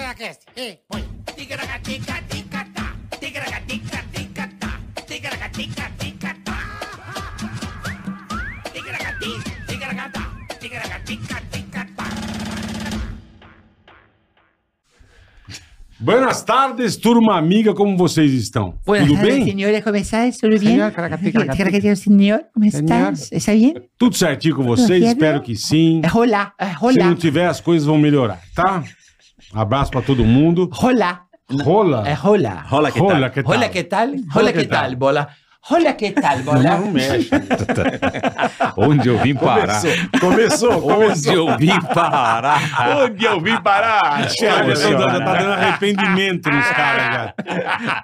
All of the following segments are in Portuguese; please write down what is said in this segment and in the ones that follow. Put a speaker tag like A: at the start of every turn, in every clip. A: Ticaracast, e põe. Ticaracatica, ticatá. Ticaracatica, ticatá. Ticaracatica, ticatá. Ticaracati, ticaracatá. Ticaracatica, ticatá.
B: Buenas tardes, turma amiga, como vocês estão?
C: Buenas
B: Tudo
C: tardes,
B: bem?
C: señores, ¿cómo estáis? ¿Todo bien?
D: Señor, caracatí, caracatí.
C: Caracatí, señor, ¿cómo
D: Señor.
C: estás? ¿Está bien?
B: Tudo certinho com vocês?
C: Tudo
B: Espero
C: certo.
B: que sim.
C: Eh, Hola, eh,
B: Se não
C: hola,
B: tiver, as coisas vão melhorar, tá? Abraço pra todo mundo.
C: hola,
B: Rola.
E: É
C: eh, hola.
F: Rola que
B: Rola,
D: tá.
F: tal?
B: que tá. tal?
C: Hola, ¿qué tal? Hola, ¿qué tal, bola? Hola, ¿qué tal, bola?
B: Não mexe.
F: Onde eu vim parar?
B: Começou,
F: Onde
B: começou.
F: eu vim parar? Onde eu vim parar?
B: Cara, já
F: Olha,
B: tá já tá dando arrependimento nos caras já.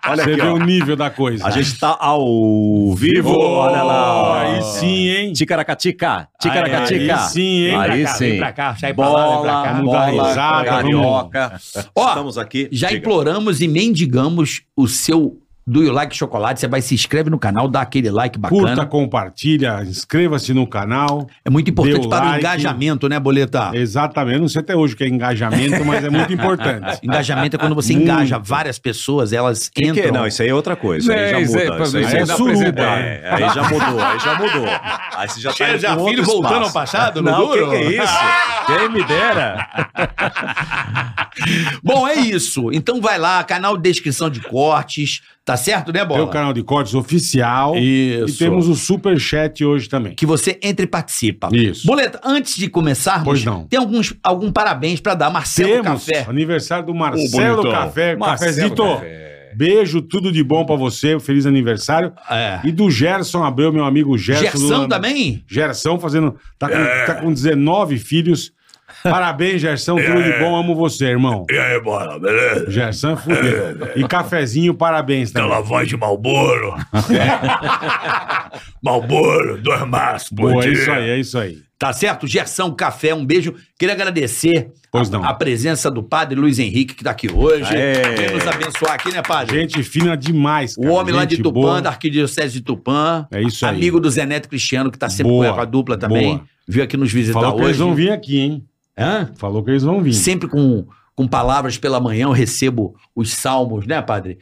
F: Olha
B: Você
F: aqui,
B: vê
F: ó.
B: o nível da coisa.
F: A gente tá ao vivo. Olha lá.
B: Aí sim, hein?
F: Ticaracatica. Ticaracatica.
B: Aí sim, hein?
F: Aí sim.
D: cá, sai
F: Bola,
B: cá, vamos dar
F: bola,
B: risada,
F: carioca.
E: Ó,
F: Estamos aqui.
E: Já
F: Diga.
E: imploramos e mendigamos o seu Do You Like Chocolate. Você vai se inscreve no canal, dá aquele like bacana.
B: Curta, compartilha, inscreva-se no canal.
E: é muito importante
B: dê o
E: para o
B: like. É.
E: engajamento, né, Boleta?
B: Exatamente. Eu Não sei até hoje o que é engajamento, mas é muito importante.
E: Engajamento é quando você
B: Muito.
E: engaja várias pessoas, elas
F: Que que é?
E: entram.
F: Não, isso aí é outra coisa. Isso aí já
D: É, isso aí
F: muda.
D: pra
F: Isso aí
B: ver,
F: já
B: isso aí
F: muda.
B: dá pra apresentar.
F: É, aí já mudou, aí já mudou. Aí você já tá indo pra um outro espaço.
D: passado,
F: Não, o que, que é isso? Quem me dera.
E: Bom, é isso. Então vai lá, canal de descrição de cortes, tá certo, né,
B: Tem o
E: Bola?
B: canal de cortes oficial.
E: Isso.
B: E temos o super chat hoje também.
E: Que você entre e participa.
B: Isso.
E: Boleta, antes de começarmos,
B: Pois não.
E: tem alguns, algum parabéns para dar. Marcelo
B: Temos
E: Café.
B: aniversário do Marcelo
F: bonitão.
B: Café.
D: Marcelo
B: Cafezito, beijo, tudo de bom pra você. Feliz aniversário.
E: É.
B: E do Gerson Abreu, meu amigo Gerson.
E: Gerson
B: do-
E: também?
B: Gerson fazendo. Tá com, tá com 19 filhos. Parabéns, Gerson. Tudo de bom. Amo você, irmão.
G: E aí, bola, beleza?
B: Gerson é fudido. E cafezinho, parabéns
G: Aquela
B: também.
G: voz de Malboro. Malboro, dois maços por
B: Boa, é
G: dia.
B: isso aí, é isso aí.
E: Tá certo? Gerson Café, um beijo. Queria agradecer
B: Pois
E: a,
B: não.
E: a presença do padre Luiz Henrique, que tá aqui hoje.
F: Aê.
E: Vem nos abençoar aqui, né, padre?
B: Gente fina demais,
E: o homem lá de
B: Gente
E: Tupã,
B: boa.
E: da Arquidiocese de Tupã.
B: É isso aí.
E: Amigo do Zeneto Cristiano, que tá sempre
B: Boa.
E: com a dupla também.
B: Boa.
E: Veio aqui nos visitar
B: Falou que
E: tá hoje.
B: eles vão vir aqui, hein?
E: Hã?
B: Falou que eles vão vir.
E: Sempre com, com palavras pela manhã, eu recebo os salmos, né, padre?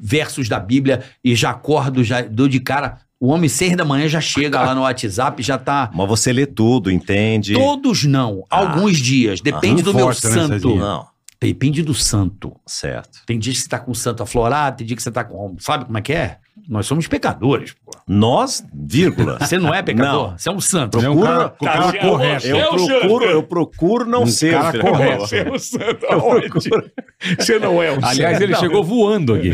E: Versos da Bíblia e já acordo, já dou de cara. O homem, seis da manhã, já chega lá no WhatsApp, já tá.
F: Mas você lê tudo, entende?
E: Todos não,
F: Ah.
E: alguns dias. Depende
B: Ah,
E: do meu
B: força, né,
E: santo.
B: Serginho?
F: Não,
E: Depende do santo.
F: certo.
E: Tem dia que você tá com o santo aflorado, tem dia que você tá com. Sabe como é que é? Nós somos pecadores. pô.
F: Nós, vírgula.
E: Você não é pecador,
F: Não.
E: você é um santo.
B: Ele é um cara, um cara
D: Tá,
B: correto.
F: Eu
D: É o
F: procuro,
D: Janga.
F: eu procuro não
B: Um
F: ser.
B: cara
F: filho.
B: correto.
D: Você é o santo, aonde? Você não é o santo.
F: Aliás, ele
D: Não.
F: chegou
D: voando aqui.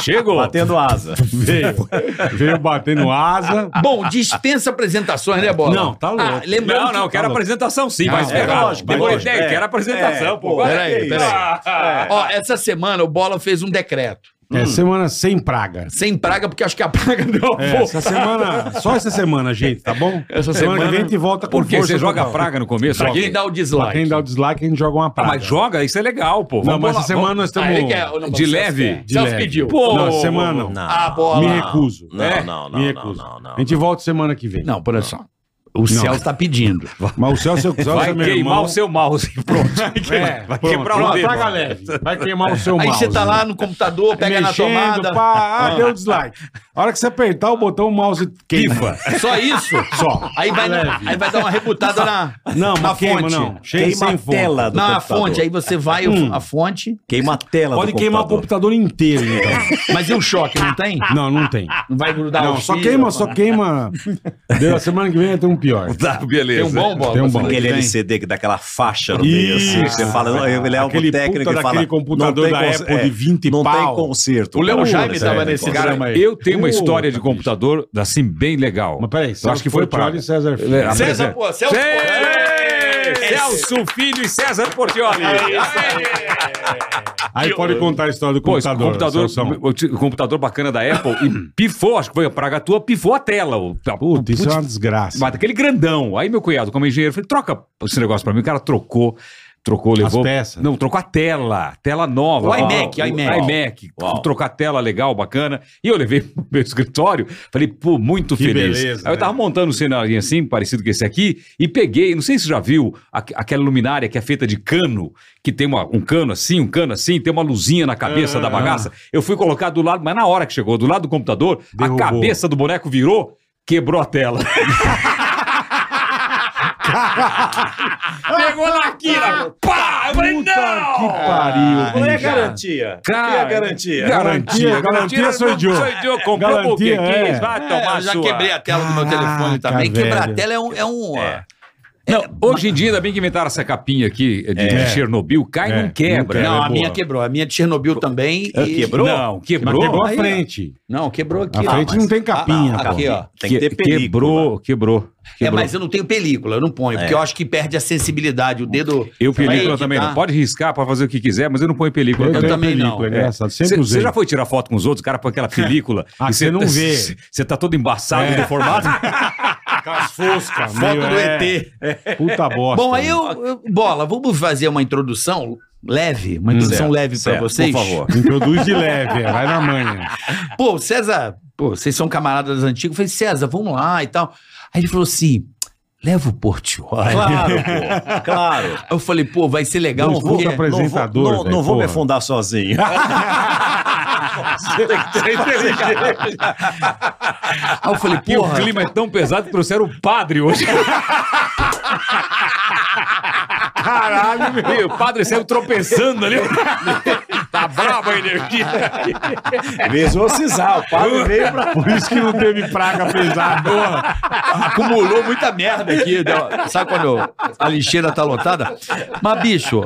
F: Chegou. Batendo asa.
B: Veio, veio batendo asa.
E: Bom, dispensa apresentações, né, Bola?
B: Não, tá louco.
E: Ah, lembrando
D: Não, não,
E: que-
D: quero apresentação sim,
B: Não,
D: vai se
B: é
D: ferrar.
B: lógico, vai
D: Demorei
B: lógico.
D: 10, quero apresentação,
F: É,
D: pô.
F: pô,
D: Agora
F: peraí,
D: que isso?
F: peraí.
D: Ah,
E: Ó, essa semana o Bola fez um decreto.
B: É semana sem praga.
E: Sem praga, porque acho que a praga deu uma
B: É,
E: volta.
B: essa semana, só essa semana, gente, tá bom?
D: Essa
B: que
D: semana-
B: vem a gente volta com
D: Por quê?
B: força
D: Você joga
B: total.
D: praga no começo
E: Pra quem
D: aqui?
E: dá o
B: Pra
E: dislike.
B: quem dá o dislike, a gente joga uma
D: Ah,
B: praga.
D: mas joga, isso é legal, pô.
B: Não,
D: Vamos
B: mas é
D: lá,
B: essa semana nós
E: Ah,
B: estamos...
E: ele quer- não,
D: de
E: você-
D: leve?
B: De
E: Celso
B: leve.
E: pediu.
D: Pô.
B: Não, semana não.
F: Não.
E: Ah, Bola.
B: Me recuso. né?
F: Não,
D: É,
F: não, não,
B: Me
F: não,
B: recuso.
F: não, não.
B: A gente volta semana que vem.
E: Não, por só. O céu tá pedindo.
B: Mas o Celso, o Celso
D: Vai
B: é meu
D: queimar
B: irmão.
D: o seu mouse. Pronto.
B: É,
D: vai
B: pronto,
D: quebrar o
B: uma
D: dedo.
B: Praga leve. Vai queimar o seu
E: Aí
B: mouse.
E: você tá lá no computador, pega
B: mexendo,
E: na tomada.
B: pá, ah, deu dislike. A hora que você apertar o botão, o mouse queima.
E: Só isso?
B: Só.
E: Aí vai, na- aí vai dar uma rebutada na,
B: Não,
E: na
B: mas queima,
E: fonte.
B: não. Chega
F: Queima
B: sem
F: a
B: fonte.
F: tela do
E: Na
F: computador.
E: fonte, aí você vai
B: Hum.
E: a fonte,
F: Queima a tela
B: Pode
F: do
B: queimar o
F: computador.
B: computador inteiro, então.
E: mas e o choque, não tem?
B: Não, não tem.
E: Não vai grudar
B: Não,
E: Tá, o
B: só queima, só queima. Deu, a semana que vem vai ter um pior.
F: Tá,
E: Tem
F: beleza.
E: um bom bola.
B: Tem um
E: pra
B: bom.
E: semana que
F: Aquele
E: vem?
F: LCD que dá aquela faixa no meio, assim. que Você
B: Isso.
F: fala, ele é um
B: Aquele
F: técnico
B: puta
F: e fala.
B: daquele computador
F: não tem
B: da
F: cons-
B: Apple de 20
F: Não
B: pau.
F: tem conserto.
E: O Léo
F: cara.
E: Jaime
F: Sério,
E: tava nesse
F: cara.
E: cara.
B: programa aí.
D: Eu tenho uma
B: Puta,
D: história de
B: bicho.
D: computador, assim, bem legal.
B: Mas peraí,
D: eu acho que foi praga.
B: Portioli e César Filho.
D: É,
B: César-
E: César, pô, Celso.
B: é
D: Ei! Celso Filho e César Portioli.
B: Aí pode contar a história do
D: Pô, esse
B: computador.
D: computador,
B: Celso.
D: eu tive um computador bacana da Apple e pifou, acho que foi a praga tua, pifou a tela. O- a-
B: Puta, isso é
D: putz,
B: uma desgraça.
D: Mas aquele grandão. Aí meu cunhado, como engenheiro, falei, troca esse negócio pra mim. O cara trocou. Trocou, levou.
B: peças.
D: Não, trocou a tela. Tela nova.
E: O iMac,
D: Ó,
E: iMac.
D: iMac. Trocou a tela legal, bacana. E eu levei pro meu escritório. Falei, pô, muito
B: Que
D: feliz.
B: beleza,
D: Aí eu
B: né?
D: tava montando um cenarinho assim, parecido com esse aqui. E peguei, não sei se você já viu, a- aquela luminária que é feita de cano. Que tem uma- um cano assim, um cano assim. Tem uma luzinha na cabeça da bagaça. Eu fui colocar do lado, mas na hora que chegou, do lado do computador,
B: Derrubou.
D: a cabeça do boneco virou, quebrou a tela. Pegou na quina, pá! Eu falei, não!
B: Que pariu,
F: Qual é a
B: bicho.
F: garantia? Qual é a garantia?
B: Garantia, garantia sou eu.
D: Sou eu, comprou um
B: Garantia,
D: o que
B: é.
D: quis, vai tomar
E: eu já
D: sua.
E: quebrei a tela do meu
B: Caraca,
E: telefone também.
B: velho.
E: Quebrar a tela é um. É um é.
D: Não, hoje em dia, ainda bem que inventaram essa capinha aqui de, de Chernobyl, cai e
B: É,
D: não quebra.
B: não
E: Não,
B: é
E: a minha
B: boa.
E: quebrou. A minha de Chernobyl também. e-
F: quebrou?
D: Não,
B: Mas
D: quebrou.
B: quebrou a
D: Aí,
B: frente.
E: Não, quebrou aqui.
B: A
E: ó.
B: frente não tem capinha,
E: Ah,
B: pô.
E: aqui, ó.
F: Tem que ter película.
D: Quebrou, quebrou.
E: É,
D: quebrou.
E: mas eu não tenho película, eu não ponho, porque eu acho que perde a sensibilidade. O dedo.
D: Eu
E: Vai
D: película
E: editar.
D: também não. Pode riscar, pode fazer o que quiser, mas eu não ponho película.
E: Eu
D: também.
E: também
B: película,
E: não.
B: É engraçado. Sempre
D: Você
B: usei.
D: já foi tirar foto com os outros, o cara põe aquela película.
B: Ah,
D: e
B: você não vê. É.
D: Você tá todo embaçado, deformado.
B: Fosca,
E: Foto do ET.
B: é, Puta bosta.
E: Bom, aí eu, eu- Bola, vamos fazer uma introdução leve? Uma introdução leve pra vocês?
D: Por favor.
B: Introduz de leve, é, vai na manha.
E: Pô, César, pô, vocês são camaradas antigos. Eu falei, César, vamos lá e tal. Aí ele falou assim: leva o Portiolli.
F: Claro, pô. Claro.
E: Eu falei, pô, vai ser legal.
B: Dois
E: porque-
B: puta apresentador,
F: não, vou- não,
B: velho,
F: não vou me
B: porra.
F: afundar sozinho. Tem que ter inteligência.
E: Aí eu falei,
D: E o
E: porra.
D: clima é tão pesado que trouxeram o padre hoje. Caralho, meu. E o padre saiu tropeçando ali. Tá brava a energia.
F: Mesmo cisar, o padre veio pra.
B: Por isso que não teve praga pesada.
E: acumulou muita merda aqui. né? Sabe quando a lixeira tá lotada? Mas, bicho,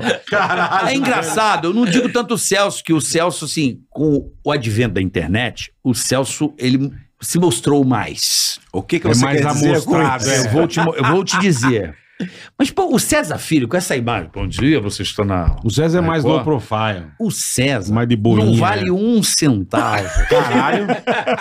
E: é engraçado. Eu não digo tanto o Celso, que o Celso, assim, com o advento da internet, o Celso, ele se mostrou mais.
F: O que, que
B: É
F: você
B: mais
F: quer dizer com
B: amostrado,
F: isso?
B: é.
E: Eu vou te, mo- eu vou te dizer. Mas, pô, o César Filho, com essa imagem, bom dia, você está na...
B: O César é mais
E: Aí, pô.
B: low profile.
E: O César
B: Mais de bolinha,
E: não vale
B: né?
E: um centavo.
B: Caralho.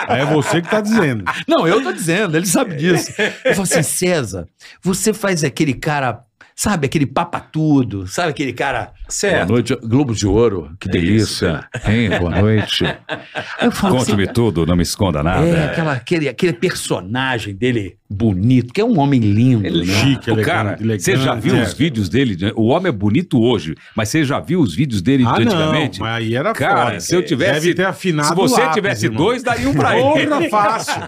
B: Aí é você que tá dizendo.
E: Não, eu tô dizendo, ele sabe disso. Eu falo assim, César, você faz aquele cara, sabe, aquele papa tudo, sabe aquele cara.
F: Certo.
E: noite, Globo de Ouro, que delícia.
D: Hein, boa noite.
E: Aí eu falo assim,
D: Conte-me tudo, não me esconda nada.
E: é, aquela, aquele, aquele personagem dele bonito, que é um homem lindo, né?
B: Chique,
D: O
B: elegante,
D: cara,
B: elegante,
D: você já viu
B: é.
D: os vídeos dele? né? O homem é bonito hoje, mas você já viu os vídeos dele
B: Ah,
D: de
B: não,
D: antigamente?
B: mas aí era
D: Cara,
B: foda.
D: se eu tivesse-
B: Deve ter afinado
D: Se você
B: o lápis,
D: tivesse
B: irmão.
D: dois, daria um pra ele.
B: Porra, fácil.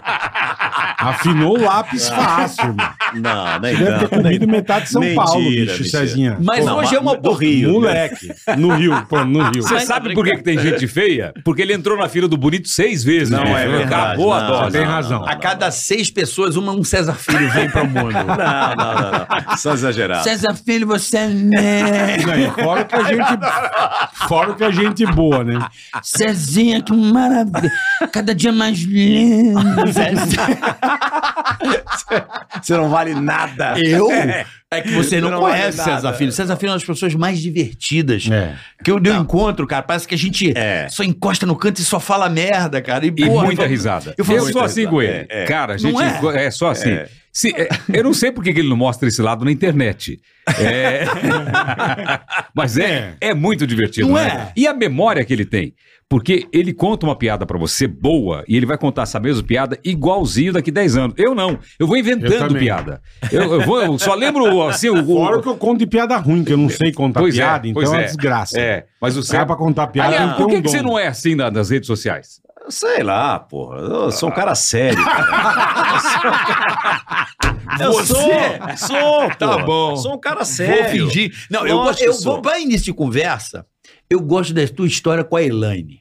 B: Afinou o lápis fácil, irmão.
F: Não, nem
B: Deve ter
F: tanto. nem
B: comido metade de São
F: Mentira,
B: Paulo, bicho,
F: mentira.
B: Cezinha.
E: Mas
F: Não,
E: hoje é uma
F: mas do
E: oportunidade.
F: Rio. né?
B: Moleque. No Rio, pô, no Rio.
D: Você sabe por que, que tem gente feia? Porque ele entrou na fila do bonito seis vezes.
F: Não,
D: bicho.
F: é verdade.
D: Acabou a
F: Não,
D: dose.
B: tem razão.
E: A cada seis pessoas, uma, um César Filho vem pro mundo.
F: Não, não, não, não. Só exagerado.
E: César Filho, você é merda.
B: Não, e fora o que a gente. Fora o que a gente boa, né?
E: Cezinha, que maravilha. Cada dia mais lindo.
F: Você não vale nada.
E: Eu? É que você não,
F: Não vale
E: conhece
F: nada.
E: César Filho. César Filho é uma das pessoas mais divertidas.
B: É.
E: Que eu dei um encontro, cara. Parece que a gente
F: É.
E: só encosta no canto e só fala merda, cara. E,
D: E
E: porra,
D: muita
E: eu-
D: risada.
E: Eu
D: Eu,
E: falo
D: sou
E: muita
D: assim
F: risada.
D: com ele.
F: É, é.
D: Cara, a gente
E: Não é?
D: é? só assim.
F: É.
D: Se- é, eu não sei por que que ele não mostra esse lado na internet. É. Mas é, é muito divertido,
E: Não
D: né? E a memória que ele tem. Porque ele conta uma piada pra você boa e ele vai contar essa mesma piada igualzinho daqui 10 anos. Eu não. Eu vou
B: Eu
D: inventando
B: também.
D: piada. Eu, eu vou, eu só lembro assim o. o-
B: Fora o que eu conto de piada ruim, que eu não sei contar
D: Pois é,
B: piada, então é
D: pois
B: uma
D: é.
B: desgraça.
D: É, mas o
B: Você vai
D: Sérgio.
B: pra contar piada.
D: Aliás,
B: não tem
D: por que,
B: um
D: que você
B: dom.
D: não é assim na- nas redes sociais?
F: Sei lá, porra. Eu sou um cara sério. cara. Eu sou,
E: Você?
F: sou, tá
E: bom.
F: Sou um cara sério.
E: Vou fingir. Não, eu,
F: Lógico
E: go- eu
F: que
E: vou
F: sou.
E: pra início de conversa. Eu gosto da tua história com a Elaine.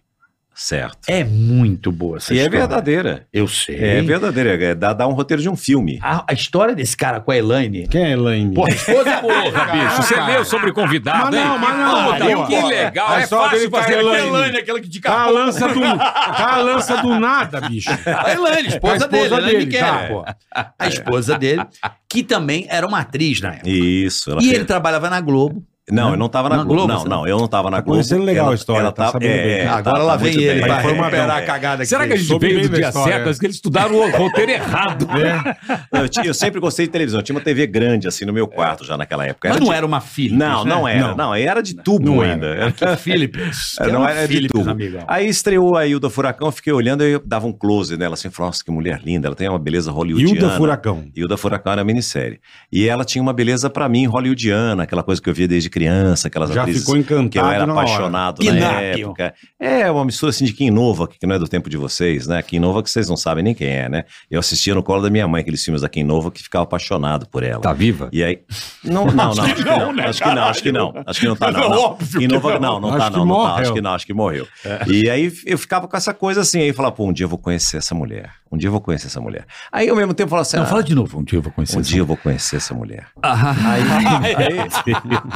F: Certo.
E: É muito boa essa
F: E é
E: história.
F: verdadeira.
E: Eu sei.
F: É verdadeira. É, dá, dá um roteiro de um filme.
E: A, a história desse cara com a Elaine.
B: Quem é Elaine?
E: Porra, esposa é
D: Porra, bicho, você leu sobre convidado,
B: Mas não,
D: hein?
B: mas não,
D: Puta,
B: porra.
D: que legal,
B: Aí
D: é
B: só
D: fácil
B: dele pra
D: fazer
B: Elaine.
D: aquilo.
E: né? aquela que de
B: Tá a lança do. Tá a lança do nada, bicho.
E: A Elaine, esposa,
B: A esposa
E: dele, Elaine
B: dele,
E: Michele,
B: tá.
E: pô.
F: É.
E: A esposa dele, que também era uma atriz na época.
F: Isso. Ela
E: E
F: fez-
E: ele trabalhava na Globo.
F: Não, eu não tava na,
E: Na
F: Globo.
E: Globo,
F: Não,
E: você
F: não, eu não tava na Globo.
B: conhecendo legal
F: ela,
B: a história,
F: Ela
B: tá
F: tava,
B: sabendo bem.
F: é,
B: Ah,
F: tá-
E: Agora
F: tá
E: lá
F: muito
E: vem ele
F: bem.
E: pra
F: Tá muito
E: recuperar
F: bem.
E: a cagada que
D: Será que a
E: fez.
D: gente
B: soube
D: veio
B: bem
D: do
B: da
D: dia
B: história. É.
D: certo? Acho que eles estudaram o roteiro errado.
F: Não, Eu, tinha- eu sempre gostei de televisão. Eu tinha uma TV grande, assim, no meu quarto já naquela época.
E: Mas não
F: de-
E: era uma filha.
F: Não, não é. era.
B: né? Não.
F: Não, era de tubo
B: Não era.
F: ainda. Era-
E: Philips.
F: Era, É, não era de tubo. Aí estreou a Hilda Furacão, eu fiquei olhando e eu dava um close nela, assim, falei, nossa, que mulher linda, ela tem uma beleza hollywoodiana.
B: Hilda Furacão.
F: Hilda Furacão era minissérie. E ela tinha uma beleza pra mim hollywoodiana, aquela coisa que eu via desde criança, aquelas
B: Já
F: atrizes
B: ficou encantado
F: que eu era
B: na hora.
F: apaixonado na,
E: Pinápio.
F: época. É uma mistura assim de Kim Nova, que não é do tempo de vocês, né? Kim Nova que vocês não sabem nem quem é, né? Eu assistia no colo da minha mãe aqueles filmes da Kim Nova que ficava apaixonado por ela.
D: Tá viva?
F: E aí. Não, não, não. Acho que não,
G: né,
F: acho que não, acho que não. Acho que não tá, não. não.
G: Óbvio
F: E
G: que
F: não vai- não, não
B: Acho
F: tá,
B: que
F: não, não tá.
B: morreu.
F: Acho que não, acho que morreu. E aí eu ficava com essa coisa assim, aí eu falava, pô, um dia eu vou conhecer essa mulher. Um dia eu vou conhecer essa mulher. Aí ao mesmo tempo eu falava assim,
E: Não,
F: ah,
E: fala de novo. Um dia eu vou conhecer.
F: um
E: essa-
F: dia eu vou conhecer essa mulher.
E: Ah,
F: Aí,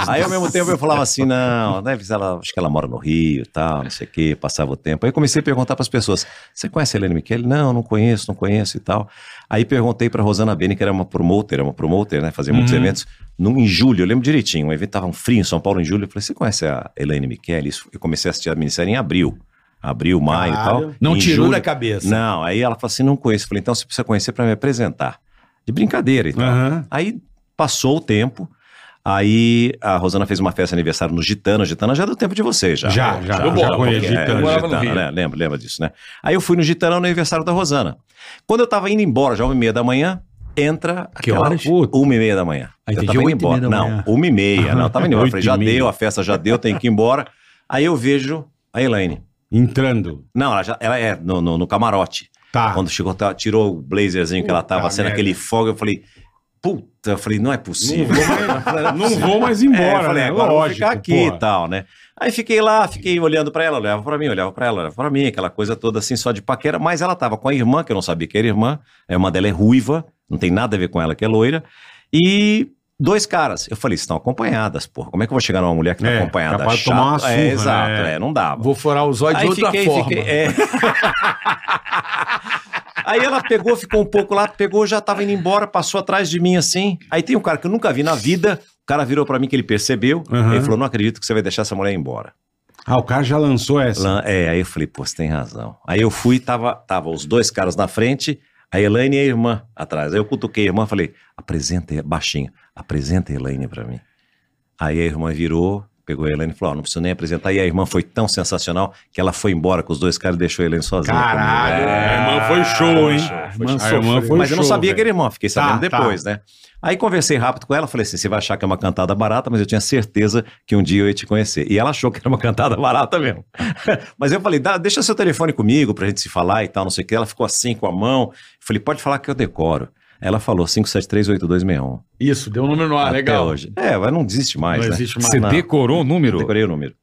F: aí, ao mesmo tempo eu falava assim, não, deve ser ela, acho que ela mora no Rio e tal, não sei o quê, passava o tempo. Aí eu comecei a perguntar para as pessoas, você conhece a Helene Michele? Não, não conheço, não conheço e tal. Aí perguntei para Rosana Bene, que era uma promoter, era uma promoter, né, fazia
E: Uhum.
F: muitos eventos. Num, em julho, eu lembro direitinho, um evento tava um frio em São Paulo em julho, eu falei, você conhece a Helene Michele? Isso, eu comecei a assistir a minissérie em abril. Abril, maio e tal.
E: não
F: Em
E: tirou
F: julho-
E: da cabeça.
F: Não, aí ela falou assim, não conheço. Eu falei, então você precisa conhecer para me apresentar. De brincadeira e tal.
B: Aham.
F: Aí passou o tempo. Aí a Rosana fez uma festa de aniversário no Gitano. Gitano já é do tempo de vocês, já.
B: Já, já,
F: Eu
B: já conheço Gitano. Eu
D: morava no Rio.
F: né? Lembra, lembra disso, né? Aí eu fui no Gitano no aniversário da Rosana. Quando eu tava indo embora, já uma e meia da manhã, entra...
E: Que
F: aquela-
E: horas?
F: Puta. Uma e meia da manhã.
E: Ah,
F: eu
E: entendi,
F: tava indo
E: oito e meia
F: embora.
E: da
F: Não,
E: manhã.
F: uma e meia. Não, eu tava indo embora. Eu
B: Oito
F: falei,
B: e
F: já
B: meia.
F: deu, a festa já deu, tem que ir embora. Aí eu vejo a Elaine.
B: Entrando.
F: Não, ela, já, ela é no, no- no camarote.
B: Tá.
F: Quando chegou, tá- tirou o blazerzinho que ela tava,
B: Puta
F: sendo
B: merda.
F: aquele fogo, eu falei, puta, eu falei, não é
B: Não
F: possível.
B: vou mais, não vou mais embora,
F: É, eu falei,
B: né?
F: agora eu
B: Lógico,
F: vou ficar aqui
B: porra.
F: e tal, né? Aí fiquei lá, fiquei olhando pra ela, olhava pra mim, olhava pra ela, olhava pra mim, aquela coisa toda assim, só de paquera. Mas ela tava com a irmã, que eu não sabia que era irmã, a irmã dela é ruiva, não tem nada a ver com ela, que é loira, e dois caras. Eu falei, estão acompanhadas, porra, como é que eu vou chegar numa mulher que tá
B: É,
F: acompanhada?
B: capaz de
F: Chato.
B: tomar uma surra,
F: é, exato,
B: né?
F: é, não dava.
E: Vou furar os olhos de outra forma.
F: é. Aí ela pegou, ficou um pouco lá, pegou, já tava indo embora, passou atrás de mim assim. Aí tem um cara que eu nunca vi na vida, o cara virou pra mim que ele percebeu,
B: Uhum.
F: ele falou: "Não acredito que você vai deixar essa mulher ir embora".
B: Ah, o cara já lançou essa.
F: Lan- É, aí eu falei: "Pô, você tem razão". Aí eu fui, tava, tava os dois caras na frente, a Elaine e a irmã atrás. Aí eu cutuquei a irmã, falei: "Apresenta baixinho, apresenta a Elaine pra mim". Aí a irmã virou, pegou a Elaine e falou: ó, não preciso nem apresentar. E a irmã foi tão sensacional que ela foi embora com os dois caras e deixou a Elaine sozinha.
B: Caralho,
F: comigo.
B: a irmã É, foi show, hein? A irmã foi
F: Mas eu não
B: show,
F: sabia
B: velho.
F: que era irmã, fiquei sabendo
B: Tá, tá.
F: depois, né? Aí conversei rápido com ela, falei assim: você vai achar que é uma cantada barata, mas eu tinha certeza que um dia eu ia te conhecer. E ela achou que era uma cantada barata mesmo. mas eu falei: Dá, deixa seu telefone comigo pra gente se falar e tal, não sei o que. Ela ficou assim com a mão. Eu falei: pode falar que eu decoro. Ela falou 5738261.
E: Isso, deu um número no ar,
F: até
E: legal.
F: hoje. É, mas não existe mais,
E: Não
F: né?
E: existe mais.
D: Você
F: Não.
D: decorou o número?
F: Decorei o número.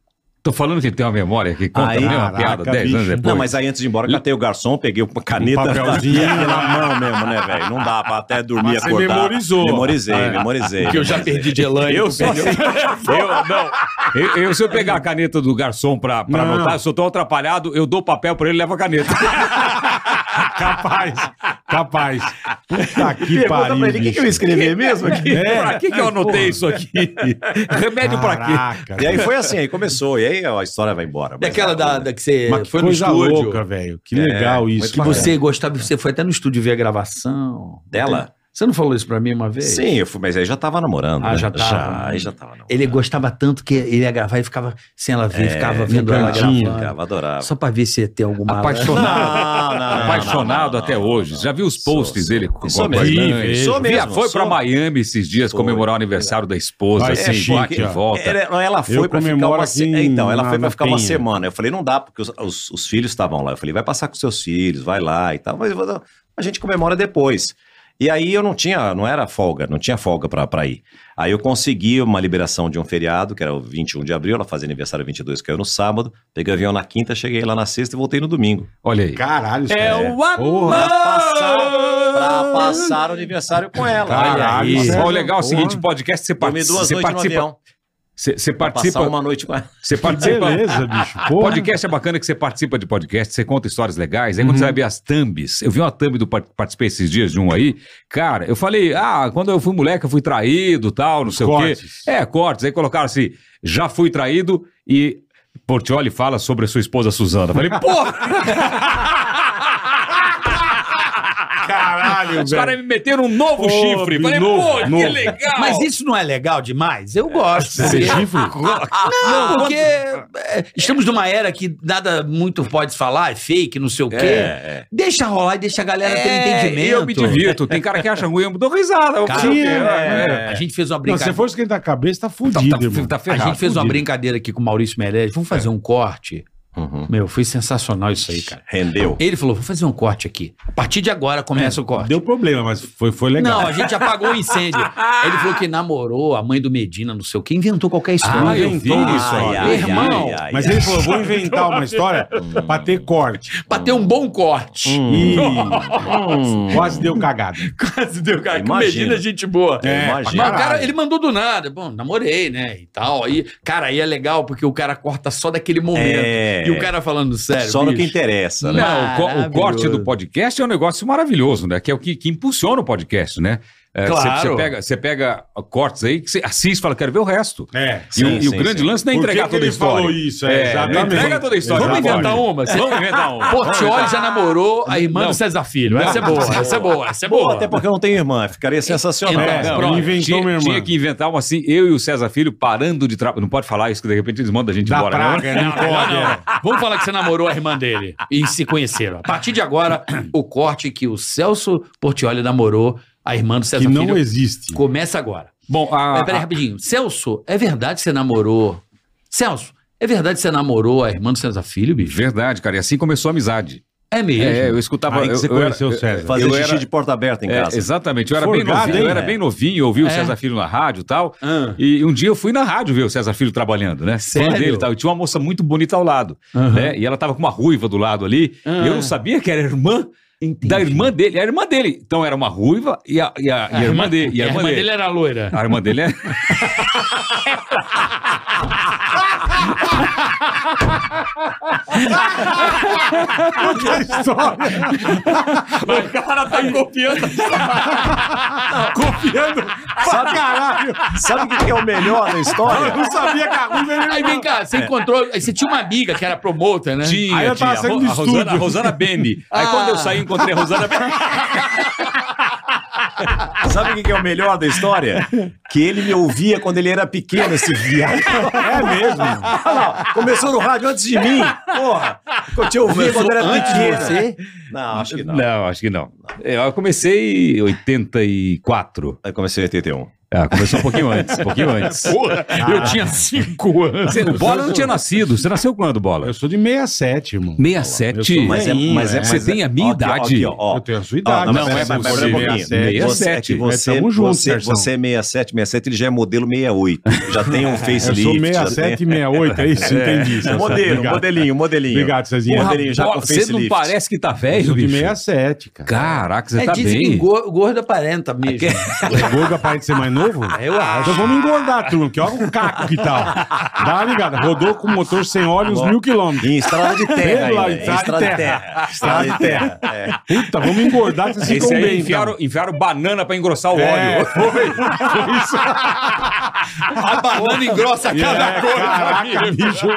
D: Tô falando que ele tem uma memória que conta
F: Aí-
D: a mesma
B: Caraca,
D: piada 10 anos
B: bicho.
D: depois.
F: Não, mas aí antes de ir embora, catei o garçom, peguei uma caneta.
B: Um papelzinho.
F: na mão mesmo, né, velho? Não dá pra até dormir
B: Mas você
F: acordar.
B: memorizou.
F: Memorizei, memorizei.
E: Que eu já perdi de Elaine.
F: Eu só sei.
D: Eu, não. Eu, eu, se eu pegar a caneta do garçom pra, pra
B: Não.
D: anotar, eu sou tão atrapalhado, eu dou o papel pra ele e levo a caneta.
B: Capaz, capaz. Puta que
F: Pergunta
B: pariu.
F: pra ele, o que, que eu
B: bicho. É.
F: escrevi mesmo aqui?
D: pra que, que eu anotei isso aqui? Remédio pra quê?
B: Caraca,
F: E aí foi assim, aí começou. E aí a história vai embora. mas
E: Daquela
F: é-
E: da, da que você
B: Mas que
E: foi no
B: coisa
E: estúdio.
B: louca, velho. Que legal isso.
E: Que você
F: é.
E: gostava, você foi até no estúdio ver a gravação.
F: Dela?
E: Você não falou isso pra mim uma vez?
F: Sim, eu fui, mas aí já tava namorando.
E: Ah,
F: né?
E: já tava.
F: Já, aí já tava namorando.
E: Ele gostava tanto que ele ia gravar e ficava sem ela
F: É,
E: ver, ficava vendo ela
B: cantinho,
E: gravando.
F: Ficava, adorava.
E: Só pra ver se ia ter alguma...
D: Apaixonado.
F: Não, não, não, não,
D: Apaixonado
F: não, não,
D: até
F: não,
D: hoje.
F: não.
D: Já viu os
F: Sou,
D: posts
F: sou.
D: dele com
F: Sou
D: com a
F: mesmo,
D: irmã?
F: sou
D: Via-
F: mesmo,
D: É, Foi pra
F: sou.
D: Miami esses dias
F: Foi.
D: comemorar o aniversário da esposa,
B: Vai
D: assim,
B: ser
D: bate
B: chique,
D: e
B: ó. É,
D: volta.
F: Era- ela foi
B: Eu
F: pra ficar
B: comemoro
F: uma se-
B: aqui em-
F: Então, ela
B: na-
F: foi
B: na
F: pra ficar uma
B: Penha.
F: semana. Eu falei, não dá, porque os, os- os filhos estavam lá. Eu falei, vai passar com seus filhos, vai lá e tal. Mas mas a gente comemora depois. E aí eu não tinha, não era folga, não tinha folga pra, pra ir. Aí eu consegui uma liberação de um feriado, que era o 21 de abril, ela fazia aniversário 22, que caiu no sábado. Peguei o avião na quinta, cheguei lá na sexta e voltei no domingo.
D: Olha aí.
B: Caralho, isso
D: É o amor!
B: Porra,
F: Passar, pra passar o aniversário com ela.
B: Caralho,
D: Olha
B: Sérgio,
D: o legal é o seguinte,
B: porra.
D: podcast, você,
F: Dormi
D: participa,
F: duas
D: você
F: noites no
D: participa,
F: avião.
D: Você participa.
F: Passar uma noite com ela.
D: Você participa.
B: Beleza, bicho. Porra.
D: Podcast é bacana que você participa de podcast, você conta histórias legais. Aí quando
B: Uhum.
D: você vai ver as thumbs, eu vi uma thumb do par- participei esses dias de um aí, cara, eu falei, ah, quando eu fui moleque eu fui traído, tal, não sei
B: Cortes.
D: o quê. É, cortes. Aí colocaram assim, já fui traído e Portioli fala sobre a sua esposa Suzana. Eu Falei, porra,
B: Caralho, velho.
D: os caras me meteram um novo
B: Pô,
D: chifre. Eu Falei,
B: novo,
D: pô, que
B: novo.
D: legal.
E: Mas isso não é legal demais? Eu gosto.
B: Esse
E: porque-
B: chifre?
E: Não, porque é, estamos numa era que nada muito pode falar, é fake, não sei o quê. Deixa rolar e deixa a galera ter entendimento.
D: É, Eu me divirto. Tem cara que acha ruim, eu dou risada. Eu-
E: Cara,
B: Sim,
E: é, A gente fez uma
B: Não, se você
E: brincadeira.
B: for esquentar a cabeça, tá
D: Tá,
B: fudido,
D: tá-
B: irmão.
D: tá
E: A
D: ferrado.
E: gente fez uma
D: Fudido.
E: brincadeira aqui com o Maurício Meirelles. Vamos fazer um corte.
B: Uhum.
E: Meu, foi sensacional isso aí, cara.
F: Rendeu.
E: Ele falou: vou fazer um corte aqui. A partir de agora começa o corte.
B: Deu problema, mas foi, foi legal.
E: Não, a gente apagou o incêndio. Ele falou que namorou a mãe do Medina, não sei o quê, inventou qualquer
D: Ah,
E: história.
D: eu vi
B: inventou
D: isso,
B: ai,
D: olha.
E: ai, Irmão,
B: mas
F: é
B: ele falou, vou inventar uma história pra ter corte.
E: pra ter um bom corte.
B: E
F: Hum.
B: quase deu cagada.
E: Quase deu, cara. Que
F: Imagina.
E: Medina, é gente boa.
B: É,
F: Imagina.
E: Mas o cara,
B: Caralho.
E: ele mandou do nada. Bom, namorei, né? E tal. Aí, cara, aí é legal porque o cara corta só daquele momento.
F: É.
E: E o cara falando sério.
F: Só no que
E: bicho.
F: interessa, né?
D: Não, o co- o
E: Maravilhoso.
D: corte do podcast é um negócio maravilhoso, né? Que é o que, que impulsiona o podcast, né? É, você-
E: Claro.
D: Você pega, você pega cortes aí que você assiste e fala, quero ver o resto.
B: É.
D: E, o-
F: Sim,
D: e o
F: sim,
D: grande
F: sim.
D: lance não é
B: Por que
D: entregar
B: que
D: toda a
B: ele
D: história.
B: falou isso? É,
D: não
B: exatamente.
D: entrega toda a história.
B: Vamos
D: Exatamente.
B: inventar
E: uma?
D: Vamos inventar uma.
E: Portioli já namorou a irmã
D: Ah, Não.
E: do César Filho. Essa é boa, essa é boa, essa é
F: Pô,
E: boa.
F: até porque eu não tenho irmã, ficaria sensacional.
E: Então,
B: É,
E: Não,
B: ele
E: pronto.
B: inventou,
D: tinha,
B: meu irmão.
D: tinha que inventar uma assim, eu e o César Filho parando de trabalhar. Não pode falar isso, que de repente eles mandam a gente
B: Da
D: embora. né?
B: praga, não, pode. é.
E: Vamos falar que você namorou a irmã dele e se conheceram. A partir de agora, o corte que o Celso Portioli namorou a irmã do César
B: Que não
E: Filho
B: existe.
E: começa agora.
D: Bom, a,
E: Mas peraí, rapidinho. Celso, é verdade que você namorou? Celso, é verdade que você namorou a irmã do César Filho, bicho?
D: verdade, cara. E assim começou a amizade.
E: É mesmo.
D: É, eu escutava.
B: Aí que
D: eu-
B: você
D: eu era-
B: conheceu o César.
F: Fazer
D: Eu
F: xixi
D: era-
F: de porta aberta em
D: É,
F: casa.
D: exatamente. Eu era, bem
B: Forgado,
D: novinho, eu
B: hein?
D: era bem novinho, eu ouvi
E: É.
D: o César Filho na rádio e tal.
E: Ah.
D: E um dia eu fui na rádio ver o César Filho trabalhando, né?
E: Sério?
D: Fã dele e tal. E tinha uma moça muito bonita ao lado,
E: Aham.
D: né? E ela tava com uma ruiva do lado ali.
E: Ah.
D: E eu não sabia que era irmã da irmã dele. É A irmã dele. Então era uma ruiva e a, e a- e a irmã dele. E a irmã dele.
E: era loira.
D: A irmã dele é.
B: Outra história.
E: O cara tá copiando.
B: Confiando pra caralho.
F: Sabe o que que é o melhor da
B: Eu
F: história?
B: não sabia que a É ruiva era
E: Aí vem cá, você encontrou. Aí você tinha uma amiga que era promoter, né?
D: Tinha,
B: Aí eu tava
D: tinha.
B: saindo do
D: A Ro- a Rosana,
B: estúdio.
D: a Rosana Bene. Aí
E: Ah.
D: quando eu saí, encontrei a Rosana Bene.
F: Sabe o que que é o melhor da história? Que ele me ouvia quando ele era pequeno, esse viado. É mesmo? Começou no rádio antes de mim. Porra, eu te ouvia quando era pequeno.
C: ¿Eh?
F: Não, acho que não.
D: Não, acho que não. Eu comecei em 84.
F: Aí comecei em 81.
D: Ah, começou um pouquinho antes, um pouquinho antes.
E: Eu tinha cinco anos.
D: Você- o Bola não tinha nascido. Você nasceu quando, Bola?
B: Eu sou de 67, irmão. Eu sou
D: 67.
B: mais-
F: é,
D: é Você tem a minha
F: ó, aqui, ó,
D: idade.
F: aqui, ó, ó.
B: Eu tenho a sua
F: Ah,
B: idade.
F: não, mas
B: né?
F: pera- mas pera um
B: Você é
F: pouquinho.
B: 67.
F: Você, é que
D: 67.
F: você,
B: É, tamo junto,
F: você,
B: Serção.
F: você é 67, 67, ele já é modelo 68. Já tem um
B: Eu
F: facelift.
B: sou
F: já
B: 67 e 68, é isso? Entendi.
F: tem-
B: Celso.
F: Modelo,
B: Obrigado.
F: modelinho, modelinho.
B: Obrigado, Cezinha.
F: Porra,
B: Eu
F: Modelinho, já
D: Bola,
F: com
D: você não
F: facelift.
D: parece que tá velho,
B: sou de
D: bicho.
B: 67, cara.
D: Caraca, você
E: É,
D: tá
E: dizem que
D: bem.
E: engor- gordo aparenta mesmo.
B: O gordo aparente ser mais novo?
E: Eu acho.
B: Então vamos engordar, turma, que olha o caco que tá. ó. Dá uma ligada. Rodou com motor sem óleo uns mil quilômetros.
F: Em estrada de terra.
B: Pela
F: ainda, em
B: estrada de terra.
F: Estrada de terra.
B: Puta, vamos engordar que vocês
D: Esse
B: ficam
D: aí
B: bem.
D: enfiaram, enfiaram banana pra engrossar o
B: então.
D: óleo.
B: É, foi, foi isso.
E: A banana engrossa
B: então. É, caraca, bicho.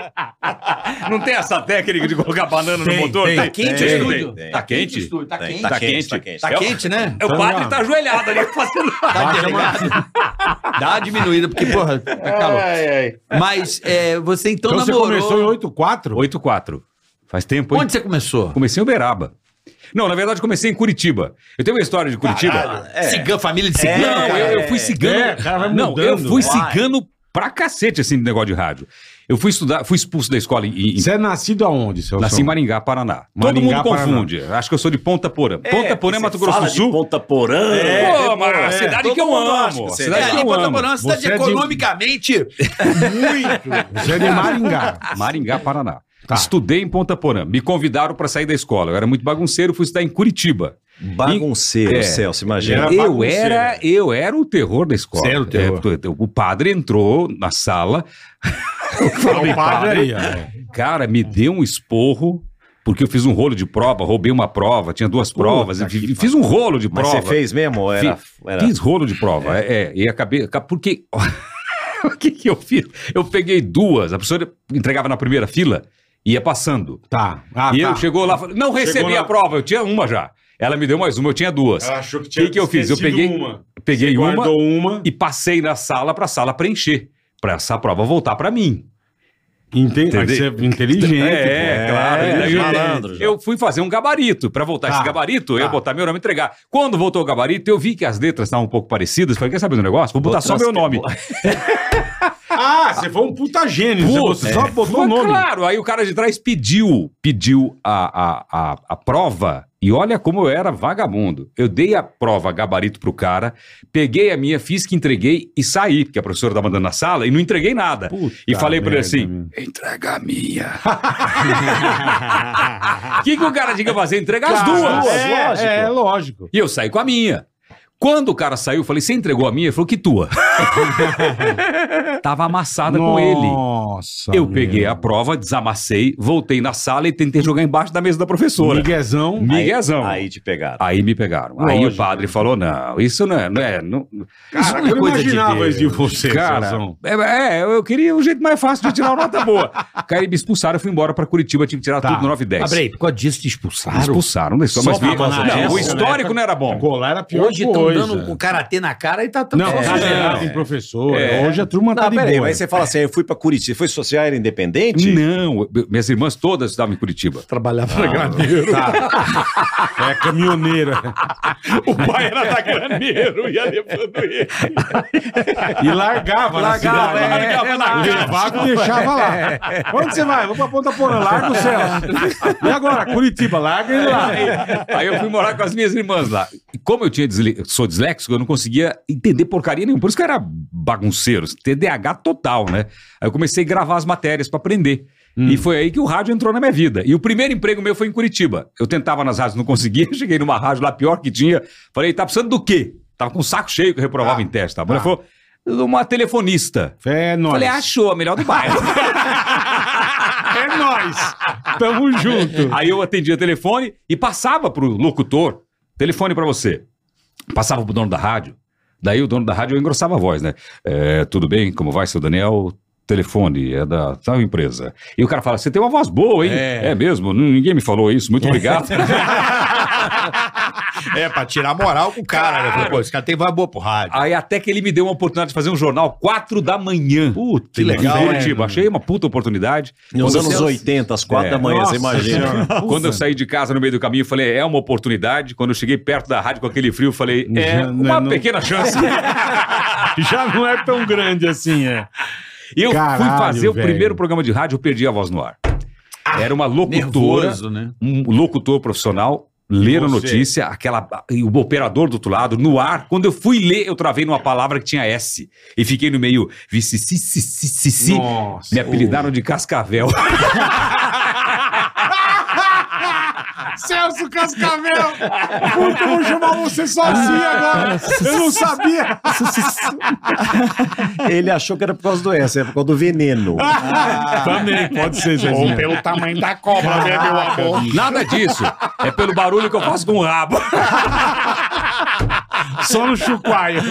D: Não tem essa técnica de colocar banana no motor?
F: tem,
D: Tá
F: tem,
D: quente
F: tem,
D: o
F: tem,
D: estúdio?
F: tem.
D: Tá
E: Quente o
D: quente?
E: estúdio, tá
F: Tem,
E: quente.
F: Tá
D: Tá
F: quente, tá
D: quente.
F: quente.
E: Tá quente, né?
D: É, O
B: Então,
D: padre
B: ó.
D: tá ajoelhado ali fazendo...
E: Tá delegado. Dá uma diminuída, porque, porra, tá calor. Mas é, você então,
B: Então você
E: namorou.
B: começou em 84?
D: 8-4. Faz tempo, hein?
E: Onde você começou?
D: Comecei em Uberaba. Não, na verdade, comecei em Curitiba. Eu tenho uma história de Curitiba.
F: É.
E: Cigano, família de
F: É,
E: cigano.
D: Não,
F: cara,
D: eu, eu fui cigano.
B: É, o cara vai
D: não,
B: mudando.
D: eu fui
F: Vai.
D: cigano pra cacete, assim, de negócio de rádio. Eu fui estudar, fui expulso da escola em. em
B: Você é nascido aonde, seu
D: Nasci em Maringá, Paraná.
B: Maringá,
D: Todo mundo
B: Paraná.
D: confunde. Acho que eu sou de Ponta Porã. Ponta Porã é Mato Grosso do Sul. É,
F: Ponta Porã.
D: Pô, mas a cidade que eu amo. A
E: É,
D: cidade que
E: ali,
D: eu
E: Ponta
D: amo.
E: Porã, uma cidade
B: Você é de-
E: economicamente.
B: Muito. Você é de Maringá.
D: Maringá, Paraná.
B: Tá.
D: Estudei em Ponta Porã. Me convidaram pra sair da escola. Eu era muito bagunceiro, fui estudar em Curitiba.
F: Bagunceiro,
D: É.
F: Celso, imagina.
B: Era
D: eu
B: bagunceiro.
D: era, eu era o terror da escola.
G: Você era o terror.
D: É, porque o padre entrou na sala,
B: o padre aí, ó.
D: cara, me deu um esporro, porque eu fiz um rolo de prova, roubei uma prova, tinha duas provas,
B: que
D: enfim, fiz um rolo de
F: Mas
D: prova.
F: você fez mesmo? Ou era, era...
D: Fiz rolo de prova, é, é, e acabei, acab- porque, o que que eu fiz? Eu peguei duas, a professora entregava na primeira fila, ia passando.
B: Tá. Ah,
D: e
B: tá.
D: eu chegou lá, falei, não recebi
B: lá.
D: a prova, eu tinha uma já. Ela me deu mais uma, eu tinha duas.
B: Ela achou que
D: O que que eu fiz? Eu
B: esquecido
D: peguei-
B: uma.
D: Peguei uma,
B: Guardou uma.
D: e passei na sala pra sala preencher. Pra essa prova voltar pra mim.
B: Entendi. Mas você é
D: Entendeu?
B: inteligente.
D: é,
B: pô.
D: claro. né? E daí
B: é,
D: eu-
F: malandro já.
D: eu, fui fazer um gabarito. Pra voltar
B: Tá,
D: esse gabarito, eu ia
B: tá.
D: botar meu nome e entregar. Quando voltou o gabarito, eu vi que as letras estavam um pouco parecidas. Falei, quer saber do negócio? Vou botar só meu nome.
B: Ah, você foi um puta gênio.
D: Puta,
B: você só botou o
D: Mas
B: nome.
D: Claro, aí o cara de trás pediu, pediu a, a, a, a prova, e olha como eu era vagabundo. Eu dei a prova gabarito pro cara, peguei a minha, fiz que entreguei e saí, porque a professora tava mandando na sala e não entreguei nada. e falei pra ele
B: merda,
D: assim:
B: meu.
D: entrega a minha. O que, que o cara tinha que fazer? Entregar as
B: Cara,
D: duas.
B: É, lógico. É, lógico.
D: E eu saí com a minha. Quando o cara saiu, eu falei: você entregou a minha? Ele falou: que tua. Tava amassada com ele.
B: Nossa.
D: Eu peguei a prova, desamassei, voltei na sala e tentei jogar embaixo da mesa da professora.
B: Miguezão.
D: Miguezão. Aí,
F: Aí te pegaram.
D: me pegaram. Aí o
B: Lógico.
D: padre falou: não, isso não é. Não é não-
B: Cara, eu não imaginava isso de você,
D: cara,
B: Celso.
D: é, é, eu queria um jeito mais fácil de tirar uma nota boa. Cara, e me expulsaram, eu fui embora pra Curitiba, tinha que tirar
B: Tá.
D: tudo 9 e 10.
E: Abrei, por causa disso te
D: Me
E: expulsaram.
D: expulsaram, não é só,
E: Só
D: mas
E: por
D: vi-
E: causa
D: não,
E: disso,
D: o
E: né?
D: história não era bom.
B: Golar era a pior
E: Hoje estão
B: coisa.
E: dando com karatê na cara e tá tão
B: Não,
E: É.
B: hoje
D: não,
B: é. em professor. Hoje a turma tá
F: Não,
B: de
F: peraí,
B: boa.
F: mas você fala assim, eu fui pra Curitiba, foi social, era independente?
D: Não, eu- minhas irmãs todas estudavam em Curitiba.
E: Trabalhava pra ganhar dinheiro.
B: Tá. É caminhoneira.
D: O pai era taganeiro, ia levando ele.
B: E largava, na
E: Largava,
B: cidade.
E: é, é, largava.
B: Levava e deixava lá. Onde você vai? Vou pra Ponta Porã, larga o Celso. E agora? Curitiba, larga ele lá.
D: Aí eu fui morar com as minhas irmãs lá. E como eu tinha disle- eu sou disléxico, eu não conseguia entender porcaria nenhuma. Por isso que eu era bagunceiro, TDAH total, né? Aí eu comecei a gravar as matérias pra aprender. E foi aí que o rádio entrou na minha vida. E o primeiro emprego meu foi em Curitiba. Eu tentava nas rádios, não conseguia. Cheguei numa rádio lá, pior que tinha. Falei, tá precisando do quê? Tava com o saco cheio que eu reprovava em teste. Tá? Ela falou, uma telefonista.
B: É nóis.
D: Falei, achou, a melhor do bairro.
B: É nóis. Tamo junto.
D: Aí eu atendia o telefone e passava pro locutor. Telefone pra você. Passava pro dono da rádio. Daí o dono da rádio eu engrossava a voz, né? É, tudo bem? Como vai, seu Daniel? Telefone, é da tal empresa. E o cara fala: Você tem uma voz boa, hein? É, mesmo? Hum, Ninguém me falou isso, muito obrigado.
G: É, pra tirar moral com o cara, né? Falei, Pô, esse cara tem voz boa pro rádio.
D: Aí até que ele me deu uma oportunidade de fazer um jornal quatro da manhã. Puta, que
G: legal,
D: Em Curitiba. Achei uma puta oportunidade.
F: Nos
D: Quando eu
F: anos
D: saí-
F: 80, às 4
D: É.
F: da manhã, você imagina.
D: Quando eu saí de casa no meio do caminho, eu falei, é uma oportunidade. Quando eu cheguei perto da rádio com aquele frio, eu falei, é
B: Já não é
D: uma
B: não-
D: pequena chance.
B: Já não é tão grande assim, é.
D: E eu fui
B: Caralho,
D: fazer o
B: velho. Ah,
D: primeiro programa de rádio, eu perdi a voz no ar. Era uma locutora,
E: Nervoso, né?
D: um locutor profissional, ler a
B: Você.
D: notícia, aquela, e o operador do outro lado, no ar. Quando eu fui ler, eu travei numa palavra que tinha S. E fiquei no meio, vici, si, si, si, si, si.
B: Nossa.
D: Me apelidaram de Cascavel.
B: Celso Cascavel! Puta, eu vou chamar você sozinho agora. Eu não sabia.
F: Ele achou que era por causa do essa, é por causa do veneno.
B: Ah, Também, pode ser,
G: Ou
B: Zezinho.
G: pelo tamanho da cobra, né, meu amor?
D: Nada disso. É pelo barulho que eu faço com o rabo.
B: Só no chuquaio.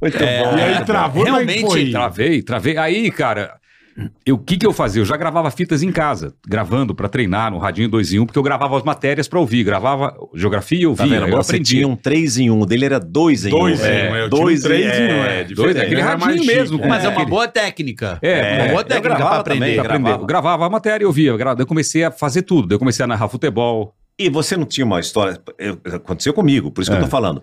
F: Muito bom. Tá
B: E aí travou mas
E: Realmente
B: foi.
D: Travei, travei. Aí, cara, eu- o que que eu fazia? Eu já gravava fitas em casa, gravando pra treinar no Radinho 2 em 1, porque eu gravava as matérias pra ouvir, gravava geografia e
F: Tá
D: ouvia,
F: vendo?
D: eu
F: Você
D: aprendi.
F: tinha um 3 em 1, dele era 2 em É, 1.
B: Dois em um, eu tinha um três em um, é.
D: Dois, é aquele
B: Era mais
D: radinho
B: chique,
D: mesmo.
B: é.
D: com
E: Mas é uma
D: aquele-
E: boa técnica.
D: É,
E: uma boa
F: eu
E: técnica pra
F: gravava
E: aprender.
F: também,
D: Pra aprender.
F: gravava.
D: Eu gravava a matéria, eu via. gra- Daí eu comecei a fazer tudo. Daí eu comecei a narrar futebol.
F: E você não tinha uma história. eu- aconteceu comigo, por isso que eu tô falando.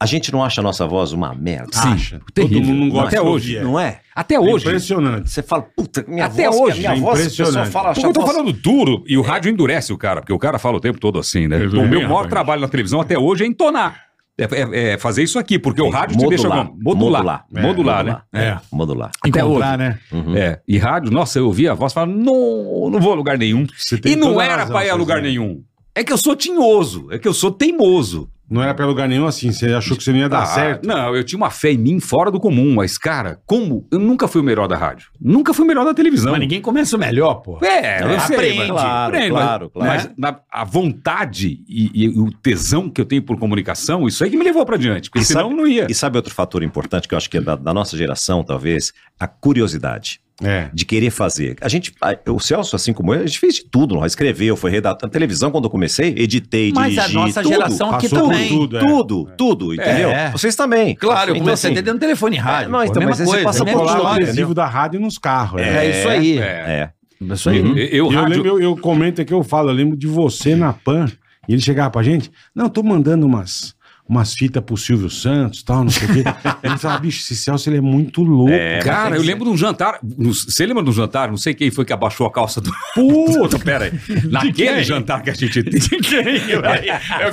F: A gente não acha a nossa voz uma merda.
B: Acha.
D: terrível.
B: Todo mundo não gosta
D: Até
B: de
D: hoje.
B: ouvir.
F: Não é?
D: Até hoje.
B: Impressionante.
F: Você fala, puta, minha
D: Até
F: voz,
D: hoje,
F: minha
B: é
F: voz, o pessoal
B: impressionante.
F: fala,
D: Porque
F: acha
D: eu tô
F: a voz-
D: falando duro e o rádio endurece o cara, porque o cara fala o tempo todo assim, né?
F: É
D: O meu maior
B: rapaz.
D: trabalho na televisão até hoje é entonar. É, é- é fazer isso aqui, porque o rádio te deixa
F: Modular,
D: como- modular.
F: modular. É,
D: modular, né?
F: É, modular.
D: Até
B: Encontrar,
D: hoje.
B: né?
D: É, e rádio, nossa, eu ouvia a voz e falava, não, não vou a lugar nenhum.
B: Você tem
D: E não
B: toda a
D: era
B: razão,
D: pra ir a lugar
B: Cezinha.
D: nenhum. É que eu sou tinhoso, é que eu sou teimoso.
B: Não era pra lugar nenhum assim, você achou que você não ia dar
D: Ah,
B: certo.
D: Não, eu tinha uma fé em mim fora do comum, mas, cara, como? Eu nunca fui o melhor da rádio. Nunca fui o melhor da televisão.
G: Mas ninguém começa o melhor, pô.
D: É, eu sei,
G: aprende,
D: mas-
F: Ah, claro,
D: aprende,
F: claro,
D: mas,
F: claro.
D: mas na- a vontade e, e o tesão que eu tenho por comunicação, isso aí que me levou pra diante, porque
F: E
D: senão
F: sabe-
D: não ia.
F: E sabe outro fator importante que eu acho que é da, da nossa geração, talvez? A curiosidade
B: É.
F: de querer fazer. A gente, a- o Celso, assim como eu, a gente fez de tudo, nós escreveu, foi redatando televisão quando eu comecei, editei,
E: Mas a
F: dirigi,
E: nossa
F: tudo.
E: geração aqui
B: Passou por
E: também.
B: tudo, é.
F: Tudo, tudo, entendeu?
E: É.
F: Vocês também.
E: Claro, eu
F: Então,
E: comecei
F: assim,
E: até dando telefone e rádio.
F: É, não,
E: pô,
F: então,
E: mesma
F: mas aí você passa
B: Eu
E: mesma
F: por lá,
B: colava o
E: história.
B: adesivo da rádio nos carros.
E: É, uhum.
B: É.
E: isso aí.
F: É.
E: Isso aí.
D: Uhum. Eu, eu
B: E eu,
D: rádio-
B: lembro, eu, eu comento aqui, eu falo, eu lembro de você na PAN, e ele chegava pra gente, não, tô mandando umas, umas fitas pro Silvio Santos, tal, não sei o quê. Ele falava, bicho, esse Celso, ele é muito louco.
D: Cara, eu lembro de um jantar. no- Você lembra de um jantar? Não sei quem foi que abaixou a calça do. Puta, pera aí. Naquele jantar que a gente
A: Eu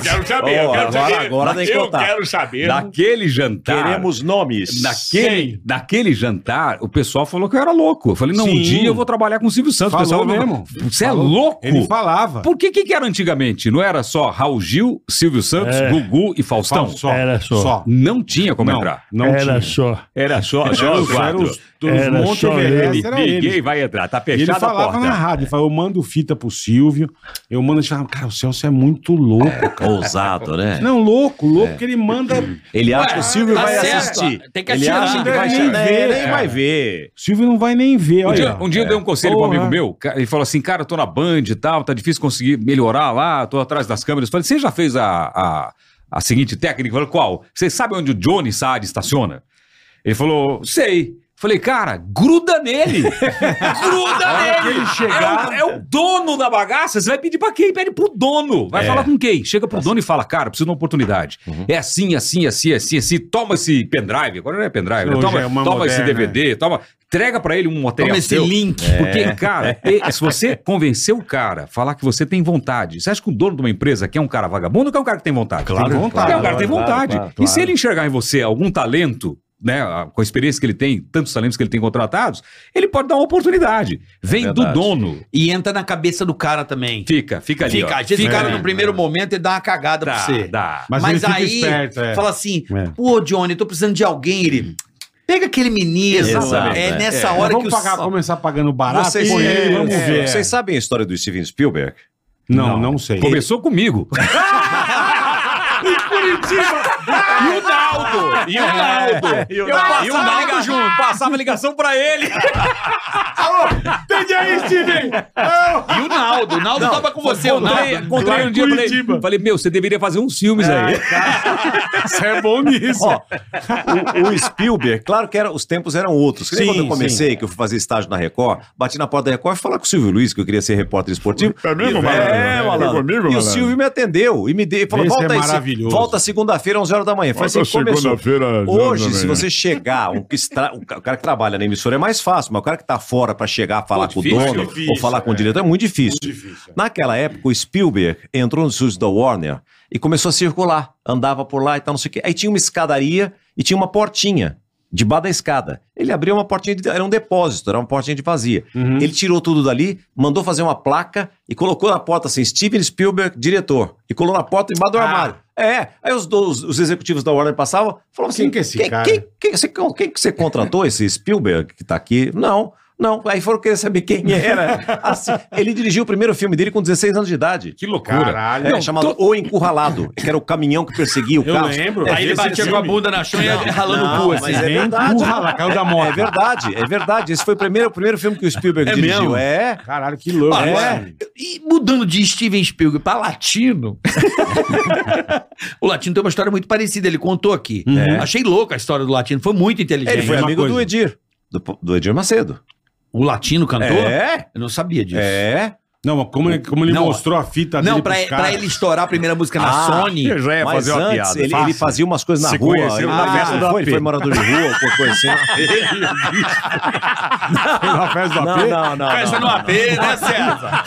A: quero saber, eu
F: Ó,
A: quero
F: agora-
A: saber.
F: agora tem que
A: eu
F: contar.
A: quero saber.
D: Naquele jantar.
F: Queremos nomes.
D: Naquele, naquele jantar, o pessoal falou que eu era louco. Eu falei, não,
B: Sim.
D: um dia eu vou trabalhar com o Silvio Santos. O
B: Falou
D: pessoal falou,
B: mesmo.
D: Você
B: Falou.
D: é louco?
B: Ele falava.
D: Por que, que que era antigamente? Não era só Raul Gil, Silvio Santos, Gugu e Faustão?
B: Só,
H: Era só.
D: Não tinha como
B: Não,
D: entrar.
B: não
H: Era
B: tinha.
H: só.
D: Era só,
B: Era os- era os- os
H: Era
B: Monte
H: só
B: Everest,
H: ele.
B: era
D: Ninguém
B: ele.
D: vai entrar, tá
B: E
D: fechada
B: ele
D: a
B: falava
D: porta.
B: na rádio, ele falou, eu mando fita pro Silvio, eu mando, ele falava, cara, o Celso é muito louco, cara.
F: Ousado, né?
B: Não, louco, louco, que ele manda...
F: Ele acha que o Silvio
E: tá
F: vai
E: certo.
F: assistir.
E: Tem que
F: Ele
E: atirar,
F: acha que
B: não
F: vai
B: deve nem
F: achar-
B: ver,
F: É, Nem
B: cara.
F: vai ver.
B: O Silvio não vai nem ver,
D: Um
B: olha.
D: dia, um dia eu dei um conselho pra um
B: Porra.
D: amigo meu, ca- ele falou assim, cara, eu tô na Band e tal, tá difícil conseguir melhorar lá, tô atrás das câmeras. Eu falei, você já fez a, a, a seguinte técnica? Ele falou, qual? Você sabe onde o Johnny Saad estaciona? Ele falou, sei. Eu Falei, cara, gruda nele! gruda nele! É, o, é o dono da bagaça, você vai pedir pra quem? Pede pro dono.
B: É.
D: Vai falar com quem? Chega pro dono e fala, cara, preciso de uma oportunidade.
B: Uhum.
D: É assim, assim, assim, assim, assim. Toma esse pendrive, agora não é pendrive, né?
B: Hoje
D: toma,
B: é uma
D: toma esse
B: moderna.
D: DVD, toma, entrega pra ele um material
E: Toma esse
D: seu.
E: link.
D: Porque, cara, e- se você convencer o cara, falar que você tem vontade, você acha que o dono de uma empresa quer um cara vagabundo ou quer um cara que tem vontade?
B: Claro,
D: tem vontade.
B: claro,
D: o cara tem
F: claro,
D: vontade.
F: claro,
D: E
F: claro.
D: se ele enxergar em você algum talento, né, a- com a experiência que ele tem, tantos talentos que ele tem contratados, ele pode dar uma oportunidade. Vem do
F: verdade.
D: dono.
E: E entra na cabeça do cara também.
D: Fica, fica ali.
E: Fica,
D: ó.
E: às vezes o
D: Fica
E: cara
D: ali.
E: no primeiro momento ele dá uma cagada pra
D: Dá,
E: você.
D: dá.
B: Mas
E: Mas,
B: ele fica
E: aí,
B: esperto, é.
E: fala assim,
B: É.
E: pô, Johnny, eu tô precisando de alguém. Ele, pega aquele menino.
F: Exato,
E: é
F: é.
E: nessa
B: Mas
E: hora que
B: vamos
E: o...
B: pagar, começar pagando barato,
F: Vocês,
B: põe ele,
F: é,
B: vamos ver.
F: vocês sabem a história do Steven Spielberg?
B: Não, não sei.
D: Começou comigo.
E: E o Naldo! É. E o Naldo!
D: Eu passava, ligação, passava ligação pra ele.
E: E o Naldo! O Naldo tava com você, o
D: Encontrei,
E: Naldo.
D: encontrei um dia e falei, falei, meu, você deveria fazer uns filmes
E: É,
D: aí.
B: Você é bom nisso.
F: Ó, o, o Spielberg, claro que era, os tempos eram outros. Que nem
B: Sim,
F: quando eu comecei, que eu fui fazer estágio na Record, bati na porta da Record e falar com o Silvio Luiz, que eu queria ser repórter esportivo.
H: É mesmo,
F: E-
H: malandro?
F: É,
H: Foi
F: malandro.
H: comigo,
F: E o
H: malandro?
F: Silvio me atendeu e me deu, e falou:
B: Esse é
F: volta aí,
B: maravilhoso.
F: volta segunda-feira, 11 horas da manhã. Falei
H: Volta
F: assim, começou.
H: segunda-feira, às 11 da
F: Hoje, se
H: manhã.
F: você chegar, um que estra- o ca- o cara que trabalha na emissora é mais fácil, mas o cara que tá fora pra chegar, falar com
D: difícil,
F: o dono ou falar
B: né?
F: com o diretor é muito difícil. Naquela época, o Spielberg entrou nos estúdios da Warner e começou a circular. Andava por lá e tal, não sei o quê. Aí tinha uma escadaria e tinha uma portinha debaixo da escada. Ele abriu uma portinha, de- era um depósito, era uma portinha de vazia.
B: Uhum.
F: Ele tirou tudo dali, mandou fazer uma placa e colocou na porta assim, Steven Spielberg, diretor. E colou na porta embaixo
B: Ah.
F: do armário. É, aí os, do- os- os executivos da Warner passavam, falavam assim,
B: Quem que é esse
F: quem,
B: cara?"
F: Quem, quem, você, quem que você contratou, esse Spielberg que tá aqui? Não, não. Aí foram querer saber quem era. Assim, ele dirigiu o primeiro filme dele com 16 anos de idade.
D: Que loucura.
F: É, chamado O Encurralado, que era o caminhão que perseguia o
B: Eu
F: carro. É
B: lembro.
E: Aí ele
B: Esse
E: batia com a
B: filme-
E: bunda na chão e ia ralando o cu, assim.
F: mas é
B: Vem,
F: verdade.
B: empurra lá, caiu da
F: É
B: moto.
F: verdade, é verdade. Esse foi o primeiro, o primeiro filme que o Spielberg
E: É
F: dirigiu.
E: mesmo?
F: É.
B: Caralho, que louco.
E: Ah,
B: né?
E: é. E mudando de Steven Spielberg pra latino. o latino tem uma história muito parecida, ele contou aqui. É.
B: Uhum.
E: Achei louca a história do latino, foi muito inteligente.
F: É. Ele foi
B: mesma
F: amigo do
B: coisa.
F: Edir. Do, do Edir Macedo.
E: O latino cantou?
F: É?
E: Eu não sabia disso.
F: É.
B: Não, mas como ele, como ele
E: Não,
B: mostrou a fita
E: Não,
B: dele
E: pra,
B: pros
E: pra
B: caras.
E: ele estourar a primeira música na
F: Ah,
E: Sony.
G: Eu já
B: É,
G: ia
F: Mas
G: fazer uma
F: antes,
G: piada.
F: ele,
G: Faça.
F: ele fazia umas coisas na
G: Se
F: rua.
G: conheceram na festa do
F: foi,
G: AP.
F: ele foi morador de rua, alguma coisa assim.
B: Na festa do AP. tipo assim.
F: não, não.
E: Festa no AP, né, César?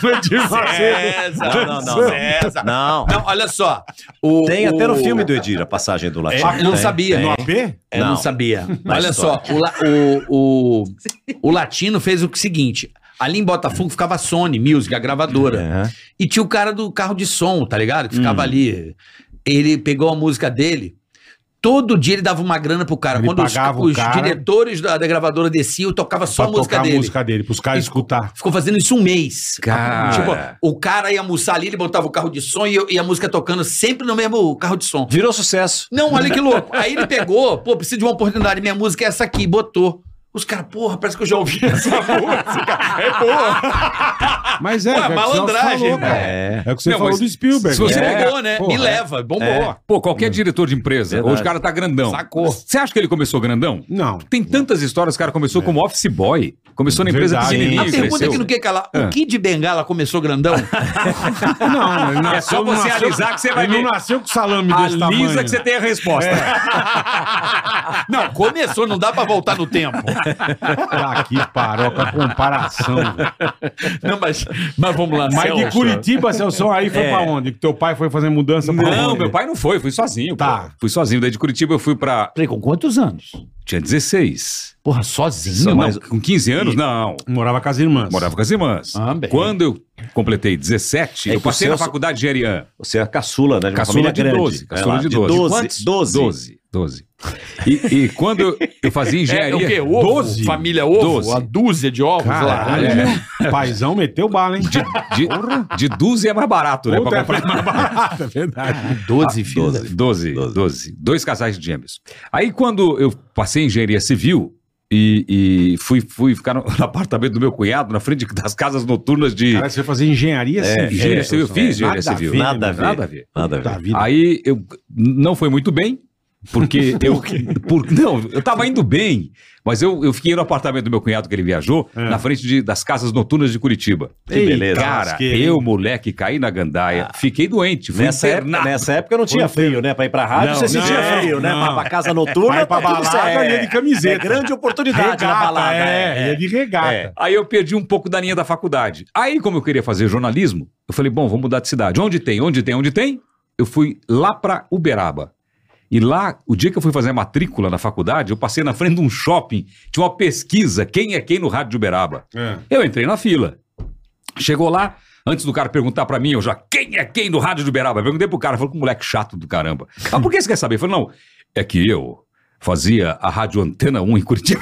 E: César.
F: É, Não, não, não.
E: César.
F: Não.
E: Não, olha só. O,
F: Tem até no
E: o-
F: filme do Edir a passagem do Latino.
E: Eu não sabia.
B: No AP?
E: Eu não,
F: Não.
E: sabia.
F: Na
E: Olha só,
F: história.
E: o, la- o, o, o latino fez o seguinte: Ali em Botafogo ficava a Sony Music, a gravadora.
F: É.
E: E tinha o cara do carro de som, tá ligado? Que
B: Hum.
E: ficava ali. Ele pegou a música dele. Todo dia ele dava uma grana pro cara.
B: Ele
E: Quando os,
B: pagava o
E: os
B: cara
E: diretores da, da gravadora desciam, tocava só
B: pra
E: a música
B: tocar
E: dele.
B: a música dele, pros caras
E: Isso.
B: escutar.
E: Ficou fazendo isso um mês.
D: Cara.
E: Tipo, o cara ia almoçar ali, ele botava o carro de som e, e a música tocando sempre no mesmo carro de som.
F: Virou sucesso.
E: Não, olha que louco. Aí ele pegou, pô, preciso de uma oportunidade. Minha música é essa aqui, botou. Os caras, porra, parece que eu já ouvi essa música. É boa.
B: Mas é,
E: Ué,
B: é o que o Celso
E: malandragem,
B: falou, cara.
F: É.
B: É o que você
D: Não,
B: falou
D: mas
B: do Spielberg.
D: se você
B: né?
D: pegar-
E: Bombou, né?
B: Pô,
E: Me
B: é.
E: leva, bombou.
D: Pô, qualquer diretor de empresa,
F: Verdade.
D: hoje o cara tá grandão.
E: Sacou.
D: Você acha que ele começou grandão?
B: Não.
D: Tem tantas histórias, o cara começou como office boy, começou na empresa
B: Verdade.
D: pequenininha,
E: É. A pergunta é
D: cresceu.
E: que não quer calar.
D: Ah.
E: O Kid Bengala começou grandão?
B: Não, ele
D: É só
B: nasceu-
D: você
B: nasceu-
D: alisar que você vai
B: Ele
D: ver.
B: não nasceu com salame desse tamanho.
D: Alisa que você tá- tem a resposta.
E: É. não, começou, não dá pra voltar no tempo.
B: Ah, que paroca comparação. velho.
E: Não, mas, mas vamos lá.
D: é
B: Mas
D: um
E: Celso.
B: de Curitiba, Celso, aí foi pra onde? Que teu pai foi fazer mudança pra
D: Não,
B: onde?
D: meu pai não foi, fui sozinho.
B: Tá.
D: pô. Fui sozinho. Daí de Curitiba eu fui pra.
E: Peraí, com quantos anos?
D: Tinha 16.
E: Porra,
D: Não,
E: sozinho?
D: mas com 15 anos, não.
B: Morava com as irmãs.
D: Morava com as irmãs.
E: Ah, bem.
D: Quando eu completei 17,
F: É
D: eu
F: que o
D: passei na
F: Celso-
D: faculdade de engenharia.
F: Você é a caçula, né? De uma
D: Caçula
F: família
D: de
F: grande.
D: 12.
F: É
D: Caçula
F: lá,
D: de 12.
F: 12. 12.
D: 12. 12. E, e quando eu, eu fazia
E: É,
D: engenharia.
E: o quê? Ovo?
B: Doze?
E: Família ovo?
D: Doze.
E: A dúzia de ovos lá?
B: Caralho,
E: É.
B: meu. Paizão meteu bala, hein?
D: De, de 12 é mais barato, né?
B: Puta,
D: pra
B: é
D: comprar.
B: mais barata, é verdade.
F: Ah,
E: Doze filhos.
D: 12, 12, 12. Dois casais de gêmeos. Aí quando eu passei em engenharia civil e, e fui, fui ficar no, no apartamento do meu cunhado, na frente das casas noturnas de.
B: Cara, você fazia engenharia civil.
D: É.
B: é.
D: engenharia civil, eu fiz engenharia
B: Nada a
D: civil.
B: ver,
F: Nada
B: né?
F: a ver.
D: Nada a ver.
F: Nada a
B: Puta
F: ver.
B: vida.
D: Aí eu não foi muito bem, porque eu. por- não, eu tava indo bem, mas eu, eu fiquei no apartamento do meu cunhado que ele viajou,
B: É.
D: na frente de- das casas noturnas de Curitiba.
F: Que beleza.
D: Cara,
B: lasqueira, hein?
D: eu, moleque, caí na gandaia, fiquei doente, fui
F: Nessa época,
D: internado.
F: nessa época não tinha frio, né? Pra ir pra rádio,
B: Não,
F: você sentia
B: não,
F: frio, né?
B: não.
F: Pra, pra casa noturna,
B: Vai pra
F: tá tudo
B: balada,
F: certo.
B: ia de camiseta.
F: É grande oportunidade
B: Regata,
F: na balada.
B: é,
F: é.
B: ia de regata.
F: É.
D: Aí eu perdi um pouco da linha da faculdade. Aí, como eu queria fazer jornalismo, eu falei, bom, vamos mudar de cidade. Onde tem, onde tem, onde tem? Eu fui lá pra Uberaba. E lá, o dia que eu fui fazer a matrícula na faculdade, eu passei na frente de um shopping, tinha uma pesquisa, quem é quem no rádio de Uberaba.
B: É.
D: Eu entrei na fila. Chegou lá, antes do cara perguntar pra mim, eu já, quem é quem no rádio de Uberaba? Eu perguntei pro cara, falou que moleque chato do caramba. Mas por que você quer saber? Eu falei, não, é que eu fazia a rádio Antena 1 em Curitiba.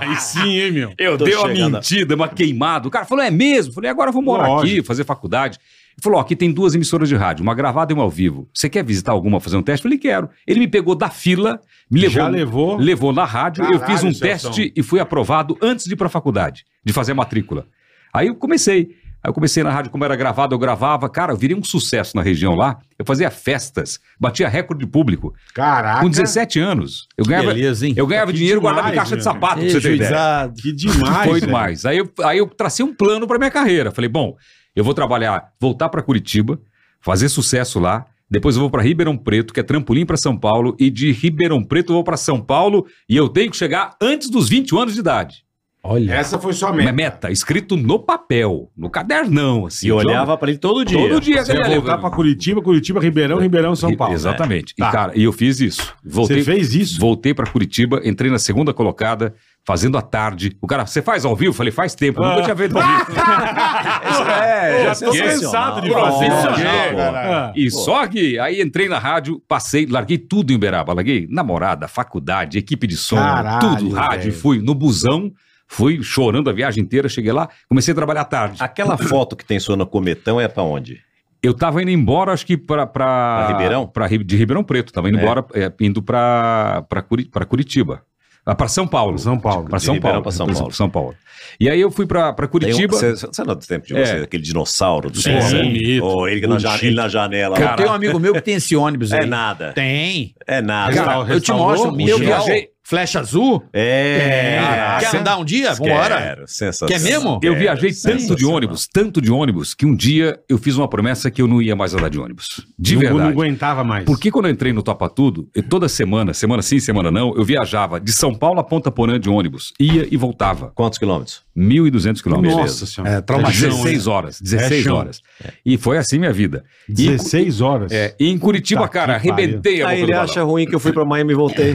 B: Aí sim, hein, meu?
D: Eu
F: Tô
D: dei uma
F: chegando.
D: mentida, uma queimada. O cara falou, é mesmo? Eu Falei, agora eu vou morar
B: Lógico.
D: aqui, fazer faculdade. Ele falou, ó, aqui tem duas emissoras de rádio, uma gravada e uma ao vivo. Você quer visitar alguma, fazer um teste? Eu falei, quero. Ele me pegou da fila, me levou.
B: Já levou?
D: Levou na rádio, eu
B: Caralho,
D: fiz um
B: Celção.
D: teste e fui aprovado antes de ir pra faculdade, de fazer a matrícula. Aí eu comecei. Aí eu comecei na rádio, como era gravado, eu gravava. Cara, eu virei um sucesso na região lá. Eu fazia festas, batia recorde de público.
B: Caraca. é
D: Com 17 anos, eu ganhava,
E: Beleza, hein?
D: eu ganhava
B: Que
D: dinheiro guardava em
B: demais,
D: caixa de
B: meu.
D: sapato, pra você ter ideia.
B: Que demais.
D: Foi
B: velho.
D: demais. Aí eu, aí eu tracei um plano pra minha carreira. Falei, bom, eu vou trabalhar, voltar pra Curitiba, fazer sucesso lá. Depois eu vou pra Ribeirão Preto, que é trampolim pra São Paulo, e de Ribeirão Preto eu vou pra São Paulo e eu tenho que chegar antes dos 20 anos de idade.
E: Olha.
B: Essa foi sua
D: Minha
B: meta.
D: meta, escrito no papel, no cadernão, assim.
F: E
D: Eu
F: olhava pra ele todo dia.
D: todo dia,
B: Você ia voltar
D: né?
B: pra Curitiba, Curitiba, Ribeirão, Ribeirão, São Paulo.
D: Exatamente.
B: Tá.
D: E cara, e eu fiz isso. Voltei
B: Você fez isso?
D: Voltei pra Curitiba, entrei na segunda colocada, fazendo à tarde. O cara, você faz ao vivo? Eu Falei, faz tempo, eu
F: Ah.
D: nunca tinha feito ao vivo.
F: É,
B: Já tô cansado de fazer
F: Nossa,
B: isso. né,
F: pô.
B: Cara. É.
D: E só que aí entrei na rádio, passei, larguei tudo em Uberaba. Larguei namorada, faculdade, equipe de som,
B: Caralho,
D: tudo, rádio.
B: velho.
D: Fui no busão, fui chorando a viagem inteira, cheguei lá, comecei a trabalhar à tarde.
F: Aquela foto que tem sua no cometão é pra onde?
D: Eu tava indo embora, acho que pra... Pra,
F: Pra Ribeirão?
D: pra Ri- de Ribeirão Preto. Tava indo
F: É.
D: embora, é, indo pra, pra, Curi, pra Curitiba. Ah, Pra São Paulo.
B: São Paulo.
D: Pra São
F: Ribeirão
D: Paulo.
F: pra São
D: Pra
F: Paulo.
D: São Paulo. E aí eu fui pra, pra Curitiba.
F: Tem um- Você você não é do tempo de você,
D: É.
F: aquele dinossauro do
B: Sim.
F: Porra,
B: Sim.
F: né? Ou ele na, ja- ele na janela.
E: Eu tenho um amigo meu que tem esse ônibus
F: É
E: aí.
F: nada.
E: Tem.
F: É nada.
B: Cara,
E: Cara, eu te
B: restaurou?
E: mostro, Miguel.
D: Eu viajei-
E: Flecha azul?
F: É.
E: Quer
F: Caraca.
E: andar um dia? Vambora.
F: Quero, sensacional.
E: Quer mesmo?
D: Eu
B: É,
F: Quero,
D: viajei tanto de
F: sensacional.
D: ônibus, tanto de ônibus, que um dia eu fiz uma promessa que eu não ia mais andar de ônibus. De
B: não, não
D: verdade.
B: aguentava mais.
D: Porque quando eu entrei no Topa Tudo, eu, toda semana, semana sim, semana não, eu viajava de São Paulo a Ponta Porã de ônibus. Ia e voltava.
F: Quantos quilômetros?
D: 1.200 quilômetros.
B: Nossa senhora.
G: É, traumatizante.
D: 16 horas. 16
B: chão.
D: horas. E foi assim minha vida. E-
B: 16 horas.
D: é, e em Curitiba,
B: Tá
D: cara,
B: que pariu.
D: arrebentei a boca
F: Aí
D: do
F: ele
D: balão. É.
F: acha ruim que eu fui pra Miami e voltei. o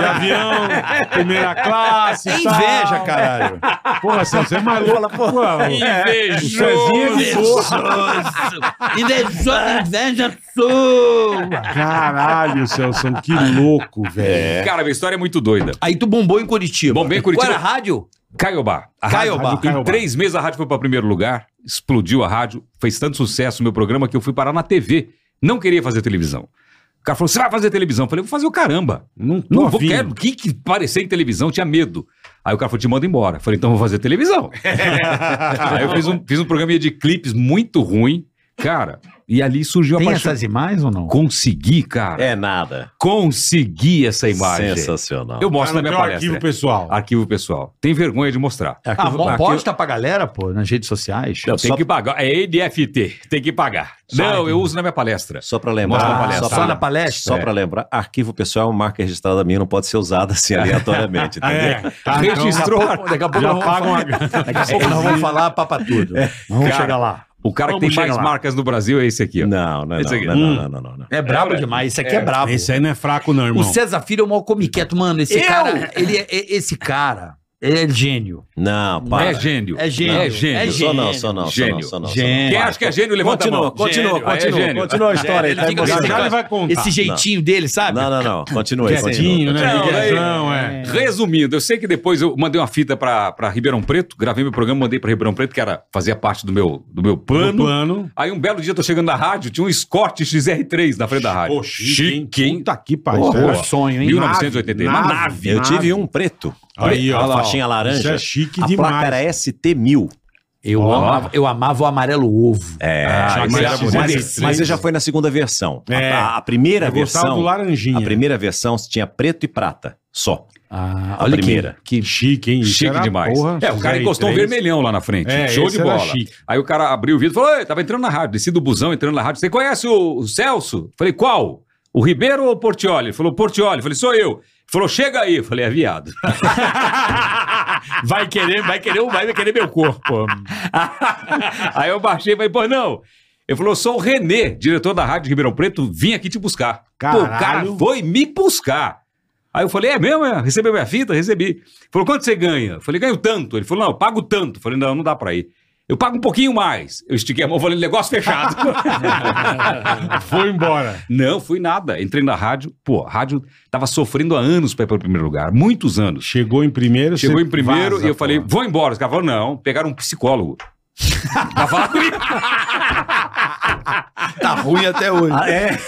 B: De avião, primeira classe.
E: Tem
B: tal.
E: inveja,
G: Caralho.
B: Porra, Celso, você é maluco. Pô,
D: É,
B: o Cezinha é
D: Invejoso.
B: porra.
E: Inveja, inveja sua.
B: Caralho, Celso, que louco, velho.
D: Cara, minha história é muito doida.
E: Aí tu bombou em Curitiba.
D: Bombei em
E: Qual
D: Curitiba.
E: era a rádio?
D: Caiobá. A rádio-
E: Caiobá.
B: Rádio Caiobá.
D: Em três meses a rádio foi para primeiro lugar, explodiu a rádio, fez tanto sucesso o meu programa que eu fui parar na TV. Não queria fazer televisão. O cara falou: você vai fazer televisão? Eu falei, vou fazer o caramba.
B: Não, tô
D: Não vou,
B: afim.
D: quero. Quem que parecer em televisão tinha medo. Aí o cara falou: te manda embora. Eu falei, então vou fazer televisão. Aí eu fiz um, fiz um programinha de clipes muito ruim, cara. E ali surgiu a
H: Tem
D: paixão.
H: essas imagens ou não?
D: Consegui, cara.
F: É nada.
D: Consegui essa imagem.
F: Sensacional.
D: Eu
B: Tá
D: mostro
B: no
D: na minha
B: teu
D: palestra.
B: arquivo pessoal.
D: Arquivo pessoal. Tem vergonha de mostrar.
F: É
H: Ah, mo- posta pra galera, pô, nas redes sociais.
D: Não, tem que pagar. É NFT, tem que pagar. Não, eu uso na minha palestra.
F: Só pra
D: Mostra a
F: lembrar.
D: palestra.
F: só pra-
H: Só na palestra?
F: Só pra lembrar, arquivo pessoal é uma marca registrada minha, não pode ser usada
D: É.
F: assim aleatoriamente, entendeu?
B: É, tá,
D: Registrou.
H: Daqui a pouco
B: Já
H: nós vamos
B: pagam a
H: Daqui a pouco nós vamos falar papa tudo. Vamos
D: Cara,
H: chegar lá.
D: O cara que
H: Vamos
D: tem mais
H: chegar lá.
D: marcas no Brasil é esse aqui, ó.
F: Não, não, é
D: Esse aqui. Hum.
F: não, não, não, não, não, não.
H: É brabo demais. Isso aqui é, brabo.
B: Esse aí não é fraco, não,
H: O
B: irmão.
H: César Filho é o maior comiqueto, mano. Esse
E: Eu?
H: cara, ele é, é- esse cara, ele é gênio.
F: Não, para.
D: É gênio.
H: É gênio.
D: É gênio.
H: É
F: Só não,
H: gênio.
F: só não, só não,
D: Gênio.
F: só não.
H: Gênio.
D: Quem acha que é gênio, levanta a mão.
E: continua,
D: Gênio. É gênio.
E: continua a história.
H: Ele fica
E: emocionado.
H: desse
B: Já ele assim, vai contar.
H: Esse jeitinho dele, sabe?
F: tá Não, não, não. Continua aí.
B: Quietinho, né?
D: Não,
B: Miguelzão, é.
D: Resumindo, eu sei que depois eu mandei uma fita pra, pra Ribeirão Preto, gravei meu programa, mandei pra Ribeirão Preto, que era, fazia parte do meu, do meu
B: No
D: plano.
B: plano.
D: Aí um belo dia eu tô chegando na rádio, tinha um Escort XR3 na frente da rádio.
B: Pô, chique, hein? Puta que pariu.
H: Pô,
B: Isso
H: sonho, hein?
D: 1981. Uma
B: Nave,
D: nave.
F: Eu tive um preto.
B: Aí, ó.
F: A faixinha laranja.
B: Isso é chique
F: a placa
B: demais.
F: era ST1000.
H: Eu,
B: Ó.
H: amava, eu amava o amarelo ovo.
F: É,
D: Ah,
F: mas,
D: mas
F: era
D: era
F: bonito.
B: bonito.
F: mas, mas ele já foi na segunda versão. A-
B: É.
F: A, a primeira
B: Eu gostava
F: versão.
B: do né? laranjinha.
F: A primeira versão tinha preto e prata. Só.
H: Ah,
F: A primeira.
H: Que, que
B: Chique, hein? Isso
D: Chique
B: era,
D: demais.
B: porra,
D: é, o cara
B: 03.
D: encostou um vermelhão lá na frente.
B: É,
D: Show
B: esse
D: de
B: era
D: bola.
B: chique.
D: Aí o cara abriu o vidro e falou: Ei, tava entrando na rádio, desci do busão, entrando na rádio. Você conhece o, o Celso? Falei, qual? O Ribeiro ou o Portioli? Ele falou, Portioli. Falei, sou eu. Ele falou, chega aí. Eu Falei, é viado.
H: vai querer, vai querer, um, vai querer meu corpo.
D: aí eu baixei e falei, pô, não. Ele falou, sou o Renê, diretor da rádio de Ribeirão Preto, vim aqui te buscar. Pô, o cara
B: Caralho.
D: foi me buscar. Aí eu falei, é mesmo? É? Recebeu minha fita? Recebi. Ele Falou, quanto você ganha? Eu falei, ganho tanto. Ele falou, não, eu pago tanto. Eu falei, não, não dá pra ir. Eu pago um pouquinho mais. Eu estiquei a mão e falei, negócio fechado.
B: Foi embora.
D: não, fui nada. Entrei na rádio. Pô, a rádio tava sofrendo há anos pra ir pro primeiro lugar. Muitos anos.
B: Chegou em primeiro.
D: Chegou
B: você
D: em primeiro
B: vaza,
D: e eu falei,
B: porra.
D: vou embora. Os caras falaram, não, pegaram um psicólogo. pra falar comigo.
E: tá ruim até hoje.
F: Ah, é?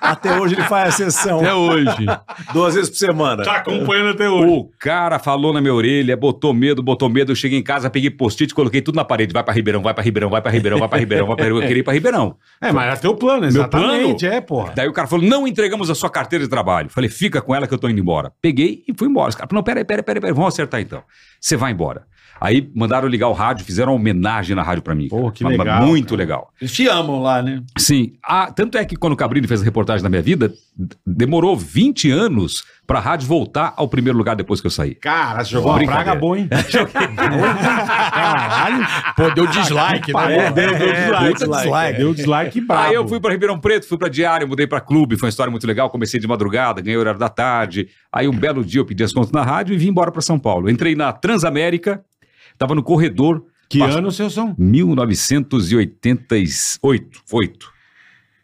F: Até hoje ele faz a sessão.
E: Até hoje.
F: Duas vezes por semana.
B: Tá acompanhando até hoje.
D: O cara falou na minha orelha, botou medo, botou medo. Eu cheguei em casa, peguei post-it, coloquei tudo na parede. Vai pra Ribeirão, vai pra Ribeirão, vai pra Ribeirão, vai pra Ribeirão, vai pra Ribeirão. Eu queria ir pra Ribeirão.
B: É, mas era teu plano, exatamente.
D: plano?
B: É, porra.
D: Daí o cara falou: não entregamos a sua carteira de trabalho. Falei, fica com ela que eu tô indo embora. Peguei e fui embora. Os caras, não, peraí, peraí, peraí, peraí, vamos acertar então. Você vai embora. Aí mandaram ligar o rádio, fizeram uma homenagem na rádio pra mim.
B: Pô, que
D: Mas- mas
B: legal,
D: Muito legal.
H: Eles te amam lá, né?
D: Sim. Ah, tanto é que quando o Cabrini fez a reportagem da minha vida, d- demorou 20 anos pra rádio voltar ao primeiro lugar depois que eu saí.
B: Cara, você jogou uma
D: Brincadeira.
B: praga boa, hein? Caralho.
H: Ah,
G: Pô, deu dislike, né?
B: É, deu, deu
G: deu
B: dislike.
G: dislike.
H: é.
B: Deu dislike brabo.
D: Aí eu fui pra Ribeirão Preto, fui pra Diário, mudei pra clube, foi uma história muito legal. Comecei de madrugada, ganhei o horário da tarde. Aí um belo dia eu pedi as contas na rádio e vim embora pra São Paulo. Entrei na Transamérica, tava no corredor.
B: Que
D: Passou-
B: ano, seu som?
D: 1988. 8.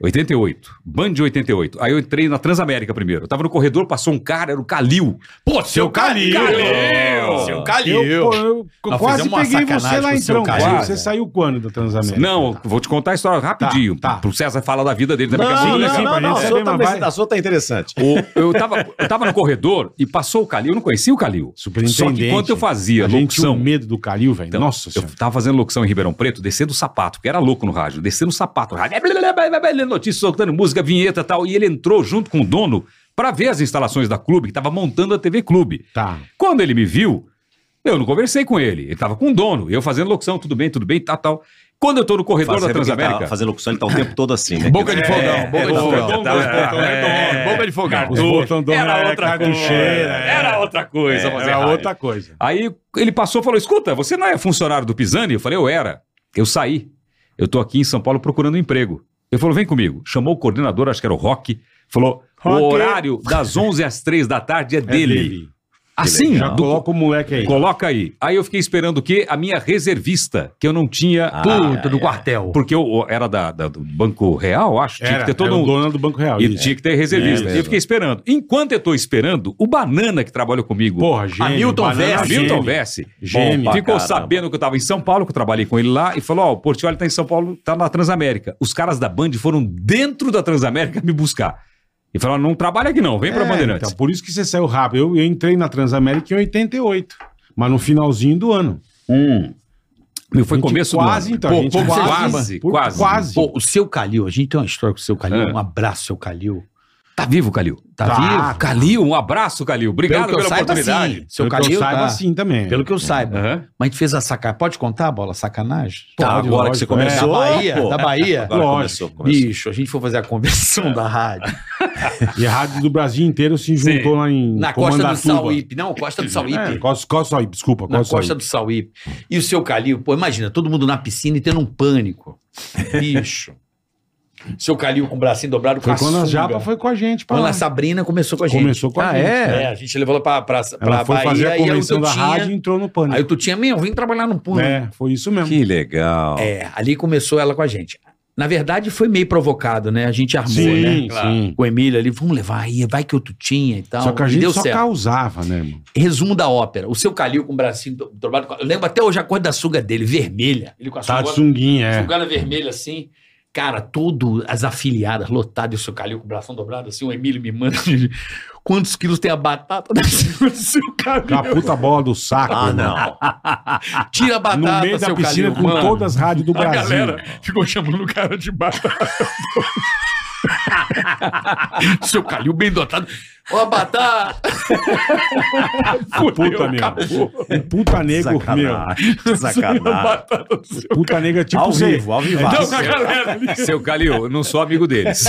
D: 88. Band de 88. Aí eu entrei na Transamérica primeiro. Eu tava no corredor, passou um cara, era o Calil.
G: Pô, seu Calil!
D: Calil!
G: Seu
B: Eu,
G: Calil!
B: pô, eu
G: Nós
B: quase
G: fizemos uma
B: peguei você
G: sacanagem
B: lá
G: com o seu
B: então.
G: Calil.
B: Quase. Você saiu quando da Transamérica?
D: Não, vou te contar a história rapidinho.
B: Tá, tá.
D: Pro César falar da vida dele é daqui a pouco.
B: não,
D: Sim,
B: não,
D: assim, pra
B: não,
D: gente
B: não.
D: saber.
B: mesmo, vai.
F: a sua tá interessante.
D: O- eu, tava, eu tava no corredor e passou o Calil. Eu não conhecia o Calil.
B: Superintendente.
D: Só que enquanto eu fazia
B: a gente tinha
D: locução.
B: um medo do Calil, velho.
D: Então,
B: Nossa
D: eu
B: senhora.
D: tava fazendo locução em Ribeirão Preto, descendo o sapato, porque era louco no rádio, descendo o sapato, rádio, notícias, soltando música, vinheta e tal, e ele entrou junto com o dono pra ver as instalações da clube, que tava montando a TV Clube.
B: Tá.
D: Quando ele me viu, eu não conversei com ele, ele tava com o dono, eu fazendo locução, tudo bem, tudo bem, tal, tal. Quando eu tô no corredor da Transamérica...
F: tá fazendo locução, ele tá o tempo todo assim, né?
G: Boca de fogão, boca de
D: boca,
F: é,
G: fogão.
D: boca,
F: tá,
D: é,
G: Boca de fogão.
B: Os botões
D: era outra coisa,
F: é.
D: era outra coisa. fazer
B: é. Era
D: rádio.
B: outra coisa.
D: Aí ele passou e falou: escuta, você não é funcionário do Pisani? Eu falei, eu era. Eu saí. Eu tô aqui em São Paulo procurando um emprego. Ele falou, vem comigo. Chamou o coordenador, acho que era o Rock, falou, o
B: Roque.
D: horário das 11 às 3 da tarde é dele. Assim,
B: Já
D: do-
B: coloca o moleque aí.
D: coloca aí. Aí eu fiquei esperando o quê? A minha reservista, que eu não tinha...
B: Ah.
E: Puta, do quartel.
D: Porque eu era da, da- do Banco Real, acho. Tinha que ter todo
B: era o
D: um...
B: dono É, do Banco Real.
D: E
B: isso.
D: tinha que ter reservista.
B: Isso.
D: E eu fiquei esperando. Enquanto eu tô esperando, o Banana que trabalha comigo,
B: Porra, gente.
E: Hamilton
D: Verse, Milton
B: Velho.
D: Verse,
B: Gênio.
D: ficou
F: Pra caramba.
D: sabendo que eu tava em São Paulo, que eu trabalhei com ele lá, e falou: Ó, o Portioli tá em São Paulo, tá na Transamérica. Os caras da Band foram dentro da Transamérica me buscar. E falaram: não trabalha aqui não, vem pra Bandeirantes.
B: Então, por isso que você saiu rápido. Eu, eu entrei na Transamérica em 88, mas no finalzinho do ano.
D: Meu, foi
B: hum. A gente
D: começo
B: quase,
D: do ano.
B: então, a
D: Pô,
B: gente
D: pô,
B: quase-
D: quase,
B: por-
D: quase.
B: quase.
E: Pô, o seu Calil, a gente tem uma história com o seu Calil.
D: É.
E: Um abraço, seu Calil.
D: Tá vivo, Calil.
E: Tá,
B: Tá.
E: vivo?
D: Calil, um abraço, Calil. Obrigado
E: Pelo que eu
D: pela
E: saiba,
D: oportunidade.
E: sim. Seu
B: Pelo que
E: Calil
B: eu saiba
E: tá-
B: assim também.
E: Pelo que eu saiba.
D: Aham.
E: Mas a gente fez a sacanagem. Pode contar, Bola, sacanagem? É
F: Tá,
B: Pode,
F: agora
B: lógico, é.
F: que você
E: Da
F: começou.
E: Bahia,
F: pô.
E: da Bahia.
F: Agora
B: Lógico.
F: começou, começou.
E: Bicho, a gente foi fazer a convenção da rádio.
B: E a rádio do Brasil inteiro se juntou lá em
E: Na costa do
B: Comandatuba.
E: Sauípe. Não, costa do
B: É,
E: Sauípe.
B: costa, costa Sauípe, desculpa.
E: na
B: Costa
E: costa
B: Sauípe.
E: do Sauípe. E o seu Calil, pô, imagina, todo mundo na piscina e tendo um pânico. Bicho. seu Calil com o bracinho dobrado, com
B: Foi
E: a
B: quando a
E: sunga.
B: Japa foi com a gente. pra
E: Quando
B: lá.
E: a Sabrina começou com a gente.
B: Começou com a
E: ah,
B: gente. né?
E: É? a gente levou ela pra, pra,
B: Ela
E: pra
B: foi
E: Bahia
B: fazer a
E: e aí o
B: convenção da
E: Tutinha-
B: rádio e entrou no pânico.
E: Aí o Tutinha, meu, vem trabalhar no público.
B: É, foi isso mesmo.
F: Que legal.
E: É, ali começou ela com a gente. Na verdade, foi meio provocado, né? A gente armou, né?
B: Sim,
A: Claro.
B: sim.
E: Com o Emílio ali, vamos levar aí, vai que eu Tutinha e tal.
B: Só que a
E: E
B: gente
E: deu
B: só
E: certo.
B: causava, né, irmão?
E: Resumo da ópera. O seu Calil com o bracinho do- dobrado. Eu lembro até hoje a cor da sunga dele, vermelha. Ele com a
B: Tá
E: sunga,
B: de sunguinha, é.
E: sungada vermelha assim. Cara, todo as afiliadas lotadas, e o seu Calil com o bração dobrado assim, o Emílio me manda. Quantos quilos tem a batata da sunga do seu
B: Com a
E: Calil?
B: Tá puta bola do saco.
F: Ah,
B: irmão.
F: não.
E: Tira a batata,
B: Ah, No meio da
E: seu
B: piscina
E: Calil.
B: com
E: mano.
B: todas as rádios do
A: A
B: Brasil.
A: galera ficou chamando o cara de batata.
E: Seu Calil bem dotado. Ó, a batata!
B: Puta, meu. Um puta nego, meu.
F: Sacanagem. Sacanagem.
B: Puta nega tipo
F: Ao
B: Zé.
F: vivo, ao vivo.
D: Então,
A: Não, com a galera ali.
D: Seu Calil, eu não sou amigo deles.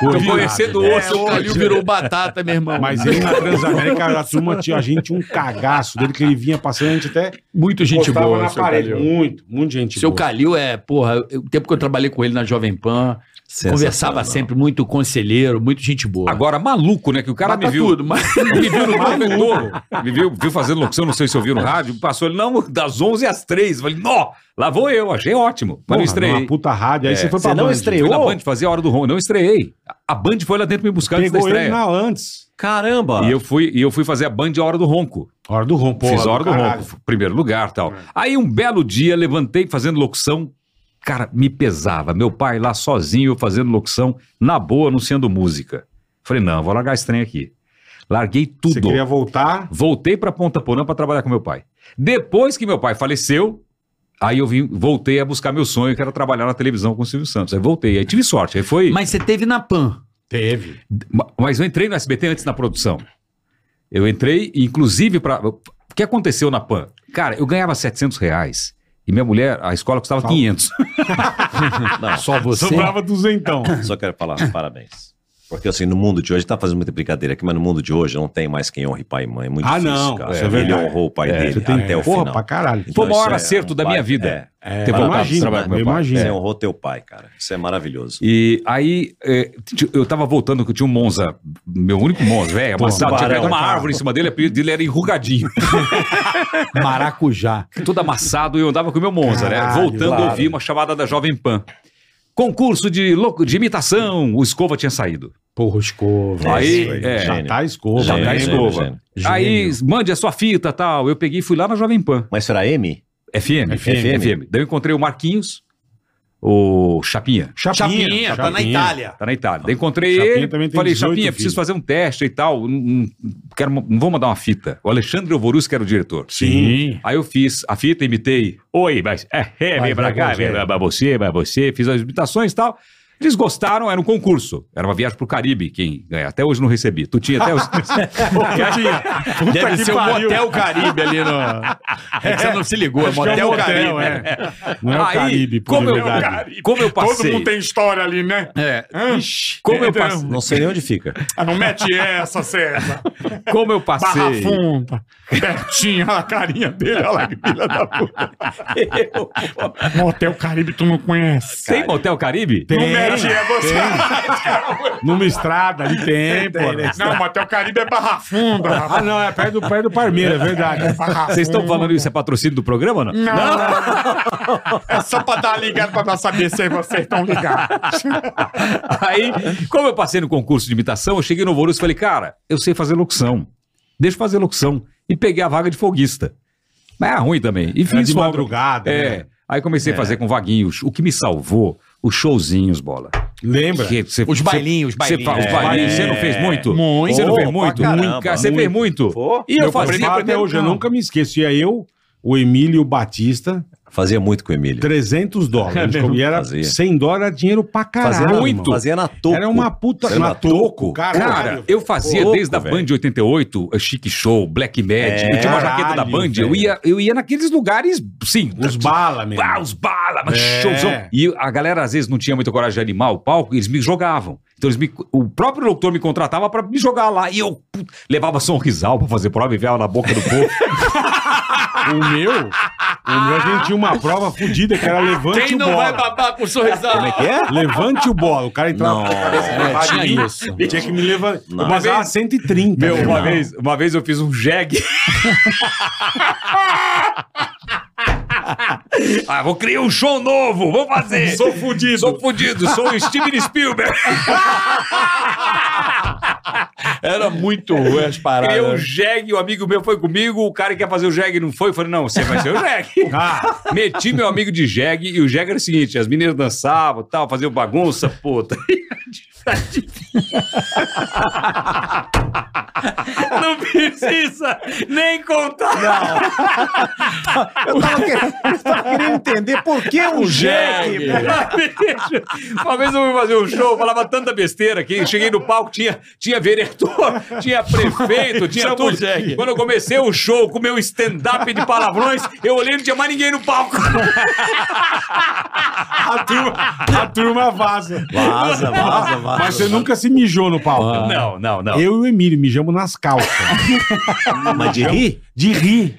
D: Tô
B: Combinado,
D: conhecendo
B: né?
D: o
E: seu
D: seu
E: É, Calil virou batata, meu irmão.
B: Mas ele é na Transamérica, a turma tinha, a gente tinha um cagaço dele que ele vinha passando, a gente até
E: Muito gente
B: postava
E: boa,
B: na
E: seu
B: parede.
E: Calil.
B: Muito, muito gente
E: Seu
B: boa.
E: Calil é, porra, eu- o tempo que eu trabalhei com ele na Jovem Pan, conversava sempre, muito conselheiro, muito gente boa.
D: Agora, maluco, né? Que o cara
E: Mata
D: me viu.
E: tudo, mas...
D: Me viu no corredor. Me viu, viu fazendo locução, não sei se ouviu no rádio. Passou ele, não, das 11 às 3. Falei, nó, lá vou eu. Achei ótimo. Mas
B: Porra,
D: não
B: numa
D: estreiei.
B: puta rádio, aí você foi pra
F: Você não
B: Band.
F: estreou?
D: Fui na Band fazer a hora do Ron. Não estreiei. A- A Band foi lá dentro me buscar antes da
B: Pegou ele
D: estreia.
B: na antes.
F: Caramba.
D: E eu, fui, e eu fui fazer a Band a hora do ronco.
B: Hora do É. rompo.
D: Fiz a hora do, ronco, primeiro lugar tal. Aí um belo dia, levantei fazendo locução. Cara, me pesava. Meu pai lá sozinho, eu fazendo locução, na boa, anunciando música. Falei, não, vou largar esse trem aqui. Larguei tudo.
B: Você queria voltar?
D: Voltei pra Ponta Porã pra trabalhar com meu pai. Depois que meu pai faleceu, aí eu vim, voltei a buscar meu sonho, que era trabalhar na televisão com o Silvio Santos. Aí voltei, aí tive sorte. Aí foi.
E: mas você teve na Pan.
B: Teve.
D: Ma- Mas eu entrei no SBT antes na produção. Eu entrei, inclusive, para O que aconteceu na PAN? Cara, eu ganhava 700 reais. E minha mulher, a escola custava 500.
E: Só você.
B: Sobrava duzentão.
F: Só quero falar parabéns. Porque assim, no mundo de hoje, tá fazendo muita brincadeira aqui, mas no mundo de hoje não tem mais quem honre pai e mãe. É muito
B: Ah,
F: difícil,
B: não,
F: cara.
B: isso é
F: Ele
B: verdade.
F: honrou o pai
B: Você
F: dele
B: tem-
F: até o
B: Porra,
F: final.
B: pra caralho.
F: Então,
D: Foi o
F: isso
D: maior
F: é
D: acerto
F: um
D: da
F: pai-
D: minha vida.
F: é.
B: É,
D: Ter voltado
B: imagina,
D: pra trabalhar com meu
B: eu
D: pai.
B: imagino.
F: Você honrou teu pai, cara. Isso é maravilhoso.
D: E aí, é, t- eu tava voltando que eu tinha um Monza, meu único Monza, velho, amassado. Tinha
F: barão,
D: pego uma
B: cara.
D: árvore em cima dele, o apelido dele era enrugadinho.
E: Maracujá.
D: todo amassado e eu andava com o meu Monza, né?
B: Caralho,
D: Voltando, eu
B: claro.
D: ouvi uma chamada da Jovem Pan. Concurso de, louco, de imitação. O Escova tinha saído.
E: Porra, escova.
F: É
D: aí,
F: isso aí,
D: é,
F: gênio.
B: Já tá escova.
D: Já
F: Gênio,
D: tá
B: né?
F: gênio,
D: escova.
F: gênio.
D: Aí, mande a sua fita tal. Eu peguei e fui lá na Jovem Pan.
F: Mas será M?
D: FM.
B: FM.
D: FM. Daí eu encontrei o Marquinhos, o Chapinha.
E: Chapinha, tá na Itália.
D: Tá na Itália. Daí encontrei
B: Chapinha
D: ele.
B: também tem
D: falei,
B: 18
D: Chapinha,
B: filhos.
D: preciso fazer um teste e tal. Não, não- quero, não vou mandar uma fita. O Alexandre Alvorus, que era o diretor.
B: Sim.
D: Aí eu fiz a fita,
B: é
D: imitei. Oi, mas é, é vem pra cá, vem pra você, pra você. Fiz as imitações e tal. Eles gostaram, era um concurso. Era uma viagem pro Caribe, quem ganha. Até hoje não recebi. Tu tinha até hoje.
G: Deve
E: um
G: ser o
A: pariu.
G: Motel Caribe ali no. É que você não se ligou, é
A: Acho que é
G: Motel
A: um hotel,
G: Caribe.
A: é.
B: Não é o
D: Aí,
B: Caribe, por
D: como eu-
B: verdade.
D: Como eu
A: Todo
D: passei.
A: mundo tem história ali, né?
G: É.
A: Hã?
D: Como eu
A: Então,
D: passei.
F: Não sei nem onde fica.
A: Ah, não mete essa, César.
D: Como eu
A: Barra
D: passei.
A: funda. Pertinho, olha a carinha dele, olha lá, que filha da puta. Motel Caribe, tu não conhece.
D: Tem Motel Caribe?
A: não mete é você.
B: Numa estrada ali tem, pô. né?
A: né? Não, Motel Caribe é Barra Funda,
B: Ah,
A: rapaz.
B: não, é perto do, perto do Parmeira, é verdade.
A: Barra
D: Ah, Vocês
B: um
D: estão
A: Funda.
D: falando isso é patrocínio do programa ou não?
A: Não, não. É só pra dar ligado pra saber se vocês estão ligados.
D: Aí, como eu passei no concurso de imitação, eu cheguei no Borussia e falei, cara, eu sei fazer locução. Deixa eu fazer locução. E peguei a vaga de folguista. Mas é ruim também. E
B: É
D: fiz
B: de
D: folga.
B: madrugada.
D: É.
B: né?
D: Aí comecei a fazer com vaguinhos. O que me salvou, os showzinhos, bola.
B: Lembra? É.
D: Que cê-
E: Os
D: cê-
E: bailinhos, os
D: Você
E: bailinhos. É.
D: os bailinhos, você não fez muito?
G: Muito.
D: Você não fez
F: Pô,
D: muito?
F: pra caramba,
D: Muito, cara, Você fez muito?
F: Pô.
D: E eu, fazia.
B: Participava até hoje, eu nunca me esqueço. E aí eu, o Emílio e o Batista,
F: Fazia muito com o Emílio.
B: 300 dólares. e era
F: É. Fazia.
B: 100 dólares, era dinheiro pra caralho.
F: Fazia na-
B: irmão.
F: Fazia na toco.
B: Era uma puta.
F: Era na toco?
D: Cara, eu fazia
F: Louco,
D: desde a
F: velho.
D: Band 88, a Chic Show, Black Magic.
F: É,
D: eu tinha uma jaqueta da
B: caralho,
D: Band. Eu
B: velho.
D: ia, eu ia naqueles lugares, sim.
B: Os bala mesmo.
D: Pá, os bala, mas
B: É.
D: showzão. E a galera às vezes não tinha muita coragem de animar o palco, e eles me jogavam. Então eles me- o próprio locutor me contratava pra me jogar lá. E eu put, levava sorrisal pra fazer prova e viava na boca do povo.
B: O meu, o meu a gente tinha uma prova fodida que era levante
E: Ah. Quem
B: o
E: não vai
B: bola.
E: babar com sorrisão?
F: Como é que é?
B: Levante o bola. O cara entrava
F: Não.
B: com a cabeça
F: É,
B: pra baixo de
E: tinha
B: mim,
E: isso.
B: Tinha que me levantar. Eu
F: Não.
B: pesava 130.
D: Meu,
B: né?
D: uma
F: Não.
D: vez, uma vez eu fiz um jegue. ah, vou criar um show novo, vou fazer. Sou fudido. Sou fudido, sou o Steven Spielberg.
E: Era muito ruim as
D: Criei
F: né?
D: um
E: paradas.
D: jegue, o amigo meu foi comigo, o cara que ia fazer o jegue não foi, eu falei, não, você vai ser o jegue.
B: Ah,
D: Meti meu amigo de jegue e o jegue era o seguinte, as meninas dançavam, tal, faziam bagunça, puta. Não precisa nem contar.
F: Eu tava querendo, eu tava querendo entender por que um jegue.
D: Uma vez eu fui fazer um show, falava tanta besteira que cheguei no palco, tinha, tinha vereador, tinha prefeito, tinha tudo. Quando eu comecei o show com meu stand-up de palavrões, eu olhei e não tinha mais ninguém no palco.
B: a turma, a turma vaza.
F: Vaza, vaza, vaza.
B: Mas você nunca se mijou no palco.
F: Ah,
D: Não, não, não.
B: Eu e o Emílio mijamos nas calças.
F: Mas de rir? É.
B: De rir.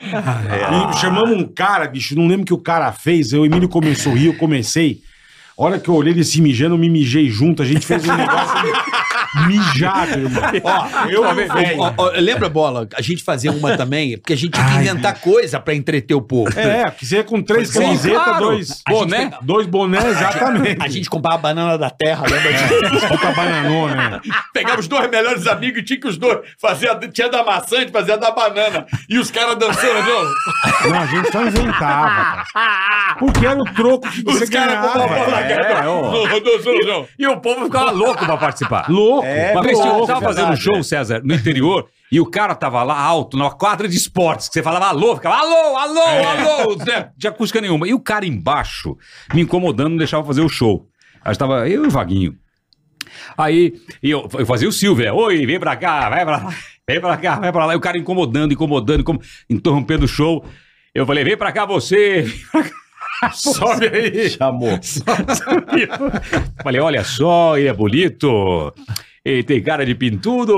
B: E chamamos um cara, bicho, não lembro o que o cara fez. aí O Emílio começou a rir, eu comecei. A hora que eu olhei ele se mijando, eu me mijei junto. A gente fez um negócio mijado, irmão. Ó, eu e o velho.
E: Ó, ó, lembra, Bola? A gente fazia uma também, porque a gente tinha que inventar coisa pra entreter o povo.
B: É, porque você ia com três
E: Sim,
B: camisetas,
D: claro.
B: dois
D: A gente
B: boné. Dois bonés, exatamente.
E: A gente comprava banana da terra, lembra disso?
B: Puta bananona, né?
G: Pegava os dois melhores amigos e tinha que os dois. Fazia, tinha da maçã, a gente fazia da banana. E os caras dançando, viu?
B: Não, a gente só inventava. cara. Porque era o troco que você
G: Os caras com uma bola
B: ganhava. É,
G: na cara. Rodolfo,
D: E o povo ficava louco pra participar.
B: Louco.
F: É,
D: Uma vez
F: louco,
D: eu tava fazendo um
F: verdade,
D: show, César, no interior, e o cara tava lá alto, numa quadra de esportes, que você falava alô, ficava alô, alô, alô, né, de acústica nenhuma. E o cara embaixo, me incomodando, não deixava eu fazer o show. Aí estava eu e o Vaguinho. Aí e eu, eu fazia o Silvio, é, oi, vem pra cá, vai pra lá, vem pra cá, vai pra lá. E o cara incomodando, incomodando, incom- interrompendo o show. Eu falei, vem pra cá você,
G: Sobe aí.
F: Chamou.
D: Falei, olha só, ele é bonito. Ele tem cara de pintudo.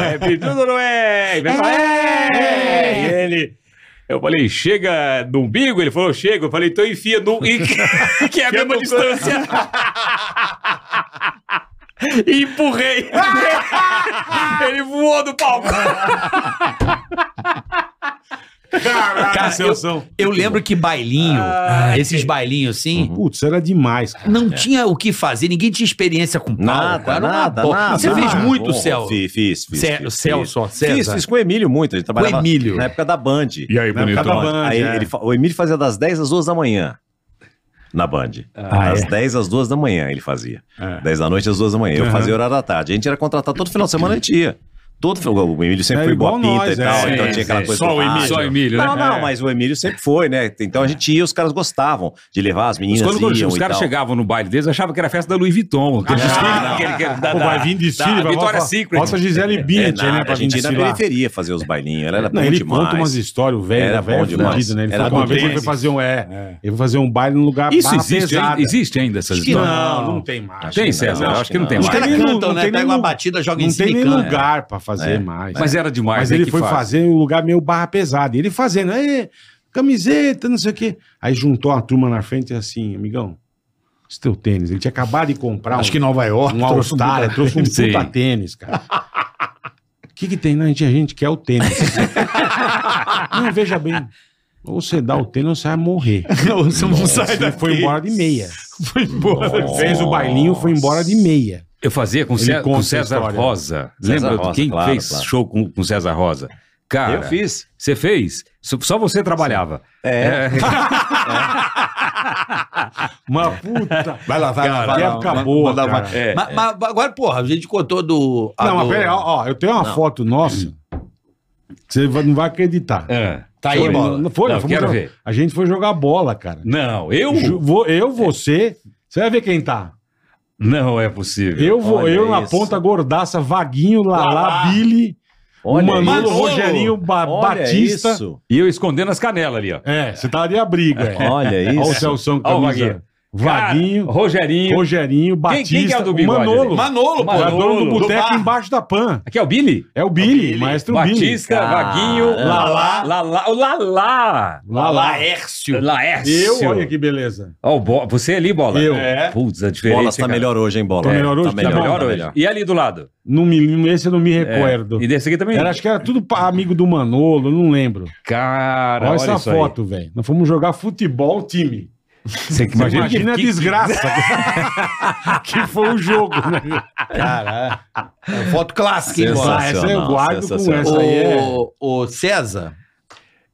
D: É pintudo, não é? Ele falou, é! E ele... Eu falei, chega no umbigo? Ele falou, chega. Eu falei, então enfia no... e- Que é a mesma distância. E empurrei. Ele voou do palco.
B: Cara, seu são.
E: Eu lembro que bailinho,
F: Ah,
E: esses bailinhos assim,
B: Putz, era demais, cara.
E: não tinha o que fazer, ninguém tinha experiência com palco.
F: É. Nada,
E: era uma
F: nada,
E: bo-
F: nada.
E: Você fez
F: nada.
E: muito,
F: Bom,
E: Celso.
F: Fiz, fiz, fiz.
E: Cé-
F: fiz,
E: Celso,
F: fiz.
E: César.
F: Fiz, fiz com o Emílio muito. A gente trabalhava
E: Emílio.
F: na época da Band.
A: E aí,
B: Na época da
A: bonitão?
B: Band,
F: Aí
B: é.
F: ele, fa- o Emílio fazia das 10 às 2 da manhã. Na Band.
B: Ah,
F: das
B: é?
F: 10 às 2 da manhã ele fazia. 10 da noite às 2 da manhã. Eu fazia horário da tarde. A gente era contratado todo final de semana, a gente ia. Todo, o Emílio sempre
B: É
F: foi
B: igual
F: boa pinta
B: nós,
F: e tal,
B: é,
F: então
B: é,
F: tinha aquela
B: é.
F: coisa
B: Só
F: do
B: o
F: rádio.
B: Emílio. É.
D: Só Emílio, né?
F: Não, não, mas o Emílio sempre foi, né? Então a gente ia, os caras gostavam de levar, as meninas
D: Quando
F: iam
D: os
F: e
D: caras
F: tal.
D: chegavam no baile deles, achavam que era a festa da Louis Vuitton.
B: Ah,
D: aquele desfile, aquele que- da-
B: Pô,
D: da-
B: vai vir de Síria,
D: da
B: vai
D: Vitória
B: vai-
D: Secret.
B: Nossa, Gisele
F: É,
B: Bint, né?
F: nada,
B: Pra
F: a
B: vir
F: gente
B: de
F: ia na
B: Síria.
F: periferia fazer os bailinhos, ela era
B: Não,
F: bom
B: ele
F: demais.
B: conta umas histórias, o velho,
F: Era
B: a velha
F: bom demais.
B: fudida, né? Ele
F: Era
B: falou que
F: bom
B: uma vez ele foi
F: demais.
B: fazer um, é, ele foi fazer um baile num lugar
D: Isso
B: barra
D: existe, ainda,
B: pesada.
D: existe ainda essas
B: Acho que
D: histórias?
B: não, não tem mais.
D: Tem, César? Eu acho que não tem
F: Os
D: mais.
B: Não
E: caras
B: tem nem-
E: cantam,
B: não
E: né?
B: tem
E: Pega
B: nem
E: uma
B: lu-
E: batida, joga em
B: Não
E: cima
B: tem
E: e
B: nem
E: canta.
B: lugar pra fazer mais.
D: Mas era demais.
B: Mas
D: né,
B: ele
D: que
B: foi
D: fase.
B: fazer um lugar meio barra pesada. E ele fazendo, "Ê, camiseta, não sei o quê. Aí juntou a turma na frente e assim, amigão, esse teu tênis. Ele tinha acabado de comprar
A: Acho
B: um,
A: que Nova York
B: um
A: trouxe um
B: All-Star,
A: puta-
B: trouxe um
D: tênis.
B: puta
D: Sim.
B: tênis, cara. O que que tem? Não, a gente, a gente quer o tênis. não, veja bem. Ou você dá o tênis ou você vai morrer.
A: Não, você não sai
B: Ele
A: daqui.
B: foi embora de meia.
A: Foi embora.
B: Fez o bailinho, foi embora de meia.
D: Eu fazia com,
B: Ele
D: Cé- com
B: conta a
D: César
B: história.
D: Rosa.
F: César
D: Lembra
F: Rosa,
D: de quem
F: claro,
D: fez
F: claro.
D: show com, com César Rosa? Cara,
F: Eu fiz.
D: você fez? Só só você trabalhava. É.
B: Uma puta.
A: Vai lá, vai lá.
B: Que
A: vai lá.
B: época boa,
F: mandava-
B: cara.
D: É.
E: Mas, mas agora, porra, a gente contou do. a
B: Não, mas
E: do-
B: peraí, ó, ó, eu tenho uma foto nossa. Você va- não vai acreditar.
D: É.
E: Tá aí,
B: Foi,
E: bola.
B: não foi,
D: Não,
B: fomos
D: quero
B: jo-
D: ver.
B: A gente foi jogar bola, cara.
D: Não, eu?
B: Ju- vou- eu, você. Você vai ver quem tá.
D: Não é possível.
B: Eu, vou,
F: Olha
B: eu na
F: isso.
B: ponta gordaça, Vaguinho, Lalá,
F: Lalá.
B: Billy, o
F: Olha
B: Manolo,
F: isso.
B: Rogerinho, Ba-
F: Olha
B: Batista.
F: isso.
D: E eu escondendo as canelas ali, ó.
B: É, você tava de abrigo, é.
F: Olha
B: Olha o
F: isso.
B: Celção com
D: Olha o
B: camisa. Vaguinho,
D: Cara, Rogerinho.
B: Rogerinho,
D: Quem-
B: Batista,
D: quem que é o do bigode?
B: Manolo.
G: Manolo, pô.
B: É o dono do
D: Manolo, do
B: boteco
G: bar.
B: embaixo da pan.
D: Aqui é o Billy?
B: É o Billy, maestro Billy.
D: Batista, Vaguinho, Lalá. Lalá. O Lalá.
B: Lalá.
A: é,
D: Laércio. Laércio.
B: Eu, olha que beleza.
D: Ó, o Bo- Você ali, bola.
B: Eu.
D: É. Putz, a diferença.
F: Bola tá
D: cara.
F: melhor hoje, hein, Bola?
B: Tá melhor hoje?
F: Tá melhor,
B: Tá
F: tá
D: Melhor hoje.
F: melhor.
D: E ali do lado?
B: Não me, esse eu não me
D: É.
B: recordo.
D: E desse aqui também?
B: Era, acho que era tudo pa- amigo do Manolo, não lembro.
D: Cara,
B: olha,
D: olha,
B: essa
D: isso
B: foto, velho. Nós fomos jogar futebol time.
D: Aí. Você
B: Você Imagina,
D: imagina,
B: a
D: que,
B: desgraça que... que foi o jogo, né? Caralho.
E: Foto clássica, hein, bola?
F: Sensacional,
B: Ah, essa eu guardo com
F: sensacional.
B: essa aí. É...
E: O, o César.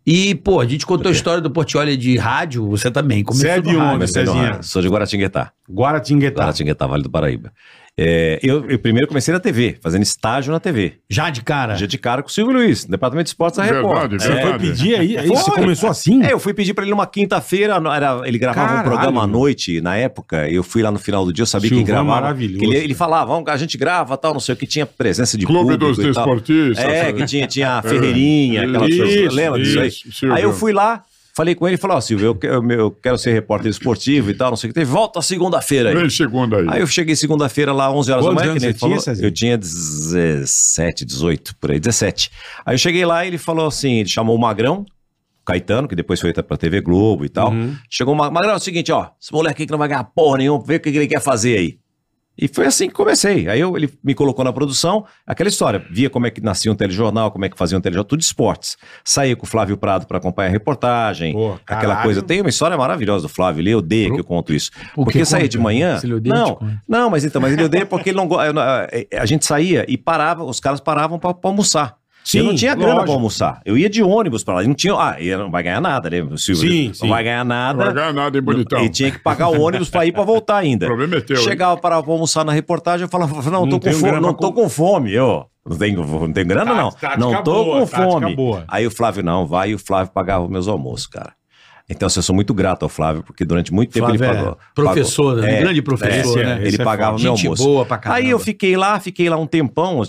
E: E, pô, a gente
F: É.
E: contou a história do Portioli de rádio, você também. Começou
B: Você é
E: no
B: de
E: rádio.
B: onde,
F: Comecei no
B: Cezinha?
F: rádio. Sou de Guaratinguetá.
B: Tá. Guaratinguetá.
F: Guaratinguetá, Vale do Paraíba. É, eu, eu primeiro comecei na TV, fazendo estágio na TV.
E: Já de
B: É.
E: cara.
F: Dia de cara com o Silvio Luiz, no Departamento de Esportes da Record.
A: Verdade,
F: É.
B: Você foi
A: verdade.
B: pedir aí? aí Você começou assim?
F: É, eu fui pedir pra ele numa quinta-feira, no- era- ele gravava
B: Caralho.
F: um programa à noite, na época, eu fui lá no final do dia, eu sabia que
B: Silvão
F: quem gravava.
B: maravilhoso,
F: que ele,
B: cara.
F: ele falava, "Vamos, a gente grava, tal, não sei o que, tinha presença de
A: Clube
F: público
A: dos
F: e tal.
A: Desportistas.
F: É, que tinha, tinha a Ferreirinha,
B: É.
F: aquela
A: Isso,
F: coisa, lembra disso aí?
A: isso, Silvio.
F: Aí eu fui lá, falei com ele, falei, ó, Silvio, eu, que- eu- eu quero ser repórter esportivo e tal, não sei o que, volta segunda-feira aí.
A: Vem segunda aí.
F: Aí eu cheguei segunda-feira lá, 11 horas
B: Quantos
F: da manhã.
B: anos
F: que nem
B: você
F: ele falou.
B: tinha, Cezinha?
F: eu tinha 17, 18, por aí, 17. Aí eu cheguei lá e ele falou assim, ele chamou o Magrão, o Caetano, que depois foi pra TV Globo e tal.
B: Uhum.
F: Chegou o Ma- Magrão, é o seguinte, ó, esse moleque aqui que não vai ganhar porra nenhuma, vê o que que ele quer fazer aí. E foi assim que comecei. Aí eu- ele me colocou na produção, aquela história. Via como é que nascia um telejornal, como é que fazia um telejornal, tudo de esportes. Saí com o Flávio Prado pra acompanhar a reportagem,
B: Pô,
F: aquela
B: caralho.
F: coisa. Tem uma história maravilhosa do Flávio, ele odeia que eu conto isso.
H: Por que
F: Porque saía
H: conta?
F: de manhã.
H: Se ele odeia, te
F: não,
H: conta.
F: não, mas então, mas ele odeia porque ele não gosta. eh, A gente saía e parava, os caras paravam pra, pra almoçar.
B: Sim,
F: eu não tinha grana
B: lógico.
F: pra almoçar. Eu ia de ônibus pra lá. e Não tinha. Ah, e não vai ganhar nada, né, Silvio?
B: Sim,
F: não
B: sim.
F: vai ganhar nada.
A: Não vai ganhar nada, hein, bonitão?
F: E tinha que pagar o ônibus pra ir pra voltar ainda.
A: Então. O problema é teu, hein?
F: Chegava para almoçar na reportagem, eu falava, não, eu
B: Não
F: tô com
B: tenho
F: fome,
B: grana
F: não
B: pra
F: tô com fome, eu. Não tenho, não tenho grana, não.
B: Tática
F: não tô
B: boa,
F: com
B: tática
F: fome.
B: boa.
F: Aí o Flávio, não, vai, e o Flávio pagava os meus almoços, cara. Então, assim, eu sou muito grato ao Flávio, porque durante muito tempo
B: Flávio
F: ele
B: é
F: pagou.
E: Professor,
F: pagou.
E: né?
F: É,
E: grande professor,
B: é,
E: né?
B: esse é
F: ele pagava
B: foda.
F: meu
E: Gente
F: almoço.
E: boa pra caramba.
F: Aí eu fiquei lá, fiquei lá um tempão,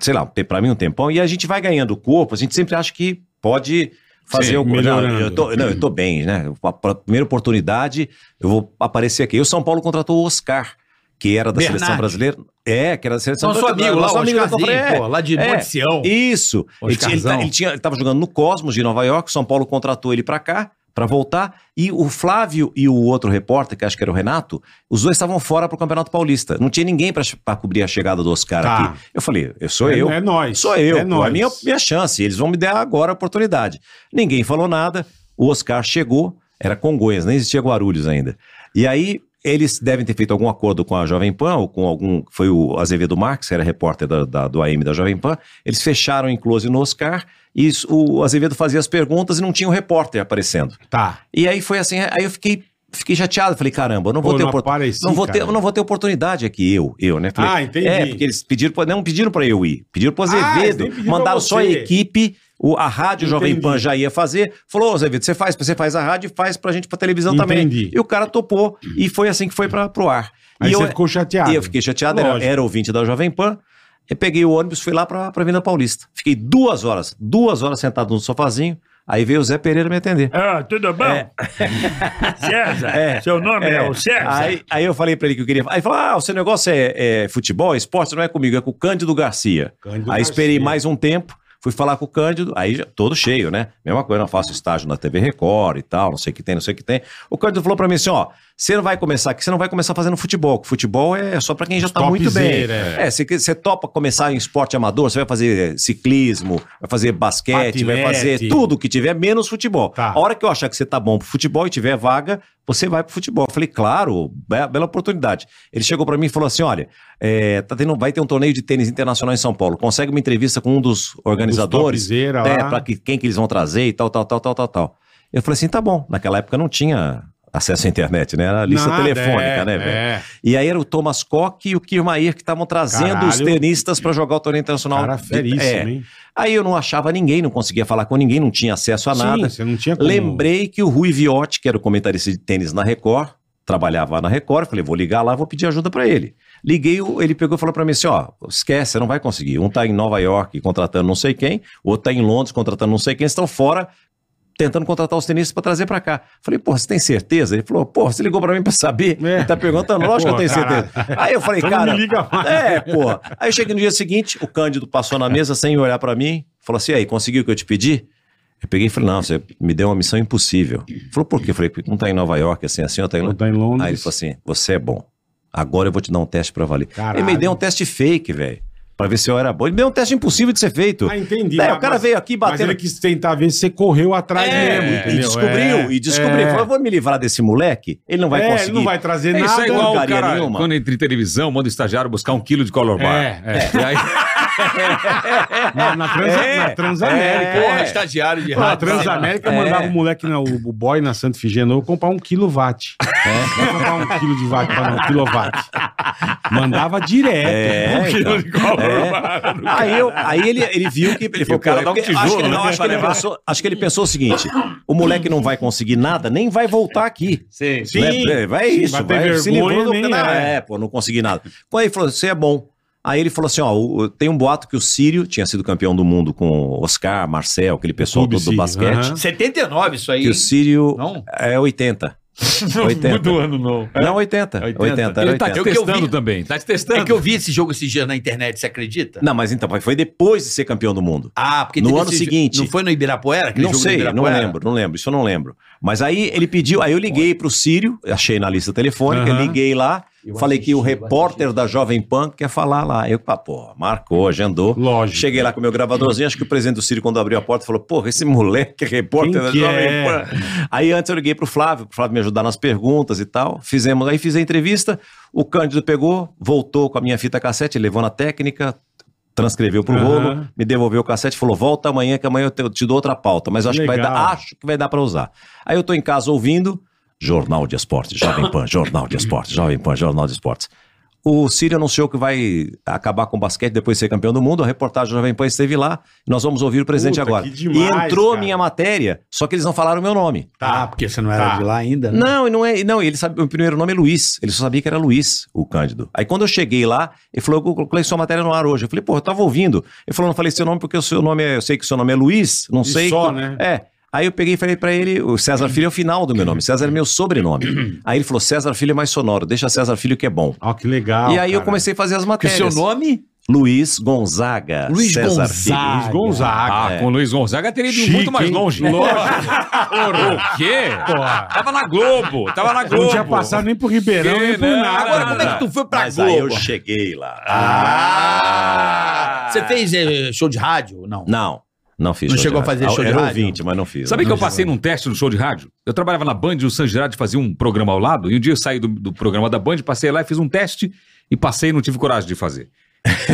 F: sei lá, pra mim um tempão, e a gente vai ganhando corpo, a gente sempre acha que pode fazer
B: Sim,
F: alguma coisa.
B: melhorando.
F: Não, eu tô, não, eu tô bem, né? A pra- primeira oportunidade, eu vou aparecer aqui. E o São Paulo contratou o Oscar, que era da
E: Bernardi.
F: seleção brasileira. É, que era da seleção
E: Nosso amigo lá,
F: nosso
E: o
F: amigo da Copa-
E: Oscarzinho,
F: é,
E: pô, lá de
F: é.
E: Monte Sião.
F: isso. Ele, tinha, ele,
E: Oscarzão.
F: ta- ele tinha- ele tava jogando no Cosmos de Nova York, São Paulo contratou ele pra cá, pra voltar. E o Flávio e o outro repórter, que acho que era o Renato, os dois estavam fora pro Campeonato Paulista. Não tinha ninguém pra pra cobrir a chegada do Oscar
B: Tá.
F: aqui. Eu falei, eu sou eu.
B: É, é nóis.
F: Sou eu.
B: É
F: pô,
B: nóis.
F: A minha, minha chance. Eles vão me dar agora a oportunidade. Ninguém falou nada. O Oscar chegou. Era Congonhas, nem existia Guarulhos ainda. E aí, eles devem ter feito algum acordo com a Jovem Pan, ou com algum. Foi o Azevedo Marques, que era repórter da, da- do AM da Jovem Pan. Eles fecharam em close no Oscar. E isso- o Azevedo fazia as perguntas e não tinha o repórter aparecendo.
B: Tá.
F: E aí foi assim. Aí eu fiquei. Fiquei chateado, falei, caramba, eu não vou
B: Pô,
F: ter
B: não
F: opor-
B: apareci,
F: não vou ter,
B: cara.
F: não vou ter oportunidade aqui eu, eu, né? Falei,
B: Ah, entendi. Ah,
F: É, porque eles pediram, pra- não pediram pra eu ir, pediram pro
B: eles
F: Azevedo,
B: nem pediram pra
F: mandaram
B: você.
F: só a equipe, o, a rádio Jovem Pan
B: Entendi.
F: já ia fazer, falou, ô Azevedo, você faz, você faz a rádio e faz pra gente pra televisão
B: Entendi.
F: também. E o cara topou e foi assim que foi pra, pro ar.
B: Aí
F: e
B: você
F: eu, é,
B: ficou chateado.
F: e eu fiquei chateado, era,
B: Lógico.
F: era ouvinte da Jovem Pan. Eu peguei o ônibus, fui lá pra, pra Vila Paulista. Fiquei duas horas, duas horas sentado no sofazinho. Aí veio o Zé Pereira me atender.
A: Ah, tudo bom? César,
F: É.
A: seu nome é,
F: É.
A: o César?
F: Aí, aí eu falei pra ele que eu queria. Aí ele falou: ah, o seu negócio é, é futebol, é esporte, não é comigo, é com o Cândido Garcia.
B: Cândido
F: aí esperei
B: Garcia.
F: mais um tempo, fui falar com o Cândido, aí já- todo cheio, né? Mesma coisa, eu faço estágio na TV Record e tal, não sei o que tem, não sei o que tem. O Cândido falou pra mim assim: ó, você não vai começar aqui, você não vai começar fazendo futebol, que futebol é só pra quem já tá muito bem.
B: Topzera, é.
F: É, você, que- você topa começar em esporte amador, você vai fazer ciclismo, vai fazer basquete, vai
B: Patinete.
F: fazer tudo que tiver, menos futebol.
B: Tá.
F: A hora que eu achar que você tá bom pro futebol e tiver vaga, você vai pro futebol. Eu falei, claro, be- bela oportunidade. Ele chegou pra mim e falou assim: olha, é, tá tendo, vai ter um torneio de tênis internacional em São Paulo. Consegue uma entrevista com um dos organizadores.
B: topzera lá.
F: é, pra que, quem que eles vão trazer e tal, tal, tal, tal, tal, tal. Eu falei assim: tá bom. Naquela época não tinha acesso à internet, né? Era a lista
B: Nada,
F: telefônica,
B: é,
F: né, velho?
B: é.
F: E aí era o Thomas Koch e o Kirmair que estavam trazendo os
B: Caralho.
F: tenistas pra jogar o torneio internacional.
B: Cara
F: de-
B: feríssimo,
F: é.
B: hein?
F: Aí eu não achava ninguém, não conseguia falar com ninguém, não tinha acesso a nada.
B: Sim, tá você não tinha como...
F: Lembrei que o Rui Viotti, que era o comentarista de tênis na Record, trabalhava na Record, falei, vou ligar lá, vou pedir ajuda pra ele. Liguei, o- ele pegou e falou pra mim assim, ó, esquece, você não vai conseguir. Um tá em Nova York contratando não sei quem, o outro tá em Londres contratando não sei quem, estão fora tentando contratar os tenistas pra trazer pra cá. Falei, pô, você tem certeza? Ele falou, pô, você ligou pra mim pra saber?
B: É.
F: Ele tá perguntando, lógico
B: Pô,
F: que eu tenho
B: caralho.
F: certeza. Aí eu falei,
B: Então não
F: cara,
B: me liga mais.
F: é, pô. Aí eu cheguei no dia seguinte, o Cândido passou na mesa sem olhar pra mim, falou assim: "E aí, conseguiu o que eu te pedi? Eu peguei e falei: não, você me deu uma missão impossível. Ele Falou, por quê? Eu falei: porque não tá em Nova York, assim, assim, ou tá em
B: Ou
F: Londres?
B: tá em Londres.
F: Aí ele falou assim: você é bom. Agora eu vou te dar um teste pra valer.
B: Caralho.
F: Ele me deu um teste fake, velho. Pra ver se eu era bom. Ele me deu um teste impossível de ser feito.
B: Ah, entendi.
F: É,
B: Mas-
F: o cara veio aqui
B: Mas
F: batendo É,
B: ele quis tentar ver se você correu atrás mesmo,
F: e
B: entendeu?
F: descobriu,
B: É,
F: e descobriu.
B: é.
F: Falou, eu vou me livrar desse moleque, ele não vai
B: É,
F: conseguir.
B: ele não vai trazer
D: É
B: nada.
D: isso é igual o
F: porcaria
D: cara,
F: nenhuma.
D: quando entra em televisão, manda o estagiário buscar um quilo de color bar.
B: É, é.
D: E aí,
B: Na, na Transa-
F: É.
B: na Transamérica.
E: Porra, estagiário de
B: Na
E: rádio.
B: Transamérica
F: É.
B: mandava o moleque, na, o boy na Santo Figenô comprar um quilo watt.
F: É.
B: Vai comprar um quilo de watt, pra não, um quilowatt. Mandava direto.
F: É, então. É. Aí, eu- aí ele, ele viu que ele falou,
D: o cara
F: "Pô,
D: dá um
F: é porque-
D: tijolo,
F: acho que, ele-
D: né,
F: não, acho, que ele pensou, acho que ele pensou o seguinte: o moleque não vai conseguir nada, nem vai voltar aqui.
E: Sim.
B: Sim.
F: Né? Vai
B: Sim,
F: isso,
B: vai
F: vai,
B: ter
F: se
B: vergonha,
F: livrou do
B: nem é.
F: é. pô, não consegui nada. Quando ele falou, você é bom. Aí ele falou assim: ó, o- tem um boato que o Sírio tinha sido campeão do mundo com Oscar, Marcel, aquele pessoal
B: Clube
F: todo do
B: Sírio,
F: basquete.
B: aham.
E: 79 isso aí.
F: Que o Sírio
E: Não?
F: é 80.
G: Não,
F: 80.
G: Muito ano, não.
F: Não, 80. 80.
D: 80.
F: era
D: Ele tá
F: 80.
D: te
E: Eu que eu
D: testando
E: vi-
D: também. Tá te testando.
E: É que eu vi esse jogo esse dia na internet, você acredita?
F: Não, mas então, mas foi depois de ser campeão do mundo.
E: Ah, porque
F: No
E: teve
F: ano
E: esse-
F: seguinte.
E: Não foi no Ibirapuera? aquele
F: Não
E: jogo do
F: sei, não
E: Ibirapuera?
F: lembro, não lembro, isso eu não lembro. Mas aí ele pediu, aí eu liguei pro Sírio, achei na lista telefônica,
B: Aham.
F: liguei lá,
C: Eu
F: falei
C: assisti,
F: que o
C: eu
F: repórter da Jovem Pan quer falar lá. Eu, pá, pô, marcou, agendou.
B: Lógico.
F: Cheguei lá com o meu gravadorzinho, acho que o presidente do Sírio, quando abriu a porta, falou, porra, esse moleque é repórter
B: Quem
F: da
B: que
F: Jovem
B: é?
F: Pan. Aí antes eu liguei pro Flávio, pro Flávio me ajudar nas perguntas e tal. Fizemos, aí fiz a entrevista, o Cândido pegou, voltou com a minha fita cassete, levou na técnica, transcreveu pro
B: Aham.
F: rolo, me devolveu o cassete, e falou: "Volta amanhã que amanhã eu te, te dou outra pauta, mas acho que vai
B: Legal.
F: dar, acho que vai dar para usar". Aí eu tô em casa ouvindo Jornal de Esportes, Jovem Pan, Jornal de Esportes, Jovem Pan, Jornal de Esportes. O Ciro anunciou que vai acabar com o basquete depois de ser campeão do mundo. A reportagem do Jovem Pan esteve lá. Nós vamos ouvir o presidente
B: Puta,
F: agora.
B: que demais,
F: e entrou
B: cara.
F: minha matéria, só que eles não falaram meu nome.
B: Tá.
H: Ah, porque você não era
B: Tá.
H: de lá ainda,
E: Hum.
H: né?
F: Não, e não é. Não, ele sabe, o primeiro nome é Luiz. Ele só sabia que era Luiz, o Cândido. Aí quando eu cheguei lá, ele falou: eu coloquei sua matéria no ar hoje. Eu falei, pô, eu tava ouvindo. Ele falou, não falei seu nome, porque o seu nome é. Eu sei que o seu nome é Luiz, não
B: E
F: sei.
B: só, né?
F: É. Aí eu peguei e falei pra ele, o César Filho é o final do meu nome, César é meu sobrenome. Aí ele falou, César Filho é mais sonoro, deixa César Filho que é bom.
B: Ó, que legal.
F: e aí eu
B: cara.
F: comecei a fazer as
E: Que Ah, o
F: matérias.
E: seu nome?
F: Luiz Gonzaga.
E: Luiz
F: César
E: Gonzaga.
B: Luiz Gonzaga.
D: Ah, com o Luiz Gonzaga teria ido
B: Chique,
D: muito mais
B: hein?
D: longe.
B: Lógico.
D: O quê?
B: Porra.
D: Tava na Globo. Tava na Globo.
B: Não tinha passado nem pro Ribeirão, nem
D: Que
B: pro
D: não,
B: nada.
E: Agora, como é
D: nada.
E: que tu foi pra
F: Mas aí eu
E: Globo?
F: cheguei lá.
E: Ah! Você fez eh, show de rádio ou não?
F: Não, não fiz.
E: Não
F: show
E: chegou a
F: de
E: fazer
F: rádio.
E: show de
F: Era
E: rádio?
F: ouvinte, mas não fiz.
D: Sabe que eu
F: Não.
D: passei num teste no show de rádio? Eu trabalhava na Band e o San Gerardi fazia um programa ao lado. E um dia eu saí do, do programa da Band, passei lá e fiz um teste. E passei e não tive coragem de fazer.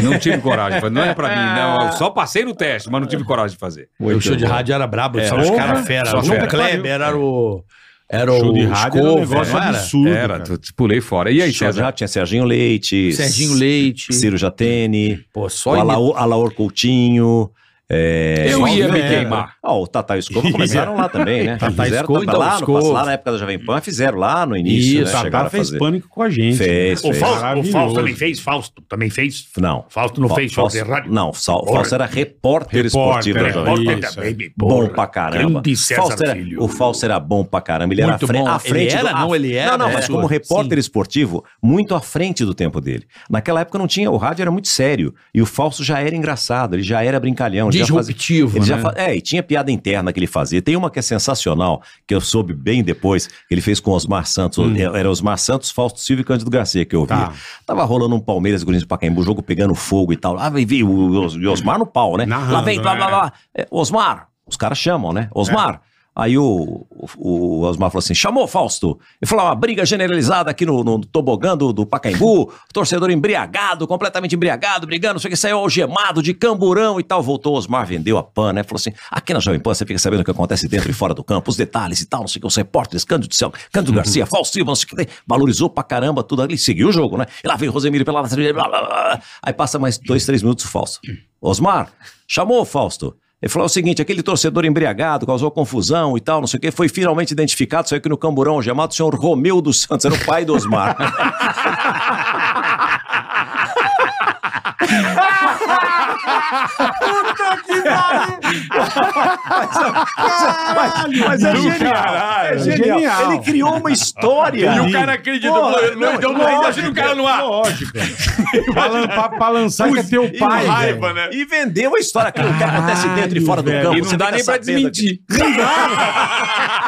D: Não tive coragem. Falei, Não é pra mim, não. Eu só passei no teste, mas não tive coragem de fazer.
E: o show de rádio era brabo, só os
D: porra,
E: caras fera.
D: só
E: João
D: fera.
E: Kleber era o... Era
B: Show
E: É o
B: de rádio era um
E: Escova,
B: negócio
E: não era?
B: absurdo.
D: Era,
B: cara.
D: tu, tu pulei fora. E aí,
F: Show de
D: César?
F: rádio tinha Serginho Leite.
E: Serginho Leite.
F: Ciro Jatene.
E: Pô, só
F: O
E: imita-
F: Alaor, Alaor Coutinho. é,
D: Eu
F: só
D: ia me
F: era.
D: queimar.
F: Ó, o Tata e o Escova começaram lá também, né?
E: Tata e
F: Fizeram
E: Escova, então,
F: lá, no
E: Escova.
F: passo- lá na época da Jovem Pan, fizeram lá no início,
E: Isso,
F: né?
B: Tatá
F: Chegaram a
B: fez
F: fazer.
B: pânico com a gente.
F: Fez,
A: O
F: fez.
A: Fausto, o Fausto
B: Maravilhoso.
A: também fez, Fausto também fez.
F: Não.
A: Fausto não
F: Fa-
A: fez show de
F: Fausto-
A: rádio. É,
F: Não, Sal- Fausto era repórter, esportivo da
B: Repórter,
F: Jovem Pan.
A: Repórter
B: isso,
A: também, me-
F: Bom
A: porra.
F: pra caramba.
A: né? Grande César
F: Fausto era-
A: Filho.
F: o Falso era bom pra caramba. Ele
E: Muito
F: era à frente,
E: bom.
F: à frente
E: Ele
F: do-
E: era? Não, ele era,
F: Não, não,
E: né?
F: mas como repórter esportivo, muito à frente do tempo dele. Naquela época não tinha. O rádio era muito sério. E o Falso já era engraçado. Ele já era brincalhão. ele já fazia-
E: Disruptivo,
F: ele já
E: né?
F: fa- É, e tinha piada interna que ele fazia. Tem uma que é sensacional, que eu soube bem depois, que ele fez com Osmar Santos.
E: Hum.
F: é, Era Osmar Santos, Fausto Silva e Cândido Garcia que eu ouvia.
B: Tá.
F: Tava rolando um Palmeiras e Corinthians Pacaembu, jogo pegando fogo e tal. Lá vem, vem o Os- e o Osmar no pau, né?
B: Narrando,
F: Lá vem, blá, blá,
B: né?
F: blá. É, Osmar, os caras chamam, né? Osmar. Aí o, o, o Osmar falou assim: chamou Fausto. Ele falou: uma briga generalizada aqui no, no tobogã do, do Pacaembu, torcedor embriagado, completamente embriagado, brigando, não sei o que, saiu algemado de camburão e tal. Voltou, Osmar vendeu a PAN, né? Falou assim: aqui na Jovem Pan você fica sabendo o que acontece dentro e fora do campo, os detalhes e tal, não sei o que, os repórteres, Cândido do Céu, Cândido Garcia, Fausto Silva, não sei o que tem. Valorizou pra caramba tudo ali, seguiu o jogo, né? E lá vem o Rosemiro pela blá, blá, blá, blá. Aí passa mais dois, três minutos, Fausto. Osmar, chamou o Fausto. Ele falou o seguinte: aquele torcedor embriagado causou confusão e tal, não sei o quê, foi finalmente identificado, saiu aqui no Camburão, chamado o senhor Romeu dos Santos, era o pai do Osmar. Mas é genial.
B: caralho,
F: é genial.
B: genial.
F: Ele criou uma história.
G: E o cara acredita, pô,
F: Porra,
G: não, deu no imagina o cara no ar.
B: Lógico. pra, lan- pra, pra lançar que é teu pai. velho.
G: Raiva, né?
F: E vendeu a história, aquilo que acontece dentro e fora do
B: velho.
F: campo.
D: E não
F: você
D: dá
F: fica
D: nem pra
F: sabendo aqui.
D: desmentir.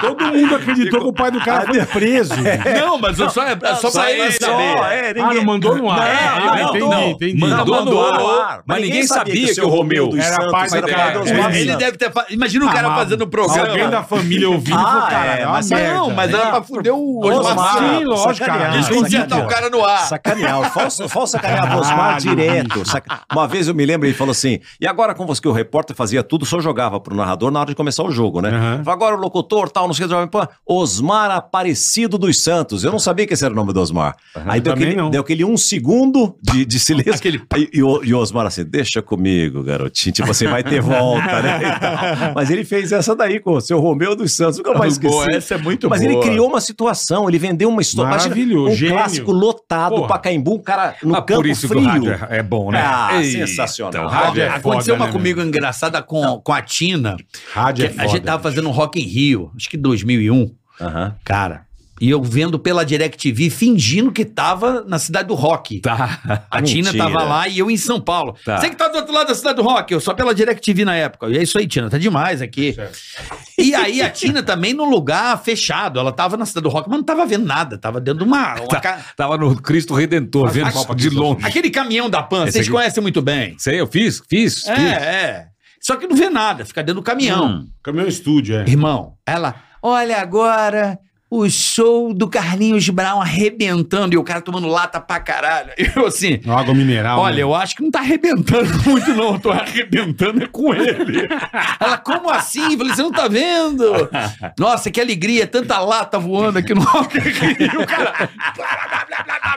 B: Todo mundo acreditou que o pai do cara foi preso.
G: Não, mas eu só, é só pra ele
F: Só,
G: saber.
F: é,
B: Ah, não mandou no ar.
F: Não,
B: Ah,
F: mandou.
B: entendi, entendi.
F: Não,
D: Mandou no ar,
F: ar,
D: mas ninguém sabia que
F: seu
D: o Romeu
F: dos
B: era
F: Santos
B: pai do
F: pai
B: cara.
F: do
B: É,
F: Osmar
G: Ele
F: Santos.
G: deve ter. fa- Imagina
E: Tá
G: o cara
B: Ah, mas-
G: fazendo o
B: Se alguém da
G: programa.
B: família ouvindo,
F: Ah,
B: ah, falou, cara,
F: é,
B: é uma
F: mas
B: merda.
G: Não, mas era
E: é
G: pra fuder o Osmar.
F: Osmar.
B: Sim, lógico, cara.
F: Sacaneado.
G: Desconcertar
F: Sacaneado.
G: tá o cara no ar.
F: Sacanear, o falso, o falso sacaneava o Osmar
B: Caralho,
F: direto. saca- Uma vez eu me lembro, ele falou assim: e agora com você que o repórter fazia tudo, só jogava pro narrador na hora de começar o jogo, né?
B: Aham.
F: Falou, Agora o locutor, tal, não sei o que, Jovem Pan, Osmar Aparecido dos Santos. Eu não sabia que esse era o nome do Osmar. Aí deu
B: Também
F: aquele,
B: não.
F: deu aquele um segundo de, de silêncio. E, e o, e o Osmar assim, deixa comigo, garotinho, tipo, você vai ter volta, né? e tal. Mas ele fez essa daí com o seu Romeu dos Santos, nunca mais esqueci.
G: Boa, essa é muito
F: Mas
G: boa.
F: ele criou uma situação, ele vendeu uma história. Imagina,
B: Maravilhoso,
F: um
B: gênio.
F: clássico lotado,
B: Porra.
F: Pacaembu, um cara no
D: Ah,
F: campo
D: por isso
F: frio.
D: que o rádio é, é bom, né?
F: Ah,
D: Eita,
F: sensacional.
D: o rádio é...
B: foda,
E: Aconteceu uma
B: né,
E: comigo engraçada com, com a Tina.
B: Rádio
E: que
B: é
E: a gente
B: foda.
E: tava fazendo um Rock em Rio, acho que 2001,
F: Aham.
E: cara. E eu vendo pela DirecTV, fingindo que tava na cidade do rock.
D: Tá.
E: A Tina
F: Mentira.
E: tava lá e eu em São Paulo.
D: Tá.
E: Você que tá do outro lado da cidade do rock, eu só pela DirecTV na época. E é isso aí, Tina, tá demais aqui. E aí a Tina também num lugar fechado. Ela tava na cidade do rock, mas não tava vendo nada. Tava dentro de uma. uma
D: Tá.
E: ca-
D: Tava no Cristo Redentor, vendo de longe.
E: Aquele caminhão da Pan,
D: Esse
E: vocês
D: aqui.
E: conhecem muito bem.
D: Sei, eu fiz, fiz,
E: É,
D: fiz.
E: é. Só que não vê nada, fica dentro do
D: Hum.
E: caminhão.
B: Caminhão estúdio, é.
E: Irmão, ela, olha agora o show do Carlinhos Brown arrebentando e o cara tomando lata pra caralho. Eu assim.
B: Uma água mineral.
E: Olha,
B: né?
E: eu acho que não tá arrebentando muito, não. Eu tô
G: Arrebentando é com ele.
E: Ela, como assim? Eu falei, você não tá vendo? Nossa, que alegria, tanta lata voando aqui no Rock in Rio, cara.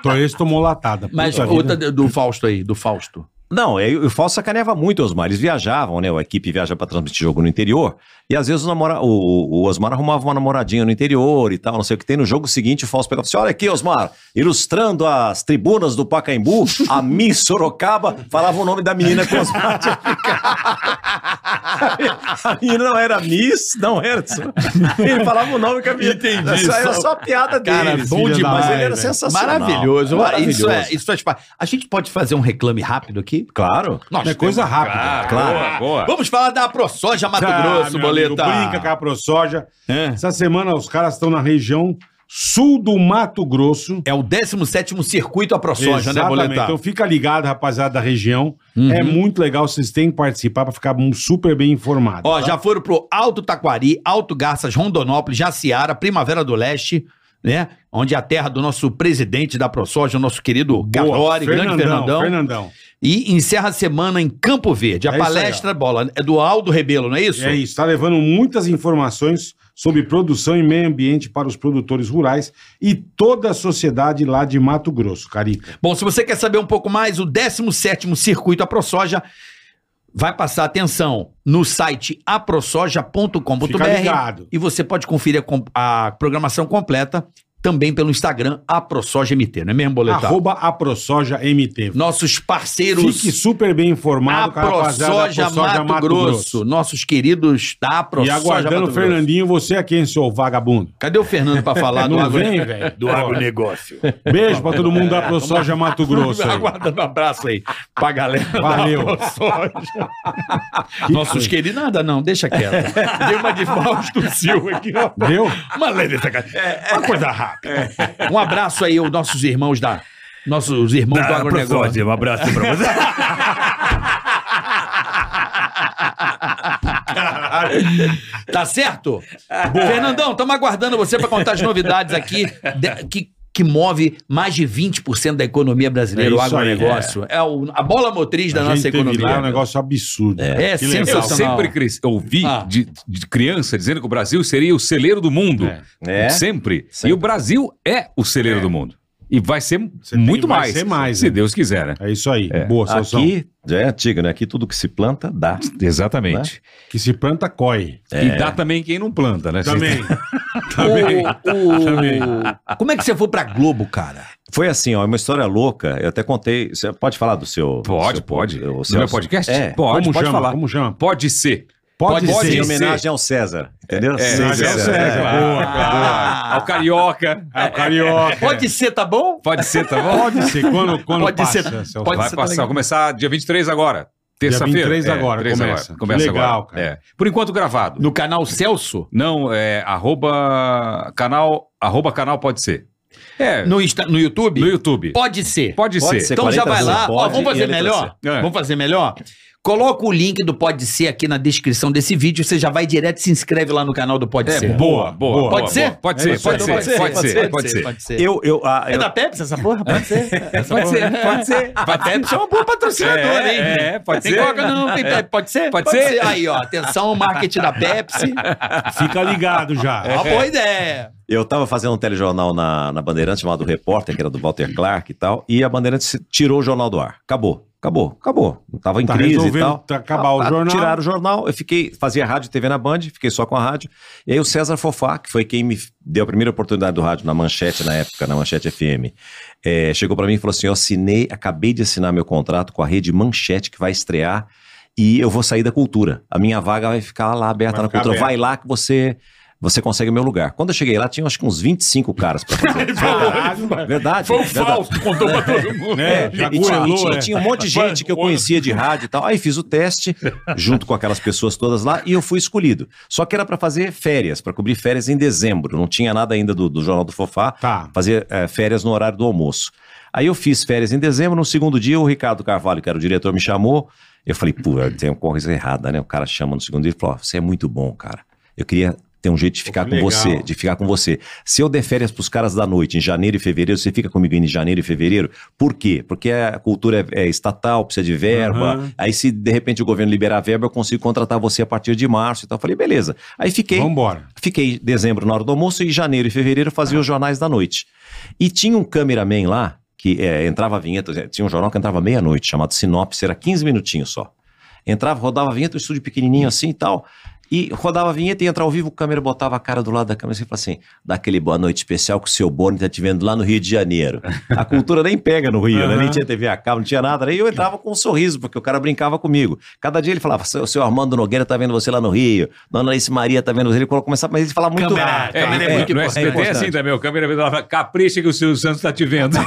B: Torres tomou latada.
E: Mas
B: Puta
E: outra
B: vida.
E: do Fausto aí, do Fausto.
F: Não, é, o Falso sacaneava muito o Osmar. Eles viajavam, né? A equipe viaja pra transmitir jogo no interior. E às vezes o, namora- o- o- o Osmar arrumava uma namoradinha no interior e tal, não sei o que tem. No jogo seguinte, o Falso pegava e falou assim: olha aqui, Osmar, ilustrando as tribunas do Pacaembu, a Miss Sorocaba falava o nome da menina que o Osmar tinha ficado. A menina não era Miss, não era. Ele falava o nome que a menina. Entendi. Isso era só a piada
E: Cara,
F: deles.
E: bom
F: filha da
E: demais, né?
F: Mas ele era
B: velho.
F: sensacional.
E: Maravilhoso. Isso, é,
F: Maravilhoso.
E: isso faz parte. A gente pode fazer um reclame rápido aqui?
F: Claro.
E: Nossa,
B: É coisa rápida.
F: Claro.
D: Boa, boa.
E: Vamos falar da ProSoja Mato
B: Ah,
E: Grosso,
B: meu amigo,
E: boleta.
B: Brinca com a ProSoja.
E: É.
B: Essa semana os caras estão na região sul do Mato Grosso.
E: É o 17 circuito a ProSoja, né,
B: Exatamente.
E: boleta? Uhum.
B: Então fica ligado, rapaziada da região. É muito legal, vocês têm que participar pra ficar super bem informado.
E: Ó, já foram pro Alto Taquari, Alto Garças, Rondonópolis, Jaciara, Primavera do Leste, né? Onde é a terra do nosso presidente da ProSoja, o nosso querido Gavori, grande Fernandão.
B: Fernandão.
E: E encerra a semana em Campo Verde. A
B: É isso aí,
E: palestra, bola, é do Aldo Rebelo, não é isso?
B: É isso, tá levando muitas informações sobre produção e meio ambiente para os produtores rurais e toda a sociedade lá de Mato Grosso, Carica.
E: Bom, se você quer saber um pouco mais, o 17º Circuito AproSoja vai passar atenção no site
B: Fica
E: aprosoja.com.br
B: ligado.
E: e você pode conferir a com- a, programação completa também pelo Instagram aprosojamt, não é mesmo, Boletar?
B: Arroba AproSojaMT.
E: Nossos parceiros
B: Fique super bem informado com a rapaziada da
E: AproSoja Mato, Grosso, nossos queridos da
B: E
E: AproSoja
B: aguardando
E: Mato
B: o
E: Grosso.
B: Fernandinho, você é quem, seu vagabundo?
E: Cadê o Fernando pra falar do
B: Não
E: agro? É,
B: vem, velho?
E: Do agronegócio.
B: Beijo pra todo mundo da ProSoja Mato Grosso. aí.
E: Aguardando um abraço aí pra galera da
B: Valeu.
E: ProSoja. Nossos queridos, Ah, nada não, deixa quieto. Deu uma de Fausto
A: é
E: Silva aqui, ó.
B: Deu?
E: Uma lenda, essa cara.
F: É,
E: Uma coisa rápida. Um abraço aí aos nossos irmãos da... Nossos irmãos do agronegócio.
D: um abraço pra você.
E: Ah, Tá certo? Fernandão, estamos aguardando você para contar as novidades aqui de- que, que move mais de 20% da economia brasileira,
B: É
E: o
B: isso aí,
E: agronegócio. É, o- a bola motriz da
B: A
E: nossa
B: gente teve lá um
E: economia.
B: negócio absurdo.
E: É,
B: Que legal.
D: Eu
E: sensacional.
D: sempre cres... ouvi
E: Ah.
D: de, de criança dizendo que o Brasil seria o celeiro do mundo.
F: É.
D: Sempre.
F: Sempre.
D: E o Brasil é o celeiro do mundo. E vai ser
B: Você tem-
D: muito
B: vai
D: mais.
B: ser mais,
D: se
B: né?
D: Deus quiser, né?
B: É isso aí. Boa, Salsão.
F: Aqui, já é antiga, né? Aqui tudo que se planta dá.
D: Exatamente.
B: Que se planta, corre.
D: E dá também quem não planta, né?
E: O- o- Como é que você foi pra Globo, cara?
F: Foi assim, ó, uma história louca. Eu até contei. Você pode falar do seu.
D: Pode,
F: seu-
D: pode.
F: O
D: No
F: seu,
D: meu podcast?
F: É.
D: Pode,
B: como
D: pode
B: chama?
D: falar.
B: Como chama?
D: Pode ser.
B: Pode,
D: Pode
F: Em
B: ser.
D: ser. É,
F: homenagem ao César. Entendeu?
B: homenagem ao César.
F: é.
B: Boa,
D: Ah, ao carioca.
B: É o carioca.
E: Pode ser, tá bom?
D: Pode ser, tá bom?
B: Pode ser. Quando, quando
E: Pode
B: passa,
E: ser.
B: Celso?
E: Pode
D: Vai
E: ser, tá
D: passar,
E: legal.
D: vai começar dia 23 agora. Terça-feira. É,
B: 23 agora,
D: três
B: começa.
D: agora. Começa
B: Que legal,
D: agora.
B: cara.
D: É. Por enquanto gravado.
E: No canal Celso?
D: Não, é arroba canal, arroba canal pode ser. É, no,
E: No, Insta- no YouTube?
D: YouTube.
E: Pode ser.
D: Pode,
F: Pode
D: ser.
F: ser.
E: Então já
F: 40
E: vai lá.
F: pode
E: Ó, vamos
F: e
E: fazer
F: a letra
E: melhor?
D: C. É.
E: Vamos fazer melhor? Coloca o link do Pode Ser aqui na descrição desse vídeo. Você já vai direto e se inscreve lá no canal do Pode
D: É,
E: Ser.
D: boa, boa, boa.
E: Pode ser?
D: boa. Pode
B: É
D: ser,
B: isso
D: pode
B: aí.
D: ser, pode ser, É, pode ser.
E: Pode ser.
F: Eu, eu, ah,
E: É
F: eu-
E: da Pepsi essa porra? Pode ser. Essa
D: Pode
E: porra.
D: ser, pode ser.
E: A Pepsi é uma boa patrocinadora,
D: É,
E: hein?
D: é, pode
E: tem
D: ser.
E: Coca, não, não tem Pepsi. Pode ser?
D: Pode ser.
E: Aí, ó. Atenção, marketing da Pepsi.
B: Fica ligado já.
E: Uma boa ideia.
F: Eu tava fazendo um telejornal na, na Bandeirante chamado Repórter, que era do Walter Clark e tal, e a Bandeirante se- tirou o jornal do ar. Acabou, acabou, acabou. Não tava em
B: Tá
F: crise e
B: resolvendo
F: tal.
B: tá- acabar o
F: Ah,
B: jornal.
F: Tiraram o jornal, eu fiquei, fazia rádio e TV na Band, fiquei só com a rádio. E aí o César Fofá, que foi quem me deu a primeira oportunidade do rádio na Manchete, na época, na Manchete FM, eh, chegou pra mim e falou assim: eu assinei, acabei de assinar meu contrato com a rede Manchete, que vai estrear. E eu vou sair da cultura. A minha vaga vai ficar lá aberta
B: Vai
F: na
B: ficar
F: cultura.
B: aberta.
F: Vai lá que você você consegue o meu lugar. Quando eu cheguei lá, tinha acho que uns 25 caras pra fazer.
B: Caralho,
F: Verdade.
B: um
G: Foi o
F: verdade.
G: Fausto, contou pra todo mundo.
B: É,
F: E
B: já
F: tinha, e
B: goelou,
F: tinha-
B: é.
F: tinha um monte de gente que eu conhecia de rádio e tal. Aí fiz o teste, junto com aquelas pessoas todas lá, e eu fui escolhido. Só que era pra fazer férias, pra cobrir férias em dezembro. Não tinha nada ainda do, do Jornal do Fofá.
B: Tá.
F: Fazer eh, férias no horário do almoço. Aí eu fiz férias em dezembro. No segundo dia, o Ricardo Carvalho, que era o diretor, me chamou. Eu falei, pô, tem uma coisa errada, né? O cara chama no segundo dia e falou: ó, você é muito bom, cara. Eu queria ter um jeito de ficar
B: que
F: com
B: legal.
F: você, de ficar com você. Se eu der férias pros caras da noite, em janeiro e fevereiro, você fica comigo em janeiro e fevereiro? Por quê? Porque a cultura é, é estatal, precisa de verba.
B: Aham.
F: Aí se de repente o governo liberar verba, eu consigo contratar você a partir de março. Então eu falei, beleza. Aí fiquei
B: Vambora.
F: Fiquei em dezembro na hora do almoço e janeiro e fevereiro fazia os jornais da noite. E tinha um cameraman lá que é, entrava a vinheta, tinha um jornal que entrava meia-noite, chamado Sinopse, era 15 minutinhos só. Entrava, rodava a vinheta, um estúdio pequenininho assim e tal. E rodava a vinheta e entrava ao vivo, o câmera botava a cara do lado da câmera e falava assim: dá aquele boa noite especial que o seu Boni tá te vendo lá no Rio de Janeiro. A cultura nem pega no Rio, né?
B: Aham.
F: Nem tinha TV a cabo, não tinha nada. Aí eu entrava com um sorriso, porque o cara brincava comigo. Cada dia ele falava: o seu Armando Nogueira tá vendo você lá no Rio, Dona Alice Maria tá vendo você. Ele começava, mas ele falava muito.
E: Câmera,
D: É,
E: câmera
D: é,
E: muito
D: no SBT é, assim
F: importante.
D: também, o câmera vê lá, fala, capricha que o Silvio Santos tá te vendo.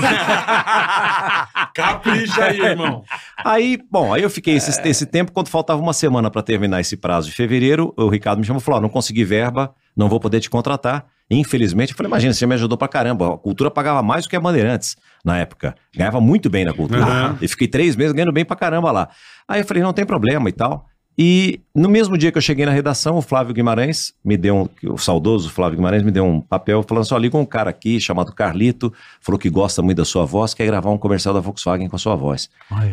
G: Capricha aí, irmão.
F: Aí, bom, aí eu fiquei esse, esse tempo, quando faltava uma semana pra terminar esse prazo de fevereiro, o Ricardo me chamou e falou: ó, não consegui verba, não vou poder te contratar. Infelizmente, eu falei, imagina, você me ajudou pra caramba. A cultura pagava mais do que a Bandeirantes na época. Ganhava muito bem na cultura.
B: Aham.
F: E fiquei três meses ganhando bem pra caramba lá. Aí eu falei, não tem problema e tal. E no mesmo dia que eu cheguei na redação, o Flávio Guimarães me deu um, o saudoso Flávio Guimarães me deu um papel falando assim: ó, ligou um cara aqui chamado Carlito, falou que gosta muito da sua voz, quer gravar um comercial da Volkswagen com a sua voz.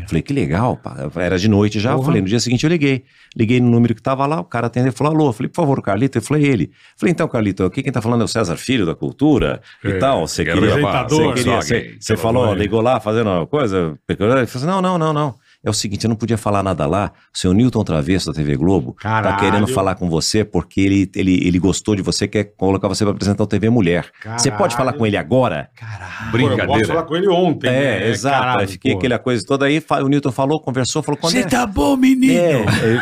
F: Falei, que legal, pá. Era de noite já. Falei, no dia seguinte eu liguei. Liguei no número que tava lá, o cara atendeu e falou: alô, falei, por favor, Carlito. Ele falou, ele. Falei, então, Carlito, aqui quem tá falando é o César Filho da Cultura e tal. Você queria.
B: apresentador,
F: Você queria. Você, você falou, ligou lá fazendo uma coisa. peculiar?" Ele falou assim: não, não, não, não. É o seguinte, eu não podia falar nada lá. O seu Newton Travesso da TV Globo
B: Caralho.
F: tá querendo falar com você porque ele, ele, ele gostou de você, quer colocar você pra apresentar o TV Mulher. Você pode falar com ele agora?
B: Brincadeira. eu posso falar com ele ontem.
F: é,
B: né?
F: exato.
B: Caralho,
F: Aí fiquei
B: pô.
F: aquela coisa toda aí. fa- O Newton falou, conversou, falou quando é?
E: tá bom, menino.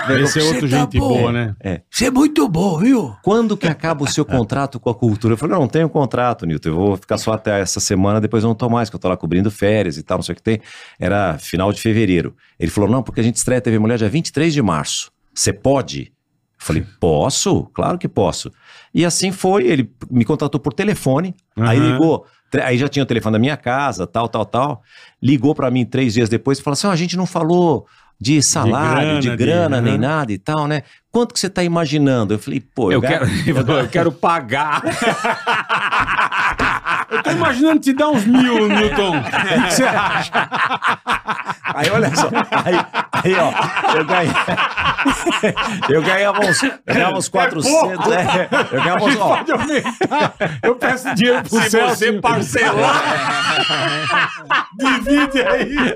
F: É, é,
B: Esse é outro
E: Você tá
B: gente
E: bom.
B: boa, né?
E: Você é muito bom, viu?
F: Quando que acaba o seu contrato com a cultura? Eu falei, não, não tenho contrato, Nilton. Eu vou ficar só até essa semana, depois eu não tô mais, que eu tô lá cobrindo férias e tal, não sei o que tem. Era final de fevereiro. Ele falou, não, porque a gente estreia a TV Mulher dia 23 de março. Você pode? Eu falei, posso? Claro que posso. E assim foi, ele me contratou por telefone, aí
B: Aham.
F: ligou. tre- Aí já tinha o telefone da minha casa, tal, tal, tal. Ligou pra mim três dias depois e falou assim: ó, a gente não falou de salário, de
B: grana,
F: grana,
B: de-
F: nem
B: aham.
F: nada e tal, né? Quanto que você tá imaginando? Eu falei, pô,
D: Eu
F: ganho-
D: quero, ele né? falou, eu quero pagar.
B: Eu tô imaginando te dar uns mil, Newton. O que que você acha?
F: Aí olha só, aí, aí ó, eu ganhei. Eu ganhava uns, eu ganhava uns 400, é, eu ganhava uns, ó,
B: Eu peço dinheiro pro
D: Se
B: Celso.
D: você parcelar.
B: Divide aí.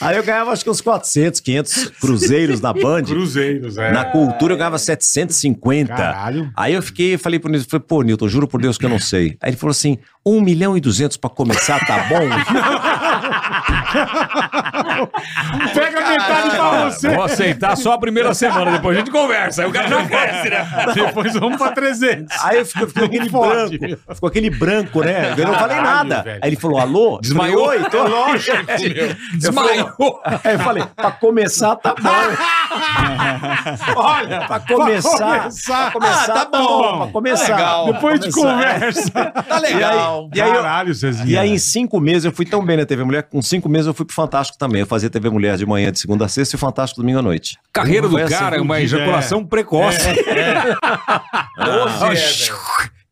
F: aí eu ganhava acho que uns 400, 500 cruzeiros na Band.
B: Cruzeiros, é.
F: Na cultura eu ganhava 750.
B: Caralho.
F: Aí eu fiquei, falei pro Nilton, falei, pô, Nilton, juro por Deus que eu não sei. Aí ele falou assim, 1 milhão e 200 pra começar, tá bom?
B: Pega metade pra você.
D: Vou aceitar só a primeira semana, depois a gente conversa. Aí o cara já cresce, né?
B: Depois vamos pra 300.
F: Aí eu fico, ficou aquele
B: Fode.
F: branco, ficou aquele branco, né? Eu não falei
B: Caralho,
F: nada.
B: velho.
F: Aí ele falou, alô?
D: Desmaiou?
F: Eu falei, Oi, tô lógico.
D: Desmaiou.
F: Aí eu falei, pra começar, tá bom. Olha, pra começar, pra começar, tá, bom. Pra começar.
I: Legal.
B: Depois de conversa.
I: Tá legal.
F: E aí, eu-
B: Caralho, Cezinha.
F: e aí, em cinco meses, eu fui tão bem na TV Mulher, com cinco meses eu fui pro Fantástico também. Eu fazia TV Mulher de manhã, de segunda a sexta, e o Fantástico domingo à noite. É,
D: Carreira do
F: Foi assim,
D: cara é uma
B: fudido,
D: ejaculação precoce.
I: Hoje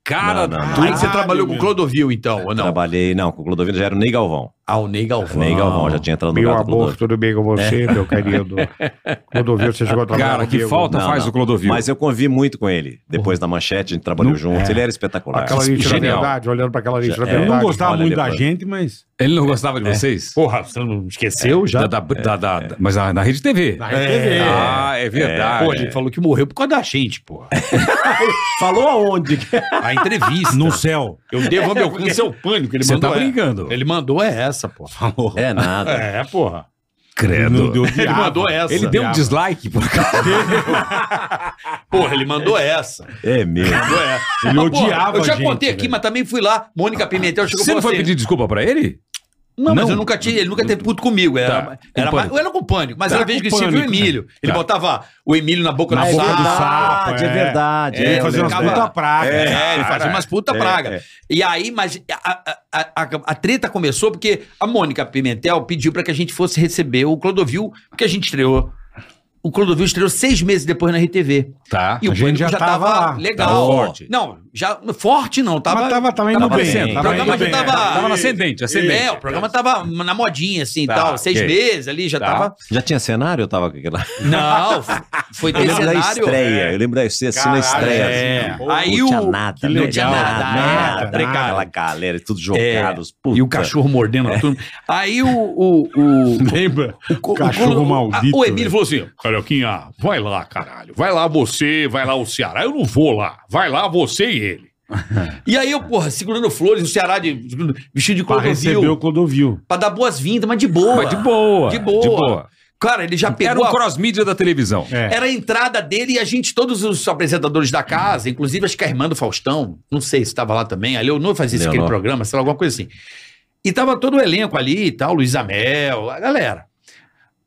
D: Cara,
F: É, Não,
I: é,
F: não, não.
I: velho. Aí você
B: Caralho,
I: trabalhou com
B: meu.
I: Clodovil, então, ou não?
F: Trabalhei, não, com o Clodovino já era o Ney Galvão.
I: Ah, o Ney Galvão.
F: Ney Galvão, já tinha entrado no
J: Meu
F: lugar do
J: amor,
F: Clodovino.
J: tudo bem com você,
B: É.
J: meu querido? Clodovil, você chegou a um trabalhar
D: cara, que
J: comigo?
D: falta
F: Não,
D: faz
F: não.
D: o Clodovil.
F: Mas eu convivi muito com ele. Depois da manchete, a gente trabalhou juntos. Ele era espetacular.
J: Aquela lista da
D: Genial.
J: verdade, olhando pra aquela lista da
F: É,
B: Eu
J: verdade.
B: não gostava
F: olha
B: muito da
F: depois.
B: gente, mas.
D: Ele não gostava de vocês? É.
J: Porra, você não esqueceu já?
D: Da- da- da- da- da- Mas na, na Rede TV.
B: É.
D: Ah, é verdade.
E: Pô, ele falou que morreu por causa da gente, porra.
F: Falou aonde?
E: A entrevista.
B: No céu.
E: Eu devo
B: É,
E: ao meu câncer ao pânico. Ele
D: Você tá
E: mandou. é-
D: brincando.
E: Ele mandou é essa, porra. Falou.
F: É nada.
B: É, porra.
D: Credo.
B: É Ele,
E: Ele mandou é essa.
D: Ele deu um dislike por causa
E: Porra, ele mandou essa.
F: É
B: Ele
F: mesmo.
E: Mas, porra,
B: odiava
E: Eu já
B: a gente,
E: contei aqui,
B: velho.
E: mas também fui lá. Mônica Pimentel chegou
D: Você
E: e
D: não
E: falou
D: foi
E: assim,
D: pedir desculpa pra ele?
E: Não, mas
D: Não.
E: eu nunca tinha, ele nunca teve puto comigo.
D: Tá,
E: Era,
D: com
E: era, mais-
D: pânico.
E: eu era com pânico, mas era
B: com
E: vez que Silvio e o
B: pânico,
E: Emílio. Ele
D: Tá.
E: botava o Emílio na boca
F: Ah,
E: do
F: é
E: sapo.
F: verdade,
B: sapo,
F: é
B: é.
F: verdade.
E: É,
B: Ele
F: eu
B: fazia umas
F: lembrava.
E: brincava-
B: puta praga.
E: É, ele fazia umas puta
F: É,
E: praga.
F: é.
E: E aí, mas a, a, a, a- a treta começou porque a Mônica Pimentel pediu pra que a gente fosse receber o Clodovil, que a gente estreou. O Clodovil estreou seis meses depois na RTV.
D: Tá.
E: E o
B: A gente
E: pânico
B: já
E: já,
B: tava
E: tava,
B: lá,
E: legal.
F: tava forte.
E: Não, já forte não, tava.
B: Mas tava, tava indo
F: Tava
B: bem.
F: bem.
B: Tava
E: O programa
B: indo
E: já
B: bem.
E: tava-
D: Tava na ascendente, ascendente.
E: É, o programa tava na modinha, assim e
D: Tá,
E: tal. Seis
D: ok.
E: meses ali, já
D: Tá.
E: tava.
F: Já tinha cenário? Eu tava com aquela.
E: Não, f- foi
F: Eu
E: ter
F: lembro da
E: cenário.
F: estreia. Eu lembro da estreia, assim, na
B: Caralho,
F: estreia.
B: é.
F: assim,
E: Aí
F: não tinha
E: o-
F: nada,
E: que
F: não tinha
E: legal.
F: nada,
E: Nada,
F: nada.
E: nada.
F: Aquela galera, tudo jogado. os puta.
E: E o cachorro mordendo a turma. Aí o. o, o
B: Lembra?
E: o- o-
B: Cachorro
E: o-
B: maldito,
E: a- O Emílio
B: velho.
E: falou assim:
A: Carioquinha, vai lá, caralho. Vai lá você, vai lá o Ceará. Eu não vou lá. Vai lá você e ele.
E: E aí eu, porra, segurando flores no Ceará, de, de- vestido de
B: Pra receber o
E: clodovil,
B: Clodovil.
E: pra dar boas-vindas, mas de boa.
D: Mas de boa.
E: De boa. Cara, ele já
D: Era
E: pegou.
D: um
E: a-
D: cross-mídia da televisão.
B: É.
E: Era a entrada dele e a gente, todos os apresentadores da casa, inclusive acho que a irmã do Faustão, não sei se estava lá também, a Leonor fazia esse aquele
F: Leonor.
E: programa, sei lá, alguma coisa assim. E tava todo o elenco ali e tal, Luiz Amel, a galera.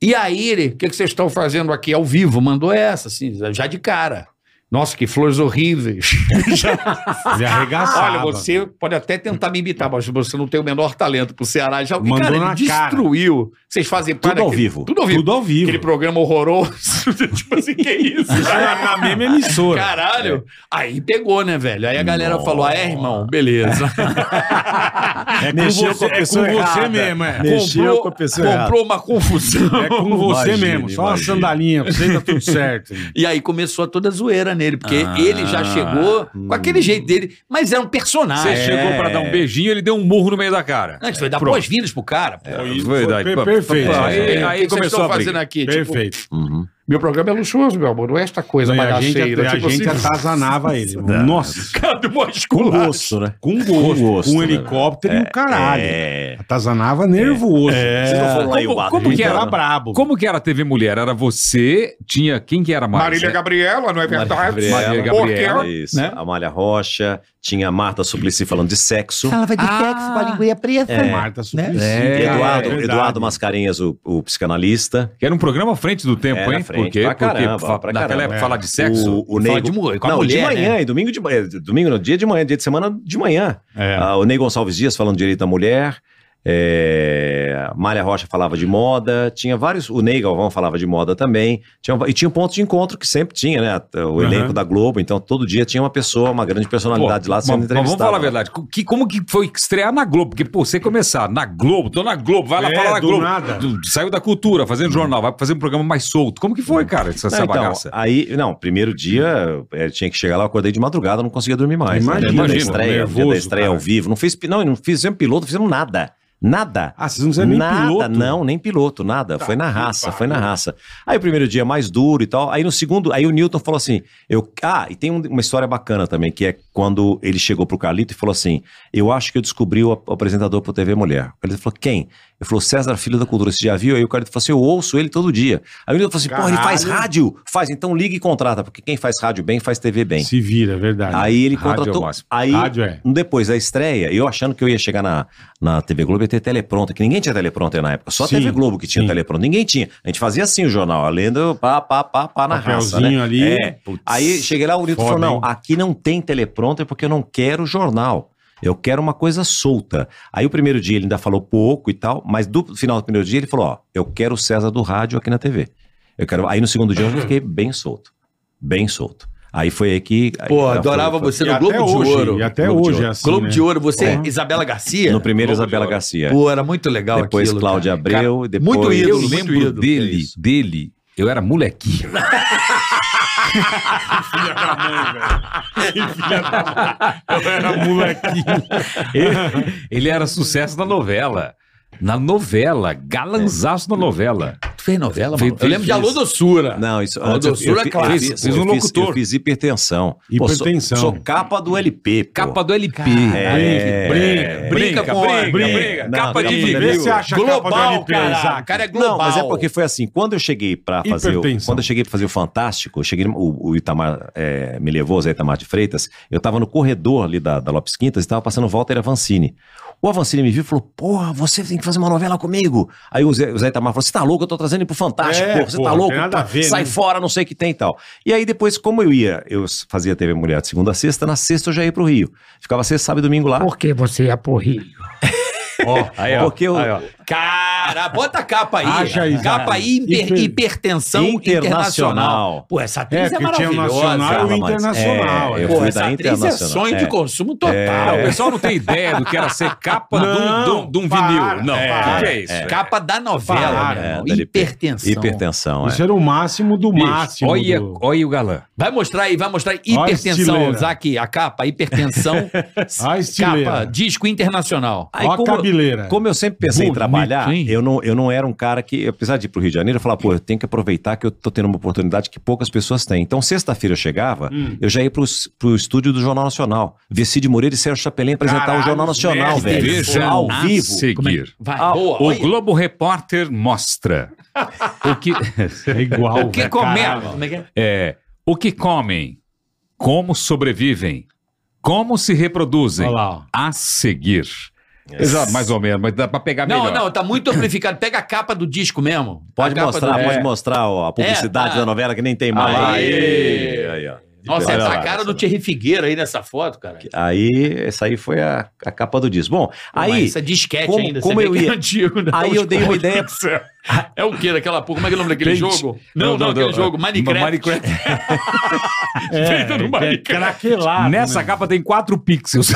E: E aí ele, o que, que vocês estão fazendo aqui ao vivo? Mandou essa, assim, já de cara.
K: Nossa, que flores horríveis.
B: Ele arregaçava.
K: Olha, você pode até tentar me imitar, mas você não tem o menor talento pro Ceará. Já,
B: Mandou
K: cara, ele
B: na cara.
K: destruiu. Vocês fazem
F: Tudo ao
K: daquele-
F: vivo.
K: Tudo ao vivo.
B: Tudo ao vivo.
K: Aquele programa horroroso. tipo assim, que isso?
B: Era na mesma emissora.
E: É.
K: Caralho. Aí pegou, né, velho? Aí a galera falou, ah, é, irmão, beleza.
B: É com
F: Mexeu
B: você,
F: com a
B: é
F: pessoa
B: com você
F: errada.
B: mesmo, é.
F: Mexeu com a pessoa errada.
K: comprou uma confusão.
B: É com você
F: Imagine,
B: mesmo. Só uma
F: imagine.
B: sandalinha pra você tá tudo certo.
H: E aí começou toda a zoeira nele, porque ele já chegou com aquele jeito dele, mas era um
D: Você
E: Ah,
H: personagem.
D: chegou
E: É.
D: pra dar um beijinho, ele deu um murro no meio da cara.
H: Antes foi dar boas-vindas pro cara. pô.
B: Foi,
D: verdade.
B: per- perfeito.
D: Aí,
B: É,
D: aí
K: O que vocês
D: começou a
K: estão
D: briga.
K: fazendo aqui? Tipo,
B: Perfeito.
K: meu programa é luxuoso, meu amor. Não é esta coisa
B: Não, e a gente,
A: é-
K: bagaceira.
B: a
K: tipo
B: gente
K: assim,
B: atazanava ele. Nossa.
K: cada uma
F: Com
K: esculada.
F: gosto, né?
B: Com gosto. Com,
F: gosto,
B: um
F: né?
B: helicóptero e o caralho.
F: É.
B: Atazanava nervoso.
F: Vocês não foram lá em
D: Como-
F: Ubatuba,
D: como que
F: não?
D: era?
B: Era
A: é
B: brabo.
D: Como que era a TV Mulher? Era você, tinha... Quem que era mais?
A: Marília Gabriela, não é verdade?
D: Marília
A: Porque
D: Gabriela. né?
F: Isso. Amália Rocha, tinha a Marta Suplicy falando de sexo.
C: Ela vai de sexo com a linguinha preta.
F: É.
B: Marta Suplicy.
D: É,
F: Eduardo,
B: verdade.
F: Eduardo Mascarenhas, o, o psicanalista.
D: Que Era um programa à frente do tempo,
F: Era
D: hein?
F: à frente,
D: Porque,
F: pra caramba,
D: porque fa-
F: pra
D: naquela
F: caramba. É.
D: época falar de sexo.
F: O, o Ney.
H: de mu- com a
F: não, de
H: mulher,
F: manhã,
D: né?
F: e domingo de manhã. Domingo no dia de manhã, dia de semana de manhã.
B: É.
D: É.
F: Ah, o Ney Gonçalves Dias falando de direito da mulher. É, Malha Rocha falava de moda, tinha vários. O Ney Galvão falava de moda também. Tinha, e tinha um ponto de encontro que sempre tinha, né? O elenco da Globo, então todo dia tinha uma pessoa, uma grande personalidade
D: Pô,
F: lá sendo
D: mas- mas
F: entrevistada.
D: vamos falar a verdade. co- que- como que foi estrear na Globo? Porque, pô, você começar na Globo, tô na Globo, vai lá
B: É,
D: falar na
B: do
D: Globo.
B: nada.
D: Do- saiu da cultura, fazendo jornal, vai fazer um programa mais solto. Como que foi, cara, essa, essa
F: Não, então,
D: bagaça?
F: aí, não, primeiro dia, eu tinha que chegar lá, eu acordei de madrugada, não conseguia dormir mais. né?
B: Imagina,
F: dia da
D: imagina,
F: estreia, dia
B: nervoso,
F: da estreia
B: cara.
F: ao vivo. Não fiz, pi- não, não fizemos piloto, não fizemos nada. Nada.
B: Ah, vocês não fizeram nem
F: nada,
B: piloto? Tá
F: não, nem piloto, nada. foi na raça, foi na raça. Aí o primeiro dia é mais duro e tal. Aí no segundo, aí o Newton falou assim: eu, ah, e tem um- uma história bacana também, que é quando ele chegou pro Carlito e falou assim: eu acho que eu descobri o, ap- apresentador pro TV Mulher. O Carlito falou: quem? Eu falou: César Filho da Cultura, você já viu? Aí o Carlito falou assim: eu ouço ele todo dia. Aí o Newton falou assim: porra, ele faz
B: Caralho.
F: rádio? Faz, então liga e contrata, porque quem faz rádio bem, faz TV bem.
B: Se vira, é verdade.
F: Aí ele
D: Rádio é o
F: contratou.
D: máximo.
F: aí,
B: Rádio é.
F: depois da estreia, eu achando que eu ia chegar na, na TV Globo e ter telepronta, que ninguém tinha telepronta na época, só
B: Sim,
F: a TV Globo que tinha
B: sim.
F: telepronta, ninguém tinha. A gente fazia assim o jornal, a lenda, pá, pá, pá, pá, na raça,
B: Papelzinho
F: né?
B: ali.
F: É.
B: Putz,
F: Aí cheguei lá, o Nilton
B: foda,
F: falou, não,
B: hein?
F: aqui não tem teleprompter porque eu não quero jornal. Eu quero uma coisa solta. Aí o primeiro dia ele ainda falou pouco e tal, mas do final do primeiro dia ele falou, ó, eu quero o César do rádio aqui na TV. Eu quero... Aí no segundo dia eu já fiquei bem solto, bem solto. Aí foi aí que...
H: Pô,
F: aí-
H: adorava
F: foi- foi-
H: você
B: E
H: no
B: até
H: Globo de
B: hoje,
H: Ouro.
B: E até
F: Globo de
B: hoje é
F: Ouro.
B: assim,
H: Globo
B: né?
H: de Ouro, você,
E: É.
B: Porra.
H: Isabela Garcia.
F: No primeiro,
H: Globo de
F: Isabela
H: Ouro.
F: Garcia.
H: Pô, era muito legal
F: Depois,
H: aquilo,
F: Cláudia
H: cara.
F: Abreu. e Depois...
D: eu
H: muito ídolo, muito
D: lembro
H: ídolo.
D: dele,
H: É isso.
D: dele. Eu era molequinho.
B: Eu era molequinho.
D: Ele, ele era sucesso na novela. Na novela, galanzaço na novela.
H: Tu fez novela, mano?
D: Fez-
H: eu
D: fez-
H: lembro de Alô
D: fez.
H: Doçura.
F: Não, isso.
H: Ó,
F: antes eu-
H: doçura
F: eu fi-
H: clássica.
F: eu fiz-
D: Fiz um
F: eu fiz-
D: locutor.
F: Eu fiz hipertensão.
B: Hipertensão.
F: sou, sou capa do LP. Pô.
D: Capa do LP.
F: É.
B: Brinca,
D: Brinca,
H: com
D: brinca,
H: a-
D: brinca. capa
F: Não,
D: de
F: capa do
D: vinil.
B: Vê se acha
F: tá
B: a capa do
H: Global,
B: LP,
H: cara. O
B: Isaac.
H: cara é
F: Não,
H: global.
F: mas é porque foi assim. Quando eu cheguei pra fazer, o,
B: Hipertensão.
F: quando eu cheguei para fazer o Fantástico, eu cheguei no- o, o Itamar é, me levou, o Zé Itamar de Freitas. Eu tava no corredor ali da, da Lopes Quintas e tava passando volta era Avancini. O Avancini me viu e falou: "Porra, você tem que fazer uma novela comigo". Aí o Zé, o Zé Itamar falou: "Você tá louco? Eu tô trazendo ele pro Fantástico.
B: É,
F: pô, você
B: porra,
F: tá
B: não
F: louco?
B: tem nada a ver,
F: Sai
B: né?"
F: fora, não sei o que tem e tal". E aí depois, como eu ia, eu fazia TV Mulher de segunda a sexta, na sexta eu já ia pro Rio. Ficava sexta, sábado e domingo lá.
K: Por que você é ia por Rio?
D: Aí, ó.
F: Porque eu,
D: Aí, ó.
H: Cara, bota a capa aí.
B: Acha aí,
H: capa aí, hiper-
B: Hiper-
H: hipertensão internacional.
F: internacional.
H: Pô, essa
B: É,
H: atriz é,
B: porque tinha o
E: é
H: maravilhosa.
B: nacional e o
F: Carla Maris.
B: internacional.
F: É,
B: é.
F: eu
H: Pô,
F: fui
H: essa
F: da
H: atriz é
F: Internacional.
H: sonho de
F: É.
H: consumo total.
D: O pessoal não tem ideia do que era ser capa de um- de um- de um
B: Não,
D: vinil. Não,
B: para,
D: o que que é isso?
H: É. Capa da novela,
B: Para,
H: meu
F: é,
H: irmão.
F: da LP.
H: Hipertensão.
F: Hipertensão, é.
B: Isso era o máximo do
D: Bicho,
B: máximo.
D: olha,
B: do-
D: olha o galã.
H: Vai mostrar aí, vai mostrar aí.
B: Ó a
H: hipertensão,
B: estileira.
H: Isaac, a capa, hipertensão,
B: Ó a estileira.
H: capa, disco internacional.
F: Aí,
B: Ó a
F: como,
B: cabeleira.
F: como eu sempre pensei em
H: Bonito,
F: trabalhar,
H: hein?
F: eu não, eu não era um cara que, apesar de ir pro Rio de Janeiro, eu falava, pô, eu tenho que aproveitar que eu tô tendo uma oportunidade que poucas pessoas têm. Então, sexta-feira eu chegava, eu já ia pro, pro estúdio do Jornal Nacional. ver Cid Moreira e Sérgio Chapelin apresentar
B: Caralho,
F: o Jornal Nacional,
B: merda,
F: velho.
B: veja
F: Ao
D: a
F: vivo. é
D: seguir.
H: é Vai,
F: Ah,
H: boa.
D: O
H: olha.
D: Globo Repórter mostra o que
B: É igual.
H: O que
B: velho,
H: comer?
B: caralho.
H: Como é que é?
D: é o que comem, como sobrevivem, como se reproduzem
B: Olha lá, ó.
D: a seguir. Exato, mais ou menos, mas dá pra pegar
H: Não,
D: melhor.
H: não, tá muito amplificado. Pega a capa do disco mesmo.
F: Pode
H: A capa
F: mostrar,
H: do-
F: pode mostrar ó, a publicidade
H: É, tá.
F: da novela que nem tem mais.
H: Aê.
F: Aí, ó.
K: Nossa,
F: Olha
K: essa
F: lá.
K: cara do Thierry Figueira aí nessa foto, cara.
F: Aí, essa aí foi a, a capa do disco. Bom, aí.
K: Essa disquete
F: como-
K: ainda,
F: como
K: vê
F: eu
K: que é
F: ia-
K: antigo, né?
F: Aí eu dei uma ideia. Ah.
K: É o quê daquela porra? Como é que é o nome daquele
D: Paint.
K: jogo? Não, não,
D: Não, não,
K: aquele
D: não.
K: jogo, Minecraft.
D: Minecraft.
F: É,
B: Feita no
K: Ah,
B: Craquelado.
F: né?
D: Nessa capa tem 4 pixels.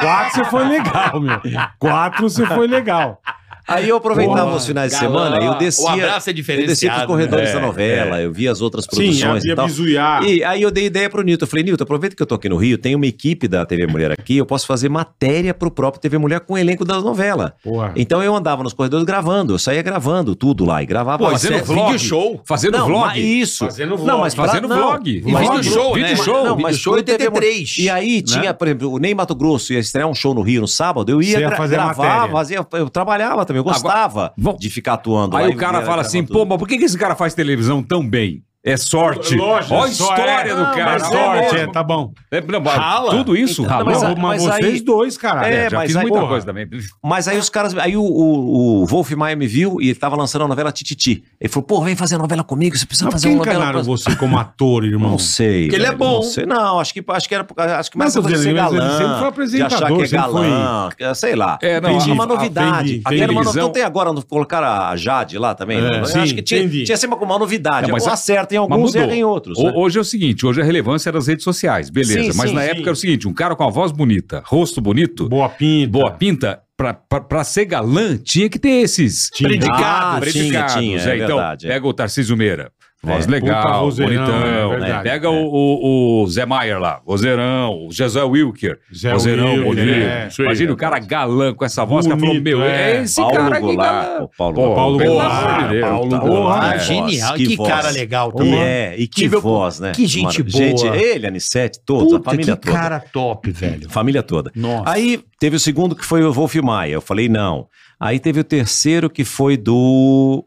B: Quatro você foi legal, meu. Quatro você foi legal.
F: Aí eu aproveitava
K: Boa,
F: os finais de
K: galã.
F: semana, eu
E: um
F: descia.
K: O abraço é
F: eu descia pros
K: diferenciado,
F: corredores
K: né?
F: da novela, eu via as outras
B: Sim,
F: produções
B: havia
F: e tal.
B: bisuiar.
F: E aí eu dei ideia pro Nilton. Eu falei, Nilton, aproveita que eu tô aqui no Rio, tem uma equipe da TV Mulher aqui, eu posso fazer matéria pro próprio TV Mulher com o elenco da novela.
B: Porra.
F: Então eu andava nos corredores gravando, eu saía gravando tudo lá e gravava.
D: Pô,
F: lá.
D: fazendo
F: Certo?
D: vlog.
F: Vídeo
D: show. Fazendo
F: não,
D: vlog.
F: mas isso.
B: Fazendo vlog.
F: Não, mas pra-
D: Fazendo
F: não.
D: vlog.
F: Vlog.
D: Vídeo show,
F: Vídeo
D: né?
F: show.
D: Não,
F: mas
E: show
F: foi
E: 83,
F: E aí
D: Né?
F: tinha, por exemplo, o Ney Mato Grosso ia estrear um show no Rio no sábado, eu ia
B: Você ia
F: gra-
B: fazer a
F: gravar,
B: matéria.
F: fazia, eu trabalhava também, eu gostava
D: vamos-
F: de ficar atuando. lá
D: Aí
F: e
D: o cara
F: via-
D: fala assim,
F: gravando
D: pô, mas por que que esse cara faz televisão tão bem? É sorte.
B: Lógico,
D: Olha a
B: só
D: história
B: é-
D: do
B: Não,
D: cara.
B: mas sorte, é, tá bom.
D: É, não, mas
K: Rala.
D: Tudo isso.
F: Então,
D: ralou.
F: mas a-
B: Mas,
F: mas aí-
B: vocês dois, cara.
F: É,
D: Já
F: mas
D: fiz
F: aí-
D: muita
F: porra.
D: coisa também.
F: Mas aí os caras. Aí o, o, o Wolf Maia me viu e ele tava lançando a novela Tititi. Ele falou, pô, vem fazer a novela comigo, você precisa
B: Mas
F: fazer
B: quem
F: uma novela.
B: encanaram
F: pra-
B: você como ator, irmão?
D: Hum.
F: Não sei.
K: Porque ele
F: velho,
K: é bom.
F: Não, sei. não acho que, acho que era. por causa- Acho que
B: Mas
F: mais
B: eu
F: por causa de ser
B: dizer, mas ele
F: galã.
B: sempre foi um
F: de achar
B: apresentador,
F: que é
B: sempre
F: galã. que- Sei lá.
D: É, não,
F: Tinha
B: entendi.
F: uma novidade.
B: Ah, entendi,
F: Era uma no-
D: entendi.
F: Então tem agora, não colocaram a Jade lá também?
B: É,
F: né? Eu
B: sim,
F: acho que tinha,
B: entendi.
F: tinha sempre alguma novidade.
D: É, mas
F: mas
D: a-
F: acerta em
D: Mas
F: alguns e
D: mudou.
F: erra em outros.
D: Ho-
F: né?
D: Hoje é o seguinte, hoje a relevância era as redes sociais, beleza.
F: Sim,
D: mas
F: sim,
D: na
F: sim.
D: época era o seguinte, um cara com a voz bonita, rosto bonito,
B: Boa pinta.
D: boa pinta, pra, pra, pra ser galã, tinha que ter esses
B: Tinha.
F: Ah,
D: predicados. predicados,
F: tinha, tinha,
D: é,
F: é
D: então,
F: verdade, é.
D: pega o Tarcísio Meira, voz
F: É,
B: puta
D: legal,
B: vozeirão, é
D: bonitão.
B: verdade,
D: pega
B: é.
D: o, o, o Zé Maier lá, vozeirão, o José Wilker,
B: Zé
D: vozeirão,
B: Wilker,
D: bonito.
B: é.
D: Isso aí, Imagina o cara galã com essa voz, que falou,
B: Bonito,
D: meu, é,
B: é.
D: esse
F: Paulo
D: cara aqui,
F: Goulart,
D: galã.
F: pô, Paulo,
D: Pô,
B: Paulo
D: pelo
B: Goulart,
D: amor de Deus.
F: Paulo
D: Tá
F: Goulart.
D: louco.
F: Ah,
K: Ah, genial.
F: que
K: Que,
F: voz.
K: cara legal
F: E
K: também.
F: é, e que
K: Tive-
F: voz, né?
K: que gente
F: Mano,
K: boa.
F: Gente, ele, Anissete, todos, a família toda. Ah,
K: cara top, velho.
F: Família toda.
K: Nossa.
F: Aí teve o segundo que foi o Wolf Maia. Eu falei, não. Aí teve o terceiro que foi do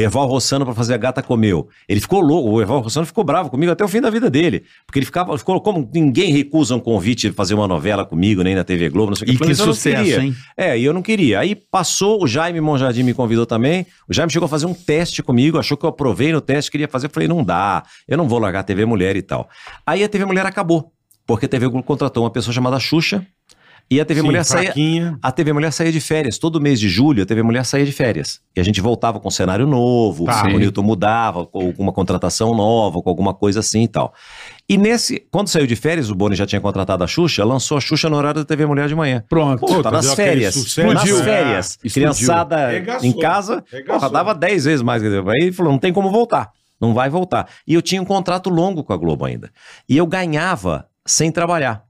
F: Erval Rossano pra fazer A Gata Comeu. Ele ficou louco, o Erval Rossano ficou bravo comigo até o fim da vida dele. Porque ele ficava, ficou como ninguém recusa um convite de fazer uma novela comigo, nem na TV Globo, não sei o que. Eu falei, mas eu não queria.
K: hein?
F: É, e eu não queria. Aí passou, o Jaime Monjardim me convidou também. O Jaime chegou a fazer um teste comigo, achou que eu aprovei no teste, queria fazer. Eu falei, não dá, eu não vou largar a TV Mulher e tal. Aí a TV Mulher acabou, porque a TV Globo contratou uma pessoa chamada Xuxa e a TV Mulher saía.
B: fraquinha.
F: A TV Mulher saía de férias. Todo mês de julho, a TV Mulher saía de férias. E a gente voltava com um cenário novo,
B: Tá.
F: o
B: Sim.
F: Newton mudava, com alguma contratação nova, com alguma coisa assim e tal. E nesse, quando saiu de férias, o Boni já tinha contratado a Xuxa, lançou a Xuxa no horário da TV Mulher de manhã.
B: Pronto.
F: Pô, tá né? nas férias. Nas férias. Criançada
B: Regaçou.
F: em casa,
B: Regaçou.
F: porra, dava 10 vezes mais. quer dizer, Aí ele falou, não tem como voltar. Não vai voltar. E eu tinha um contrato longo com a Globo ainda. E eu ganhava sem trabalhar.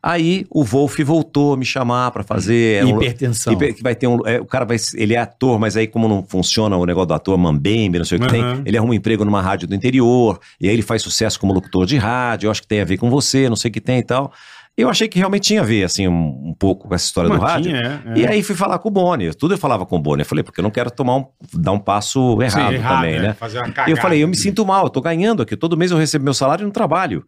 F: Aí o Wolf voltou a me chamar pra fazer. era um-
K: Hipertensão.
F: Hiper- que vai ter um, é, o cara vai, ele é ator, mas aí como não funciona o negócio do ator, mambembe, não sei o que
B: Aham.
F: tem, ele arruma um emprego numa rádio do interior, e aí ele faz sucesso como locutor de rádio, eu acho que tem a ver com você, não sei o que tem e tal. Eu achei que realmente tinha a ver, assim, um, um pouco com essa história do rádio.
B: é,
F: E aí fui falar com o Bonner, tudo eu falava com o Bonner, eu falei, porque eu não quero tomar um, dar um passo errado, também, né?
B: Fazer uma
F: E eu
B: cagada.
F: falei, eu me sinto mal, eu tô ganhando aqui, todo mês eu recebo meu salário e não trabalho.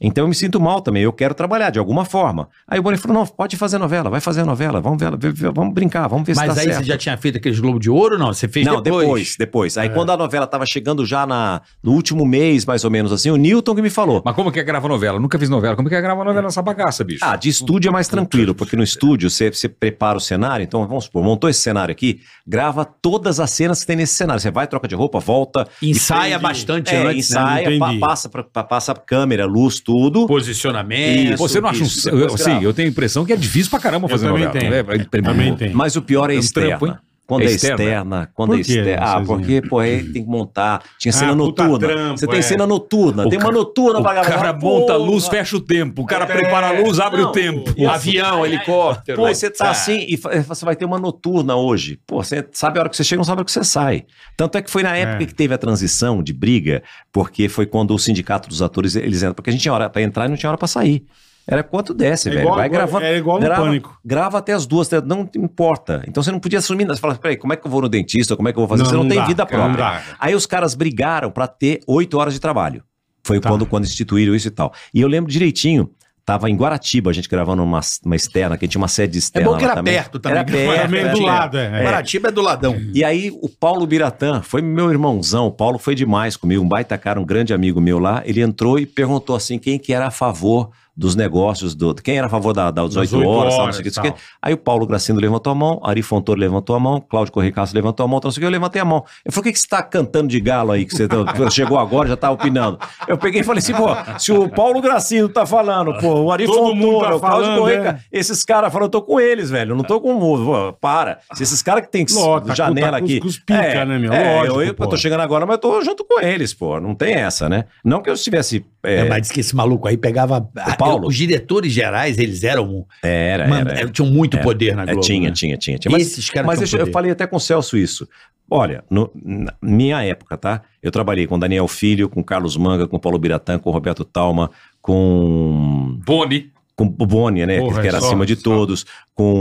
F: Então eu me sinto mal também, eu quero trabalhar de alguma forma. Aí o Boni falou, não, pode fazer novela, vai fazer novela, vamos ver, vê- vê- vamos brincar, vamos ver se
K: Mas
F: tá
K: aí
F: certo.
K: você já tinha feito aqueles Globo de Ouro? Não, você fez É.
F: Não, depois, depois. Aí quando a novela tava chegando já na, no último mês, mais ou menos assim, o Newton que me falou.
D: Mas como que é gravar novela? Nunca fiz novela. Como que é gravar novela nessa bagaça, bicho?
F: Ah, de estúdio é mais tranquilo, porque no estúdio você, você prepara o cenário, então vamos supor, montou esse cenário aqui, grava todas as cenas que tem nesse cenário. Você vai, troca de roupa, volta,
K: Ensaia bastante
F: é,
K: antes, né?
F: ensaia, pa-
B: Entendi.
F: passa, pra, pa- passa a câmera, luz, tudo.
K: Posicionamento.
F: Isso,
D: Você não acha
F: isso,
D: um.
F: depois
D: Eu, sim,
F: grava.
D: eu tenho a impressão que é difícil pra caramba
B: Eu
D: fazer
B: também
D: novela.
B: tenho.
D: né? É- é-
B: Também tem.
F: Mas o pior é
D: É um
F: externa.
D: trampo, hein?
F: quando
D: É
F: é
D: externa?
F: externa, quando
B: Por
F: é
B: quê,
F: externa. Ah,
B: Cezinha?
F: porque, pô, aí tem que montar. Tinha cena
B: Ah, puta
F: noturna.
B: trampo,
F: Você tem
B: é.
F: cena noturna.
D: O
F: tem
D: ca-
F: uma noturna
D: O
F: pra gravar.
D: cara monta a luz, fecha o tempo. O
B: É.
D: cara prepara a luz, abre o tempo.
K: Avião, helicóptero.
F: Pô, você tá assim e fa- você vai ter uma noturna hoje. Pô, você sabe a hora que você chega, não sabe a hora que você sai. Tanto é que foi na época
B: É.
F: que teve a transição de briga, porque foi quando o sindicato dos atores, eles entram, porque a gente tinha hora pra entrar e não tinha hora pra sair. Era quanto desce,
B: É
F: velho.
B: igual-
F: vai gravando.
B: é igual no
F: grava,
B: Pânico.
F: Grava até as duas, três, não importa. Então você não podia assumir nada. Você fala, peraí, como é que eu vou no dentista? Como é que eu vou fazer?
B: Não,
F: você não,
B: não
F: tem
B: dá,
F: vida
B: cara,
F: própria.
B: não dá.
F: Aí os caras brigaram pra ter oito horas de trabalho. Foi
B: Tá.
F: quando, quando instituíram isso e tal. E eu lembro direitinho, Tava em Guaratiba, a gente gravando uma, uma externa, que tinha uma sede externa.
H: É bom que
F: lá
H: era perto também,
F: Era
H: que
F: perto,
H: foi
B: meio
F: era
B: do
F: perto.
B: lado, é.
H: Guaratiba é do ladão.
F: E aí, o Paulo Biratã foi meu irmãozão. O Paulo foi demais comigo, um baita cara, um grande amigo meu lá. Ele entrou e perguntou assim: quem que era a favor dos negócios, do, quem era a favor da, das 18
B: oito
F: horas, tal, não
B: horas,
F: sei o que, não
B: tal.
F: sei o que. Aí o Paulo Gracindo levantou a mão, Ari Fontoura levantou a mão, Cláudio Corricaço levantou a mão, tal, não sei o que, eu levantei a mão. Eu falei: o que, que você está cantando de galo aí? Que você tá- chegou agora, já está opinando. Eu peguei e falei assim: pô, se o Paulo Gracindo tá falando, pô, o Ari
B: Todo mundo
F: Fontoura,
B: tá
F: o Cláudio
B: falando,
F: Corrica,
B: é.
F: esses caras falaram, eu tô com eles, velho, eu não tô com o pô, para. Se esses caras que tem
B: Lógico, tá
F: janela
B: com-
F: aqui.
B: com os pica, né, meu?
F: É,
B: Lógico,
F: eu, eu
B: pô.
F: tô chegando agora, mas eu tô junto com eles, pô. Não tem essa, né? Não que eu estivesse.
K: né?
F: É,
H: É, mas diz que esse maluco aí pegava. a-
F: Paulo?
H: Os diretores gerais, eles eram.
F: Era,
H: mano,
F: era.
H: eram- tinham muito poder na
F: É,
H: Globo.
F: tinha,
H: né?
F: tinha, tinha, tinha. Mas,
H: Esses caras
F: mas
H: têm
F: deixa- eu
H: poder.
F: falei até com o Celso isso. Olha, no- na minha época, tá? Eu trabalhei com Daniel Filho, com Carlos Manga, com Paulo Biratã, com Roberto Talma, com.
D: Boni.
F: Com o Boni, né?
B: Porra, é
F: que era
B: só-
F: acima de
B: só.
F: todos.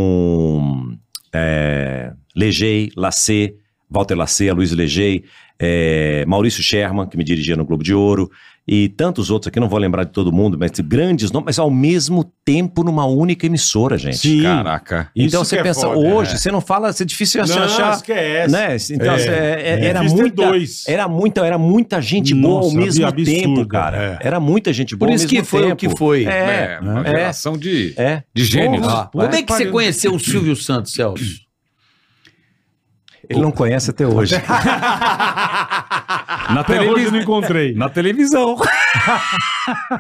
F: Com. É, Legei, Lacê, Walter Lacê, Luiz Legei, é, Maurício Sherman, que me dirigia no Globo de Ouro, e tantos outros aqui, não vou lembrar de todo mundo, mas grandes nomes, mas ao mesmo tempo numa única emissora, gente.
B: Sim.
D: Caraca.
F: Então
B: Isso
F: você
B: que é
F: pensa,
B: foda,
F: hoje, você não fala, você é difícil
B: Não,
F: você achar.
B: esquece.
F: Né? Então,
B: É.
F: você- é-
B: É.
F: era
B: Difícil ter
F: muita.
B: dois.
F: Era muita, era muita gente boa ao
B: Nossa,
F: mesmo
B: absurdo,
F: tempo, cara.
B: é.
F: Era muita gente boa
H: Por
F: ao
H: isso que
F: mesmo
H: foi o
F: tempo.
H: que foi.
F: É.
B: né?
D: É, uma
F: É.
D: geração de,
F: É.
D: de gênios.
H: Ah,
F: Puta
H: como é que você
B: pariu.
H: conheceu o Silvio Santos, Celso?
F: Ele não conhece até hoje.
D: Na,
B: Até hoje eu não
D: televis...
B: encontrei.
D: Na televisão.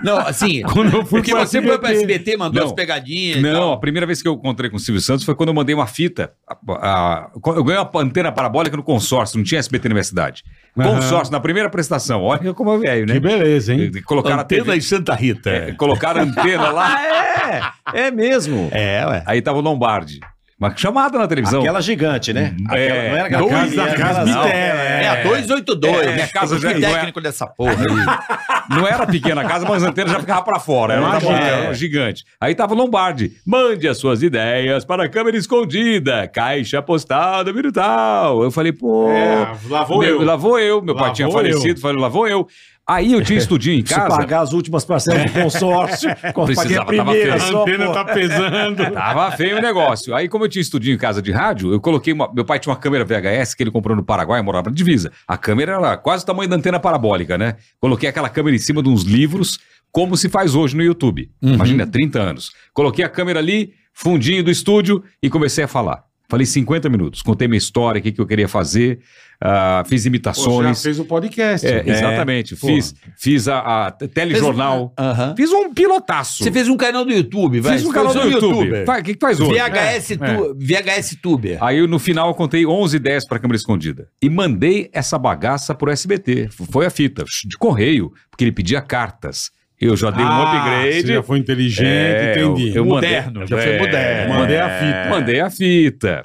H: Não, assim.
B: Quando eu fui
H: porque
B: pra
H: você foi pra SBT, mandou
D: Não.
H: as pegadinhas. né? e
D: Não,
H: tal.
D: a primeira vez que eu encontrei com o Silvio Santos foi quando eu mandei uma fita. A- a- eu ganhei uma antena parabólica no consórcio, não tinha SBT na minha cidade.
B: Aham.
D: Consórcio, na primeira prestação. Olha como é velho, né?
B: Que beleza, hein?
D: E- e Colocaram a TV.
K: em Santa Rita.
D: É, colocaram a antena lá.
F: Ah, é! É mesmo.
K: É, ué.
D: Aí tava o Lombardi. Uma chamada na televisão.
F: Aquela gigante, né?
D: É.
F: Aquela, não era aquela
B: Dois
F: casa,
B: da
F: era
B: casa
F: aquela-
B: Mitterrand,
H: É, a 282.
D: É, minha casa
H: o
D: já-
H: né? técnico dessa porra. aí.
D: Não era pequena a casa, mas a antena já ficava pra fora. Era,
B: Imagina.
D: tava- era um gigante. Aí tava o Lombardi. Mande as suas ideias para a câmera escondida. Caixa postal, número tal. Eu falei, pô.
B: É, lá vou
D: meu,
B: eu.
D: Lá vou eu. Meu
B: Lá
D: pai tinha
B: vou
D: falecido. Falei, lá vou eu. Aí eu tinha estudinho em
F: Preciso
D: casa.
F: pagar as últimas parcelas do consórcio. Paguei a
D: Precisava, tava
F: primeira
D: feio.
B: A
F: só,
B: antena
F: pô.
B: tá pesando.
D: Tava feio o negócio. Aí, como eu tinha estudinho em casa de rádio, eu coloquei uma. Meu pai tinha uma câmera VHS que ele comprou no Paraguai, morava na divisa. A câmera era quase o tamanho da antena parabólica, né? Coloquei aquela câmera em cima de uns livros, como se faz hoje no YouTube.
B: Uhum.
D: Imagina, 30 anos. Coloquei a câmera ali, fundinho do estúdio, e comecei a falar. Falei 50 minutos, contei minha história, o que, que eu queria fazer, ah, fiz
B: Pô, já
D: imitações.
B: fez o podcast. né?
D: É, exatamente.
B: porra. um
D: Fiz, fiz a, a telejornal.
H: Aham.
D: Fiz um pilotaço.
H: Você fez um canal do YouTube, vai.
D: Fiz um
H: Você
D: canal
H: fez
D: no YouTube. Fa- O que, que faz hoje?
H: VHS, tu- VHS Tuber.
D: Aí eu, no final eu contei 11 ideias pra câmera escondida. E mandei essa bagaça pro SBT. F- Foi a fita, sh- de correio, porque ele pedia cartas. Eu já dei um
B: Ah,
D: upgrade.
B: Você já foi inteligente,
D: É,
B: entendi.
D: eu
K: Moderno,
D: mandei-
K: já foi
D: é,
K: moderno.
B: né? Mandei a fita.
D: Mandei a fita.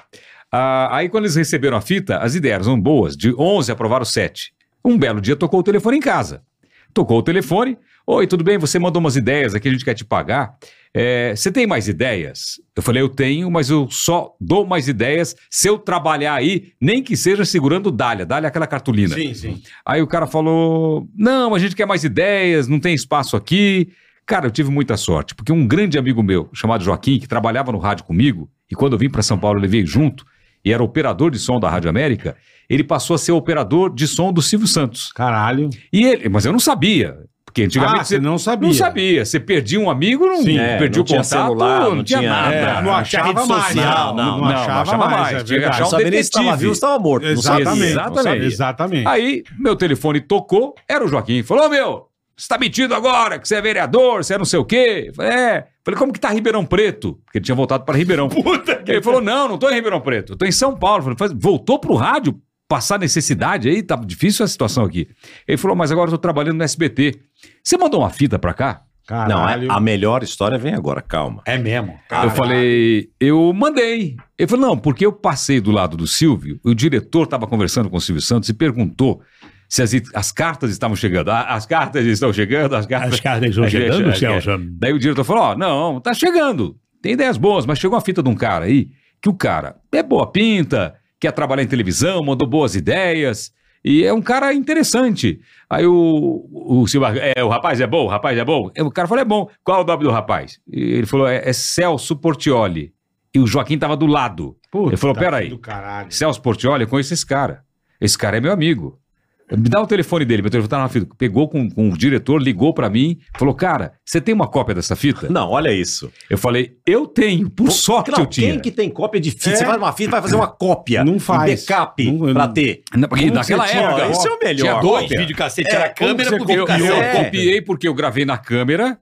D: Ah, aí quando eles receberam a fita, as ideias eram boas. De 11 aprovaram 7. Um belo dia tocou o telefone em casa. Tocou o telefone. Oi, tudo bem? Você mandou umas ideias aqui, a gente quer te pagar. É, você tem mais ideias? Eu falei, eu tenho, mas eu só dou mais ideias se eu trabalhar aí, nem que seja segurando Dália. Dália é aquela cartolina.
B: Sim, sim.
D: Aí o cara falou: Não, a gente quer mais ideias, não tem espaço aqui. Cara, eu tive muita sorte, porque um grande amigo meu, chamado Joaquim, que trabalhava no rádio comigo, e quando eu vim para São Paulo, eu levei junto, e era operador de som da Rádio América, ele passou a ser operador de som do Silvio Santos.
B: Caralho.
D: E ele, mas eu não sabia, porque antigamente
B: Ah, você não sabia.
D: não sabia. Você perdia um amigo, não
B: Sim,
F: É,
D: perdia
F: não
D: o
F: tinha
D: contato,
F: celular,
D: não, tinha nada.
B: É, não, achava
H: rede
B: mais.
H: social,
B: não,
D: não, não achava mais,
B: é
D: tinha que
B: verdade.
D: achar
F: Não
D: um
F: sabia nem se tava
D: detetive.
F: vivo ou se tava morto. Não sabia.
B: Exatamente.
D: Exatamente.
B: um- não sabia, Exatamente.
D: Aí, meu telefone tocou, era o Joaquim. Falou, "Ô, meu, você tá metido agora, que você é vereador, você é não sei o quê. Eu Falei, é. Falei, como que tá Ribeirão Preto? Porque ele tinha voltado para Ribeirão. Puta que... Ele falou, não, não tô em Ribeirão Preto, eu tô em São Paulo. Falei, "Faz- voltou pro rádio passar necessidade aí, tá difícil a situação aqui. Ele falou, mas agora eu tô trabalhando no SBT. Você mandou uma fita pra cá?
F: Não,
B: Caralho.
F: é- a melhor história vem agora, calma.
K: É mesmo.
D: Eu falei, eu mandei. Ele falou, não, porque eu passei do lado do Silvio, o diretor estava conversando com o Silvio Santos e perguntou se as, as cartas estavam chegando. Ah, As cartas estão chegando, as cartas.
K: As cartas estão
D: É,
K: chegando,
D: é,
K: Celso?
D: é. Daí o diretor falou: ó, não, tá chegando. Tem ideias boas, mas chegou uma fita de um cara aí, que o cara é boa pinta, quer trabalhar em televisão, mandou boas ideias. E é um cara interessante. Aí o, o Silva, é, o rapaz é bom, o rapaz é bom. O cara falou, é bom. Qual é o nome do rapaz? E ele falou, é, é Celso Portioli. E o Joaquim tava do lado. ele falou, peraí,
B: Do caralho.
D: Celso Portioli, eu conheço esse cara. Esse cara é meu amigo. Me dá o telefone dele, meu telefone tá na fita. Pegou com, com o diretor, ligou pra mim, falou, cara, você tem uma cópia dessa fita?
F: Não, olha isso.
D: Eu falei, eu tenho, por sorte
F: Não,
D: eu tinha.
F: Quem que tem cópia de fita?
B: É.
F: Você faz uma fita, vai fazer uma cópia.
B: Não faz.
F: Um backup
B: Não-
F: pra
B: não-
F: ter.
D: Não, porque naquela
F: tinha?
D: época,
F: Isso é o
D: Tinha
F: melhor.
D: dois vídeos
K: Videocassete era câmera
B: você
K: pro
B: copiou?
D: Eu
K: videocassete.
D: copiei porque eu gravei na câmera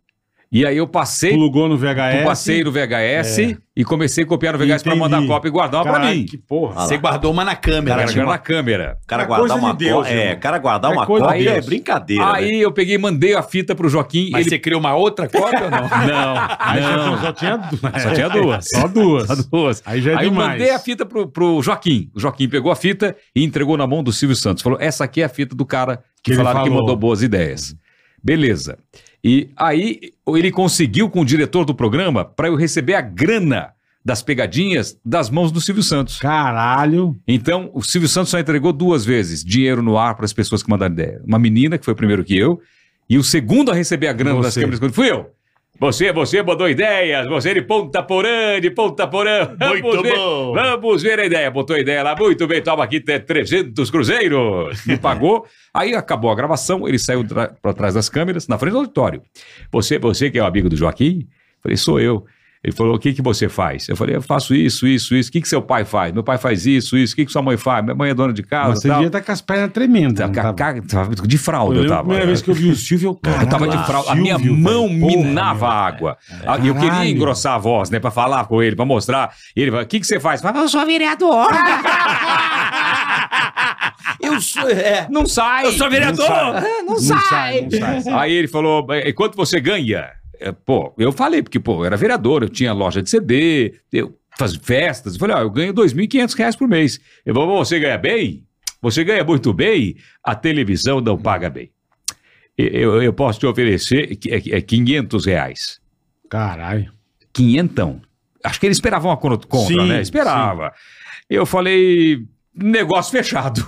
D: e aí eu passei,
B: Plugou no
D: eu
B: VHS.
D: passei no VHS e comecei a copiar no VHS para
B: Entendi.
D: mandar a cópia e guardar uma para
B: Caralho,
D: mim.
B: Que porra.
K: Você guardou uma na câmera.
D: Era
K: Cara,
D: na câmera.
F: O cara
B: É
F: guardar
B: coisa
F: uma
B: de Deus,
F: cópia. É,
B: irmão.
F: cara guardar
B: É
F: uma
B: coisa de
F: cópia é
B: Deus.
F: brincadeira. né?
D: Aí eu peguei e mandei a fita pro Joaquim.
K: Mas
D: ele...
K: você criou uma outra cópia ou não?
B: Aí
D: Não,
B: só-
D: não.
B: só tinha duas.
D: Só tinha duas.
B: Só duas.
D: Só duas.
B: Aí já é
D: Aí eu
B: demais.
D: mandei a fita pro, pro Joaquim. O Joaquim pegou a fita e entregou na mão do Silvio Santos. Falou: essa aqui é a fita do cara que,
B: Que ele
D: falaram que
B: falou.
D: mandou boas ideias. Beleza. E aí ele conseguiu com o diretor do programa para eu receber a grana das pegadinhas das mãos do Silvio Santos.
B: Caralho.
D: Então, o Silvio Santos só entregou duas vezes dinheiro no ar para as pessoas que mandaram ideia. Uma menina, que foi o primeiro que eu, e o segundo a receber a grana das
B: Você.
D: câmeras quando fui eu. Você, você mandou ideias, você de Ponta Porã, de Ponta Porã. Vamos
G: Muito
D: ver,
G: bom.
D: Vamos ver a ideia. Botou a ideia lá, muito bem, toma aqui tem 300 cruzeiros. Me pagou. Aí acabou a gravação, ele saiu para trás das câmeras, na frente do auditório. Você, você que é o amigo do Joaquim? Falei, sou eu. Ele falou, o que, que você faz? Eu falei, eu faço isso, isso, isso. O que, que seu pai faz? Meu pai faz isso, isso. O que, que sua mãe faz? Minha mãe é dona de
B: Mas
D: casa
B: você
D: tal.
B: devia estar com as pernas tremendas.
D: Tava-
B: não tava?
D: ca- tava de
B: Eu
D: fralda eu,
B: lembro a
D: tava. é. né?
B: primeira vez que eu vi o Silvio, eu,
D: Eu tava de
B: caralho,
D: fralda. A minha
B: Silvio, velho.
D: mão
B: Porra,
D: minava
B: meu.
D: água. Ah, Eu queria
B: Caralho.
D: engrossar a voz, né? Pra falar com ele, pra mostrar. E ele fala, o que, que você faz?
C: Oh,
D: Eu falo, eu sou vereador.
H: Eu sou. É.
D: Não sai. Eu sou vereador.
B: Não sai, não sai.
D: Aí ele falou, "E quanto você ganha? É, Pô, eu falei, porque, pô, eu era vereador, eu tinha loja de CD, eu fazia festas. Eu falei, ó, eu ganho 2.500 reais por mês. Eu falei, você ganha bem? Você ganha muito bem? A televisão não paga bem. Eu, eu posso te oferecer qui- é, é 500 reais.
B: Caralho.
D: Quinhentão. Acho que ele esperava uma contra, contra,
B: Sim,
D: né? Esperava. Eu falei, negócio fechado.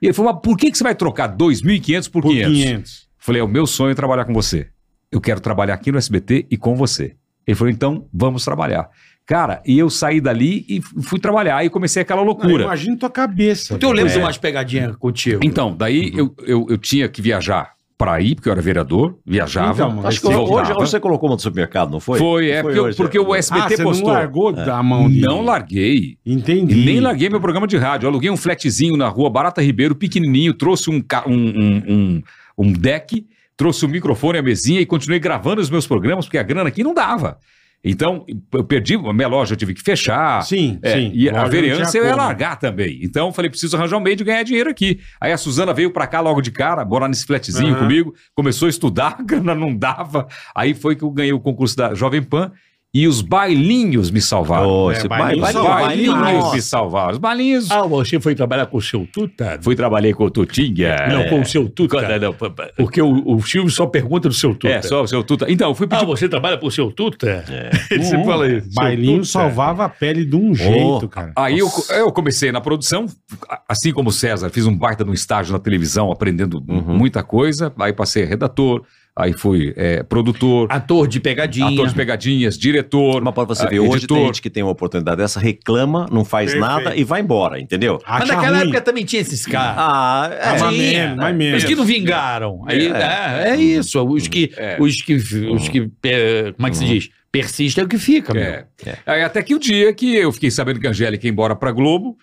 D: E ele falou, mas por que, que você vai trocar 2.500 por
B: Por
D: 500?
B: 500.
D: Falei, é o meu sonho é trabalhar com você. Eu quero trabalhar aqui no SBT e com você. Ele falou, então vamos trabalhar. Cara, e eu saí dali e f- fui trabalhar. Aí comecei aquela
B: Não,
D: loucura.
B: imagina tua cabeça.
H: Então Eu lembro de
B: velho.
H: umas pegadinhas contigo.
D: então, daí eu, eu, eu tinha que viajar para ir, porque eu era vereador, viajava.
B: Então, mas
F: Acho que
D: voltava.
F: hoje é você colocou uma do supermercado, não foi?
D: foi, é porque, eu-
F: hoje,
D: porque
F: é.
D: o
B: Ah,
D: SBT
B: você não
D: postou. É.
B: largou da mão dele.
D: Não larguei.
B: Entendi.
D: E nem larguei meu programa de rádio. Eu aluguei um flatzinho na rua Barata Ribeiro, pequenininho, trouxe um, ca- um, um, um, um deck, trouxe o microfone, a mesinha e continuei gravando os meus programas, porque a grana aqui não dava. Então, eu perdi, a minha loja eu tive que fechar.
B: Sim,
D: É,
B: sim.
D: E
B: Lógico,
D: a
B: não
D: vereança
B: tinha
D: eu ia
B: como.
D: largar também. Então eu falei, preciso arranjar um meio de ganhar dinheiro aqui. Aí a Suzana veio pra cá logo de cara, morar nesse flatzinho
B: Aham.
D: comigo, começou a estudar, a grana não dava. Aí foi que eu ganhei o concurso da Jovem Pan e os bailinhos me salvaram.
F: Ô,
B: É,
F: esse
B: bailinho
F: bailinho,
D: Os
B: só
F: bailinho,
D: bailinhos
F: nossa.
D: me salvaram. Os bailinhos.
K: Ah, você foi trabalhar com o seu Tuta?
D: Fui trabalhei com o Tutinha.
A: É.
K: Não, com o seu Tuta.
D: Não,
K: Porque o, o Silvio só pergunta do seu Tuta.
D: É, só o seu Tuta. Então, eu fui
K: Ah,
D: pedir.
K: você trabalha com o seu Tuta?
A: É.
B: Ele sempre fala isso. Uhum. Bailinho salvava a pele de um jeito, cara.
D: Aí eu,
F: Nossa.
D: eu comecei na produção, a- assim como o César, fiz um baita de um estágio na televisão, aprendendo muita coisa. Aí passei redator, aí fui é, produtor,
H: Ator de pegadinha.
D: ator de pegadinhas, diretor.
F: Mas pra você
D: ah,
F: ver, hoje
D: editor.
F: tem gente que tem uma oportunidade dessa, reclama, não faz
B: Perfeito.
F: nada e vai embora, entendeu?
B: Acha
H: Mas naquela
B: ruim.
H: época também tinha esses caras.
F: Ah, é.
H: Mas
B: mais
H: tinha.
B: menos, mais
K: Os
B: menos.
K: que não vingaram. Aí, é, é isso. Os que.
D: É. Uhum.
K: Os que. Os que eh, como é que se diz? Persiste é o que fica, meu.
D: É. Aí até que o dia que eu fiquei sabendo que a Angélica ia embora pra Globo,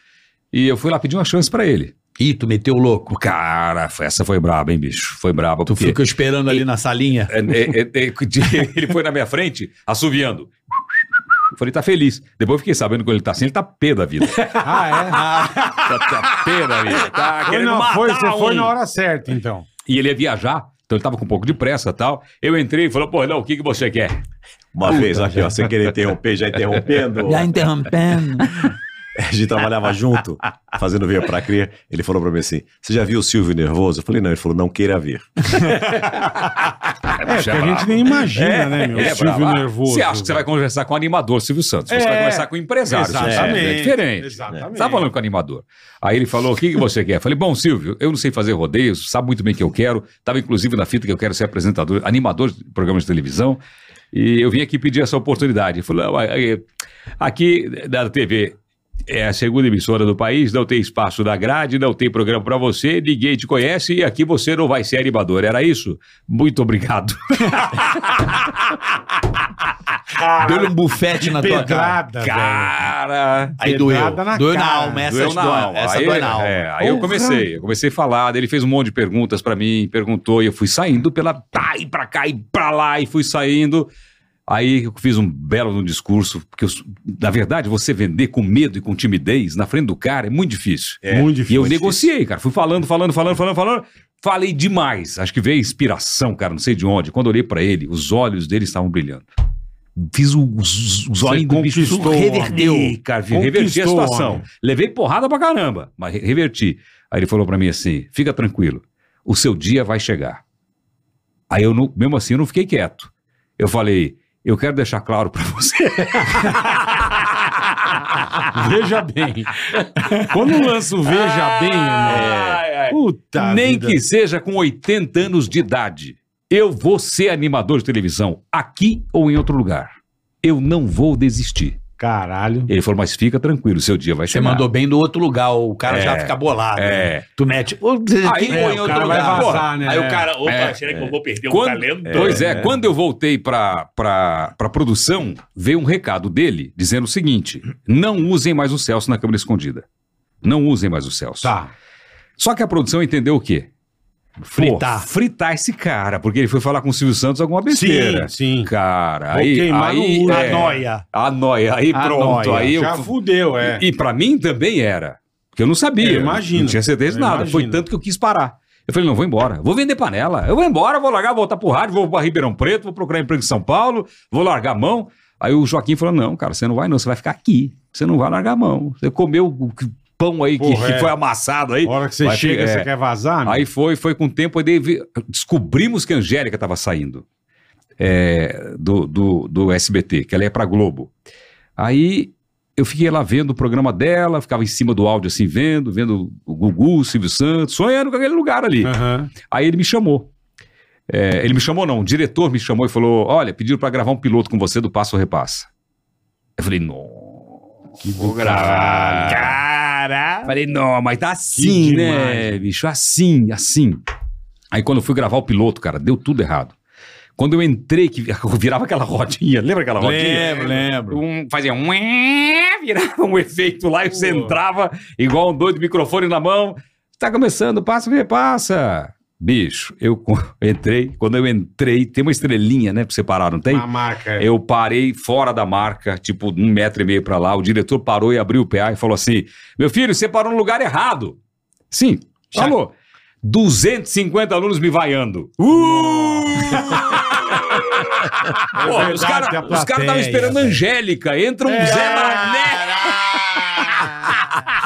D: e eu fui lá pedir uma chance pra ele.
H: Ih, tu meteu o louco.
D: Cara, essa foi braba, hein, bicho? Foi braba.
K: Tu
D: porque-
K: fica esperando ali na salinha.
D: É, é, é, é, de- ele foi na minha frente, assoviando. Eu Falei, tá feliz. Depois eu fiquei sabendo que quando ele tá assim, ele tá pé da vida.
B: Ah,
D: Tá, tá pé da vida. Tá
B: é? Foi
D: querendo
B: na,
D: matar
B: foi, você foi
D: um.
B: na hora certa, então.
D: E ele ia viajar, então ele tava com um pouco de pressa e tal. Eu entrei e falou, pô, não, o que, que você quer?
F: Uma vez, aqui, ó, sem querer interromper, já interrompendo.
H: Já interrompendo.
F: a gente trabalhava junto, fazendo Via Pra Crer. Ele falou pra mim assim: Você já viu o Silvio nervoso? Eu falei: Não. Ele falou: Não queira ver.
B: É, porque a gente nem imagina, né, meu?
D: É,
B: Silvio
D: brava.
B: nervoso.
D: Você acha que você vai conversar com o animador Silvio Santos? Você
B: É.
D: vai conversar com o empresário. Silvio Santos.
B: Exatamente.
D: É diferente.
B: Exatamente.
D: Você tá falando com o animador. Aí ele falou: o que, que você quer? Eu falei, bom, Silvio, eu não sei fazer rodeios, sabe muito bem o que eu quero. Estava inclusive na fita que eu quero ser apresentador, animador de programas de televisão. E eu vim aqui pedir essa oportunidade. Ele falou: "Não, aí, aqui da TV. É a segunda emissora do país, não tem espaço na grade, não tem programa pra você, ninguém te conhece e aqui você não vai ser animador. Era isso? Muito obrigado.
E: Deu-lhe um bufete na tua cara.
B: Pedrada, velho.
D: Cara.
E: Aí
B: pedrada
E: doeu.
B: na
E: doeu na
B: cara.
E: alma, essa
D: Doeu
E: doeu
D: na alma.
E: Essa
D: aí,
E: doeu na alma.
D: é, aí eu comecei, eu comecei a falar, daí ele fez um monte de perguntas pra mim, perguntou, e eu fui saindo pela. Tá, e pra cá, e pra lá, e fui saindo. Aí eu fiz um belo de um discurso, porque eu s- na verdade você vender com medo e com timidez na frente do cara é muito difícil.
B: Muito
D: E
B: difícil.
D: eu negociei, cara. Fui falando, falando, falando, falando, falando. Falei demais. Acho que veio inspiração, cara, não sei de onde. Quando eu olhei pra ele, os olhos dele estavam brilhando. Fiz o- os, os
B: Você
D: olhos do bicho.
B: conquistou,
D: Reverteu. Cara, vi- reverti a
B: Conquistou,
D: situação.
B: homem.
D: Levei porrada pra caramba, mas re- reverti. Aí ele falou pra mim assim: fica tranquilo, o seu dia vai chegar. Aí eu, não- mesmo assim, eu não fiquei quieto. Eu falei: eu quero deixar claro pra você.
B: Veja bem. Quando lança o Veja Bem, irmão. Puta
D: Nem
B: vida.
D: que seja com 80 anos de idade. Eu vou ser animador de televisão, aqui ou em outro lugar. Eu não vou desistir.
B: Caralho.
D: Ele falou, mas fica tranquilo, seu dia vai
E: Você
D: chegar.
E: mandou bem do outro lugar, o cara já fica bolado. né?
D: É.
E: Tu mete. Ô, você-
D: Aí,
E: quem
D: é,
E: põe
D: o
E: em outro
B: cara vai
E: lugar?
B: vazar. né?
G: Aí o cara, opa,
D: É,
G: será que eu vou perder um
D: Quando-
G: talento?
D: Pois é, quando eu voltei pra, pra, pra produção, veio um recado dele dizendo o seguinte: não usem mais o Celso na câmera escondida. Não usem mais o Celso.
B: Tá.
D: Só que a produção entendeu o quê? Fritar. fritar esse cara, porque ele foi falar com o Silvio Santos alguma besteira.
B: Sim, sim.
D: Cara,
B: Vou
D: aí.
B: queimar
D: aí
B: no-
D: é,
B: a noia.
D: A noia. Aí
B: A
D: pronto.
B: noia.
D: Aí eu
B: Já fudeu, é.
D: e pra mim também era. Porque eu não sabia.
B: Eu imagino.
D: Não tinha certeza de
B: Eu
D: nada. Foi
B: imagino.
D: tanto que eu quis parar. Eu falei, não, vou embora. Vou vender panela. Eu vou embora, vou largar, vou voltar pro rádio, vou pra Ribeirão Preto, vou procurar emprego em São Paulo, vou largar a mão. Aí o Joaquim falou, não, cara, você não vai não, você vai ficar aqui. Você não vai largar a mão. Você comeu o que- pão aí que,
B: Porra,
D: que
B: é.
D: foi amassado aí.
B: A hora que você
D: Vai
B: chega,
D: fi-
B: você
D: é.
B: quer vazar?
D: Aí foi, foi com o tempo, aí daí vi- descobrimos que a Angélica estava saindo é, do, do, do SBT, que ela ia pra Globo. Aí eu fiquei lá vendo o programa dela, ficava em cima do áudio assim, vendo, vendo o Gugu, o Silvio Santos, sonhando com aquele lugar ali.
B: meu? Aham.
D: Aí ele me chamou. É, ele me chamou não, o diretor me chamou e falou, olha, pediram pra gravar um piloto com você do Passo ou Repassa. Eu falei, não,
B: Que do caralho.
D: Cara! Falei, não, mas tá
B: Que
D: assim,
B: demais.
D: né, bicho? Assim, assim. Aí quando eu fui gravar o piloto, cara, deu tudo errado. Quando eu entrei, que virava aquela rodinha, lembra aquela rodinha?
E: Lembro, lembro.
D: Um, fazia um... ué, Virava um efeito lá e você entrava igual um doido, microfone na mão. Tá começando, passa, repassa. Bicho, eu co- entrei, quando eu entrei, tem uma estrelinha, né, pra separar, não tem?
B: Uma marca. é.
D: Eu parei fora da marca, tipo um metro e meio pra lá. O diretor parou e abriu o PA e falou assim: Meu filho, você parou no lugar errado. Sim, falou. 250 alunos me vaiando. Pô,
B: É verdade,
D: os
B: tem a
D: caras
B: plateia, né,
D: estavam esperando a
B: velho. É,
D: Angélica. Entra um Zé Mané.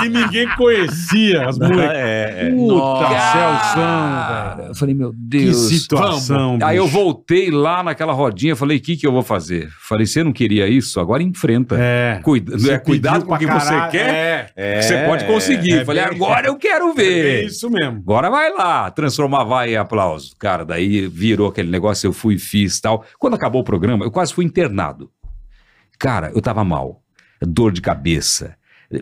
B: que ninguém conhecia as moleques.
F: É, é.
B: Puta,
D: Cara,
B: Celsão, velho.
D: Eu falei, meu
B: Que
D: Deus.
B: situação,
D: Aí eu
B: bicho.
D: voltei lá naquela rodinha, falei, o que, que eu vou fazer? Falei, você não queria isso? Agora enfrenta.
B: É.
D: Cuida-
B: Você
D: é, cuidado com o que
B: pediu pra
D: você
B: caralho,
D: quer,
B: É,
F: É,
D: você pode conseguir.
B: é
D: falei,
B: bem-
D: agora eu quero
B: é
D: ver.
B: isso mesmo.
D: Agora vai lá, transformar vai em aplauso. Cara, daí virou aquele negócio, eu fui, fiz tal. Quando acabou o programa, eu quase fui internado. Cara, eu tava mal. Dor de cabeça,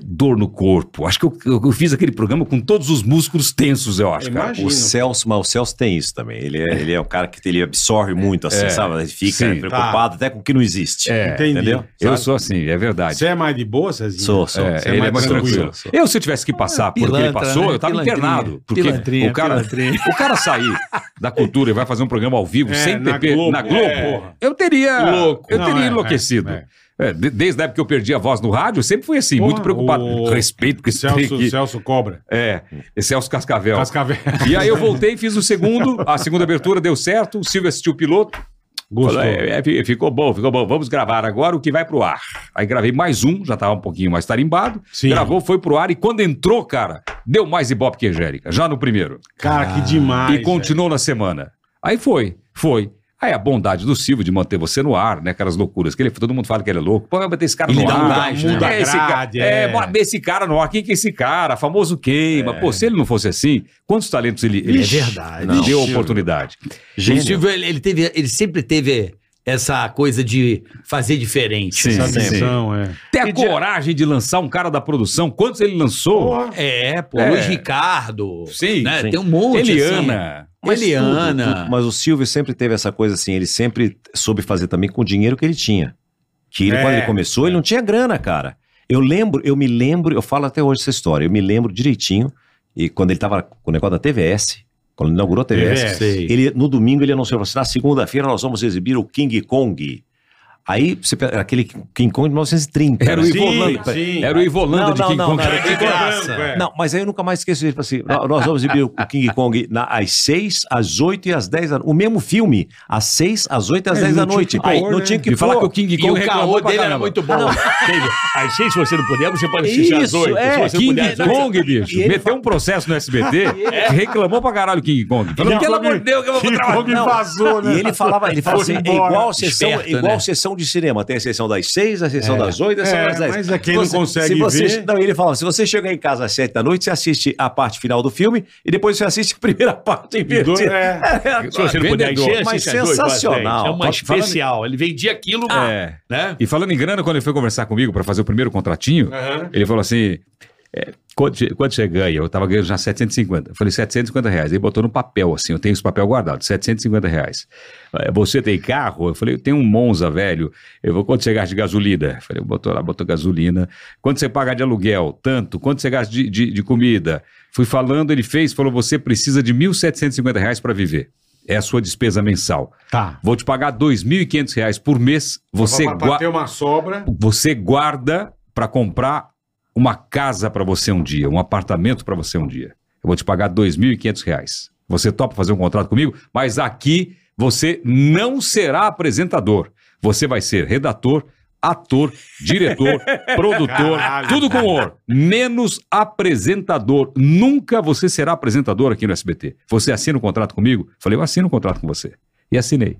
D: dor no corpo. Acho que eu, eu- eu fiz aquele programa com todos os músculos tensos, eu acho, cara.
F: O
B: Imagina.
F: Celso, mas o Celso tem isso também. Ele é, ele é um cara que ele absorve muito, assim,
D: É,
F: sabe? Ele fica
D: sim.
F: preocupado até com o que não existe.
D: É,
B: Entendi.
F: entendeu?
D: Eu sou assim, é verdade.
B: Você é mais de boa, Cezinha?
F: Sou, sou.
D: É,
B: Você é
D: ele
B: mais
D: é mais
B: tranquilo.
D: tranquilo. Eu, se eu tivesse que passar por o que
E: Pilantra,
D: ele passou,
E: né?
D: eu tava
E: Pilantrinha.
D: internado. Porque
E: Pilantrinha,
D: o cara,
E: pilantrinha.
D: o cara sair da cultura e vai fazer um programa ao vivo
B: É,
D: sem
B: na
D: TP
B: Globo.
D: na Globo,
B: É.
D: porra, eu teria.
B: Louco.
D: Eu
B: Não,
D: teria
B: é,
D: enlouquecido.
B: é,
D: É, de- desde a época que eu perdi a voz no rádio, eu sempre fui assim,
B: Porra,
D: muito preocupado.
B: o-
D: Respeito com esse
B: Celso,
D: aqui.
B: Celso Cobra.
D: É, esse é os Cascavel.
B: Cascavel.
D: E aí eu voltei, fiz o segundo, a segunda abertura deu certo, o Silvio assistiu o piloto.
B: Gostou.
D: Falou, é, é, fi- ficou bom, ficou bom. Vamos gravar agora o que vai pro ar. Aí gravei mais um, já tava um pouquinho mais tarimbado.
B: Sim.
D: Gravou, foi pro ar e quando entrou, cara, deu mais ibope que Angélica, já no primeiro.
B: Cara, que demais.
D: e continuou na semana. Aí foi, foi. Aí a bondade do Silvio de manter você no ar, né? Aquelas loucuras que ele, todo mundo fala que ele é louco. Pô, vai bater esse cara
B: Ele
D: no
B: dá
D: ar.
B: um gás, né? Muda a
D: esse, cara,
B: grade,
D: é.
B: é.
D: bota esse cara no ar. Quem que é esse cara? Famoso queima. Pô, se ele não fosse assim, quantos talentos ele, ele
B: Ixi, é verdade.
D: Não, deu
B: Silvio.
D: oportunidade.
H: O Silvio, ele, ele teve, ele sempre teve essa coisa de fazer diferente.
D: Sim,
E: assim,
B: Essa
D: sim.
B: atenção, é.
D: Ter a coragem de lançar um cara da produção. Quantos ele lançou?
H: É, pô,
D: É.
H: Luiz Ricardo.
D: Sim,
H: né?
F: sim.
H: Tem um monte.
D: Eliana.
H: Assim. Eliana.
F: tudo, tudo. Mas o Silvio sempre teve essa coisa assim, ele sempre soube fazer também com o dinheiro que ele tinha. Que ele,
B: É,
F: quando ele começou, ele não tinha grana, cara. Eu lembro, eu me lembro, eu falo até hoje essa história, eu me lembro direitinho, e quando ele tava com o negócio da TVS, quando ele inaugurou a TVS,
B: TVS,
F: ele, no domingo ele anunciou, falou assim, na segunda-feira nós vamos exibir o King Kong. Aí, você, pe- era aquele King Kong de 1930.
D: Era o
F: né?
B: Sim,
D: Ivolanda.
B: sim.
D: Era o Ivolanda
F: Não,
D: de
F: não,
D: King
F: não,
D: Kong.
F: não, era
B: Cara, que
F: King Kong.
B: branco, é.
F: Não, mas aí eu nunca mais esqueço. Ele falou assim: "Nó- nós vamos exibir o King Kong na, às 6, às 8 e às 10 da noite. O mesmo filme, às 6, às 8 e às 10 da
B: não tinha
F: noite.
B: que pôr,
F: Aí não
B: né?
F: tinha que
D: E falar
F: pôr.
D: que o King
H: E
D: Kong
H: o caô
D: reclamou pra
H: dele era
D: caramba.
H: muito bom.
L: Entende? Às seis, se você não puder, você pode assistir às
F: Isso,
L: oito.
F: é.
L: Se você puder,
D: tipo assim, King
L: às oito.
D: Kong, bicho.
F: E ele
D: Meteu um processo no SBT, reclamou pra caralho o King Kong. Falando, pelo amor de Deus, que eu vou
B: King
D: trabalhar.
B: Kong vazou, né?
F: E ele falava, ele falava
B: Foi
F: assim, é
B: embora.
F: igual sessão,
H: Esperto,
F: igual
H: né?
F: sessão de cinema. Tem a sessão das 6, a sessão das 8, a sessão
B: É,
F: das 10.
B: mas é quem não consegue
F: se você,
B: ver.
F: Não, ele falava, se você chegar em casa às 7 da noite, você assiste a parte final do filme e depois você assiste a primeira
B: dois-
F: parte invertida.
B: é.
L: Se você não puder, às
F: Vendedor.
L: seis,
F: Mas
L: assiste às oito, às dez.
F: sensacional.
L: É uma especial. Ele vendia aquilo,
A: Ah,
D: É.
L: né?
D: E falando em grana, quando ele foi conversar comigo pra fazer o primeiro contratinho, ele falou assim: é, quanto, você- quanto você ganha? Eu tava ganhando já 750. Eu falei, 750 reais. Ele botou no papel, assim, eu tenho esse papel guardado, 750 reais. Eh, Você tem carro? Eu falei, eu tenho um Monza, velho. Eu vou, quanto você gasta de gasolina? Eu falei, botou lá, botou gasolina. Quanto você paga de aluguel? Tanto. Quanto você gasta de, de, de comida? Fui falando, ele fez, falou, você precisa de 1.750 reais para viver. É a sua despesa mensal.
B: Tá.
D: Vou te pagar R$ 2.500 reais por mês. Você,
B: Pra- pra
D: gua-
B: ter uma sobra.
D: você guarda para comprar uma casa para você um dia, um apartamento para você um dia. Eu vou te pagar R$ 2.500 reais. Você topa fazer um contrato comigo? Mas aqui você não será apresentador. Você vai ser redator, ator, diretor, produtor,
B: Caralho.
D: tudo com ouro. Menos apresentador. Nunca você será apresentador aqui no SBT. Você assina o contrato comigo? Falei, eu assino o contrato com você. E assinei.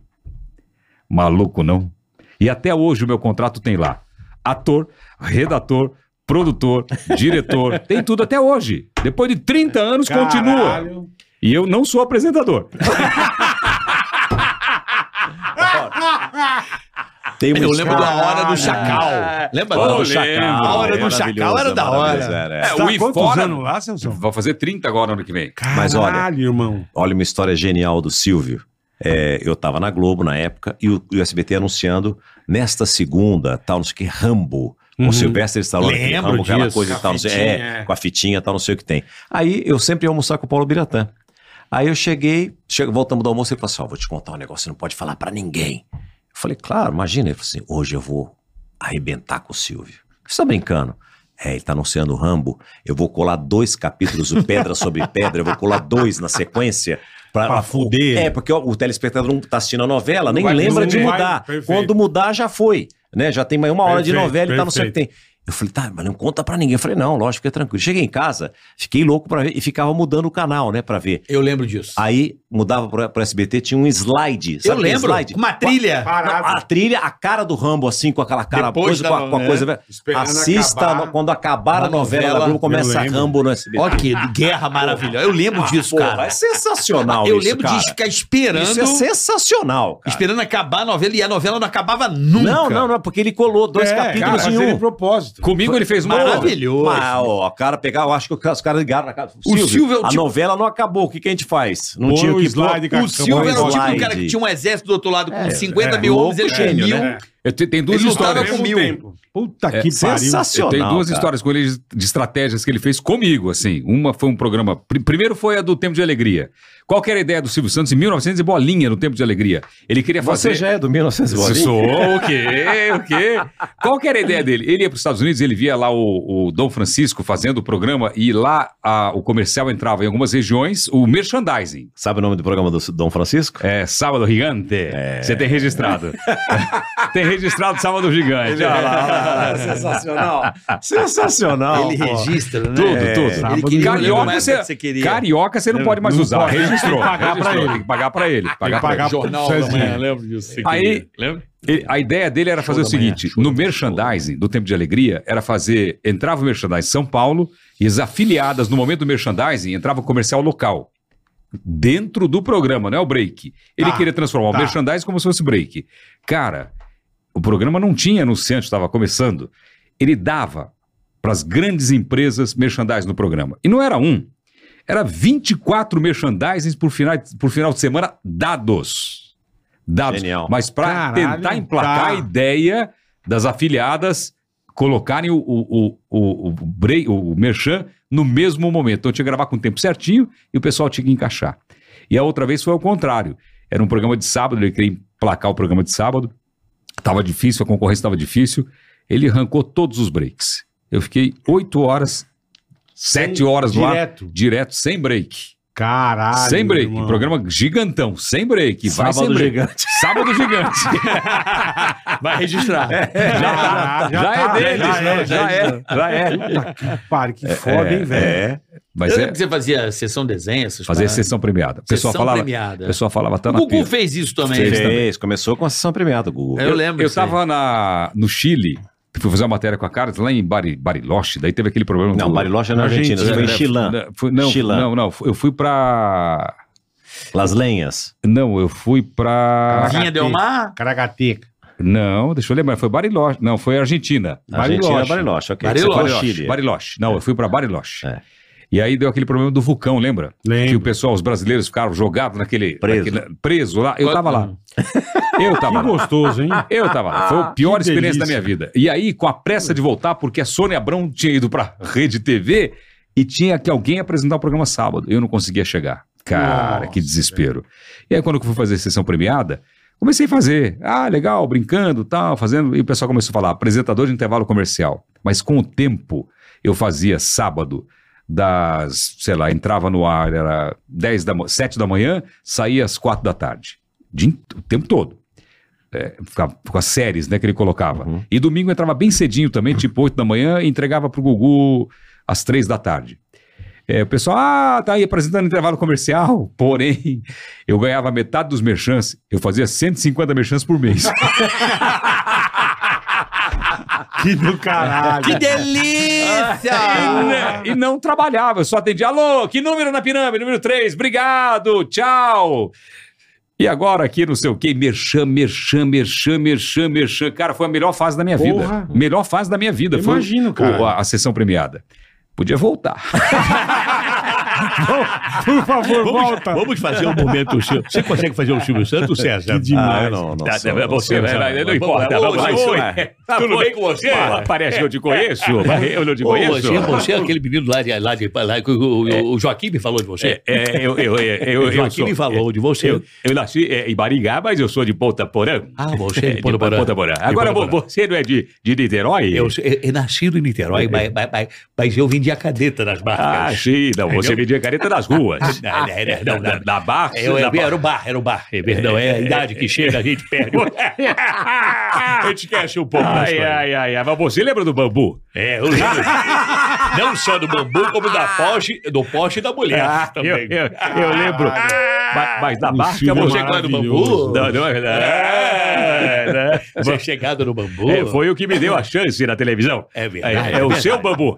D: Maluco, não? E até hoje o meu contrato tem lá. Ator, redator, produtor, diretor. tem tudo até hoje. Depois de 30 anos, continua.
B: Caralho.
D: E eu não sou apresentador.
F: Tem um
H: Eu lembro da hora
B: Caralho.
H: do Chacal. Lembra da hora do é, Chacal? A hora do Chacal era da hora.
D: É,
B: Tá
D: o
B: quantos
D: Ifora.
B: anos lá, Celso?
D: Vai fazer 30 agora ano que vem.
F: Mas olha-
B: Caralho, irmão.
F: Olha uma história genial do Silvio. É, eu tava na Globo na época e o, e o SBT anunciando nesta segunda, tal, não sei o que, Rambo. Com
B: Uhum.
F: Sylvester Stallone. aquele
H: Lembro
F: Rambo, aquela
H: disso.
F: coisa e
B: Com a
F: tal, não sei,
B: fitinha,
F: é,
B: é.
F: com a fitinha, tal, não sei o que tem. Aí eu sempre ia almoçar com o Paulo Biratã. Aí eu cheguei, chego, voltamos do almoço, ele falou assim, ó, vou te contar um negócio, você não pode falar pra ninguém. Eu falei, claro, imagina. Ele falou assim, hoje eu vou arrebentar com o Silvio. Você tá brincando? É, ele tá anunciando o Rambo. Eu vou colar dois capítulos do Pedra sobre Pedra, eu vou colar dois na sequência. Pra,
B: Pra fuder.
F: É, porque ó, o telespectador não tá assistindo a novela, nem
B: vai-
F: lembra
B: não
F: de
B: vai,
F: mudar.
B: perfeito.
F: Quando mudar, já foi. Né? Já tem mais uma hora de
B: Perfeito,
F: novela e tá, não sei o que tem. Eu falei, tá, mas não conta pra ninguém. Eu falei, não, lógico, fica tranquilo. Cheguei em casa, fiquei louco pra ver e ficava mudando o canal, né, pra ver.
H: Eu lembro disso.
F: Aí mudava pro, pro SBT, tinha um slide. Ah, Sabe
H: eu
F: aquele
H: lembro.
F: Slide?
H: Uma trilha.
F: Não, a
B: Parado.
F: trilha, a cara do Rambo, assim, com aquela cara,
L: Depois
F: coisa,
L: da
F: com a, com a
L: novela,
F: coisa.
H: né?
F: velha.
B: Esperando
F: Assista
B: acabar.
F: no- quando acabar a
H: Na
F: novela,
H: novela,
F: da Globo, começa
B: lembro.
F: Rambo no SBT.
H: Ó, que guerra maravilhosa. Eu lembro disso,
F: Porra,
H: cara.
F: é sensacional
H: Eu
F: isso,
H: lembro
F: cara.
H: de ficar esperando.
F: Isso é sensacional, cara.
H: Esperando acabar a novela e a novela não acabava nunca.
F: Não, não, não, é porque ele colou dois
B: É,
F: capítulos
B: cara,
F: em
B: fazendo
F: um.
B: de propósito.
D: Comigo ele fez uma hora.
H: Maravilhoso.
F: Mas, ó, o cara pegar, eu acho que os caras ligaram na casa. O Silvio,
H: Silvio é o
F: a
H: tipo-
F: novela não acabou, o que, que a gente faz? Não
B: Põe
F: tinha
B: o
F: o que
B: slide,
F: pôr.
B: cara.
H: O Silvio era o tipo do cara que
F: Slide.
H: tinha um exército do outro lado com 50
B: é,
H: mil homens, ele
F: louco,
H: tinha
F: gênio,
H: mil.
F: né?
D: Eu te- tenho duas
H: Ele
B: Ao
H: lutava
D: histórias.
B: mesmo
H: com mil.
B: tempo. Puta que pariu.
D: Eu
F: É, Sensacional.
D: tenho duas
F: cara.
D: histórias com ele de- de estratégias que ele fez comigo, assim. Uma foi um programa. pri- Primeiro foi a do Tempo de Alegria. Qual que era a ideia do Silvio Santos em 1900 e bolinha no Tempo de Alegria? Ele queria fazer.
F: Você já é do 1900
D: Sou, o quê? O quê? Qual que era a ideia dele? Ele ia para os Estados Unidos, ele via lá o, o Dom Francisco fazendo o programa e lá a- o comercial entrava em algumas regiões, o merchandising.
F: Sabe o nome do programa do Dom Francisco?
D: É, Sábado Gigante.
E: É.
D: Você tem registrado. tem registrado Sábado Gigante. É. Olha lá, olha lá, olha lá.
E: Sensacional.
D: Ah,
F: Sensacional.
E: Ele
F: pô.
E: registra, né?
D: Tudo,
E: É.
D: tudo.
E: Ele queria-
D: carioca,
E: lembra que
D: você,
E: você queria.
D: carioca você não
E: Não-
D: pode mais
E: não
D: usar.
E: pode.
D: Registrou.
E: Tem que pagar
D: registrou,
E: pra ele.
D: Tem que pagar pra ele. Pagar pra ele.
L: jornal da manhã, lembro disso. Você
D: Aí,
L: queria, lembra?
D: ele- a ideia dele era fazer o seguinte: no merchandising do Tempo de Alegria, era fazer. Entrava o merchandising São Paulo e as afiliadas, no momento do merchandising, entrava o comercial local. Dentro do programa, não é o break. Ele
L: Tá,
D: queria transformar
L: tá.
D: o merchandising como se fosse break. Cara, o programa não tinha anunciante, estava começando. Ele dava para as grandes empresas merchandising no programa. E não era um. Era 24 merchandisings por final, por final de semana dados. Dados. Mas para
L: Caralho,
D: tentar emplacar
L: tá.
D: a ideia das afiliadas colocarem o, o, o, o, o, break, o merchan no mesmo momento. Então tinha que gravar com o tempo certinho e o pessoal tinha que encaixar. E a outra vez foi ao contrário. Era um programa de sábado, ele queria emplacar o programa de sábado. Tava difícil, a concorrência estava difícil. Ele arrancou todos os breaks. Eu fiquei oito horas, sete horas lá.
B: direto.
D: Direto, sem break.
B: Caralho.
D: sem break.
B: irmão.
D: Programa gigantão, sem break. Vai
B: Sábado
D: sem break.
B: gigante.
D: Sábado gigante. Vai registrar. já tá. Já, é deles, né? Já é. Já é.
B: Puta que pariu, que foda, hein, velho?
D: É.
H: Mas
D: Mas é
H: que você fazia sessão desenho, essas
D: fazer
H: paradas.
D: sessão premiada. O pessoal
H: Sessão
D: falava,
H: premiada.
D: O pessoal falava tá
H: O
D: na
H: Gugu
D: pira.
H: fez isso também.
F: Fez,
H: Fez também.
F: Começou com a sessão premiada, Gugu.
H: Eu lembro
D: Eu
H: disso aí.
D: tava na, no Chile, fui fazer uma matéria com a Carlos lá em Bari, Bariloche, daí teve aquele problema.
F: Não, Bariloche é na Argentina, você foi em Chilã.
D: Não, fui- Né, não,
F: Chilã.
D: não, não, eu fui pra...
F: Las Lenhas.
D: Não, eu fui pra...
H: Vinha Del
D: é.
H: Mar?
B: Caracateca.
D: Não, deixa eu lembrar, foi Bariloche. Não, foi Argentina.
F: Argentina, Bariloche, ok. Você foi ao
D: Bariloche.
F: Chile. Ah, É.
D: Bariloche. Não, eu fui pra Bariloche. E aí deu aquele problema do vulcão, lembra?
B: Lembro.
D: Que o pessoal, os brasileiros ficaram jogados naquele...
F: Preso. Hum.
D: naquele- preso lá. Eu tava lá. Eu tava
B: Que
D: lá.
B: gostoso, hein?
D: Eu tava lá. Foi a pior
B: Que
D: experiência da minha
B: delícia.
D: vida. E aí, com a pressa de voltar, porque a Sônia Abrão tinha ido pra Rede TV e tinha que alguém apresentar o programa sábado. Eu não conseguia chegar. Cara, que desespero. E aí, quando eu fui fazer a sessão premiada, comecei a fazer. Ah, legal, brincando, tal, fazendo. E o pessoal começou a falar, apresentador de intervalo comercial. Mas com o tempo, eu fazia sábado das, sei lá, entrava no ar, era 10 da, ma- 7 da manhã, saía às 4 da tarde. Dia in- O tempo todo É, ficava com as séries né, que ele colocava. E domingo entrava bem cedinho também, tipo 8 da manhã, e entregava pro Gugu às 3 da tarde. É, o pessoal, ah, tá aí apresentando intervalo comercial. Porém, eu ganhava metade dos merchants, eu fazia 150 merchants por mês.
B: Ah. Que do caralho.
D: Ah,
H: Que delícia!
D: Né? e, não trabalhava, eu só atendia. Alô, que número na pirâmide? Número 3, obrigado, tchau. E agora aqui, não sei o quê, merchan, merchan, merchan, merchan, merchan. Cara, foi a melhor fase da minha
B: Porra.
D: vida. Melhor fase da minha vida.
B: Eu
D: Foi
B: imagino,
D: o-
B: cara.
D: o- A, a sessão premiada. Podia voltar. tá-
B: Por favor, volta.
L: Vamos fazer um momento. Silvio- Você consegue fazer o Silvio Santos, César?
B: Que demais.
F: eu não, não
L: Tá,
F: sou,
L: tá,
F: não
L: você,
F: sou.
L: vai, vai,
D: né? não
L: vai,
D: importa.
L: vamos
D: Vamos lá,
L: lá, vamos lá.
D: oi. Tudo bem com você? Parece que eu te conheço. Eu não te
L: Ô,
D: conheço.
L: Você, você é aquele menino lá de. Lá de, lá, que o, o- o Joaquim me falou de você.
D: É, eu, eu, eu, eu,
L: o
D: eu
L: Joaquim
D: sou-
L: me falou de você.
D: Eu, eu nasci é, em Baringá, mas eu sou de Ponta Porã.
L: ah, você
D: É,
L: é
D: de
L: de Ponta Porã.
D: Ponta Porã. Agora,
L: De Ponta
D: vo- você não é de, de Niterói?
L: Eu, sou- eu, eu nasci em Niterói, mas, mas, mas, mas eu vendia cadeta nas
D: É, Ah,
L: marcas.
D: sim, não. Você vendia careta nas ruas.
L: Não, não, não,
D: da,
L: não.
D: da barra.
L: É, Eu,
D: da
L: eu- era o bar, era o bar. É, Perdão, é a idade que chega, a gente perde. o-
D: barra.
L: Eu te esquece um pouco da
D: Ai,
L: história.
D: ai, ai, ai. Mas você lembra do bambu?
L: É, eu lembro. Não só do bambu, como da
D: Ah.
L: poste, do poste e da mulher também.
D: eu, eu- eu lembro. mas, mas da barca
B: Silvio
D: você...
L: Você gosta do
B: maravilhoso.
D: Não,
L: bambu?
D: não, é- é, né?
L: Você é chegado no bambu?
D: É, foi o que me deu a chance na televisão.
L: É verdade,
D: É, é
L: é
D: o
L: verdade.
D: seu bambu.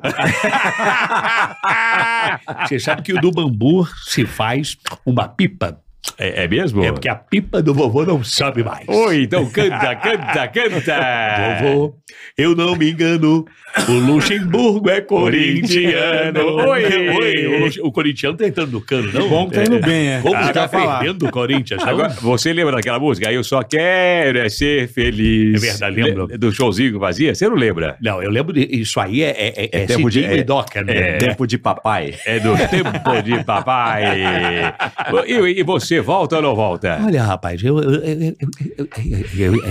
L: Você sabe que o do bambu se faz uma pipa.
D: É, é mesmo?
L: É porque a pipa do vovô não sobe mais.
D: Oi, então canta, canta, canta.
L: Vovô, eu não me engano, o Luxemburgo é corintiano.
D: Oi.
L: oi, o, Luxe- o corintiano tá entrando no cano, não?
B: Bom que tá indo bem, é.
L: Como
B: Ah,
L: está
B: vai falar.
L: perdendo o Corinthians? não?
D: Agora, você lembra daquela música? Eu só quero é ser feliz.
L: É verdade, lembro.
D: Le- Do showzinho vazia? Você não lembra?
L: Não, eu lembro de isso aí é, é, é, é,
F: tempo de-
L: Cidinho
F: é-
L: e Doca, né?
F: Tempo de papai.
D: É do tempo de papai. E, e você Você volta ou não volta?
H: Olha, rapaz, eu, eu, eu, eu, eu, eu, eu, eu,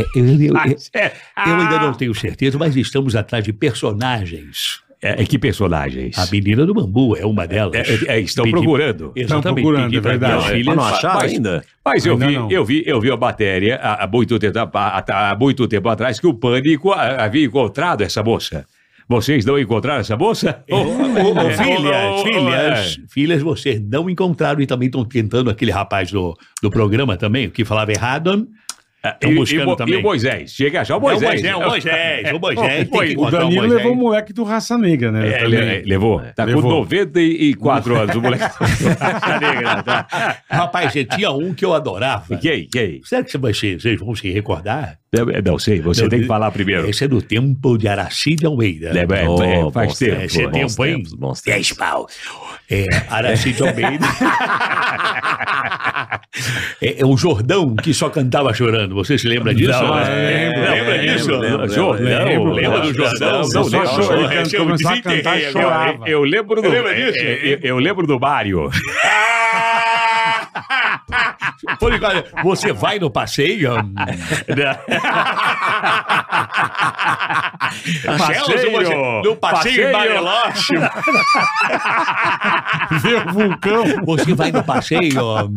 H: eu- eu ainda não tenho certeza, mas estamos atrás de personagens.
D: É, que personagens?
H: A menina do bambu é uma delas.
D: É, é, estão
H: Pedi-
D: procurando.
H: Exatamente. pedi pra minhas filhas-
D: Mas- Mas eu vi, eu vi, eu vi a matéria há, há muito tempo, há- há- há muito tempo atrás que o Pânico ah, havia encontrado essa moça. Vocês não encontraram essa moça? Ô,
H: Ô,
D: ô,
H: filhas,
D: ô, ô,
H: filhas,
D: é.
H: filhas, vocês não encontraram e também estão tentando aquele rapaz do, do programa também, que falava errado. Estão
D: e- e
H: buscando
D: Mo-
H: também.
D: e o Moisés? Chega já o
H: É,
D: Moisés.
H: O Moisés, é o Moisés, o Moisés.
B: O
H: tem que
D: então,
H: encontrar o
B: Danilo
H: Moisés.
B: levou o
D: um-
B: moleque do Raça Negra, né?
D: É,
B: Também.
D: ele- levou. Tá
B: Levou.
D: com 94 anos o moleque.
H: Rapaz, você tinha um que eu adorava.
D: Quem? Quem?
H: Será que vocês, vocês vão se recordar?
D: Eu- Não sei, você
H: Não,
D: tem que
H: de-
D: falar primeiro.
H: Esse é do tempo de Aracide Almeida.
D: É, é, é, faz tempo.
H: Esse é
D: Bons
H: tempo, hein?
D: tempos,
F: bons
H: Dez pau. É, Aracide Almeida. é, é o Jordão que só cantava chorando. Você se lembra disso?
D: Não,
H: É,
D: lembro, lembro, lembro, lembro,
H: Jordão,
D: lembro,
H: lembra do
D: lembro.
H: Jordão?
D: Não, não, não, não, não,
B: ele começou a cantar e chorava.
D: é, Eu lembro do.
A: Lembra disso?
D: é, é, Eu, eu lembro do Mário.
H: Por enquanto, Ah! Você vai no passeio?
M: Celso, você-
H: No passeio,
M: passeio.
H: em Bariloche. Vê o vulcão. Você vai no passeio?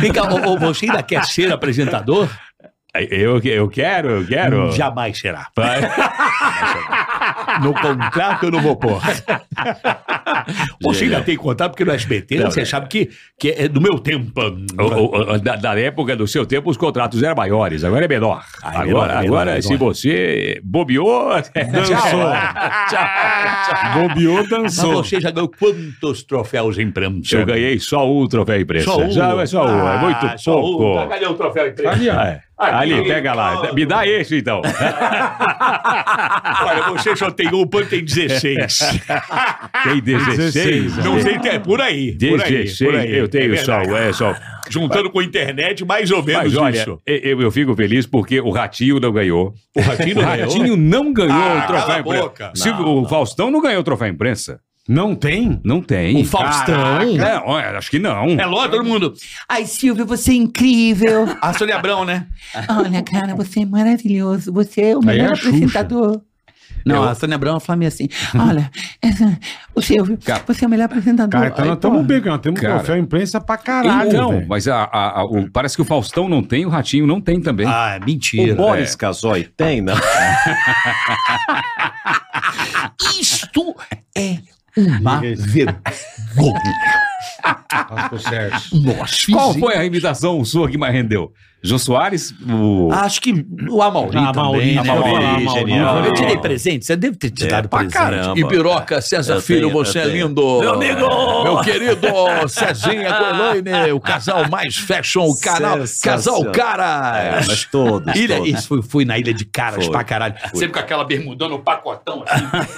H: Vem cá, ou, você ainda quer ser apresentador?
D: Eu, eu quero, eu quero.
H: Jamais será. No contrato eu não vou pôr. Você ainda tem contrato, porque no SBT
D: Não,
H: você
D: é.
H: sabe que, que é do meu tempo.
D: O- o- o- da, da época do seu tempo, os contratos eram maiores, agora é menor.
H: é
D: agora,
H: menor, é menor,
D: agora
H: é
D: se
H: menor.
D: você bobeou.
H: Dançou.
B: Bobeou,
E: Ah,
H: Mas você já ganhou quantos troféus em prancha?
D: Eu ganhei só um troféu imprensa.
H: Só um?
D: Já, é só um, é
H: Ah,
D: muito
H: só um.
D: pouco.
H: Tá,
D: Ali,
H: cadê o troféu imprensa?
D: é. Ali, pega lá. Me dá esse então.
H: Olha, você só tem um, o Pan tem 16.
D: Tem 16.
H: Não sei, é por aí. por aí,
D: 16,
H: por aí.
D: eu tenho
H: É
D: só,
H: verdade.
D: é só.
H: Juntando com a internet, mais ou menos
D: Mas olha,
H: isso.
D: eu, eu fico feliz porque o Ratinho não ganhou. O
H: Ratinho não ganhou?
D: não ganhou
H: Ah,
D: o
H: cala
D: troféu
H: a
D: imprensa.
H: boca.
D: Se o Faustão não ganhou o troféu imprensa.
B: Não tem?
D: Não tem.
H: O Faustão?
D: É, olha, acho que não.
E: É lógico, todo mundo.
C: Ai, Silvio, você é incrível.
E: A Sônia Abrão, né?
C: Olha, cara, você é maravilhoso. Você é o
E: Aí é
C: melhor
E: a Xuxa.
C: apresentador.
E: Não, a Sônia Abrão fala meio assim.
C: Olha, essa- o Silvio, você é o melhor apresentador.
B: Cara, então
C: Ai,
B: nós estamos bem, nós temos
D: Cara.
B: troféu imprensa pra caralho.
D: Então,
B: velho.
D: mas a- a- a- o- parece que o Faustão não tem, o Ratinho não tem também.
H: Ah, mentira.
D: O Boris
F: Casói tem, não?
C: Isto é uma vergonha. Nós
D: Qual
C: fizemos-
D: foi a imitação sua que mais rendeu? Jô Soares? O...
E: Ah, Acho que o Amauri
D: Ah,
E: também.
D: Amauri,
E: né?
D: né? Amauri, genial.
E: Eu te dei presente, você deve ter te dado
D: pra
E: presente.
D: caramba.
E: E piroca, César
D: Eu
E: Filho,
D: tenho,
E: você
D: eu
E: é
D: tenho.
E: lindo.
D: Meu amigo!
E: Meu querido Cezinha Coelane, o casal mais fashion, o canal Casal
N: Sensacional.
E: Cara.
N: É, mas todos,
E: Ilha,
N: todos.
E: Isso, fui, fui na Ilha de Caras
N: Foi,
E: pra caralho.
N: foi.
E: Sempre com aquela bermudona, o pacotão assim,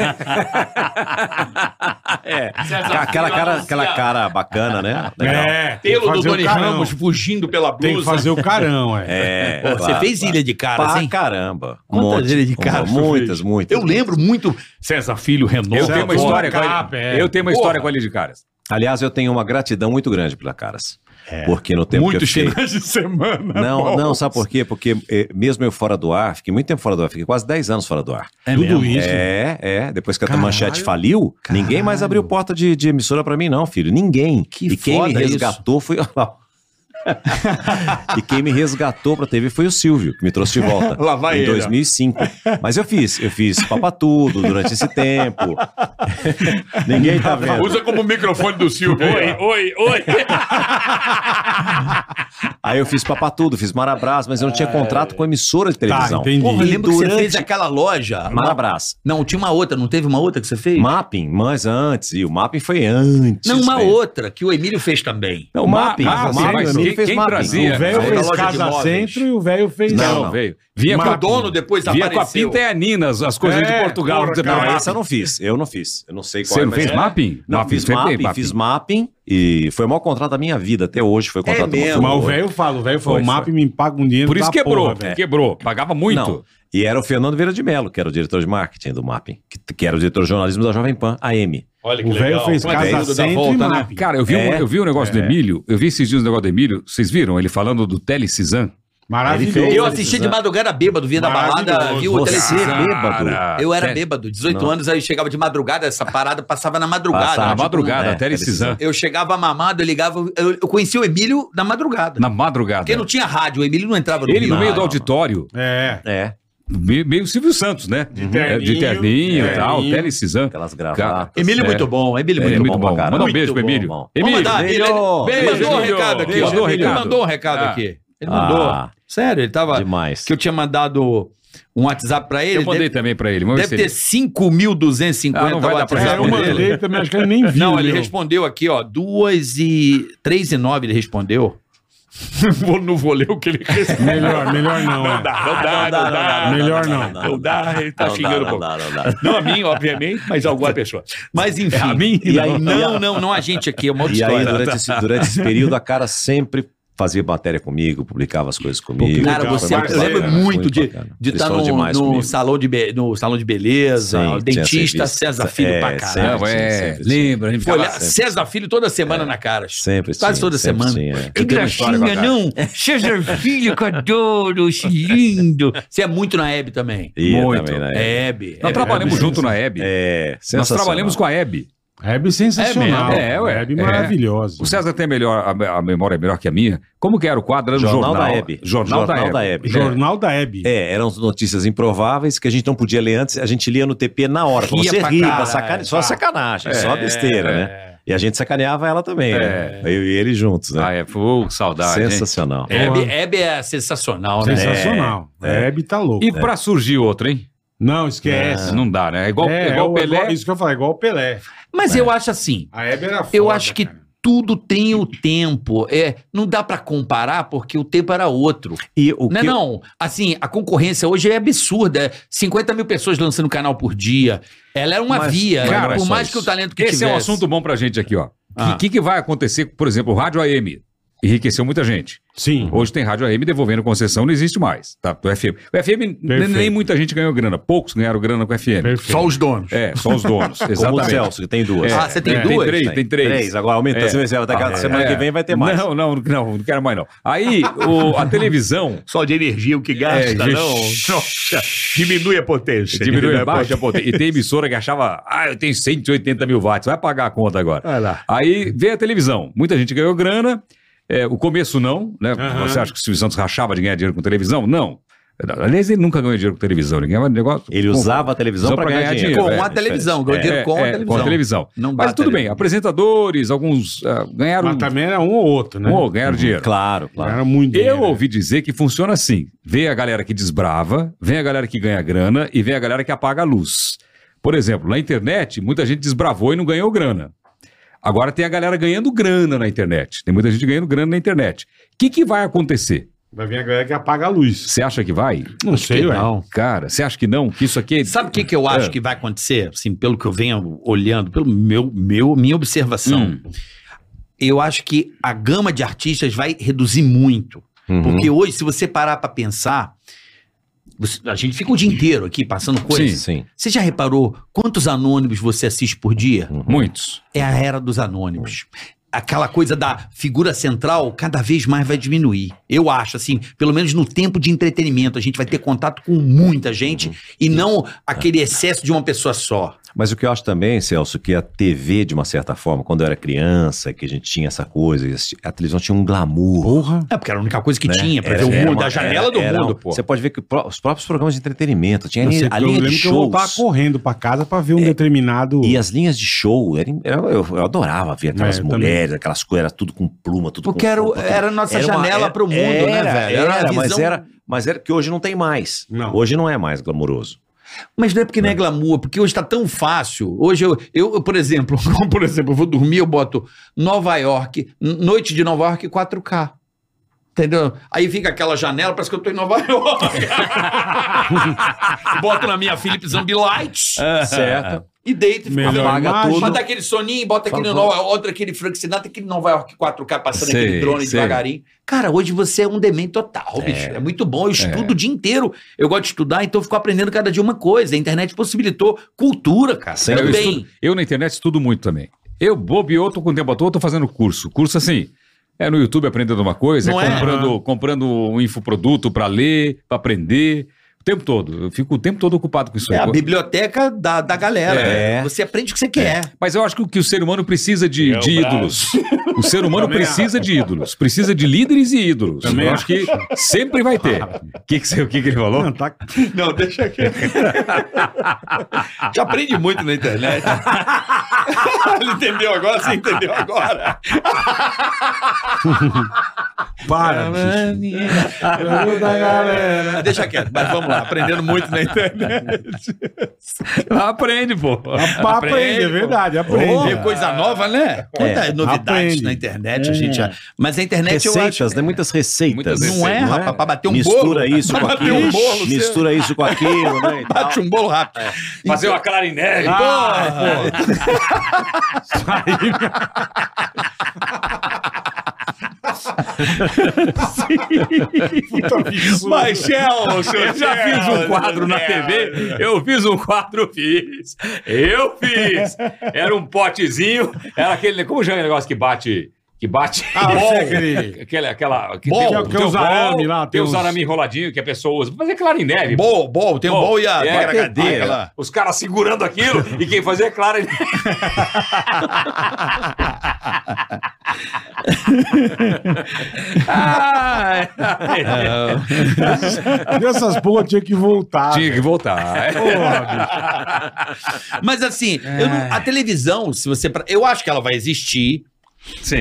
F: É, aquela cara, aquela cara bacana, né?
B: É, tem que
E: Pelo do
B: fazer o
E: Doni
B: carão.
E: Ramos fugindo pela blusa.
B: Tem que fazer o carão,
F: é.
E: Pô, você fez Ilha de Caras,
F: pra
E: hein?
F: caramba.
E: Quantas Ilha de
F: Uma-
E: Caras você
F: Muitas, muitas.
E: Eu lembro muito César Filho, Renault.
D: Eu tenho uma história com a-
B: Capa, é.
D: Eu tenho uma história
E: Porra.
D: com a Lady Caras.
F: Aliás, eu tenho uma gratidão muito grande pela Caras. Porque no tempo que eu
E: Muitos
F: fiquei...
E: finais É. de semana.
F: Não, não, sabe por quê? Porque eh, mesmo eu fora do ar, fiquei muito tempo fora do ar, fiquei quase 10 anos fora do ar.
E: É
B: Tudo
E: mesmo.
B: isso.
F: É, é. Depois que a manchete faliu, ninguém mais abriu porta de, de emissora pra mim, não, filho. Ninguém. e quem me
E: foda isso.
F: resgatou foi. Olha lá. e quem me resgatou pra TV foi o Silvio, que me trouxe de volta.
E: Lá vai
F: em
E: ele, ó.
F: 2005. Mas eu fiz, eu fiz papatudo durante esse tempo. ninguém tá vendo.
A: Usa como microfone do Silvio.
L: É
M: Oi, oi, oi.
F: Aí eu fiz papatudo, fiz Marabras, mas eu não tinha contrato com a emissora de televisão.
B: Tá, entendi.
E: Porra, eu
F: E
E: lembro que você
F: durante-
E: fez aquela loja.
F: Marabras.
E: Não, tinha uma outra, não teve uma outra que você fez?
F: Mapping, mas antes. E o mapping foi antes.
E: não, uma
F: velho.
E: outra, que o Emílio fez também.
F: Não,
D: Ma-
F: mapping.
D: mas-
F: mapping,
D: mas
F: ele
D: quem-
F: fez
D: quem
F: mapping.
D: trazia?
B: O velho
E: É,
B: fez
E: loja de
B: casa
E: móveis.
B: centro e o velho fez.
F: Não,
D: Não,
F: não.
D: veio. Vinha
E: Porque
D: com
E: o dono depois
D: Vinha
E: apareceu.
D: com a Pinta e a Ninas, as coisas
B: É,
D: de Portugal.
B: porra,
F: Não,
B: cara.
F: essa eu não fiz. Eu não fiz. Eu não sei qual
D: Você
F: é,
D: não
F: mas-
D: fez mapping?
F: Não,
D: Mapping,
F: fiz
D: você
F: mapping,
D: fez mapping.
F: fiz mapping e foi o maior contrato da minha vida. Até hoje foi o contrato do
E: mesmo?
B: Mas o velho fala, o velho falou,
F: Foi,
B: o MAP
F: foi.
B: me paga um dinheiro
D: Por isso
B: da
D: quebrou,
B: porra, velho.
D: quebrou. Pagava é muito.
F: Não. E era o Fernando Vieira de Mello, que era o diretor de marketing do mapping, que, que era o diretor de jornalismo da Jovem Pan, AM.
H: Olha
B: O velho fez
D: Como é que é?
B: casa
D: Tudo da
B: centro
D: volta,
B: e
D: né?
B: MAP.
D: Cara, eu vi, um,
B: É.
D: eu vi um negócio do
B: É.
D: Emílio, eu vi esses dias um negócio do Emílio, vocês viram ele falando do Telecizan?
B: Maravilhoso.
E: Eu assisti de madrugada bêbado, vinha da balada,
D: Maravilhoso.
E: viu o
D: Você
E: televisão.
D: é bêbado?
E: Eu era
D: É.
E: bêbado, 18
D: Não.
E: anos, aí eu chegava de madrugada, essa parada passava na madrugada.
D: Passava na
E: tipo,
D: madrugada,
E: né?
D: até ele cisar.
E: Eu chegava mamado, eu ligava, eu, eu conheci o Emílio na madrugada.
D: Na madrugada.
E: Porque não tinha rádio, o Emílio não entrava no
D: Ele no
E: Rio.
D: meio
E: Ah,
D: do auditório.
B: É.
F: É.
D: Me- Meio Silvio Santos, né? De
E: terninho.
D: de terninho e tal,
E: Terninho.
D: Telecizan.
F: Aquelas
D: gravatas.
E: Emílio é muito bom, Emílio muito bom pra caramba.
D: Manda um
E: Muito
D: beijo pro
E: bom.
D: Emílio.
E: Vamos
D: Emílio,
E: mandar, ele- ele mandou um recado aqui, ó.
D: Mandou um
E: Ele
D: recado.
E: mandou um recado
D: Ah.
E: aqui. Ele mandou. Sério, ele tava.
F: Demais.
E: Que eu tinha mandado um WhatsApp pra ele.
D: Eu mandei
E: deve-
D: também pra ele. vamos ver
E: Deve
D: se
E: ter
D: ele-
E: 5.250
D: Ah, não vai dar pra
E: WhatsApp.
D: responder. É, eu mandei
B: também, acho que ele nem viu,
E: Não, ele
B: meu.
E: respondeu aqui, ó. 2 e... 3 e 9 ele respondeu. Vou- não vou ler o que ele respondeu.
B: Melhor, melhor não.
H: Não
B: é.
H: dá, não dá, não dá.
B: Melhor não.
H: Não dá, ele tá
B: Não dá,
H: xingando um
B: não
H: pouco.
B: dá, não
H: Não a mim, obviamente, mas a alguma pessoa.
E: Mas enfim.
H: É a mim?
E: E aí,
H: Não.
E: não, não, não a gente aqui, é uma outra
F: E aí,
E: história.
F: durante esse, durante esse período, a cara sempre fazia matéria comigo, publicava as coisas comigo.
E: Cara, você eu lembro
F: bacana,
E: muito de
F: bacana.
E: de estar
F: Eles falam
E: no,
F: demais
E: no
F: comigo.
E: salão de be- no salão de beleza,
F: Sim,
E: o
F: tinha
E: dentista
F: serviço.
E: César Filho
F: É,
E: pra caramba.
F: sempre,
E: é,
F: sempre,
D: lembra, a gente
E: Pô,
F: ficava
E: olhar
F: sempre. assim. É.
E: César Filho toda semana na cara.
F: Sempre,
E: Quase
F: sim,
E: toda
F: sempre,
E: semana.
F: sim, é.
E: Que graxinha, não? César Filho, que eu adoro, esse lindo. Você é muito na Hebe também.
F: Ia
E: muito.
F: também na
E: É,
F: Hebe.
E: Hebe.
D: Nós
E: É,
D: trabalhamos
E: Hebe.
D: junto na Hebe.
F: É,
D: Nós
F: sensacional.
D: trabalhamos com a Hebe.
B: Hebe sensacional.
D: É, mesmo, é, ué.
B: Hebe
D: É.
B: maravilhosa.
D: O César tem melhor, a, a memória é melhor que a minha. Como que era o quadro? Era no jornal,
F: Jornal da Hebe.
D: Jornal, da Hebe. É.
B: Jornal da Hebe.
F: É, eram notícias improváveis que a gente não podia ler antes, a gente lia no TP na hora. pra
B: Ria
F: você
B: pra
F: rir, pra
B: caralho,
F: sacan... só
B: tá.
F: sacanagem, só
B: É,
F: besteira, né? E a gente sacaneava ela também, né? Eu e ele juntos, né? Ah,
D: é, pô, saudade.
E: hein?
F: Sensacional.
E: Hebe, Hebe é sensacional, né?
B: Sensacional.
D: É, é.
B: Hebe tá louco.
D: E pra surgir outro, hein?
B: Não, esquece.
D: Não dá, né? É igual,
B: É,
D: igual o Pelé.
B: isso que eu falei, igual o Pelé.
E: Mas
D: Né?
E: eu acho assim.
B: A Hebe era foda.
E: Eu acho que tudo tem o tempo. É, não dá pra comparar porque o tempo era outro.
F: E o
E: não, é
F: que-
E: não. Assim, a concorrência hoje é absurda. É 50 mil pessoas lançando um canal por dia. Ela é uma
D: Mas,
E: via.
D: cara,
E: né?
D: olha
E: por
D: só
E: mais
D: isso.
E: que o talento que
D: Esse
E: tivesse.
D: é um assunto bom pra gente aqui, ó. O
E: Ah.
D: que, que vai acontecer, por exemplo, o rádio AM? Enriqueceu muita gente.
B: Sim.
D: Hoje tem rádio AM devolvendo concessão, não existe mais. Tá? O FM. O FM, n-
F: Perfeito.
D: nem muita gente ganhou grana. Poucos ganharam grana com o FM.
E: Só os donos.
D: É, só os donos.
F: Como o
D: Exatamente.
F: Celso, que tem duas.
E: Ah, você tem
D: é, Tem
E: duas?
D: três,
F: Tem.
D: tem três.
F: Três, agora aumenta, você vai ver, daqui a semana que vem vai ter mais.
D: Ah, é. Não, não, não, não quero mais não. Aí, o- a televisão...
H: Só de energia o que gasta,
D: É,
H: não.
D: vixe.
H: Nossa, diminui a potência.
D: Diminui a baixa potência. E tem emissora que achava, ah, eu tenho 180 mil watts, vai pagar a conta agora.
H: Vai lá.
D: Aí veio a televisão. Muita gente ganhou grana. É, o começo não, né?
B: Aham.
D: Você acha que o Silvio Santos rachava de ganhar dinheiro com televisão? Não. Aliás, ele nunca ganhou dinheiro com televisão. Ele ganhava negócio.
F: Ele usava a televisão
D: só
F: pra
D: pra
F: ganhar dinheiro.
E: Com
D: é.
E: a televisão, ganhou dinheiro com a
D: Com a
E: televisão.
D: televisão.
E: Não
D: Mas
E: bate
D: tudo
E: a
D: bem, apresentadores, alguns ah, ganharam.
B: Mas também era um ou outro, né?
D: Pô, ganharam dinheiro.
F: Claro, claro.
B: Era muito né?
D: Eu ouvi dizer que funciona assim: vem a galera que desbrava, vem a galera que ganha grana e vem a galera que apaga a luz. Por exemplo, na internet, muita gente desbravou e não ganhou grana. Agora tem a galera ganhando grana na internet. Tem muita gente ganhando grana na internet. O que, que vai acontecer?
B: Vai vir a galera que apaga a luz.
D: Você acha que vai?
B: Não sei,
E: que
B: ué.
E: não.
D: Cara, você acha que não? Que isso aqui é.
E: Sabe o que, que eu acho
D: É.
E: que vai acontecer? Assim, pelo que eu venho olhando, pelo meu, meu minha observação,
D: Hum.
E: eu acho que a gama de artistas vai reduzir muito.
H: Uhum.
D: Uhum.
E: Porque hoje, se você parar pra pensar, você- a gente fica o dia inteiro aqui passando coisas.
F: Sim.
E: Você já reparou quantos anônimos você assiste por dia?
D: Muitos.
E: É a era dos anônimos. Aquela coisa da figura central cada vez mais vai diminuir. Eu acho, assim, pelo menos no tempo de entretenimento, a gente vai ter contato com muita gente
D: Uhum.
E: e não aquele excesso de uma pessoa só.
F: Mas o que eu acho também, Celso, que a TV, de uma certa forma, quando eu era criança, que a gente tinha essa coisa, e assisti- a televisão tinha um glamour.
B: Porra.
E: É porque era a única coisa que
F: né?
E: tinha pra ver
F: Era-
E: o
F: era
E: mundo,
F: uma-
E: da janela do
F: era-
D: um
E: mundo,
F: era-
E: pô.
F: Você pode ver que pro- os próprios programas de entretenimento, tinha
B: Eu,
F: ali-
B: sei,
F: a
B: eu
E: é
F: linha de
B: lembro que eu
F: shows.
B: voltava correndo pra casa pra ver um determinado.
F: E as linhas de show, era in- era- eu, eu adorava ver
B: É,
F: aquelas
B: eu também.
F: mulheres, aquelas coisas, era tudo com pluma, tudo
E: Porque
F: com
E: era o- é,
F: roupa, tudo.
E: era a nossa
F: uma-
E: janela
F: era-
E: pro mundo, né, velho? Era
F: Era,
E: a
F: mas
E: visão-
F: era, mas era que hoje não tem mais.
B: Não.
F: Hoje não é mais glamouroso.
E: Mas não é porque não é glamour, porque hoje tá tão fácil. Hoje eu, eu eu, por exemplo, por exemplo, eu vou dormir, eu boto Nova York, n- noite de Nova York 4K. Entendeu? Aí fica aquela janela, parece que eu tô em Nova York. Boto na minha Philips Ambilight.
F: Certo.
E: E deito e
F: Melhor imagem.
E: Manda aquele soninho, bota aquele
F: Fala,
E: Nova, outra aquele Frank Sinatra, aquele Nova York 4K passando
H: Sei,
E: aquele drone
H: sei.
E: devagarinho. Cara, hoje você é um demente total,
H: É.
E: bicho. É muito bom. Eu estudo o dia inteiro. Eu gosto de estudar, então eu fico aprendendo cada dia uma coisa. A internet possibilitou cultura, cara.
D: eu,
E: Também.
D: estudo- eu na internet estudo muito também. Eu bobeou, tô com o tempo à toa, tô fazendo curso. Curso assim, é no YouTube aprendendo uma coisa,
E: Não
D: é
E: é?
D: comprando, comprando um infoproduto pra ler, pra aprender. O tempo todo. Eu fico o tempo todo ocupado com isso
E: É
D: aí.
E: a biblioteca da, da galera.
D: É.
E: Você aprende o que você quer.
D: Mas eu acho que o, que o ser humano precisa de,
E: É, o
D: de
E: braço.
D: ídolos. O ser humano
E: Também
D: precisa de ídolos. Precisa de líderes e ídolos.
B: Também
D: eu acho que sempre vai ter. O que, que, você- o que, que ele falou?
B: Não, tá...
E: Não, deixa aqui.
H: É.
G: Já aprende muito na internet. Ele entendeu agora, você entendeu agora.
B: Para,
E: Deixa quieto, mas vamos lá. Aprendendo muito na internet.
D: Aprende, pô.
B: Aprende, é verdade, aprende.
E: Vê coisa nova, né? Muita
B: É,
E: novidade
B: aprende.
E: na internet.
B: É.
E: A gente, já- mas a internet eu
F: receitas,
E: acho.
F: né? Muitas receitas.
E: Não é, rapaz, pra bater um
F: mistura
E: bolo.
F: Isso
E: Pra
F: com
E: bater um
F: aquilo,
E: bolo, você-
F: mistura isso com aquilo, né? e tal.
E: Bate um bolo rápido.
D: É.
E: Então,
D: Fazer uma Ah, clarinete.
E: Porra!
D: Mas, Chelsea, eu já
L: Chelsea,
D: fiz um quadro na TV. Eu fiz um quadro, fiz. Eu fiz. Era um potezinho. Era aquele. Como chama o negócio que bate. Que bate.
B: Ah,
D: Bol.
B: você é aquele-
D: Aquele- aquela. Que
B: Bol,
D: o-
B: que é os
D: bol,
B: arame lá,
D: Tem
B: tem
D: os
B: os-
D: arame enroladinho que a pessoa usa. Mas é clarinete.
E: Bol, bol, tem o bol e a-
D: é,
E: batedeira.
D: aquela- Os caras segurando aquilo e quem fazia é clarinete.
B: E essas porra tinha que voltar.
D: Tinha que voltar.
E: Mas assim, eu não-
B: É.
E: a televisão, se você. pra- Eu acho que ela vai existir.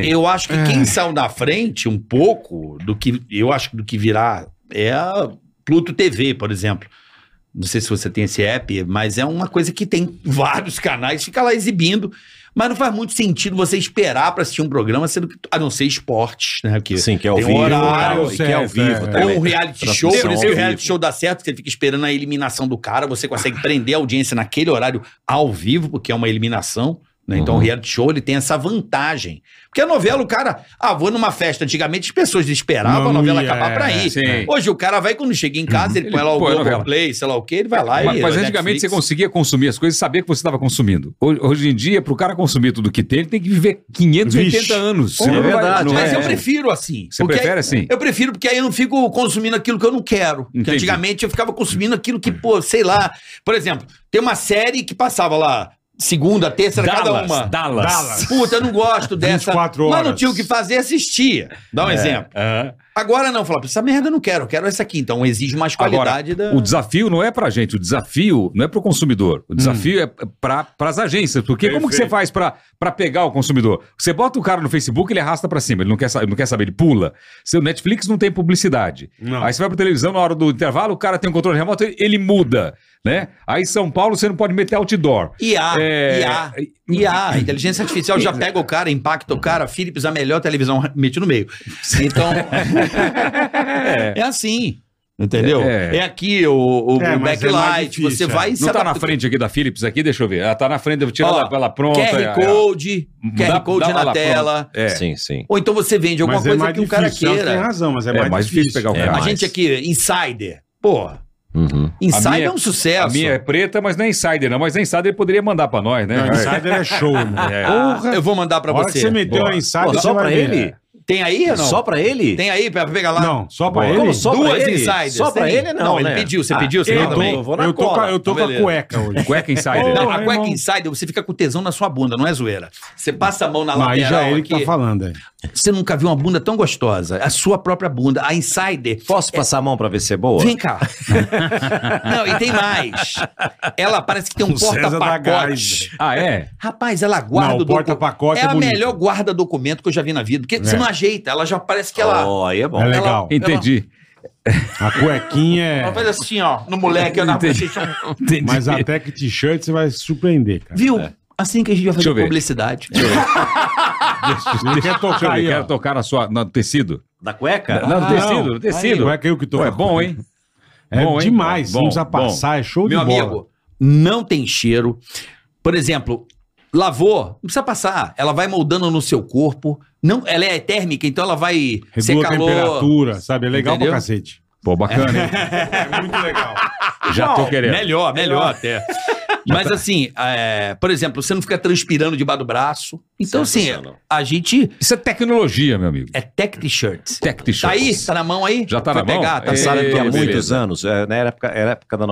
E: Eu acho
B: É.
E: que quem saiu na frente um pouco do que. Eu acho que do que virá é a Pluto TV, por exemplo. Não sei se você tem esse app, mas é uma coisa que tem vários canais, fica lá exibindo. Mas não faz muito sentido você esperar pra assistir um programa, sendo que, a não ser esportes, né? Que
F: Sim, que é ao
E: tem um
F: vivo,
E: horário,
F: tal, e que é ao vivo também.
E: Ou um reality
F: Transmissão
E: show, por isso que
F: ao
E: o reality
F: vivo.
E: show dá certo, você fica esperando a eliminação do cara, você consegue prender a audiência naquele horário ao vivo, porque é uma eliminação. né? Então o reality show ele tem essa vantagem. Porque a novela, o cara, ah, vou numa festa. Antigamente as pessoas esperavam
D: Não
E: a novela
D: ia,
E: acabar pra ir.
D: É, sim.
E: Hoje o cara vai quando chega em casa, ele,
D: Ele
E: põe lá o
D: põe a novela.
E: Globoplay, sei lá o que, ele vai lá
D: mas,
E: e.
D: mas antigamente você
E: Netflix.
D: conseguia consumir as coisas e saber que você estava consumindo. Hoje, hoje em dia, para o cara consumir tudo que tem, ele tem que viver 580
E: Vixe.
D: anos.
E: Pô,
D: senão
E: é
D: não vai-
E: verdade,
D: não
E: mas
D: é.
E: eu prefiro assim.
D: Você
E: porque
D: prefere
E: aí-
D: assim?
E: Eu prefiro, porque aí eu não fico consumindo aquilo que eu não quero. Porque
D: Entendi.
E: antigamente eu ficava consumindo aquilo que, pô, sei lá. Por exemplo, tem uma série que passava lá. Segunda, terça, era cada
D: Dallas,
E: uma.
D: Dallas.
E: Puta, eu não gosto dessa.
B: 24
E: Mas não
B: horas.
E: tinha o que fazer, assistia. Dá um
D: É,
E: exemplo. Agora não, fala, essa merda eu não quero, eu quero essa aqui. Então exige mais qualidade
D: Agora,
E: da.
D: O desafio não é pra gente, o desafio não é pro consumidor. O desafio é pra, pras agências. Porque como que você faz pra, pra pegar o consumidor? Você bota o cara no Facebook, ele arrasta pra cima, ele não quer, sa- ele não quer saber, ele pula. Seu Netflix não tem publicidade. Aí você vai pra televisão na hora do intervalo, o cara tem um controle remoto, ele, ele muda, né? Aí em São Paulo você não pode meter outdoor.
E: IA,
D: É,
E: IA, IA, inteligência artificial já pega o cara, impacta o cara. Philips, a melhor televisão, mete no meio. Então. é assim. Entendeu? É, aqui o, o-
D: É,
E: o
D: mas é mais
E: backlight,
D: difícil,
E: você
D: é.
E: vai
D: Não tá na frente aqui da Philips aqui, deixa eu ver. Ela tá na frente, eu vou tirar
E: Ó,
D: ela, ela pronta.
E: QR
D: é, é.
E: Code,
D: Dá-
E: QR Code
D: dá
E: na
D: lá,
E: tela.
D: pronto. É.
F: Sim, sim.
E: Ou então você vende alguma
F: Mas é
E: coisa
F: mais
E: que o cara
F: difícil,
E: queira.
F: tem razão, mas é É mais mais difícil difícil. pegar o cara.
E: É, A
F: mais.
E: gente aqui, insider. Porra.
F: Uhum.
D: A
E: Insider
D: minha-
E: é um sucesso.
D: A minha é preta, mas não é insider, não. Mas a insider poderia mandar pra nós, né?
E: Não, insider é show,
B: mano.
E: Porra. Eu vou mandar pra
D: A hora
E: você.
D: que você meteu
E: Boa.
D: a insider,
E: Pô,
D: você vai ver.
E: Tem aí ou não?
D: Só pra ele?
E: Tem aí pra pegar lá?
B: Não, só pra
E: Boa.
B: ele?
E: Como assim?
B: Só pra
E: Duas
B: ele?
E: insiders.
B: Só pra
E: tem?
B: ele não,
E: ele
B: né?
E: pediu, você
B: Ah,
E: pediu, você
B: eu
E: pediu
B: tô-
E: também.
B: vou na Eu tô cola. com a- eu tô com a
E: beleza.
B: cueca hoje.
D: Cueca insider.
E: Não,
B: Ô,
E: a cueca
B: irmão.
E: insider, você fica com tesão na sua bunda, não é zoeira. Você passa a mão na
B: Mas aí
E: lateral
B: já é ele que
E: aqui.
B: tá falando, é.
E: Você nunca viu uma bunda tão gostosa. A sua própria bunda. A Insider.
F: Posso passar a mão pra ver se é boa?
E: Vem cá. Não, e tem mais. Ela parece que tem um
F: O César da
E: porta-pacote.
F: Gás.
D: Ah, é?
E: Rapaz, ela guarda
F: Não, o
E: docu-
F: porta-pacote
E: É,
F: é
E: a
F: bonito.
E: melhor guarda-documento que eu já vi na vida. Porque você
B: É.
E: não ajeita, ela já parece que ela.
F: Ó, aí é bom.
B: É legal.
E: Ela- Entendi.
B: A cuequinha
E: Ela
B: é...
E: faz assim, ó, no moleque, ó, na
B: Entendi. Mas a tech t-shirt você vai se surpreender, cara.
E: Viu? Assim que a gente vai fazer publicidade.
D: Deixa,
B: quer tocar
D: eu ver,
B: aí, ó.
D: quero tocar na sua, no tecido.
F: Da cueca?
D: Não, do tecido, do tecido.
B: Não é que eu que tô.
D: Ué, bom, hein?
B: É
D: Bom, hein?
B: demais.
D: Bom,
B: não precisa
D: bom.
B: passar, é show de
H: Meu
B: bola.
H: amigo, não tem cheiro. Por exemplo, lavou, não precisa passar. Ela vai moldando no seu corpo. Não, ela é térmica, então ela vai
B: Regula a
H: secar
B: temperatura, sabe? É legal pra cacete.
D: Pô, bacana, hein?
B: É muito legal.
D: Já tô querendo.
H: Melhor, melhor até. Mas assim, é, por exemplo, você não fica transpirando debaixo do braço. Então, assim, a gente.
D: Isso é tecnologia, meu amigo.
H: É tech t-shirt.
D: Tech t-shirt.
H: Tá aí? Tá na mão aí?
D: Já tá
H: Foi
D: na mão?
H: pegar, Tá
D: Ei,
F: Passaram aqui há
D: beleza.
F: muitos anos. é, na época, era a época da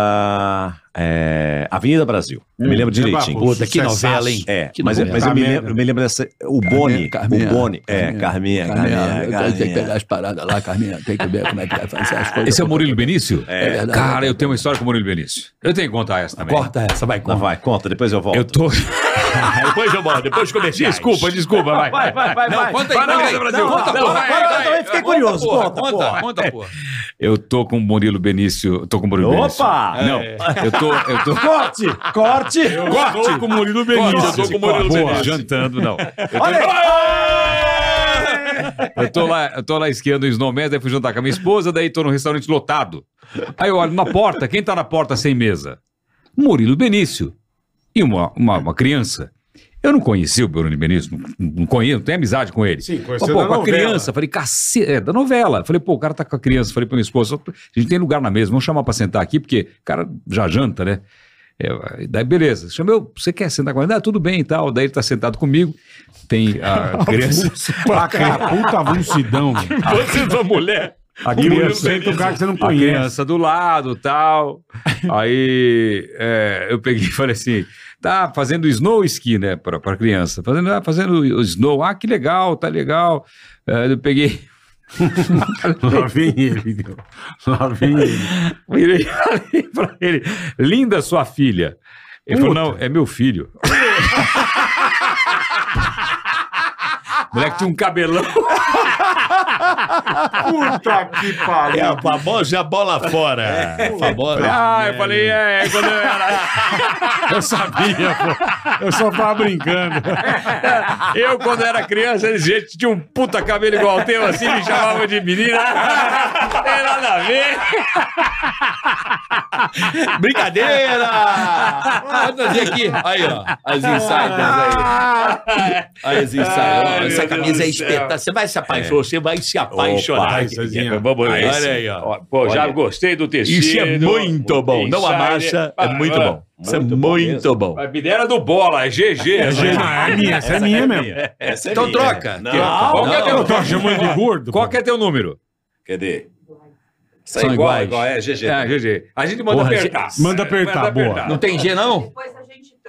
F: novela é, Avenida Brasil. Eu me lembro direitinho.
H: Puta, que novela, hein?
F: É,
H: Que
F: mas,
H: novela.
F: mas eu, me
H: Carminha.
F: lembro, eu me lembro dessa. O Boni.
K: Carminha,
F: o Boni. É,
K: Carminha,
F: Carminha.
K: Carminha.
F: Carminha.
K: Tem que
F: Carminha.
K: pegar as paradas lá, Carminha. Tem que ver como é que vai fazer as coisas.
D: Esse é o Murilo Benício?
K: É verdade.
D: Cara, eu tenho uma história com o Murilo Benício. Eu tenho que contar essa também.
H: Corta essa, vai,
F: Não,
H: corta.
F: vai, conta, depois eu volto.
D: Eu tô.
L: Depois eu mando, depois comerciais.
D: Desculpa, desculpa, vai.
L: Vai, vai, vai,
D: Não,
L: vai.
D: Conta aí, conta
L: Vai, não,
D: aí,
L: não,
D: Brasil.
L: não,
D: Conta,
L: não,
D: porra.
L: vai,
D: vai, vai,
L: vai,
D: vai,
L: vai, conta, porra, conta,
D: porra.
L: conta, porra.
D: Eu tô com o Murilo Benício. Tô com o Murilo
F: Opa!
D: Benício. Não, eu tô. Eu tô...
F: Corte! Corte!
L: Eu tô com o Murilo Benício. Eu tô com o Murilo
D: Boa,
L: Benício.
D: jantando, não.
F: Olha aí!
D: Eu tô lá, eu tô lá esquiando em Snowman, daí fui jantar com a minha esposa, daí tô num restaurante lotado. Aí eu olho na porta, quem tá na porta sem mesa? Murilo Benício. E uma, uma, uma criança. Eu não conhecia o Murilo Benício, não, não conheço, não tenho amizade com ele.
B: Sim,
D: Mas,
B: conheceu
D: pô,
B: da
D: com a
B: novela.
D: criança, falei, cacete, é da novela. Falei, pô, o cara tá com a criança, falei pra minha esposa, a gente tem lugar na mesa, vamos chamar pra sentar aqui, porque o cara já janta, né? É, daí, beleza. Chamei, eu, você quer sentar com ele? Ah, tudo bem e tal. Daí ele tá sentado comigo. Tem a criança.
B: Pra cá, puta avulsidão. velho.
L: Você sua mulher.
B: A
L: O Murilo
B: criança senta um
L: Benício.
B: cara que você não
D: a
B: conhece.
D: criança do lado tal. Aí é, eu peguei e falei assim: tá fazendo snow ski, né, pra, pra criança. Fazendo, ah, fazendo o snow, ah, que legal, tá legal. É, eu peguei,
B: Lá vem ele, meu. Lá vem ele.
D: virei e falei pra ele: linda sua filha. Ele falou: não, é meu filho. O Moleque tinha um cabelão.
B: Puta que
L: É
B: pariu.
L: a famosa bola fora. É, famosa.
D: Ah, eu falei, é, é, quando eu era.
B: Eu sabia, pô. Eu só tava brincando.
D: Eu, quando era criança, eles gente, tinha um puta cabelo igual ao teu, assim, me chamava de menina. Não tem nada a ver.
E: Brincadeira! Vamos trazer aqui. Aí, ó. As insiders aí. Aí, as insiders.
L: Ai,
E: ó,
L: meu
E: essa
L: Deus
E: camisa é
L: do
E: espetáculo. Você vai se
D: É.
E: apaixonar. Você vai se apaixonar.
B: Vai, Cezinha.
L: Vamos ver.
E: esse-
L: Olha aí, ó. Pô, já gostei do tecido.
E: Isso é muito bom. Não amassa, é muito bom. Isso é muito bom.
D: Mas me deram do bola, é né? GG.
B: Ah, é minha, essa é minha mesmo.
F: Essa é
E: Então
F: minha.
E: troca.
F: Não,
D: Qual, que é
F: não.
D: teu-
B: Eu tô chamando de gordo.
D: qual que é teu número?
F: Cadê? Isso é
E: São
F: igual,
E: iguais.
F: igual, é GG.
D: É, GG. A gente manda
E: Porra,
D: apertar. É,
B: manda apertar, boa.
E: Não tem G, não?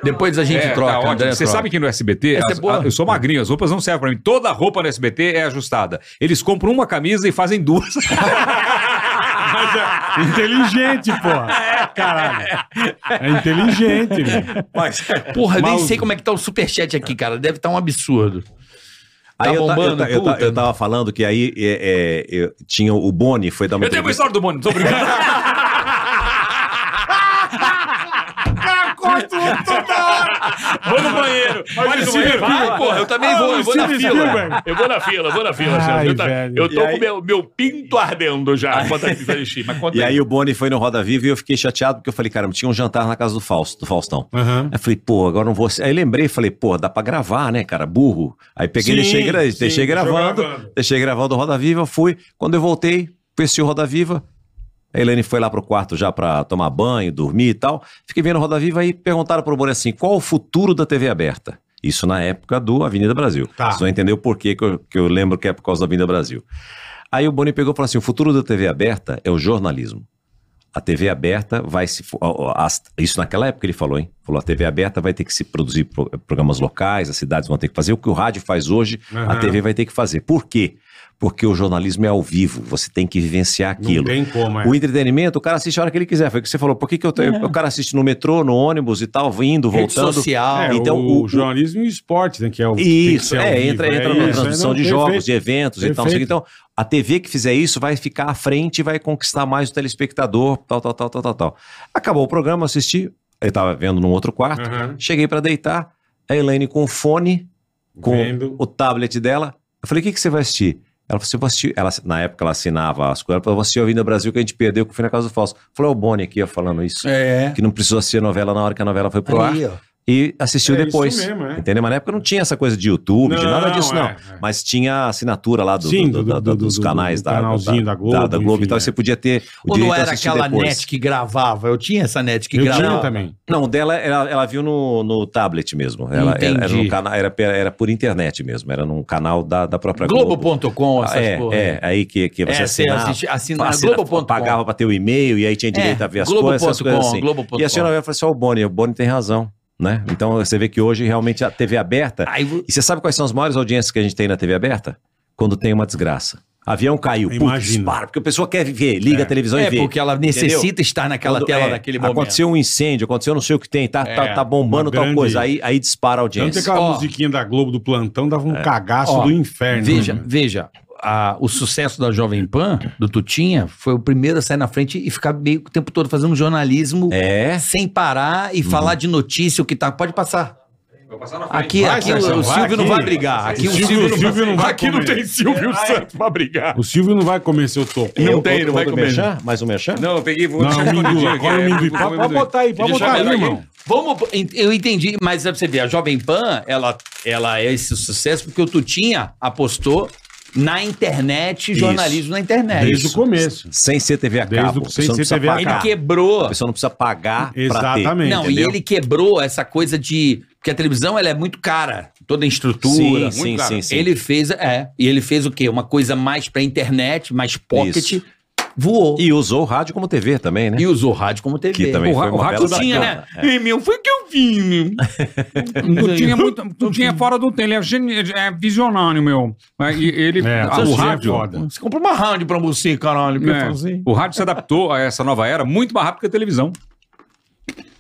E: Depois a gente
D: É,
E: troca.
D: tá ótimo.
E: André
D: Você
E: troca.
D: sabe que no SBT,
E: Essa é
D: as-
E: boa.
D: a- eu sou magrinho, as roupas não servem pra mim. Toda roupa no SBT é ajustada. Eles compram uma camisa e fazem duas.
B: Inteligente, porra. Caralho. É inteligente, velho.
H: Porra, eu nem sei como é que tá o superchat aqui, cara. Deve tá um absurdo.
F: Aí
H: Tá
F: eu, ta- eu
H: bombando,
F: ta- eu ta-
H: puta.
F: eu tava falando que aí é, é, eu- tinha o Boni, foi dar uma
D: Eu tenho uma
F: entrevista-
D: história do Boni, tô brincando.
L: Vou no banheiro. Vai no banheiro. Vai, porra, eu também
B: Ah,
L: vou. Eu
B: o
L: vou na
B: Steven
L: fila.
B: Spielberg.
L: Eu vou na fila, vou na fila.
B: Ai,
L: Sérgio. eu, tá-
B: velho.
L: eu
F: E
L: tô
F: aí-
L: com meu, meu pinto ardendo já. Enquanto a gente faz xixi. Mas conta
F: E aí o Boni foi no Roda Viva e eu fiquei chateado porque eu falei, caramba, tinha um jantar na casa do, Fausto, do Faustão. Aí eu falei, pô, agora não vou. Aí lembrei e falei, pô, dá pra gravar, né, cara? Burro. Aí peguei,
B: Sim,
F: deixei, gra-
B: sim,
F: deixei
B: deixou
F: gravando,
B: gravando.
F: deixei gravando o Roda Viva, fui. Quando eu voltei, conheci o Roda Viva. A Helene foi lá pro quarto já pra tomar banho, dormir e tal. Fiquei vendo o Roda Viva e perguntaram pro Boni assim: qual o futuro da TV aberta? Isso na época do Avenida Brasil.
B: Tá.
F: Vocês vão entender o porquê que eu, que eu lembro que é por causa da Avenida Brasil. Aí o Boni pegou e falou assim: o futuro da TV aberta é o jornalismo. A TV aberta vai se. fo- ó, ó, as- Isso naquela época ele falou, hein? Falou: a TV aberta vai ter que se produzir pro- programas locais, as cidades vão ter que fazer. O que o rádio faz hoje, a
B: Aham.
F: TV vai ter que fazer. Por quê? Porque o jornalismo é ao vivo, você tem que vivenciar
B: Não
F: aquilo.
B: tem como, é.
F: O entretenimento, o cara assiste a hora que ele quiser. Foi o que você falou. Por que, que eu tenho. O cara assiste no metrô, no ônibus e tal, vindo,
E: Rede
F: voltando.
E: social.
B: É,
F: Então,
B: o,
F: o-
B: jornalismo e o esporte, né? Que é o
F: Isso, é, entra, entra na
B: produção
F: transmissão de jogos, de eventos e tal. não sei o que. Então, a TV que fizer isso vai ficar à frente e vai conquistar mais o telespectador, tal, tal, tal, tal, tal, tal. Acabou o programa, assisti, eu tava vendo num outro quarto,
B: Aham.
F: cheguei pra deitar, a Elaine com o fone, com
B: Vendo.
F: o tablet dela. Eu falei, o que, que você vai assistir? Ela falou assim, eu vou assistir. Ela, na época ela assinava as coisas. Ela falou, eu vou assistir Ouvindo Brasil que a gente perdeu, que foi na casa do Fausto. Falou, é o Boni aqui, ó, falando isso.
E: É.
F: Que não precisou assistir a novela na hora que a novela foi pro
E: Aí,
F: ar.
E: ó.
F: E assistiu
E: É isso
F: depois.
E: mesmo, é.
F: Entendeu? Mas na época não tinha essa coisa de YouTube, de
E: Não,
F: nada disso, não.
E: é,
F: Mas tinha a assinatura lá do,
E: Sim,
F: do- do- do- dos canais da,
B: canalzinho da Globo, é.
F: da né? Globo e tal. e Você podia ter o
E: Ou
F: direito
E: não
F: a
E: é. era
F: assistir
E: aquela
F: depois.
E: net que gravava? Eu tinha essa net que gravava.
F: Não, o dela, ela, ela viu no, no tablet mesmo. Ela, era- era,
E: Entendi.
F: no canal, era, pe- era por internet mesmo, era num canal da, da própria Globo.
E: Globo.com, essas
F: é,
E: porra.
F: é, aí que, que você
E: É, você
F: assinava,
E: assisti- assina-
F: assina-
E: Globo.com.
F: pagava pra ter o e-mail e aí tinha direito
E: É,
F: a ver as
E: Globo.com,
F: coisas, essas coisas assim.
E: Globo.com.
F: E a senhora vai falar assim, ó, o Boni, o Boni tem razão. Né? Então você vê que hoje realmente a TV aberta. E você sabe quais são as maiores audiências que a gente tem na TV aberta? Quando tem uma desgraça. Avião caiu. Imagina. Putz, para, porque a pessoa quer ver, liga a televisão
E: É,
F: e vê.
E: porque ela necessita estar naquela tela naquele momento.
F: Aconteceu um incêndio, aconteceu não sei o que tem, tá,
E: É,
F: tá, tá bombando
B: uma
F: tal
B: grande-
F: coisa. Aí, aí dispara a
B: Tanto é que
F: audiência.
B: aquela musiquinha da Globo do plantão dava um
F: É.
B: cagaço
E: Ó,
B: do inferno.
E: Veja,
B: né?
E: veja. a- o sucesso da Jovem Pan, do Tutinha, foi o primeiro a sair na frente e ficar meio que o tempo todo fazendo jornalismo
F: É.
E: sem parar
F: Uhum.
E: e falar de notícia, o que tá. Pode passar. Aqui,
B: Vai,
E: aqui
B: Sérgio,
E: o, o
B: vai
E: Silvio não
B: aqui.
E: vai brigar. Aqui o Silvio, não, vai
B: Aqui não tem Silvio Santos
A: pra brigar.
B: O Silvio não vai comer seu topo.
F: Tem outro- outro merchan? Mais um merchan?
D: Não, eu peguei, vou
B: Não,
D: deixar
B: amendoim,
D: escondidinho aqui,
B: agora
D: é,
B: o amendoim.
D: vou comer
B: Pode botar aí, pode
D: Deixa
B: botar aí,
D: melhor aqui.
B: irmão.
E: Vamos, ent- eu entendi, mas pra você ver, a Jovem Pan, ela, ela é esse sucesso porque o Tutinha apostou na internet, jornalismo na internet.
F: Isso. Sem ser TV a
E: Desde
F: cabo.
E: o-
F: A
E: sem
F: pessoa não
E: ser
F: precisa
E: TV a
F: pagar.
E: cabo. Ele quebrou.
F: A pessoa não precisa pagar pra ter.
E: Exatamente. Não, e ele quebrou essa coisa de. Porque a televisão ela é muito cara, toda a estrutura.
F: Sim,
E: muito
F: sim,
E: cara.
F: sim, sim.
E: Ele fez. É. E ele fez o quê? Uma coisa mais pra internet, mais pocket.
F: Isso.
E: Voou.
F: E usou o rádio como TV também, né? E
E: usou o rádio como TV.
F: Que também
D: O, ra
F: foi
D: o
F: uma
D: rádio
F: bela
D: tinha, né?
F: sacada.
D: Ei, meu, foi o que eu vi, meu. tu, tinha muito, tu tinha fora do tempo. Ele é, geni- é visionário, meu. É, e Ele, ah, o rádio.
B: assim,
E: Você comprou uma round pra você, caralho. pra
D: É,
E: fazer.
D: o rádio se adaptou a essa nova era muito mais rápido que a televisão.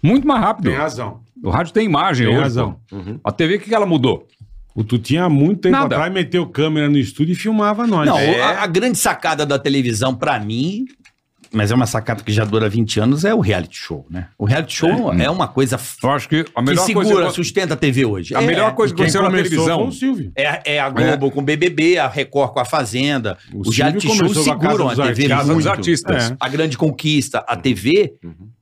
D: Muito mais rápido.
B: Tem razão.
D: O rádio tem imagem
B: Tem
D: hoje.
B: razão.
D: pô. A TV, o que que ela mudou?
B: O Tutinha há muito tempo
D: Nada.
B: atrás meteu câmera no estúdio e filmava nós.
E: Não,
B: É.
E: a, a grande sacada da televisão, pra mim, mas é uma sacada que já dura 20 anos, é o reality show, né? O reality show é, uma coisa
D: Eu acho que a
E: que
D: melhor
E: segura,
D: coisa. é
E: sustenta a TV hoje. É,
D: A melhor coisa que
E: quem
D: aconteceu na
E: começou
D: televisão.
E: foi o Silvio. É, é a Globo com o BBB, a Record com a Fazenda.
D: O
E: Os reality
D: Silvio
E: shows
D: começou com a
E: seguram a,
D: Casa dos
E: TV.
D: Artistas. Casa dos
E: muito.
D: Artistas.
B: É.
D: né? Uhum.
E: A grande conquista. A TV,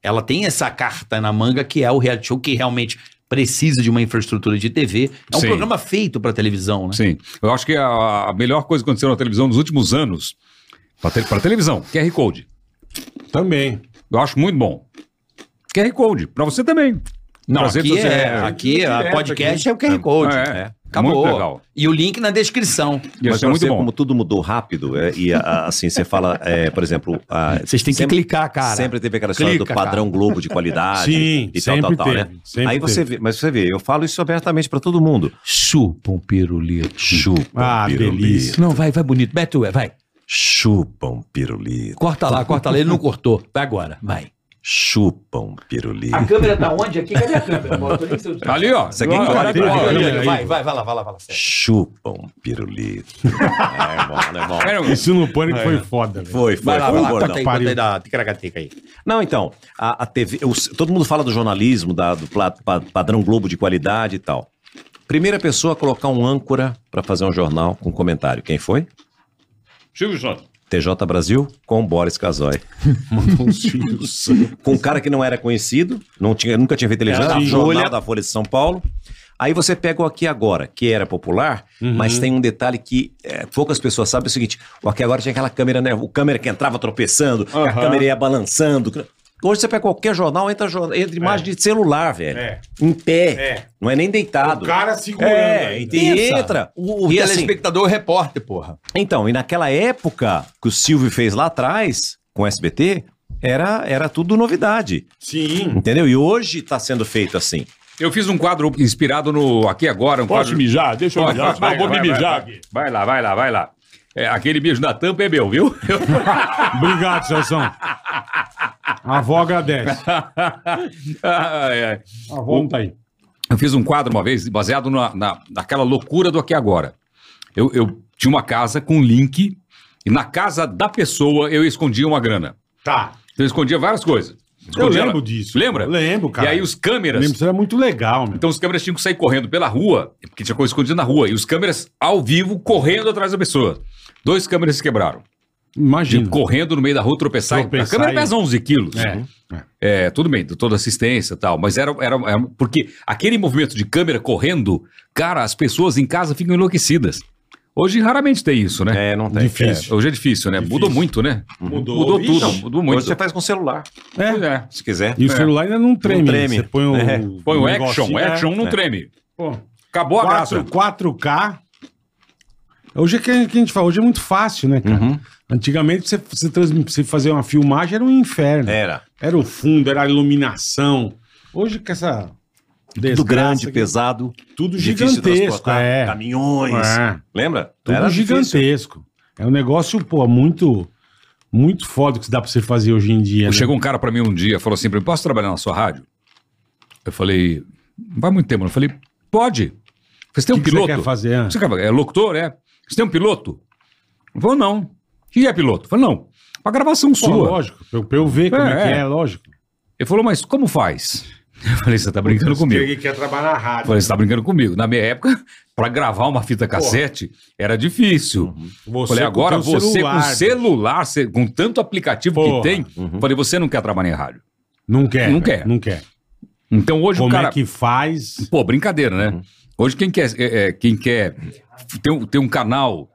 E: ela tem essa carta na manga que é o reality show que realmente precisa de uma infraestrutura de TV. É um
D: Sim.
E: programa feito pra televisão, né?
D: Sim. Eu acho que a, a melhor coisa que aconteceu na televisão nos últimos anos, pra, te, pra televisão, QR Code.
B: Também.
D: Eu acho muito bom. QR Code, pra você também.
E: Não,
D: Pras redes
E: aqui, é,
D: sociais.
E: aqui a
D: Direto
E: podcast
D: aqui.
E: é o QR Code.
D: É,
E: É. Acabou.
D: Muito legal.
E: E o link na descrição.
F: Mas pra você, como tudo mudou rápido, é, e a- a- assim, você fala, é, por exemplo... a-
E: Vocês têm que
F: sempre-
E: clicar, cara.
F: Sempre teve aquela história
E: Clica,
F: do padrão
E: cara.
F: Globo de qualidade
E: Sim,
F: e tal, tal,
E: sempre
F: tal,
E: teve,
F: né?
E: sempre
F: Aí você
E: teve.
F: vê, mas você vê, eu falo isso abertamente pra todo mundo.
E: Chupam um pirulito.
F: Chupam
E: Ah,
F: pirulito.
E: delícia. Não, vai, vai bonito. Beto, é, vai.
F: Chupam pirulito.
E: Corta lá, corta lá. Ele não cortou. Vai agora, vai.
F: Chupam pirulito.
E: câmera tá onde aqui? Cadê a câmera?
D: Tá Ali, ó.
F: Isso aqui é cara,
E: Vai, vai, vai lá, vai lá, vai lá.
F: Chupam pirulito. é, irmão, né, irmão?
B: Isso no pânico
F: É.
B: foi foda, velho.
F: Foi, foi.
E: um Vai lá,
F: foi
E: vai
F: um
E: lá.
F: bordão.
E: Conta aí,
F: Pariu.
E: conta aí da ticaracateca aí.
F: Não, então, a, a TV, os- todo mundo fala do jornalismo, da- do pla- pa- padrão Globo de qualidade e tal. Primeira pessoa a colocar um âncora pra fazer um jornal com comentário. Quem foi?
L: Silvio Santos.
F: TJ Brasil com Boris Casoy. com um cara que não era conhecido, não tinha, nunca tinha feito televisão,
B: Era
F: era
B: da
F: jornal
B: Folha.
F: da Folha de São Paulo. Aí você pega o Aqui Agora, que era popular,
B: Uhum.
F: mas tem um detalhe que é, poucas pessoas sabem, é o seguinte, o Aqui Agora tinha aquela câmera, né, o câmera que entrava tropeçando, que a
B: Aham.
F: câmera ia balançando. Hoje você pega qualquer jornal, entra, jor- entra imagem de celular, velho.
B: É.
F: Em pé.
B: É.
F: Não é nem deitado.
B: O cara segurando,
F: É,
B: né?
F: e
B: Pensa.
F: entra.
E: O,
F: E assim-
E: telespectador é o repórter, porra.
F: então, e naquela época que o Silvio fez lá atrás, com o SBT, era, era tudo novidade.
B: Sim.
F: Entendeu? E hoje está sendo feito assim.
D: Eu fiz um quadro inspirado no Aqui Agora. Um
L: Posso
D: quadro...
L: mijar? Deixa eu
D: Pode,
L: mijar,
D: pode,
L: senão eu vou me mijar
D: vai,
L: aqui.
D: Vai lá, vai lá, vai lá. É, aquele beijo na tampa é meu, viu?
B: Obrigado, Celso. A avó agradece.
D: Ai, ai.
B: A avó não tá aí.
D: Eu fiz um quadro uma vez baseado na, na- naquela loucura do Aqui Agora. Eu, eu tinha uma casa com link e na casa da pessoa eu escondia uma grana.
B: Tá.
D: Eu escondia várias coisas.
B: Eu
D: Escondia
B: lembro
D: ela.
B: disso.
D: Lembra?
B: Lembro, cara.
D: E aí os câmeras.
B: Lembro, isso era muito legal, meu.
D: Então os câmeras tinham que sair correndo pela rua, porque tinha coisa escondida na rua, e os câmeras ao vivo correndo atrás da pessoa. Dois câmeras se quebraram.
B: Imagina.
D: correndo no meio da rua, tropeçar.
B: Tropeçar
D: a câmera
B: e-
D: pesa 11 quilos.
B: É.
D: É, tudo bem, toda assistência e tal. Mas era, era, era- Porque aquele movimento de câmera correndo, cara, as pessoas em casa ficam enlouquecidas. Hoje raramente tem isso, né?
F: É, não tem.
D: Difícil. hoje é difícil, né? Mudou muito, né?
B: Mudou.
D: Mudou
B: Ixi.
D: tudo. Mudou muito.
F: Hoje você faz com É. o celular.
D: É.
F: Se quiser.
B: E o celular ainda não treme.
F: Não treme.
B: Você põe o.
F: É.
D: Põe o action,
B: negocinho,
D: o action
B: é.
D: não
B: É.
D: treme.
B: Pô,
D: Acabou a
B: quatro- 4K.
D: graça.
B: Hoje é que que a gente fala, hoje é muito fácil, né, cara? Antigamente você, você, transmi- você fazer uma filmagem era um inferno.
F: Era.
B: Era o fundo, era a iluminação. Hoje com essa.
F: Tudo
B: desgraça
F: grande,
B: que-
F: pesado.
B: Tudo
F: difícil de
B: gigantesco,
F: transportar,
B: é.
F: Caminhões.
B: É.
F: Lembra?
B: Tudo
F: Era difícil.
B: gigantesco. É um negócio, pô, muito. Muito foda que dá pra você fazer hoje em dia. né?
D: Chegou um cara pra mim um dia, falou assim pra mim, posso trabalhar na sua rádio? Eu falei, não vai muito tempo. não. Eu falei, pode. Você tem um
B: que você
D: piloto?
B: quer fazer?
D: Você quer- é locutor, é? Você tem um piloto? Eu falei, não. O que é piloto? Eu falei, não. Pra gravação
B: Pô,
D: sua.
B: lógico. Pra eu- pra eu ver como é, que é, lógico.
D: Ele falou, mas como faz? Eu falei, você tá brincando comigo.
B: Quem quer trabalhar na
D: Eu
B: rádio.
D: falei, você tá brincando comigo. Na minha época, pra gravar uma fita cassete, era difícil.
B: Você
D: falei,
B: com
D: agora
B: teu
D: você
B: celular,
D: com
B: bicho.
D: celular, você- com tanto aplicativo
B: Porra. Uhum.
D: que tem, falei, você não quer trabalhar em rádio.
B: Não quer.
D: Não
B: velho,
D: quer.
B: Não quer.
D: Então hoje
B: Como
D: o cara...
B: é que faz?
D: Pô, brincadeira, né? Hoje quem quer, é, é, quem quer ter, um, ter um canal,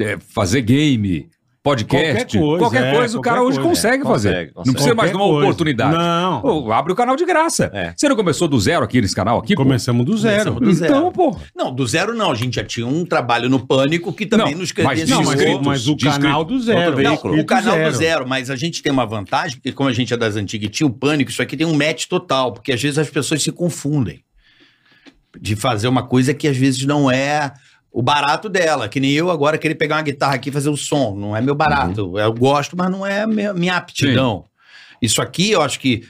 D: é, fazer game, podcast,
B: Qualquer coisa, é,
D: o
B: qualquer
D: cara hoje
B: coisa,
D: consegue
F: é,
D: fazer.
F: consegue,
D: Não
F: consegue.
D: precisa mais de uma
B: Qualquer coisa.
D: oportunidade.
B: Não.
D: Pô, abre o canal de graça. Você não começou do zero aqui nesse canal aqui? pô?
B: Começamos do zero.
D: Então, pô.
E: Não, do zero não. A gente já tinha um trabalho no Pânico que também
D: Não,
E: nos
D: mas
B: Não,
D: de
B: mas,
D: inscritos,
B: mas o
D: de inscritos.
B: canal do zero.
E: Não,
B: veículo.
E: o canal do zero, mas a gente tem uma vantagem, porque como a gente é das antigas e tinha o pânico, isso aqui tem um match total, porque às vezes as pessoas se confundem de fazer uma coisa que às vezes não é o barato dela, que nem eu agora querer pegar uma guitarra aqui e fazer o som, não é meu barato,
B: Uhum.
E: eu gosto, mas não é minha, minha aptidão. Isso aqui eu acho que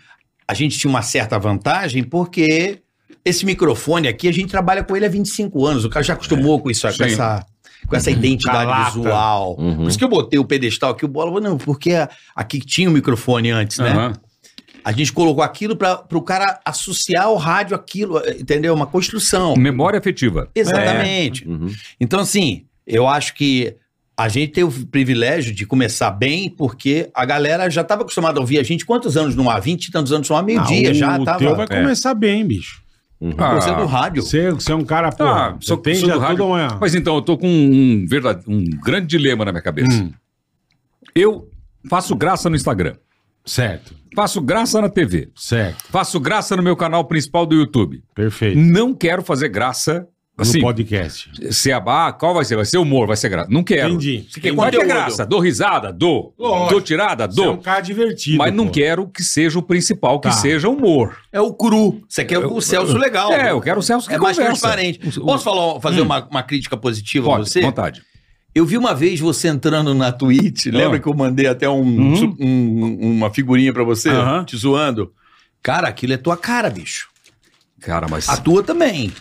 E: a gente tinha uma certa vantagem, porque esse microfone aqui, a gente trabalha com ele há 25 anos, o cara já acostumou com isso,
D: Sim.
E: com essa... Com essa identidade
B: É. lata.
E: visual.
F: Uhum,
E: Por isso que eu botei o pedestal aqui, o bola, não, porque a- aqui tinha o microfone antes, né?
D: Aham.
E: A gente colocou aquilo para o cara associar o rádio àquilo, eh, entendeu? Uma construção.
D: Memória afetiva. É.
E: Exatamente.
F: uhum.
E: Então, assim, eu acho que a gente tem o privilégio de começar bem, porque a galera já estava acostumada a ouvir a gente. Quantos anos não há? 20 e tantos anos não há? Meio-dia
B: Ah, o-
E: já
B: O
E: estava.
B: teu vai
E: É.
B: começar bem, bicho.
D: Ah,
E: Você é do rádio.
B: Você, você é um cara, pô.
D: Ah,
B: você
D: sou,
B: tem
D: sou
B: já
D: do rádio.
B: toda uma.
D: Mas então, eu tô com um, verdade- um grande dilema na minha cabeça.
B: Hum,
D: Eu faço graça no Instagram,
B: certo,
D: faço graça na TV,
B: certo.
D: faço graça no meu canal principal do YouTube.
B: Perfeito.
D: Não quero fazer graça. Assim,
B: no podcast.
D: se abar, qual vai ser? Vai ser humor, vai ser graça. Não quero.
B: Entendi.
D: Você quer, vai ter
E: Conteúdo.
D: graça. Dou risada, dou.
B: Lógico.
D: Dou tirada,
B: Você é um
D: dou.
B: cara divertido.
D: Mas não
B: pô.
D: quero que seja o principal, que
B: Tá.
D: seja humor.
E: É o cru. Você quer o Celso legal.
D: É, eu quero o Celso que
E: É mais
D: conversa. Hum.
E: transparente. Posso falar, fazer uma, uma crítica positiva a
D: Pode,
E: você?
D: vontade.
E: Eu vi uma vez você entrando na Twitch, lembra
D: Ah.
E: que eu mandei até um- su- um- uma figurinha pra você,
D: Aham.
E: te zoando? Cara, aquilo é tua cara, bicho.
D: Cara, mas,
E: A tua também.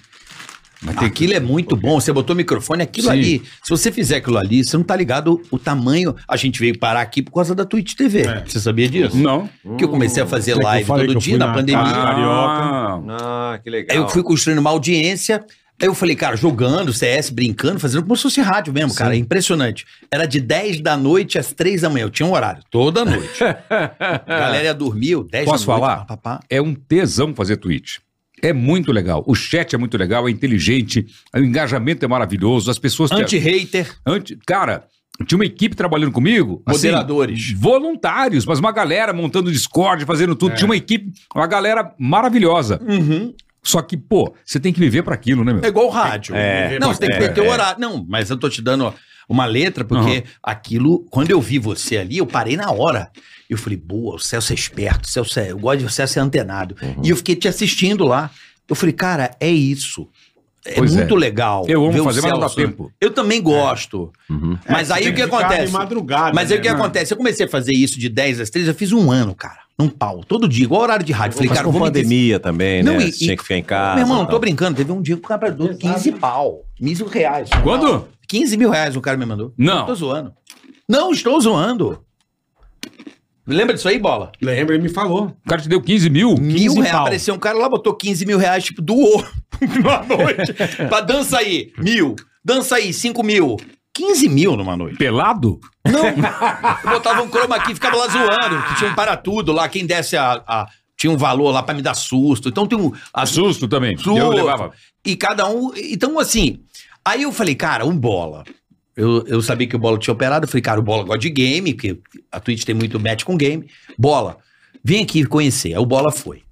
D: mas tem que...
E: Aquilo é muito bom. Você botou o microfone, aquilo
D: Sim.
E: ali. Se você fizer aquilo ali, você não tá ligado o tamanho. A gente veio parar aqui por causa da Twitch TV. Você sabia disso?
D: Não.
E: Que eu comecei a fazer
B: É que eu
E: live
B: falei que
E: todo
B: eu
E: dia
B: fui
E: na,
B: na Ah,
E: pandemia.
D: Carioca.
F: Ah, que legal.
E: Aí eu fui construindo uma audiência. Aí eu falei, cara, jogando CS, brincando, fazendo como se fosse rádio mesmo, cara. É impressionante. Era de 10 da noite às 3 da manhã. Eu tinha um horário, toda noite. A galera ia dormir, eu, 10
D: Posso
E: da noite.
D: falar?
E: pá, pá, pá.
D: É um tesão fazer tweet. É muito legal. O chat é muito legal, é inteligente, o engajamento é maravilhoso, as pessoas... te-
E: Anti-hater.
D: Anti... Cara, tinha uma equipe trabalhando comigo. assim,
E: Moderadores.
D: voluntários, mas uma galera montando Discord, fazendo tudo. Tinha uma equipe, uma galera maravilhosa. Só que, pô, você tem que viver pra aquilo, né, meu?
E: É igual rádio.
F: É.
E: não, você tem que ter teu horário. ah, Não, mas eu tô te dando uma letra, porque aquilo, quando eu vi você ali, eu parei na hora. Eu falei, boa, o Celso é esperto, o Celso é, eu gosto de o Celso é antenado. E eu fiquei te assistindo lá. Eu falei, cara, é isso. É
D: Pois é.
E: muito legal.
D: Eu amo
E: ver o
D: fazer, mas não dá
E: Celso.
D: tempo.
E: Eu também gosto. Mas
B: É,
E: aí
B: tem
E: o que
B: ficar
E: acontece?
B: de madrugada,
E: Mas aí o que
B: né?
E: acontece? Eu comecei a fazer isso de 10 às 3, eu fiz um ano, cara. Num pau, todo dia, igual horário de rádio. Falei,
F: Mas
E: cara, eu
F: com
E: vou me
F: pandemia também,
E: Não,
F: né?
E: e-
F: Você tinha que ficar em casa.
E: meu irmão, não
F: e
E: tô
F: tal.
E: brincando. Teve um dia que o cara mandou 15 pau. 15 reais.
D: Quando?
E: 15 mil reais o cara me mandou.
D: Não.
E: Eu tô zoando. Não, estou zoando. Lembra disso aí, Bola?
B: Lembra, ele me falou.
D: O cara te deu 15 mil?
E: Mil reais. Apareceu um cara lá, botou 15 mil reais, tipo, doou numa noite. pra dança aí, mil. Dança aí, 5 mil. 15 mil numa noite.
D: Pelado?
E: Não. Botava um chroma aqui, ficava lá zoando. que Tinha um para tudo lá, quem desse a... a- tinha um valor lá pra me dar susto. Então tem um... a-
D: Susto também.
E: Susto.
D: Eu levava.
E: E cada um... Então, assim... Aí eu falei, cara, um Bola... Eu, eu sabia que o Bola tinha operado. Eu falei, cara, o Bola gosta de game, porque a Twitch tem muito match com game. Bola, vem aqui conhecer. Aí o Bola foi.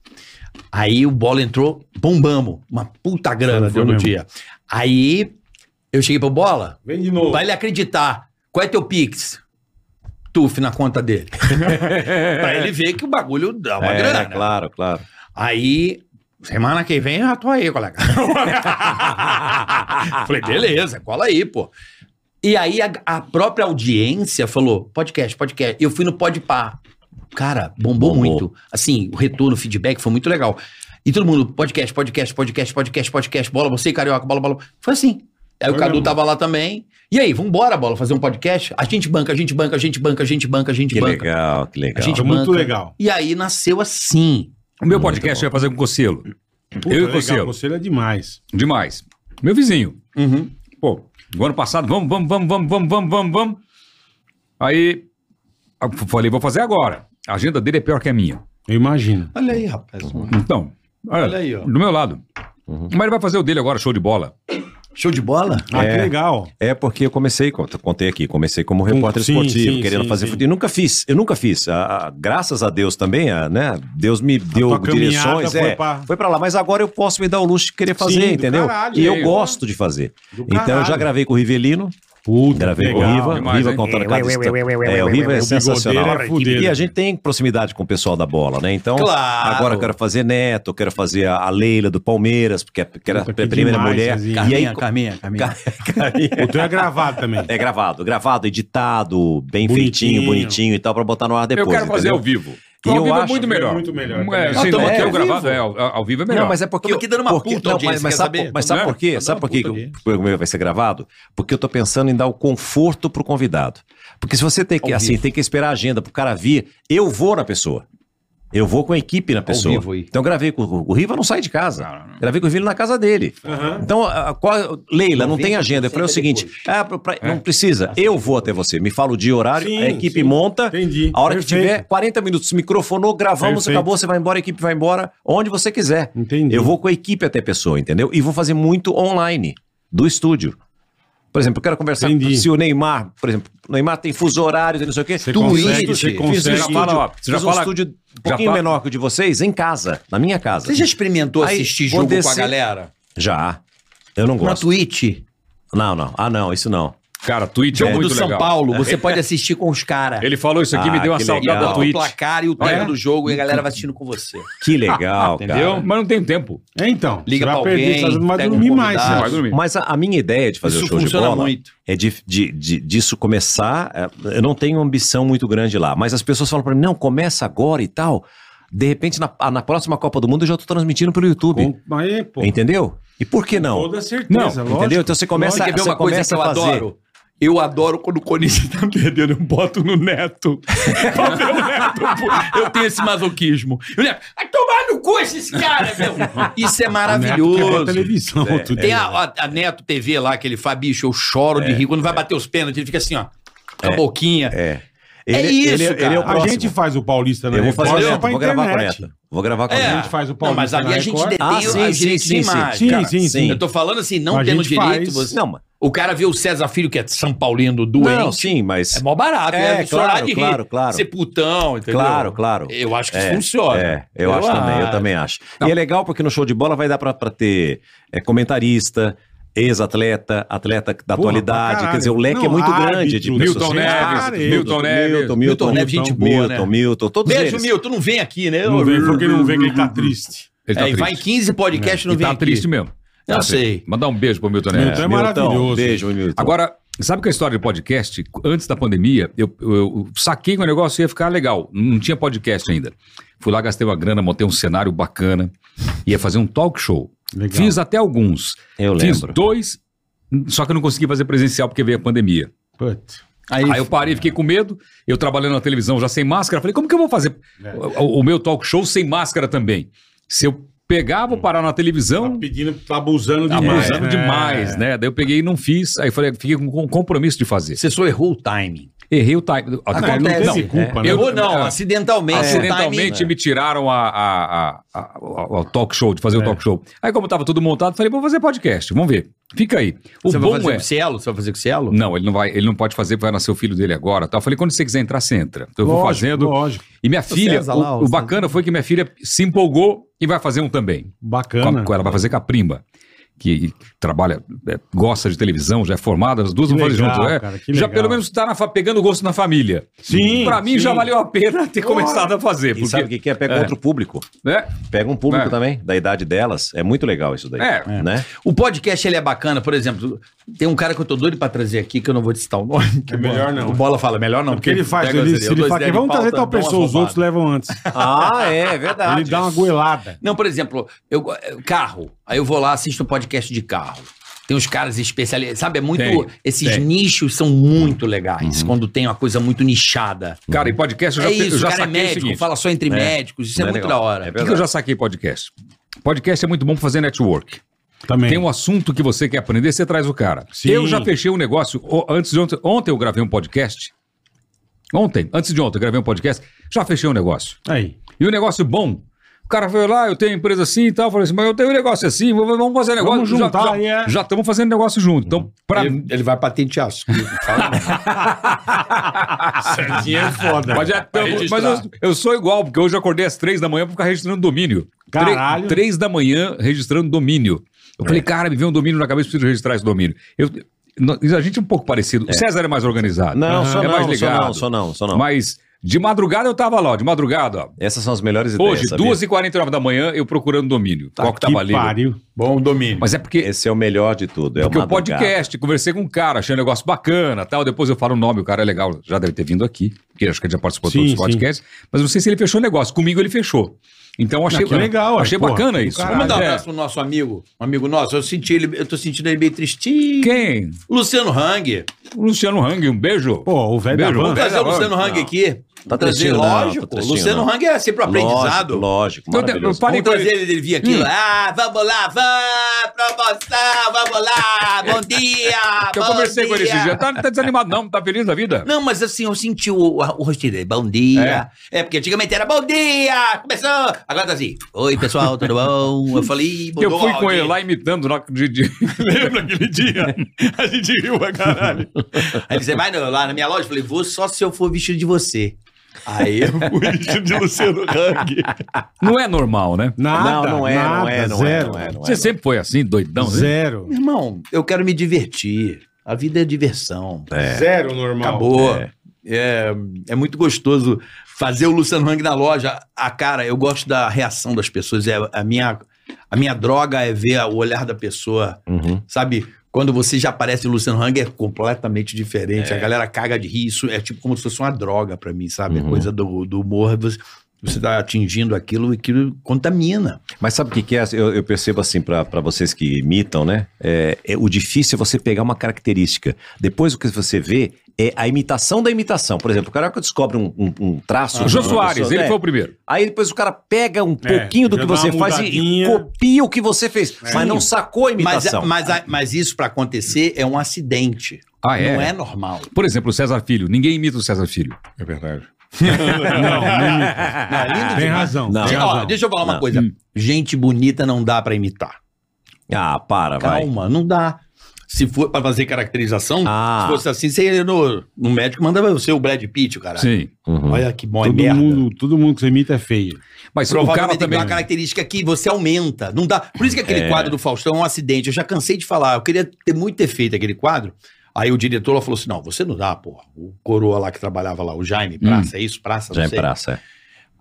E: Aí o Bola entrou, bombamos. Uma puta grana
B: Foi, foi
E: deu no
B: mesmo.
E: dia. Aí eu cheguei pro Bola.
B: Vem de novo.
E: Vai ele acreditar. Qual é teu Pix? Tuf na conta dele.
D: É.
E: pra ele ver que o bagulho dá uma
F: É,
E: grana. né?
F: claro, claro.
E: Aí, semana que vem eu já tô aí, colega. Falei, beleza, cola aí, pô. E aí a, a própria audiência falou: podcast, podcast. Eu fui no Podpar. Cara, bombou, muito. Assim, o retorno, o feedback foi muito legal. E todo mundo, podcast, podcast, podcast, podcast, podcast, bola, você, carioca, bola, bola. Foi assim. Aí o
B: Foi
E: Cadu
B: mesmo.
E: tava lá também. E aí, vambora, bola, fazer um podcast? A gente banca, a gente banca, a gente banca, a gente banca, a gente
F: Que
E: banca.
F: legal, que legal.
E: A gente
F: Foi
E: banca. E aí nasceu assim.
D: O meu podcast eu ia fazer com o Cocelo. eu e o
B: legal,
D: Cocelo.
B: o Conselho é demais.
D: Demais. Meu vizinho.
E: Uhum.
D: Pô, no ano passado, vamos, vamos, vamos, vamos, vamos, vamos, vamos, vamos. Aí, eu falei, vou fazer agora. A agenda dele é pior que a minha.
B: Eu imagino.
E: Olha aí, rapaz.
D: Então, olha,
E: Olha aí, ó.
D: do meu lado.
F: Uhum.
D: Mas ele vai fazer o dele agora, show de bola.
E: Show de bola?
B: Ah,
F: É.
B: que legal.
F: É porque eu comecei, cont- contei aqui, comecei como repórter
B: sim,
F: esportivo,
B: sim,
F: querendo
B: sim,
F: fazer
B: sim.
F: futebol. E nunca fiz, eu nunca fiz. A- a- graças a Deus também, a- né? Deus me deu
B: tua caminhada
F: direções.
B: foi
F: é,
B: pra-
F: Foi pra lá, mas agora eu posso me dar o luxo de querer fazer,
B: Sim, do
F: entendeu?
B: caralho,
F: e eu
B: é.
F: gosto de fazer. Então eu já
B: caralho.
F: gravei com o Rivelino. gravei com o
B: legal.
F: Riva,
D: Demais,
F: o Riva
D: hein?
F: contando cada
O: ué, ué, ué,
F: história.
O: ué,
F: É, o
O: ué,
F: Riva
O: ué,
F: é
O: ué,
F: sensacional.
B: bigodeiro é fudido.
F: E a gente tem proximidade com o pessoal da bola, né? Então,
E: Claro.
F: agora eu quero fazer Neto, eu quero fazer a a Leila do Palmeiras, porque é- que era a
B: Puta, que
F: primeira
B: demais,
F: mulher.
B: Zezinho.
F: E aí,
E: Carminha, Carminha, Carminha.
B: O teu é gravado também.
F: é gravado, gravado, editado, bem
B: Bonitinho.
F: feitinho, bonitinho e tal, pra botar no ar depois.
D: eu quero fazer
F: entendeu?
D: ao vivo.
F: E
D: ao
F: eu
D: vivo é
F: acho
D: muito
F: que é
D: melhor.
B: muito melhor
D: É,
B: também.
D: sim,
E: Ah, tamo
D: não,
E: aqui
D: aqui eu
E: ao
D: gravado,
E: vivo.
D: é, ao, ao vivo é melhor.
F: Não, mas é porque.
E: Tamo aqui dando uma
F: porque-
E: puta
F: não,
E: audiência,
F: mas, mas
E: quer
F: sabe,
E: saber? Né?
F: mas sabe
D: Não é?
F: por quê? Sabe por quê que o programa vai ser gravado? Porque eu tô pensando em dar o conforto pro convidado. Porque se você tem que,
E: Ao
F: assim,
E: vivo.
F: tem que esperar a agenda pro cara vir, eu vou na pessoa. Eu vou com a equipe na pessoa.
E: vivo aí.
F: Então eu gravei com o, o Riva, não sai de casa. Gravei com o Riva na casa dele. Então, a- a- qual- Leila, não tem agenda. Eu falei o seguinte: ah, pra- pra- não precisa, eu vou até você. Me fala o dia e o horário,
B: Sim,
F: a equipe
B: sim.
F: monta.
B: Entendi.
F: A hora
B: Perfeito.
F: que tiver 40 minutos, microfonou, gravamos,
B: Perfeito.
F: acabou, você vai embora, a equipe vai embora, onde você quiser.
B: Entendi.
F: Eu vou com a equipe até a pessoa, entendeu? E vou fazer muito online, do estúdio. Por exemplo, eu quero conversar
B: Entendi.
F: se o Neymar, por exemplo, o Neymar tem fuso horário, tem não sei o quê.
B: Você
F: Tudo
B: consegue,
F: isso,
B: você
F: fiz um
B: consegue.
F: estúdio-
D: Já fala, ó, você já
F: fiz um
D: fala-
F: estúdio um
D: já
F: pouquinho
D: fala-
F: menor que o de vocês, em casa, na minha casa.
E: Você já experimentou
F: Aí,
E: assistir
F: vou
E: jogo com a
F: descer-
E: galera?
F: Já. Eu não
E: Na
F: gosto.
E: Twitch?
F: Não, não. Ah, não, isso não.
D: Cara, Twitch é
E: Jogo
D: muito
E: do São
D: legal.
E: Paulo, você pode assistir com os caras.
D: Ele falou isso aqui,
F: Ah,
D: me deu uma
F: que
D: saudade
F: legal.
D: da
E: Bota o
D: Twitch.
E: placar e o
D: Olha.
E: tempo do jogo e a galera vai assistindo com você.
F: Que legal, cara.
D: Entendeu? Mas não tem tempo.
B: É, então.
E: Liga
B: você
E: pra
B: vai perder,
E: alguém,
B: você não vai
E: pega um
B: dormir mais.
E: convidado.
B: né?
D: Vai dormir.
F: Ah, Mas a, a minha ideia de fazer
E: Isso
F: o show de
E: funciona
F: bola
E: muito.
F: é de, de, de- disso começar. é, Eu não tenho ambição muito grande lá, mas as pessoas falam pra mim: não, começa agora e tal. De repente, na, na próxima Copa do Mundo, eu já tô transmitindo pelo YouTube.
B: Com- Mas, é, pô,
F: Entendeu? E por que não?
B: toda certeza,
F: Não,
B: lógico.
F: entendeu? Então você começa,
B: é
E: Você quer ver
F: você
E: uma coisa
F: começa
E: que eu
F: a fazer.
E: adoro? Eu adoro quando o Corinthians tá perdendo, eu boto no Neto. Pra ver o Neto, pô. eu tenho esse masoquismo. E o Neto, vai tomar no cu esses caras, meu. Isso é
B: Porque é
E: maravilhoso.
B: televisão, É. tudo
E: Tem a, a- a Neto TV lá, que ele fala, bicho, eu choro de rir. Quando vai bater os pênaltis, ele fica assim, ó, com a boquinha.
F: É.
E: É isso,
F: ele, ele é o
E: cara.
B: A
F: próximo.
B: gente faz o Paulista na
F: eu vou fazer o
B: Record,
F: Neto,
B: pra
F: vou gravar com o
B: internet.
F: Neto. Vou gravar com o
B: A
F: Neto.
B: gente faz o
E: É. Não, mas
B: Paulista
E: ali
B: na
E: a gente
B: Record.
E: detém
F: Ah,
E: o
F: sim,
E: a direito
F: sim,
E: de
F: sim, sim.
E: imagem.
B: Sim,
E: cara.
B: sim, sim.
F: sim.
E: Eu tô falando assim, não
B: A
E: tendo
B: gente
E: direito.
B: faz.
E: Você...
F: Não, mas-
E: O cara vê o César Filho, que é São Paulino doente.
F: Não, sim, mas.
E: É mó barato.
F: É,
E: né? Chorar
F: claro,
E: de rir,
F: claro, claro.
E: Ser putão, entendeu?
F: Claro, claro.
E: Eu acho que
F: É,
E: isso funciona. Ah.
F: É, eu, acho, também, eu também acho. E é legal porque no show de bola vai dar pra, pra ter é, comentarista, ex-atleta, atleta da
B: Porra, pra
F: atualidade.
B: caralho.
F: Quer dizer, o leque é
B: Não,
F: muito
B: árbitro, né?
F: grande de
B: Milton
F: pessoas.
D: Neves, Milton
F: Ah,
D: Neves.
F: Milton, Milton,
E: Milton
F: Milton,
E: Neves, gente boa,
F: Milton,
E: né?
F: Milton, Milton, todos
E: Beijo,
F: eles.
E: Milton. Não vem aqui, né?
B: Não vem, porque não vem que ele tá triste. É,
D: Ele tá
E: É, e vai em
D: triste.
E: 15 podcasts não
D: E
E: vem
D: tá
E: aqui.
D: triste mesmo.
E: Eu
D: Tá
E: sei.
D: triste. Mandar um beijo pro Milton
B: Milton
D: Neves.
B: é
F: Milton,
B: maravilhoso.
F: Beijo, Milton.
D: Agora, sabe que a história de podcast, antes da pandemia, eu, eu- eu saquei que o negócio ia ficar legal. Não tinha podcast ainda. Fui lá, gastei uma grana, montei um cenário bacana. Ia fazer um talk show.
B: Legal.
D: Fiz até alguns.
F: Eu
D: Fiz
F: lembro.
D: dois, só que eu não consegui fazer presencial porque veio a pandemia.
B: Putz.
D: Aí, eu parei, fiquei com medo. Eu trabalhando na televisão já sem máscara. Falei, como que eu vou fazer o, o meu talk show sem máscara também? Se eu pegar, vou parar na televisão. Tá
B: pedindo, tá abusando demais. É.
D: Abusando demais, né? Daí eu peguei e não fiz. Aí eu falei, fiquei com com compromisso de fazer. Você
H: só errou o timing.
D: Errei o timing.
H: Acontece.
D: Não,
H: É.
D: culpa, né?
H: Errou não, acidentalmente. É,
D: Acidentalmente me
H: né?
D: tiraram a, a- a- a- a- o talk show, de fazer
B: É.
D: o talk show. Aí, como tava tudo montado, falei, vou fazer podcast, vamos ver. Fica aí. O
H: Você vai
D: bom
H: fazer um
D: é.
H: com o Cielo? Você vai fazer com o Cielo?
D: Não, ele não vai, ele não pode fazer, porque vai nascer o filho dele agora. Tá? Eu falei, quando você quiser entrar, você entra. Então eu vou
B: Lógico,
D: fazendo.
B: lógico.
D: E minha
B: O
D: filha,
B: César
D: o-
B: lá,
D: o,
B: o
D: bacana foi que minha filha se empolgou e vai fazer um também.
B: Bacana.
D: Com- ela vai fazer com a prima. Que trabalha, é, gosta de televisão, já é formada, as duas
B: Que
D: vão fazer
B: legal,
D: junto. É,
B: cara, que
D: já
B: legal.
D: pelo menos está na fa- pegando gosto na família.
B: Sim,
D: Pra mim
B: sim.
D: já valeu a pena ter
B: Porra.
D: começado a fazer.
F: E sabe o que que é? Pega outro público.
D: Né?
F: Pega um público
H: É.
F: também, da idade delas. É muito legal isso daí.
H: É.
F: Né?
H: O podcast ele é bacana, por exemplo, tem um cara que eu tô doido pra trazer aqui, que eu não vou te citar o nome. que o Bola-
B: É melhor não.
H: O Bola fala, melhor não.
B: O que ele faz? Ele, se ele fala que vamos trazer tal pessoa, os outros levam antes.
H: Ah, é, verdade.
B: Ele dá uma goelada.
H: Não, por exemplo, eu, go- eh, carro. Aí eu vou lá, assisto um podcast de carro. Tem uns caras especialistas, sabe? É muito.
D: Tem,
H: esses
D: tem.
H: nichos são muito legais. Quando tem uma coisa muito nichada.
D: Cara, e podcast eu já,
H: É isso,
D: eu já
H: o cara é
D: saquei
H: médico,
D: o seguinte.
H: fala só entre médicos, isso é muito da hora.
D: O que que eu já saquei podcast? Podcast é muito bom pra fazer network.
B: Também.
D: Tem um assunto que você quer aprender, você traz o cara.
B: Sim.
D: Eu já fechei um negócio o- antes de ontem. Ontem eu gravei um podcast. Ontem, antes de ontem, eu gravei um podcast. Já fechei um negócio.
B: Aí.
D: E o negócio é bom. O cara foi lá, eu tenho empresa assim e tal. Falei assim, mas eu tenho um negócio assim, vamos vamos fazer negócio.
B: Vamos juntar,
D: já,
B: aí é. Uhum.
D: já estamos fazendo negócio junto. Então, pra mim.
H: Ele vai patentear as
B: Sardinha é foda.
D: Mas, já tamo- mas eu, eu sou igual, porque hoje eu acordei às três da manhã pra ficar registrando domínio. Tre-
B: Caralho. É.
D: Três da manhã registrando domínio. Eu falei, cara, me veio um domínio na cabeça, preciso registrar esse domínio. Eu- no- a gente é um pouco parecido. O César é mais organizado.
F: Não, só
D: é
F: não,
D: mais
F: só
D: ligado.
F: não, só não, só não.
D: Mas de madrugada eu tava lá, ó, de madrugada, ó.
F: Essas são as melhores ideias.
D: Hoje, 2h49 da manhã, eu procurando domínio.
B: Tá
D: Qual que tava ali?
F: Bom domínio.
D: Mas é porque.
F: Esse é o melhor de tudo. É
D: Porque
F: o
D: o podcast, conversei com um cara, achei um negócio bacana tal. Depois eu falo o nome, o cara é legal, já deve ter vindo aqui, porque acho que ele já participou de
B: Sim,
D: todos os
B: sim.
D: podcasts. Mas não sei se ele fechou o negócio. Comigo ele fechou. Então eu achei,
B: Ah, que legal,
D: achei
B: pô,
D: bacana
B: do
D: isso.
B: caralho.
H: Vamos dar um
D: É.
H: abraço pro nosso amigo, um amigo nosso. Eu senti ele, eu tô sentindo ele meio tristinho.
D: Quem?
H: Luciano Hang.
D: Tá Luciano Hang, um beijo.
B: Pô, o velho é da van.
H: Vamos trazer o Luciano Hang aqui.
D: Tá
H: Vamos trazer, lógico. Luciano Hang é sempre um aprendizado.
F: Lógico,
H: Então,
F: maravilhoso.
H: eu parei Vamos com trazer ele,
D: Hum.
H: ele vir aqui. Ah, vamos lá, vamos, promoção, vamos lá, bom dia.
D: Eu
H: bom
D: conversei com ele
H: dia.
D: esses dias. Tá, não tá desanimado, não, tá feliz da vida?
H: Não, mas assim, eu senti o, o rostinho dele. Bom dia. É. porque antigamente era bom dia, começou. Agora tá assim. Oi, pessoal, tudo bom? Eu falei, "Ih, mudou
D: eu
H: o
D: fui com
H: áudio".
D: ele lá imitando o Rock de, de...
P: Lembra aquele dia? A gente riu pra caralho.
H: Aí ele disse, vai no- lá na minha loja? Eu falei, vou só se eu for vestido de você. Aí eu fui vestido de Luciano Hang.
D: Não é normal, né?
B: Nada,
F: Não, não é,
B: nada,
F: não é, não é,
B: zero.
F: não é, não é.
D: Você sempre foi assim, doidão, né?
B: Zero.
H: Meu irmão, eu quero me divertir. A vida é diversão.
F: É.
B: Zero normal.
H: Acabou. É. É, muito gostoso fazer o Luciano Hang na loja. A cara, eu gosto da reação das pessoas. É, a, minha, a minha droga é ver o olhar da pessoa.
F: Uhum.
H: Sabe? Quando você já aparece o Luciano Hang é completamente diferente. A galera caga de rir. Isso é tipo como se fosse uma droga pra mim, sabe? A coisa do, do humor. Você, você tá atingindo aquilo e aquilo contamina.
F: Mas sabe o que, que é? Eu, eu percebo assim, pra pra vocês que imitam, né? É, é- o difícil é você pegar uma característica. Depois o que você vê é a imitação da imitação. Por exemplo, o carioca descobre um, um- um traço.
D: Ah,
F: de
D: Jô
F: uma
D: Soares,
F: pessoa,
D: ele
F: né?
D: foi o primeiro.
F: Aí depois o cara pega um
B: É,
F: pouquinho do
B: já
F: que
B: dá
F: você
B: uma
F: faz e, e
B: mudadinha.
F: copia o que você fez, mas
H: Sim.
F: não sacou a
H: Mas,
F: imitação.
H: mas, mas isso pra acontecer é um acidente.
D: Ah, é?
H: Não é normal.
D: Por exemplo, o César Filho. Ninguém imita o César Filho.
Q: É verdade.
B: Não, não imita.
H: Não, é lindo
B: Tem
H: demais.
B: razão.
F: Não.
B: tem
H: Ó,
B: razão.
H: deixa eu falar uma
F: Não.
D: Hum.
H: coisa. Gente bonita não dá pra imitar.
F: Ah, para, vai.
H: Calma, não dá. Se for pra fazer caracterização,
F: Ah.
H: se fosse assim, você ia no, no médico mandava você o Brad Pitt, cara.
D: Sim.
F: Uhum.
H: Olha que bom, é
B: Todo
H: merda.
B: mundo, todo mundo que você imita é feio.
D: Mas o cara
H: Provavelmente tem
D: também.
H: uma característica que você aumenta. Não dá. Por isso que aquele quadro do Faustão é um acidente. Eu já cansei de falar. Eu queria ter muito ter feito aquele quadro. Aí o diretor lá falou assim: não, você não dá, porra. O coroa lá que trabalhava lá, o Jaime
D: Hum.
H: Praça, é isso? Praça,
F: Já
H: não
F: é
H: sei.
F: praça. é.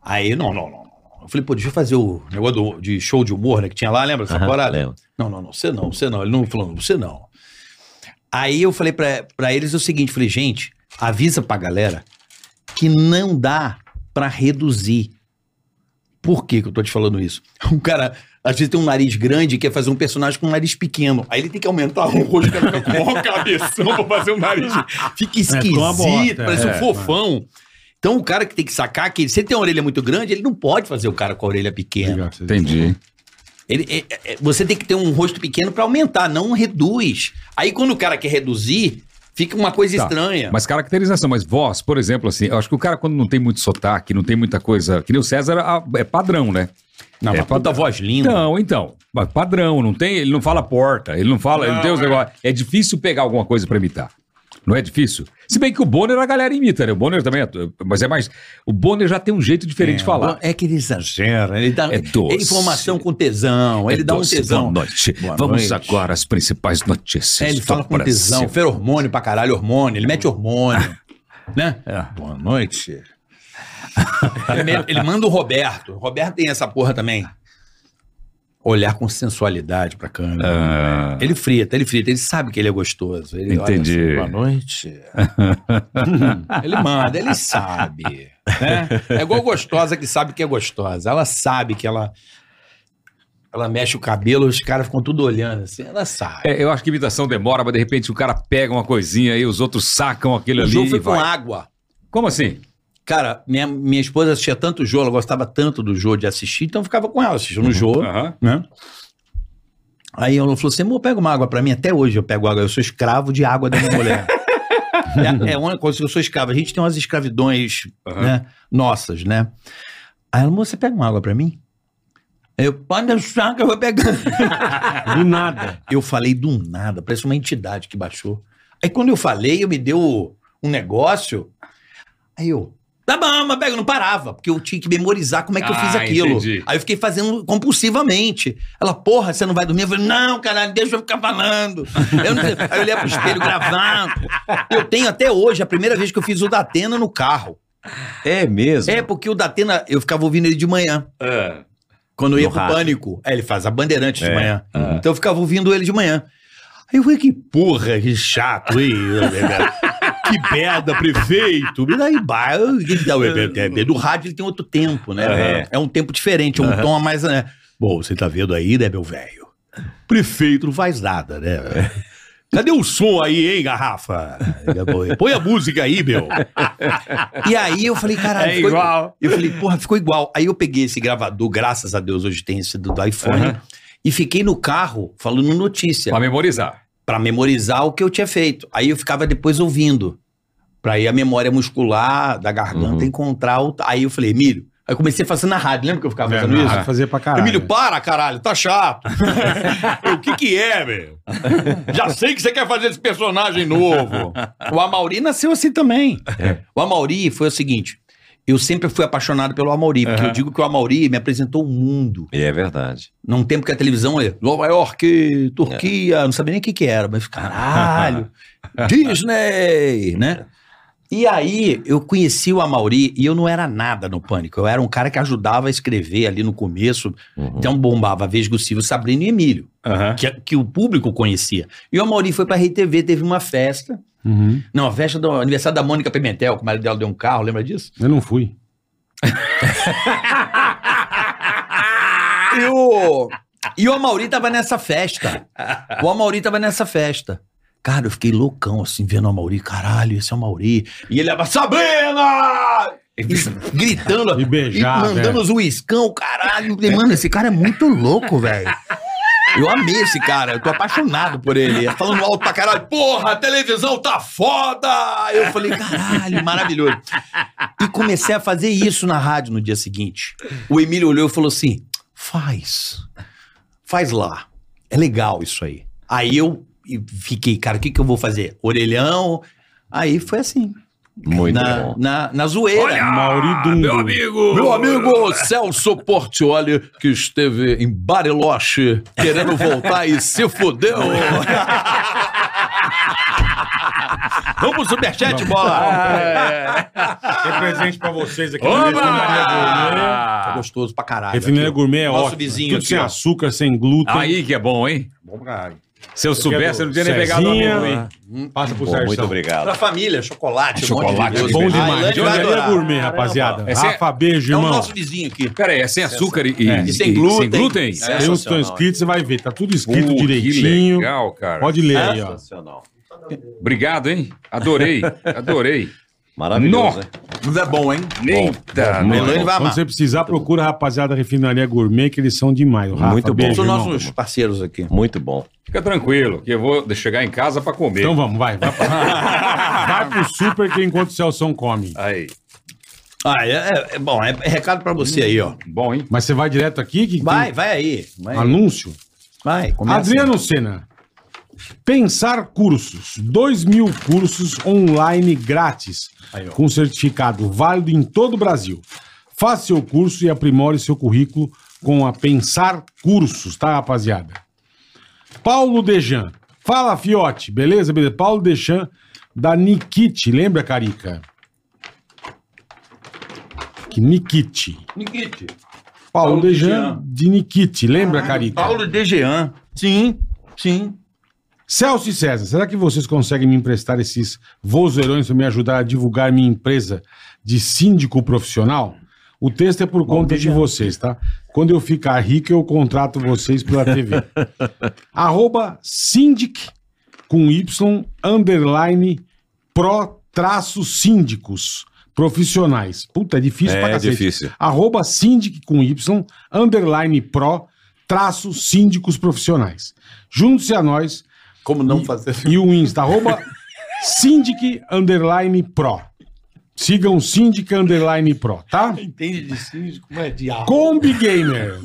H: Aí, não, não, não. não. Eu falei, pô, deixa eu fazer o negócio do- de show de humor, né? Que tinha lá, lembra? Essa
F: Aham,
H: parada?
F: lembro.
H: Não, não, não, você não, você não. Ele não falou, você não. Aí eu falei pra, pra eles o seguinte, falei, gente, avisa pra galera que não dá pra reduzir. Por que, que eu tô te falando isso? Um cara, às vezes, tem um nariz grande e quer fazer um personagem com um nariz pequeno. Aí ele tem que aumentar o rosto, cara, fica com o maior cabeção pra fazer um nariz. Fica esquisito, parece um fofão. Então, o cara que tem que sacar que se ele tem uma orelha muito grande, ele não pode fazer o cara com a orelha pequena.
D: Entendi.
H: Ele- é- é- você tem que ter um rosto pequeno pra aumentar, não reduz. Aí, quando o cara quer reduzir, fica uma coisa
D: Tá.
H: estranha.
D: Mas caracterização, mas voz, por exemplo, assim, eu acho que o cara quando não tem muito sotaque, não tem muita coisa. Que nem o César a- é padrão, né? Não, é puta
H: voz linda.
D: Então, então. mas Padrão, não tem, ele não fala porta, ele não fala, ele não tem os negócios. É difícil pegar alguma coisa pra imitar. Não é difícil? Se bem que o Bonner a galera imita, né? O Bonner também, é, mas é mais. O Bonner já tem um jeito diferente de falar.
H: É que ele exagera, ele dá
D: é doce.
H: é informação com tesão, ele
D: É
H: dá um
D: doce.
H: tesão.
D: Boa noite.
H: Boa
D: Vamos
H: noite.
D: agora às principais notícias.
H: É, ele
D: do
H: fala com
D: Brasil.
H: tesão, ferormônio pra caralho, hormônio, ele mete hormônio. né?
D: É.
H: Boa noite. ele, me- ele manda o Roberto. O Roberto tem essa porra também. Olhar com sensualidade pra
D: Ah,
H: câmera. Ele frita, ele frita, ele sabe que ele é gostoso. Ele olha
D: Entendi.
H: assim, Boa noite. ele manda, ele sabe. né? É igual gostosa que sabe que é gostosa. Ela sabe que ela. Ela mexe o cabelo, os caras ficam tudo olhando assim. Ela sabe.
D: É, eu acho que imitação demora, mas de repente o cara pega uma coisinha e os outros sacam aquilo
H: o
D: ali.
H: jogo
D: e
H: foi com
D: vai.
H: água.
D: Como assim?
H: Cara, minha, minha esposa assistia tanto o jogo, ela gostava tanto do jogo de assistir, então eu ficava com ela assistindo o jogo, né? Aí ela falou assim, amor, pega uma água pra mim. Até hoje eu pego água, eu sou escravo de água da minha mulher. é, é uma coisa que eu sou escravo. A gente tem umas escravidões né, nossas, né? Aí ela, amor, você pega uma água pra mim? Aí Eu, pode deixar que eu vou pegar. do nada. Eu falei do nada, parece uma entidade que baixou. Aí quando eu falei, eu me deu um negócio, Aí eu. Tá bom, mas pega, eu não parava, porque eu tinha que memorizar como é que eu fiz
K: Ah,
H: aquilo.
K: entendi.
H: Aí eu fiquei fazendo compulsivamente. Ela, porra, você não vai dormir? Eu falei, não, caralho, deixa eu ficar falando. Eu não sei. Aí eu olhei pro espelho gravando. Eu tenho até hoje, a primeira vez que eu fiz o Datena no carro.
F: É mesmo?
H: É, porque o Datena, eu ficava ouvindo ele de manhã. Quando eu ia
K: No
H: pro
K: rádio.
H: pânico. É, ele faz a bandeirante
K: É.
H: de manhã.
K: Uhum.
H: Então eu ficava ouvindo ele de manhã. Aí eu falei, que porra, que chato, hein? que merda, prefeito. E daí, bah, ele dá o- do rádio ele tem outro tempo, né?
K: Aham.
H: É um tempo diferente, é um
K: Aham.
H: tom a mais. Né? Bom, você tá vendo aí, né, meu velho? Prefeito não faz nada, né? Cadê o som aí, hein, garrafa? Põe a música aí, meu. E aí eu falei, caralho.
K: É
H: ficou
K: igual.
H: Eu falei, porra, ficou igual. Aí eu peguei esse gravador, graças a Deus hoje tem esse do, do iPhone, e fiquei no carro falando notícia. Pra
D: memorizar.
H: Pra memorizar o que eu tinha feito. Aí eu ficava depois ouvindo. Pra ir a memória muscular da
D: Uhum.
H: garganta encontrar o. Aí eu falei, Emílio. Aí eu comecei fazendo na rádio, lembra que eu ficava
B: É,
H: fazendo
B: na
H: isso?
B: rádio fazia pra caralho.
H: Emílio, para, caralho, tá chato.
G: O que que é, meu? Já sei que você quer fazer esse personagem novo.
H: O Amauri nasceu assim também. O Amauri foi o seguinte: eu sempre fui apaixonado pelo Amauri, porque
F: Aham.
H: eu digo que o Amauri me apresentou o mundo.
F: E é verdade.
H: Num tempo que a televisão é Nova York,
G: É.
H: Turquia, não sabia nem o que, que era, mas caralho, Disney, né? E aí eu conheci o Amauri e eu não era nada no Pânico. Eu era um cara que ajudava a escrever ali no começo.
E: Uhum.
H: Então bombava Vesgo Silva, Sabrina e Emílio, que, que o público conhecia. E o Amauri foi pra RedeTV, teve uma festa.
B: Uhum.
H: Não, a festa do aniversário da Mônica Pimentel, que o marido dela deu um carro, lembra disso?
B: Eu não fui.
H: E o, e o Amauri tava nessa festa. O Amauri tava nessa festa. Cara, eu fiquei loucão assim, vendo o Amauri. Caralho, esse é o Amauri. E ele era Sabrina! E Gritando. E
B: beijar,
H: mandando
B: né?
H: os uiscão, caralho. Eu falei, Mano, esse cara é muito louco, velho. Eu amei esse cara, eu tô apaixonado por ele. tá Falando alto pra caralho, porra, a televisão tá foda! Eu falei, caralho, maravilhoso. E comecei a fazer isso na rádio no dia seguinte. O Emílio olhou e falou assim: faz. Faz lá. É legal isso aí. Aí eu fiquei, cara, o que, que eu vou fazer? Orelhão. Aí foi assim.
F: Muito
H: na,
F: bom.
H: Na, na zoeira.
K: Olha,
H: Ah, meu
K: amigo!
H: Meu amigo
K: Celso Portioli, que esteve em Bariloche, querendo voltar e se fudeu.
H: Vamos pro superchat,
B: Tem presente pra vocês aqui.
H: Oba!
B: na Refinaria Gourmet.
E: É
H: Tá gostoso pra caralho.
B: Refinaria
H: aqui, ó.
B: Gourmet Ah! é
H: Nosso
B: ótimo.
H: vizinho
B: Tudo
H: aqui,
B: sem
H: ó.
B: açúcar, sem glúten.
D: Aí que é bom, hein?
B: Bom pra caralho.
D: Se eu soubesse, eu não tinha nem pegado o
B: Cezinha.
D: amendoim.
B: Passa pro
D: Bom,
B: Sérgio. então.
D: muito obrigado.
E: Pra família, chocolate,
D: Chocolate
E: um monte de
D: bom
E: coisa.
D: demais.
E: A Ilane
D: De
E: vai
D: onde é?
E: adorar.
B: Gourmet, rapaziada.
D: É sem-
B: Rafa, beijo,
D: É o
B: irmão.
D: nosso
E: vizinho aqui.
D: Pera aí, é sem açúcar e, e-
B: É.
D: e- Sem glúten?
B: Tem os tão escritos, você vai ver. Tá tudo escrito
D: Uh, que
B: direitinho.
D: legal, cara.
B: Pode ler aí, ó.
D: Obrigado, hein? Adorei, adorei.
F: Maravilhoso,
D: Nó.
E: Mas é bom, hein?
D: Eita,
B: Bom,
D: Melani vai
B: Quando
D: amar.
B: você precisar, procura a rapaziada Refinaria Gourmet, que eles são demais. o Rafa,
D: Muito bom.
B: beijo,
D: São
B: irmão.
D: nossos
E: parceiros aqui.
F: Muito bom.
D: Fica tranquilo, que eu vou chegar em casa pra comer.
B: Então vamos, vai. Vai, pra... vai pro super que enquanto o Celção come.
D: Aí.
E: Ah, é, é- é bom, é, é recado pra você aí,
B: Hum.
E: ó.
D: Bom, hein?
B: Mas você vai direto aqui? Que
E: Vai,
B: tem
E: vai aí. Vai,
B: Anúncio?
E: vai começa.
B: Adriano Senna. Pensar Cursos. 2 mil cursos online grátis.
E: Aí, ó.
B: com certificado válido em todo o Brasil. Faça seu curso e aprimore seu currículo com a Pensar Cursos, tá, rapaziada? Paulo Dejan. Fala, Fiote. Beleza, beleza? Paulo Dejan, da Nikit. Lembra, Carica? Que Nikit.
E: Nikit.
B: Paulo,
E: Paulo
B: Dejan, Ah,
E: Dejean.
B: de Nikit. Lembra, Carica?
E: Paulo Dejean. Sim, sim.
B: Celso e César, será que vocês conseguem me emprestar esses vozeirões para me ajudar a divulgar minha empresa de síndico profissional? O texto é por conta de vocês, tá? Quando eu ficar rico, eu contrato vocês pela TV. Arroba síndic com Y underline pro traço síndicos profissionais. Puta, é difícil
F: É
B: pra cacete.
F: difícil.
B: Arroba síndic com Y underline pro traço síndicos profissionais. Junte-se a nós
E: como
B: Hum.
E: não fazer?
B: E o Insta, arroba Syndic Underline Pro. Sigam o Syndic Underline Pro, tá?
E: Entende de síndico, mas é diabo.
B: Kombi Gamer.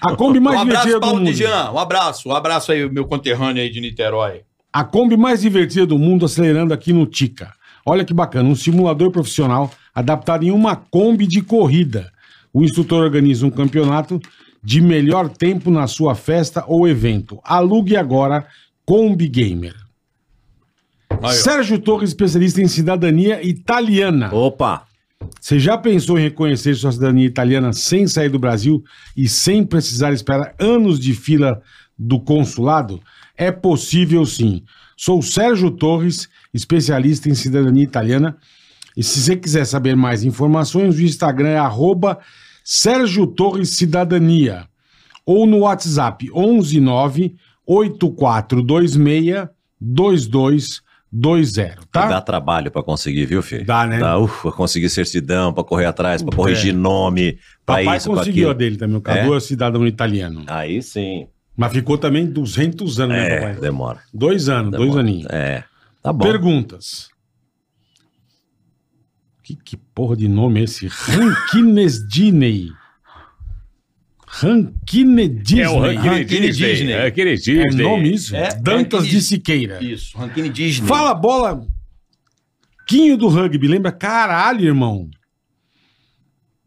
B: A Kombi mais
E: um
B: divertida
E: abraço,
B: é do
E: Paulo
B: mundo.
E: Dejean. Um abraço, um abraço aí, meu conterrâneo aí de Niterói.
B: A Kombi mais divertida do mundo acelerando aqui no Tica. Olha que bacana, um simulador profissional adaptado em uma Kombi de corrida. O instrutor organiza um campeonato de melhor tempo na sua festa ou evento. Alugue agora Kombi Gamer. Sérgio Torres, especialista em cidadania italiana.
F: Opa!
B: Você já pensou em reconhecer sua cidadania italiana sem sair do Brasil e sem precisar esperar anos de fila do consulado? É possível sim. Sou Sérgio Torres, especialista em cidadania italiana. E se você quiser saber mais informações, o Instagram é arroba Sérgio Torres Cidadania ou no WhatsApp 119 8426 2220, tá?
F: E Dá trabalho pra conseguir, viu, filho?
B: Dá, né?
F: Dá, ufa, conseguir certidão, pra correr atrás, pra corrigir nome, pra
B: Papai
F: isso, pra
B: conseguiu
F: aquilo.
B: a dele também, o Cadu é, cidadão italiano.
F: Aí sim.
B: Mas ficou também 200 anos, né,
F: É,
B: papai?
F: demora.
B: Dois anos, dois aninhos.
F: É, tá bom.
B: Perguntas. Que, que porra de nome é esse? Rankines Disney. Rankine Disney. Ah,
D: É o Rankine Disney. É o Rankine
B: É
D: Disney.
B: nome isso?
D: É,
B: Dantas
D: Rankine-
B: de Siqueira.
E: Isso, Rankine Disney.
B: Fala bola. Quinho do rugby, lembra? Caralho, irmão.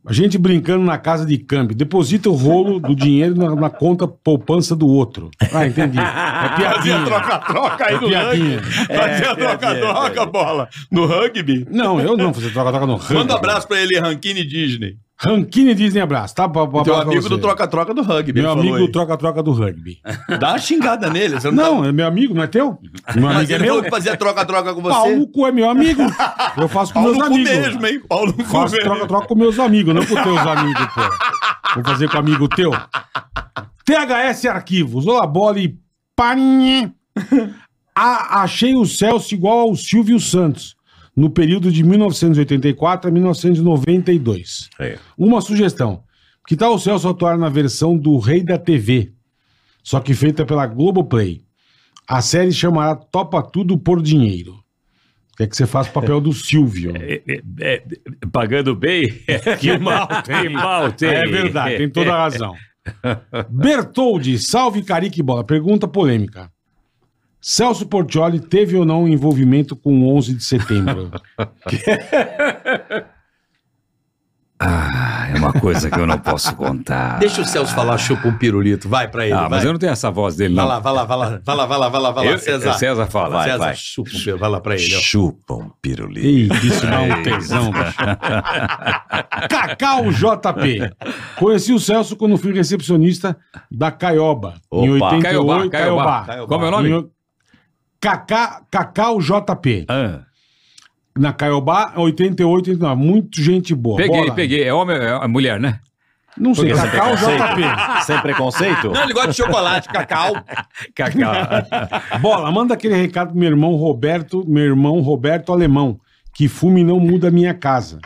B: A gente brincando na casa de câmbio. Deposita o rolo do dinheiro na, na conta poupança do outro. Ah, entendi. É
G: Fazia
B: piadinha.
G: troca-troca aí
B: É
G: no
B: piadinha.
G: rugby. Fazia troca-troca, bola. No rugby.
B: Não, eu não fazia troca-troca no rugby.
E: Manda um abraço pra ele, Rankine Disney.
B: Rankine Disney abraço, tá? Pra, pra,
E: Teu
B: abraço pra
E: amigo
B: você.
E: do troca-troca do rugby. ele
B: Meu
E: falou
B: amigo
E: aí. Então
B: do troca-troca do rugby.
E: Dá uma xingada nele. Você não,
H: tá
B: Não, é meu amigo, não é teu? Meu
E: Mas
B: amigo é
E: ele
B: meu?
E: falou que fazia troca-troca com você.
B: Pau no cu é meu amigo. Eu faço com
E: Pau
B: meus
E: no cu
B: amigos.
E: mesmo, hein? Pau no cu
B: Faço
E: mesmo.
B: troca-troca com meus amigos, não com teus amigos, pô. Vou fazer com amigo teu. THS Arquivos, Olá Bola e Paninha. A- achei o Celso igual ao Silvio Santos, no período de 1984 a 1992.
F: É.
B: Uma sugestão. Que tal o Celso atuar na versão do Rei da TV, só que feita pela Globoplay? A série chamará Topa Tudo por Dinheiro. Quer que você faça o papel do Silvio.
L: É, é, é, pagando bem? que mal tem. Que mal tem.
B: É verdade, tem toda a razão. Bertoldi, salve Carique Bola. Pergunta polêmica. Celso Portioli teve ou não envolvimento com o 11 de setembro?
D: Ah, é uma coisa que eu não posso contar.
H: Deixa o Celso falar, chupa um pirulito. Vai pra ele.
D: Ah, mas
H: vai.
D: eu não tenho essa voz dele, não.
H: Vai lá, vai lá, vai lá, vai lá, vai lá, vai lá, vai lá,
D: Eu-
H: César.
D: César fala, vai,
H: César,
D: vai.
H: chupa um pirulito, vai lá pra ele. ó.
F: Chupa um pirulito.
B: isso dá
D: é
B: um tesão, Cacau JP. Conheci o Celso quando fui recepcionista da Caioba. em
D: Opa.
B: 88,
D: Caiobá,
B: Caiobá.
D: Caiobá. Como é o nome?
B: Em- Cacá, Cacau JP.
D: Ah,
B: Na Caiobá, 88, 89. Muito gente boa.
D: Peguei,
B: Bola.
D: peguei. É homem, é é mulher, né?
B: Não sei,
D: Porque
B: Cacau
D: sem
B: JP.
D: preconceito? Sem preconceito?
H: Não, ele gosta de chocolate, cacau.
D: Cacau.
B: Bola, manda aquele recado pro meu irmão Roberto, meu irmão Roberto Alemão, que fume não muda minha casa.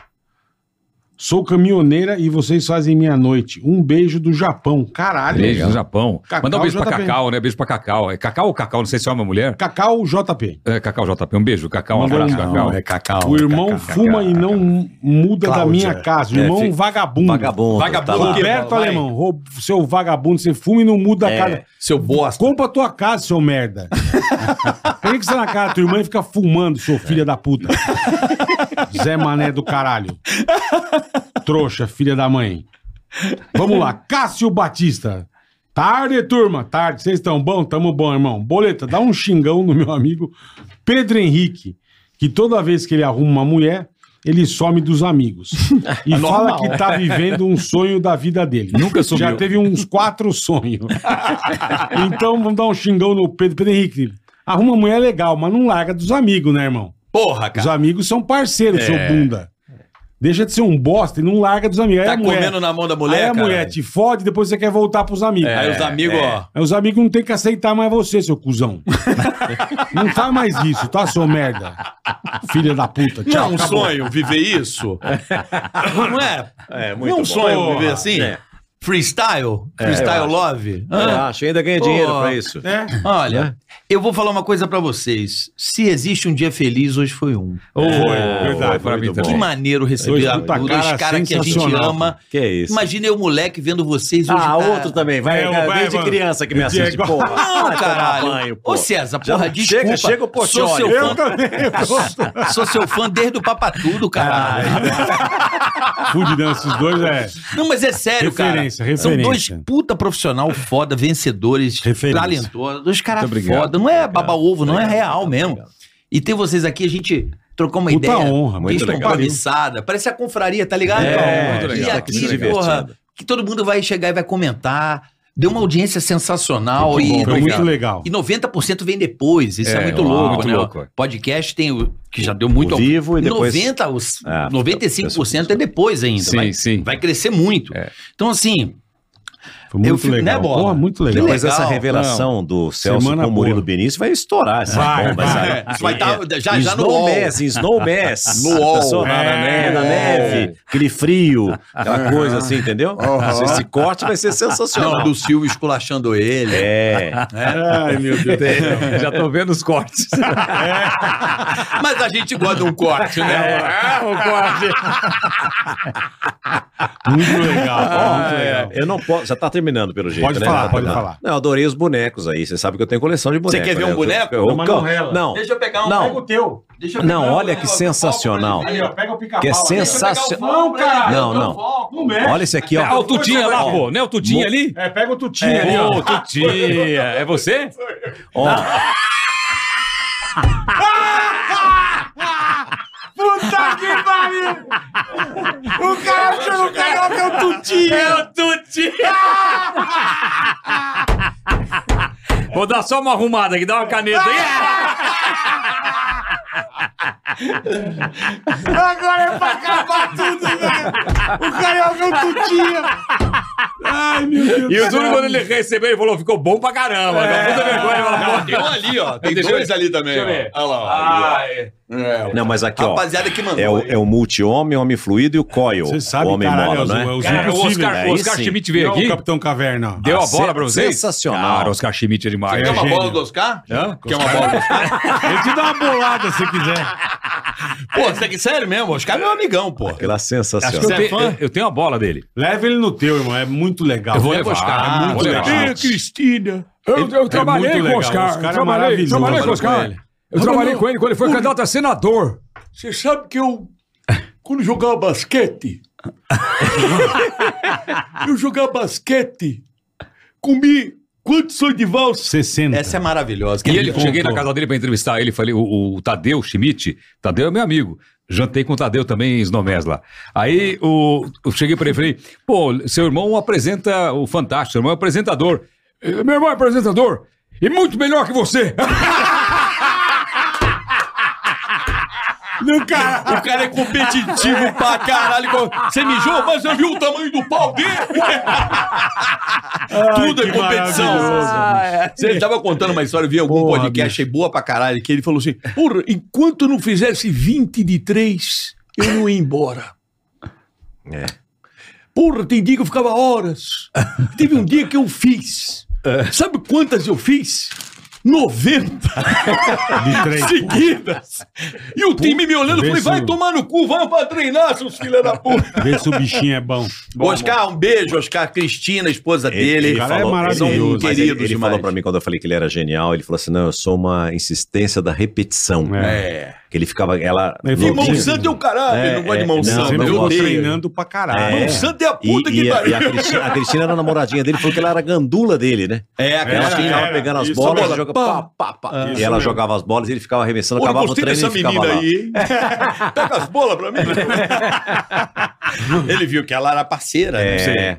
B: Sou caminhoneira e vocês fazem minha noite. Um beijo do Japão. Caralho.
D: Beijo no
B: cara.
D: Japão.
B: Cacau,
D: Manda um beijo pra
B: JP.
D: Cacau, né? Beijo pra Cacau. É Cacau ou Cacau? Não sei se é homem ou mulher.
B: Cacau JP.
D: É, Cacau JP. Um beijo, Cacau. Um
B: Mandou
D: abraço,
B: aí.
D: Cacau.
B: Não, é
D: Cacau.
B: O irmão fuma e não muda
D: Cláudia.
B: da minha casa. O
D: É,
B: irmão
D: fica-
B: vagabundo.
F: vagabundo, tá lá.
B: Roberto
F: Vai.
B: Alemão. Ro- Seu vagabundo, você fuma e não muda a
F: É,
B: casa.
H: Seu bosta.
B: Compra a tua casa, seu merda. Por que que você na casa da tua irmã e fica fumando,
F: É.
B: seu filho da puta? Zé Mané do caralho. Trouxa, filha da mãe. Vamos lá, Cássio Batista. Tarde, turma. Tarde. Vocês estão bom? Tamo bom, irmão. Boleta, dá um xingão no meu amigo Pedro Henrique, que toda vez que ele arruma uma mulher, ele some dos amigos.
H: É
B: E fala
R: Normal.
B: que tá vivendo um sonho da vida dele.
D: Nunca sumiu.
B: Já teve uns quatro sonhos. Então vamos dar um xingão no Pedro, Pedro Henrique. Arruma uma mulher legal, mas não larga dos amigos, né, irmão?
H: Porra, cara.
B: Os amigos são parceiros,
H: É.
B: seu bunda. Deixa de ser um bosta e não larga dos amigos. Aí
H: Tá
B: a é mulher-
H: comendo na mão da mulher,
B: Aí a
H: cara?
B: mulher te fode, depois você quer voltar pros amigos.
H: É, Aí os amigos, é. ó.
B: Aí os amigos não tem que aceitar mais você, seu cuzão. não faz mais isso, tá, seu merda? Filha da puta.
S: Não é
B: Tchau,
S: um
B: acabou.
S: sonho viver isso?
H: Não é?
F: É,
H: Não é um sonho viver assim? Freestyle?
F: É,
H: Freestyle
F: eu acho. É.
H: love? Ah,
F: Eu acho, ainda ganha dinheiro pra isso. Ah,
B: É.
H: Olha, eu vou falar uma coisa pra vocês. Se existe um dia feliz, hoje foi um.
D: Foi, É, verdade. foi pra mim
H: Que
D: também.
H: maneiro
F: Dois
H: receber a-
F: puta
H: dois
F: tá cara
H: caras que a gente
F: sensacional.
H: ama.
F: Que é isso.
H: Imagina eu, moleque, vendo vocês hoje.
F: Ah, outro também, vai, cara, desde criança que me assiste, porra.
H: Não,
F: Vai tomar
H: ah, caralho.
F: banho,
H: Ô, é
F: porra.
H: César,
F: Já
H: porra, desculpa.
F: chega- chega o Portioli.
H: Sou seu
F: Eu
H: fã.
F: também, eu-
H: Sou seu fã desde o Papatudo, caralho.
B: Fudido, né? esses dois é.
H: Não, mas é sério,
B: Referência,
H: cara.
B: referência.
H: São dois puta profissional foda, vencedores, talentosos, dois caras
B: Muito obrigado.
H: foda. Não é baba-ovo, não é real mesmo. E ter vocês aqui, a gente trocou uma
B: Puta
H: ideia.
B: honra, muito legal.
H: descompromissada. Parece a confraria, tá ligado?
B: É,
H: Muito
B: muito
H: legal. E
B: legal,
H: aqui,
B: muito divertido.
H: porra, que todo mundo vai chegar e vai comentar. Deu uma audiência sensacional.
B: Muito
H: e
B: bom, foi
H: noventa-
B: muito legal.
H: E 90% vem depois. Isso é,
F: É,
H: muito
F: uau,
H: louco,
F: muito
H: né?
F: louco, é.
H: Podcast tem o... Que já deu muito...
F: O vivo e depois-
H: 90, os,
F: Ah,
H: 95% é depois ainda.
F: Sim,
H: vai,
F: sim.
H: vai crescer muito.
B: É.
H: Então, assim,
B: Foi
H: Eu
F: muito
H: fico-
F: legal.
H: né, Bola?
F: Porra, muito legal.
H: Que
F: Depois
H: legal.
F: essa revelação
H: Não.
F: do Celso
H: Semana
F: com o
H: boa.
F: Murilo Benício vai estourar essa
H: Vai,
F: bomba.
H: vai. É, isso vai tá- já- já no UOL.
F: Snowmass, Snowmass.
H: No UOL.
F: Pessoa Tá na- na,
H: É.
F: neve, na neve, aquele frio, aquela
H: Aham.
F: coisa assim, entendeu?
H: Aham.
F: Esse corte vai ser sensacional.
H: Não, do Silvio esculachando ele.
F: É.
D: Ai, meu Deus do céu. Já tô vendo os cortes.
H: Mas a gente gosta de um corte, né?
B: Muito legal.
F: Ah, é. Eu não posso. Já tá terminando, pelo jeito.
B: Pode
F: né?
B: falar,
F: Tá
B: pode
F: terminando.
B: falar.
F: Não, eu adorei os bonecos aí. Você sabe que eu tenho coleção de bonecos.
H: quer ver
F: né?
H: um boneco?
F: Eu- eu- não,
H: Não, Manuela.
F: não.
H: Deixa eu pegar um.
F: Não,
H: Pega o
B: teu.
F: não
H: um
F: olha que sensacional.
B: Aí, ó, pega o pica-pau.
F: Que é
B: Deixa eu pegar o
F: sensacional.
B: fogo, cara.
F: Não, não.
B: Não mexe.
F: Olha esse aqui, ó.
B: Ah, o Tutinha lá, pô.
D: Não é o Tutinha ali?
B: É, pega o Tutinha
D: É,
B: ali, ó.
D: ô, Tutinha. É você?
R: Puta que pariu! O cara que não pegou meu tutinho! Meu tutinho!
D: Vou dar só uma arrumada aqui, dá uma caneta aí.
R: Agora é pra acabar tudo, velho! O cara é o meu tutinho! Ai, meu Deus
D: E o Júlio, quando ele recebeu, ele falou: ficou bom pra caramba. É. Puta vergonha, ele falou, pô,
E: Tem um ali, ó. Tem
D: Deixa eu
E: dois
D: ver.
E: ali também.
D: Deixa eu
E: Olha
D: ver.
E: lá, ó.
D: Ah,
E: é.
F: Não, mas aqui, ó.
E: Rapaziada que mandou,
F: É o, é o multi-homem, homem fluido e o coil.
B: Você sabe,
F: o homem
B: caralho,
F: mono,
B: é os-
F: né?
B: é os Cara, o impossíveis, Oscar- né? o Aí Oscar sim. Schmidt veio Não, aqui. o Capitão Caverna.
D: Deu
B: Ah,
D: a bola pra vocês?
F: sensacional.
D: Cara, Oscar Schmidt é demais.
E: Quer uma bola do Oscar?
D: Hã?
E: Quer uma bola do Oscar?
B: Ele te dá uma bolada se quiser.
H: Pô, você que sério mesmo? Oscar é meu amigão, pô.
F: Aquela sensacional.
B: é
D: Acho que Então. eu, tenho- eu- eu tenho a bola dele.
B: Leva ele no teu, irmão. É muito legal.
D: Eu vou
B: Leva
D: levar,
B: Oscar, É
D: vou
B: muito
D: levar.
B: legal.
D: Cristina.
B: Eu-
D: é
B: eu trabalhei com o Oscar, trabalhei- trabalhei com o Oscar. Eu trabalhei com ele
D: quando ele foi candidato a senador.
S: Você sabe que eu, quando jogava basquete,
L: eu jogar basquete, comi quantos sonhos de valsa?
B: 60.
H: Essa é maravilhosa.
D: E ele, cheguei na casa dele pra entrevistar ele, falei, o, o Tadeu Schmidt, Tadeu é meu amigo. Jantei com o Tadeu também em Snomés lá. Aí o, eu cheguei pra ele e falei, pô, seu irmão apresenta o Fantástico, seu irmão é apresentador. "Eh, Meu irmão é apresentador e muito melhor que você.
T: Não, cara. O cara é competitivo pra caralho. Você mijou, mas você viu o tamanho do pau dele?
U: Tudo é competição.
H: Você tava contando uma história, eu vi algum podcast, achei boa pra caralho, que ele falou assim:
L: Porra, enquanto eu não fizesse 20 de 3, eu não ia embora.
F: É.
L: Porra, tem dia que eu ficava horas. Teve um dia que eu fiz.
B: É.
L: Sabe quantas eu fiz? 90
T: De três.
L: seguidas. E o time me olhando, eu
B: Vê
L: falei,
B: se
L: vai
B: o-
L: tomar no cu, vamos pra treinar, seus filhos da puta.
B: Vê se o bichinho é bom.
H: Oscar, um beijo, Oscar, Cristina, esposa dele.
F: Ele é um falou, né?
H: São
F: Mas
H: queridos
F: ele, ele
H: demais.
F: falou pra mim quando eu falei que ele era genial, ele falou assim: não, eu sou uma insistência da repetição.
H: É.
F: Que ele ficava. Ela.
B: Ele
F: no-
B: falou,
F: no-
B: "Mão santo é o
H: caralho, ele não gosta de né? mão santo,
F: não
B: Sempre
F: gosta.
B: ficou treinando pra caralho.
F: né? É.
B: Mão santo é a puta
F: e,
B: que
F: e a,
B: pariu.
F: e a Cristina, a Cristina era a namoradinha dele, falou que ela era a gandula dele, né?
H: É, Ah. a
F: ela
H: Cristina.
F: ficava pegando as
H: Isso,
F: bolas,
H: bola,
F: joga,
H: pá,
F: é pá,
H: pá, pá.
F: e
H: Isso
F: ela
H: mesmo.
F: jogava as bolas, ele ficava arremessando,
H: Olha,
F: acabava o
H: gostei
F: treino e
H: dessa
F: ficava
H: menina
F: lá.
H: aí, hein? Pega as bolas pra mim. ele viu que ela era parceira, né?
F: É,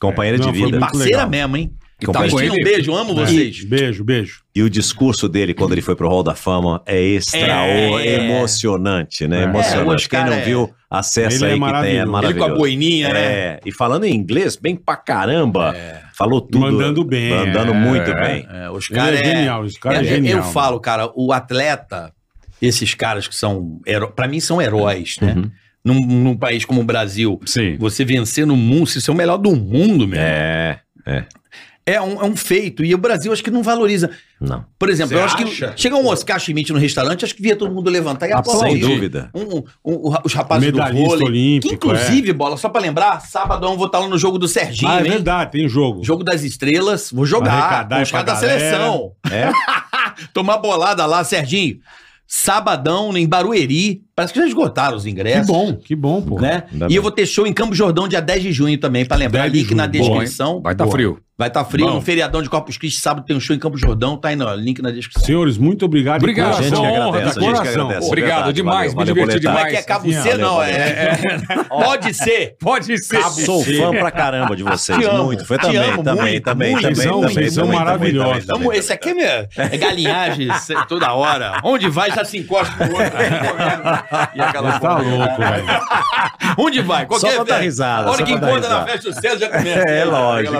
F: companheira
H: Não,
F: de
H: foi
F: vida.
H: muito Parceira legal. mesmo, hein?
F: E
H: Tá,
F: companheira-
H: Cristina, um beijo, amo
F: É.
H: vocês.
B: Beijo, beijo.
F: E o discurso dele quando ele foi pro Hall da Fama é extra
H: É.
F: emocionante, né?
H: É. É, o
F: Emocionante. Quem
H: Oscar
F: não
H: é-
F: viu, acessa
B: Ele é
F: aí que tem, é
B: maravilhoso.
F: maravilhoso.
H: Ele com a boininha, né?
F: É. E falando em inglês, bem pra caramba. Falou tudo.
B: Mandando bem,
F: Mandando
B: é.
F: muito bem.
H: É, os
B: Ele
H: caras
B: é genial, esse cara é
H: Eu
B: genial.
H: falo, cara, o atleta, esses caras que são, heró- pra mim são heróis, né?
F: Uhum.
H: Num, num país como o Brasil, você vencer no mundo, você ser o melhor do mundo, meu.
F: É, é.
H: É um, é um feito. E o Brasil acho que não valoriza.
F: Não.
H: Por exemplo,
F: Você
H: eu acho
F: acha?
H: que chega um Oscar Schmidt no restaurante, acho que via todo mundo levantar e
F: Ah,
H: aplaudir.
F: sem dúvida.
H: Um- um- um- os rapazes
B: Medalhista
H: do vôlei.
B: olímpico, é.
H: que inclusive, bola, só pra lembrar, sabadão eu vou estar lá no jogo do Serginho,
B: Ah, é
H: hein?
B: verdade, tem jogo.
H: Jogo das Estrelas, vou
B: Vai
H: jogar
B: arrecadar
H: com os
B: pra
H: caras da
B: galera.
H: seleção.
F: É?
H: Tomar bolada lá, Serginho. Sabadão em Barueri. Parece que já esgotaram os
B: Que
H: ingressos.
B: bom, que bom, pô.
H: é Né? E eu vou ter show em Campo Jordão dia 10 de junho também, pra lembrar.
B: 10 de
H: Link na
B: junho. Bom,
H: descrição.
D: hein? Vai tá frio.
H: Vai estar frio.
D: Bom.
H: No feriadão de Corpus Christi, sábado tem um show em Campo Jordão. Tá aí, no link na descrição.
B: Senhores, muito obrigado.
D: Obrigado,
B: de
D: gente
B: coração.
D: que
B: honra,
D: agradece,
B: de
D: gente que
B: coração.
D: agradece. Obrigado
F: é Verdade,
D: demais,
F: valeu,
D: me
F: valeu,
D: diverti
F: boletar.
H: Como é
D: demais.
H: que é cabo C?
F: Valeu,
H: Não, é.
F: valeu.
H: Pode ser.
D: Pode ser.
F: Tá, Sou fã pra caramba de vocês.
H: Te amo,
F: muito. Foi
H: te
F: também,
H: amo,
F: também,
H: muito,
F: também,
H: muito.
F: também,
B: Vocês são-
F: também,
B: vocês são
F: também, também,
B: maravilhosos.
F: também,
H: Vamos, esse aqui é, minha, é galinhagem cê- toda hora. Onde vai, já se encosta no outro. E aquela
B: Você tá
H: porra.
B: louco, velho.
H: Onde vai? Qualquer
F: Só pra dar
H: festa.
F: risada,
H: A hora
F: só
H: que
F: pra dar
H: encontra na
F: risada.
H: festa, o César já começa.
F: É, lógico.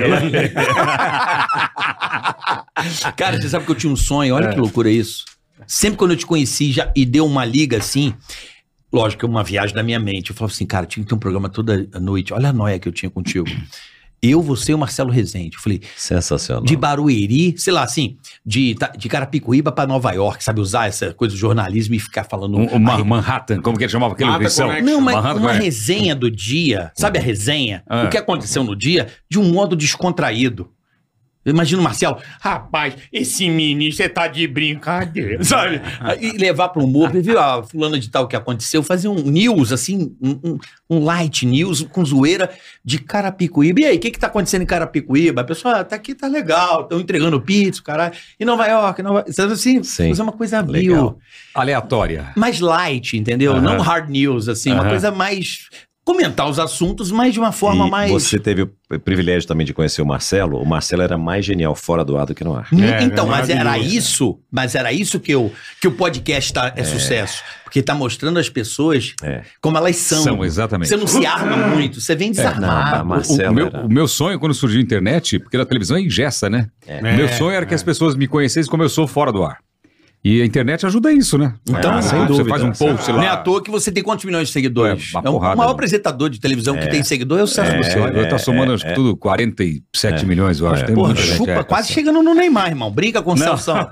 H: Cara, você sabe que eu tinha um sonho, olha que loucura isso. Sempre quando eu te conheci já, e deu uma liga assim, lógico, é uma viagem da minha mente. Eu falava assim, cara, tinha que ter um programa toda noite. Olha a noia que eu tinha contigo. Eu, você e o Marcelo Rezende. Eu falei,
F: Sensacional.
H: de Barueri, sei lá, assim, de, Ita- de Carapicuíba pra Nova York, sabe? Usar essa coisa do jornalismo e ficar falando.
D: Um- um Ma- Manhattan, como é que ele chamava aquele
B: Manhattan
D: edição?
B: Connection.
H: Não, mas
D: Manhattan
H: uma
D: Connection.
H: resenha do dia, sabe a resenha?
D: Ah.
H: O que aconteceu no dia, de um modo descontraído. Imagina o Marcelo, rapaz, esse menino, você tá de brincadeira, sabe? E levar pro humor, viu a fulana de tal que aconteceu, fazer um news, assim, um, um- um light news com zoeira de Carapicuíba. E aí, o que que tá acontecendo em Carapicuíba? A pessoa, ah, tá aqui, tá legal, estão entregando pizza, caralho. E Nova York, Nova... sabe assim,
F: Sim.
H: fazer uma coisa
F: Legal.
H: vil
D: Aleatória.
H: mais light, entendeu?
D: Aham.
H: Não hard news, assim, uma
D: Aham.
H: coisa mais. Comentar os assuntos, mas de uma forma
F: E
H: mais.
F: Você teve o privilégio também de conhecer o Marcelo. O Marcelo era mais genial fora do ar do que no ar.
H: Mu-
B: É,
H: então,
B: é
H: mas era
B: maravilhoso.
H: isso, mas era isso que, eu, que o podcast tá, é, sucesso. Porque tá mostrando as pessoas
F: É.
H: como elas são.
D: São, exatamente.
H: Você não se arma muito, você vem
F: Não,
H: desarmado.
F: Marcelo
D: o, meu,
F: era-
D: o meu sonho quando surgiu a internet, porque na televisão é ingessa, né?
F: É.
D: meu sonho era que as pessoas me conhecessem como eu sou fora do ar. E a internet ajuda isso, né?
H: Então,
D: Ah,
F: sem
D: você
F: dúvida.
D: faz um post
H: Não é à
D: lá.
H: toa que você tem quantos milhões de seguidores?
D: É, uma
H: É, o
D: porrada,
H: maior
D: né?
H: apresentador de televisão que tem seguidor é o César
D: É,
H: Luciano.
D: eu tá somando acho que tudo 47 milhões, eu acho. Tem
H: Porra,
D: muita gente,
H: chupa,
D: é,
H: quase chegando no Neymar, irmão. Brinca com o Celção.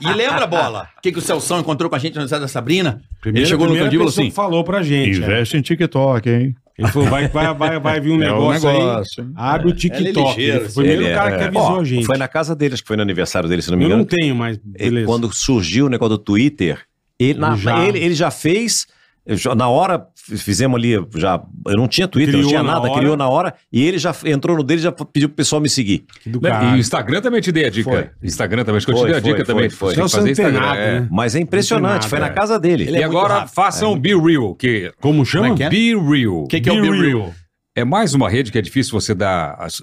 H: E lembra, bola, o que, que o Celção encontrou com a gente no aniversário da Sabrina?
B: Primeira,
H: Ele chegou no
B: primeira
H: cantinho
B: pessoa
H: e falou assim:
B: que falou pra gente. é.
A: Investe em TikTok, hein?
B: Ele falou, vai, vai, vai, vai vir um
A: É um
B: negócio,
A: negócio,
B: aí,
A: hein?
B: abre o TikTok.
H: Ele é ligeiro,
B: Ele foi o primeiro
F: Ele
B: cara
F: era-
B: que avisou
F: Ó,
B: a gente.
F: Foi na casa dele, acho que foi no aniversário dele, se não me
B: Eu
F: engano.
B: não tenho, mas
F: E
B: beleza.
F: Quando surgiu o negócio do Twitter, ele na- ele- ele já,
B: Já.
F: fez Eu já- na hora, f- fizemos ali, já, eu não tinha Twitter,
D: Criou
F: não tinha
D: na
F: nada,
D: hora.
F: criou na hora, e ele já f- entrou no dele e já f- pediu pro pessoal me seguir.
D: Lembra- E o Instagram também te dei a dica. Instagram também, acho que eu te
F: Foi,
D: dei a
F: foi,
D: dica também.
F: foi, foi.
D: Tem que
F: Então você não tem nada, né? Mas é impressionante,
D: Ah, Não tem
F: foi na casa dele. Ele
D: e
F: é muito
D: agora
F: rápido.
D: façam o Be Real, que... Como
F: chama?
D: é que é? Be Real. O
F: que que é o Be Real?
D: É mais uma rede que é difícil você dar, as-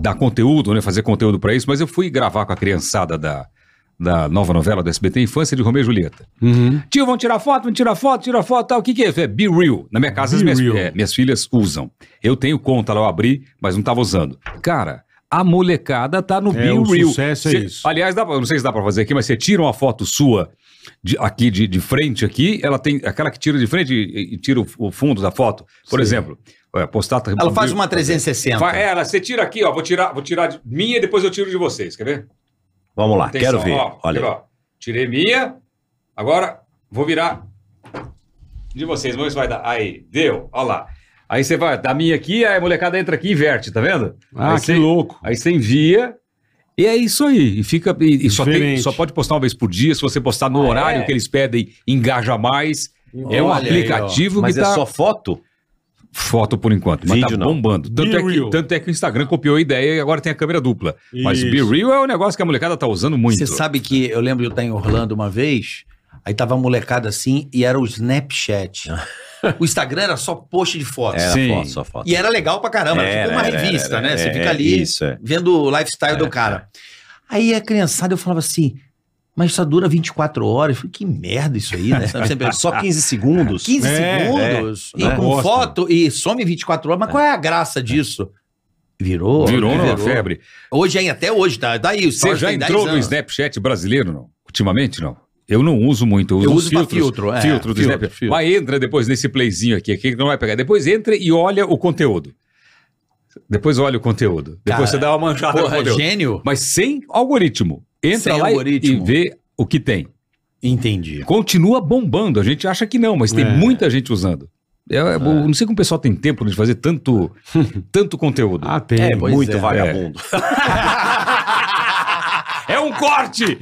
D: dar conteúdo, né? Fazer conteúdo pra isso, mas eu fui gravar com a criançada da, da nova novela do SBT, Infância de Romeu e Julieta.
B: Uhum.
D: Tio, vão tirar foto, vão tirar foto, tirar foto, tal. O que que é? Eu falei, Be real. Na minha casa, as minhas, é, minhas filhas usam. Eu tenho conta lá, eu abri, mas não tava usando. Cara, a molecada tá no
B: É,
D: Be
B: o
D: real.
B: sucesso é
D: Cê-
B: isso.
D: Aliás, dá pra- não sei se dá pra fazer aqui, mas você tira uma foto sua de- aqui de, de frente aqui, ela tem aquela que tira de frente e, e tira o, o fundo da foto. Por
H: Sim.
D: exemplo, é, postata...
H: Ela faz uma 360.
D: Fa- é, ela, você tira aqui, ó, vou tirar, vou tirar de minha e depois eu tiro de vocês, quer ver?
F: Vamos lá,
D: Atenção,
F: Ah, quero ver.
D: ó,
F: Olha.
D: ó. tirei minha, agora vou virar de vocês. Vamos ver se vai dar. Aí, deu, olha lá. Aí você vai, da minha aqui, aí a molecada entra aqui e inverte, tá vendo?
B: Ah,
D: aí
B: que louco.
D: Aí você envia. E é isso aí. E fica. E, e só, tem- só pode postar uma vez por dia. Se você postar no horário
F: é?
D: que eles pedem, engaja mais. é um
F: Olha aí, ó.
D: aplicativo
F: Mas
D: que
F: é
D: tá.
F: só foto?
D: Foto por enquanto, mas tá
F: Vídeo não.
D: bombando. Tanto
F: Be
D: é, que,
F: real.
D: tanto é que o Instagram copiou a ideia e agora tem a câmera dupla. Mas o Be
H: Isso.
D: Real é um negócio que a molecada tá usando muito.
H: Você sabe que eu lembro de eu estar em Orlando uma vez, aí tava a molecada assim e era o Snapchat. O Instagram era só post de fotos.
F: Era Sim. É, foto, só foto.
H: E era legal pra caramba, era,
F: Era,
H: tipo uma
F: era,
H: revista,
F: era,
H: né?
F: era,
H: Você
F: é,
H: fica ali
F: isso, é.
H: vendo o lifestyle do cara. Aí a criançada eu falava assim, mas só dura 24 horas. Eu falei, que merda isso aí, né? Sabe, sempre-
F: Só 15 segundos.
H: 15
F: É,
H: segundos
F: é.
H: e
F: Né?
H: com
F: Gosta.
H: foto e some 24 horas. Mas qual é a graça disso? Virou.
D: Virou uma febre.
H: Hoje, hein, até hoje, tá? Daí,
D: Você já entrou no Snapchat brasileiro, não? Ultimamente, não? Eu não uso muito, eu uso,
H: Eu
D: os
H: uso pra
D: filtros,
H: filtro, é,
D: filtro do
H: filtro,
D: Snapchat.
H: filtro.
D: Mas entra depois nesse playzinho aqui, aqui que não vai pegar. Depois entra e olha o conteúdo. Depois olha o conteúdo.
H: Cara,
D: Depois você dá uma manchada
H: porra,
D: no conteúdo.
H: gênio.
D: Mas sem algoritmo. Entra
H: Sem
D: lá e-
H: algoritmo.
D: e vê o que tem.
H: Entendi.
D: Continua bombando. A gente acha que não, mas tem
H: É.
D: muita gente usando. Eu, eu não sei como o pessoal tem tempo de fazer tanto, tanto conteúdo. Ah,
B: tem.
F: É, pois muito é. vagabundo.
D: É um corte!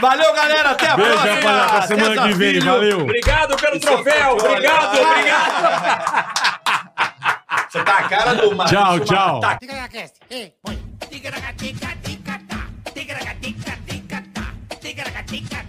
H: Valeu, galera. Até a
B: Beijo,
H: próxima.
B: rapaziada, até semana que vem,
H: Sexta-feira.
B: valeu.
D: Obrigado pelo troféu. Obrigado, obrigado.
H: Você tá a cara do Maurício
B: Tchau, tchau.
H: Mata-
O: Tica-taca-tica, tica-tá. Tica-taca-tica, tica-tá. Tica-taca-tica,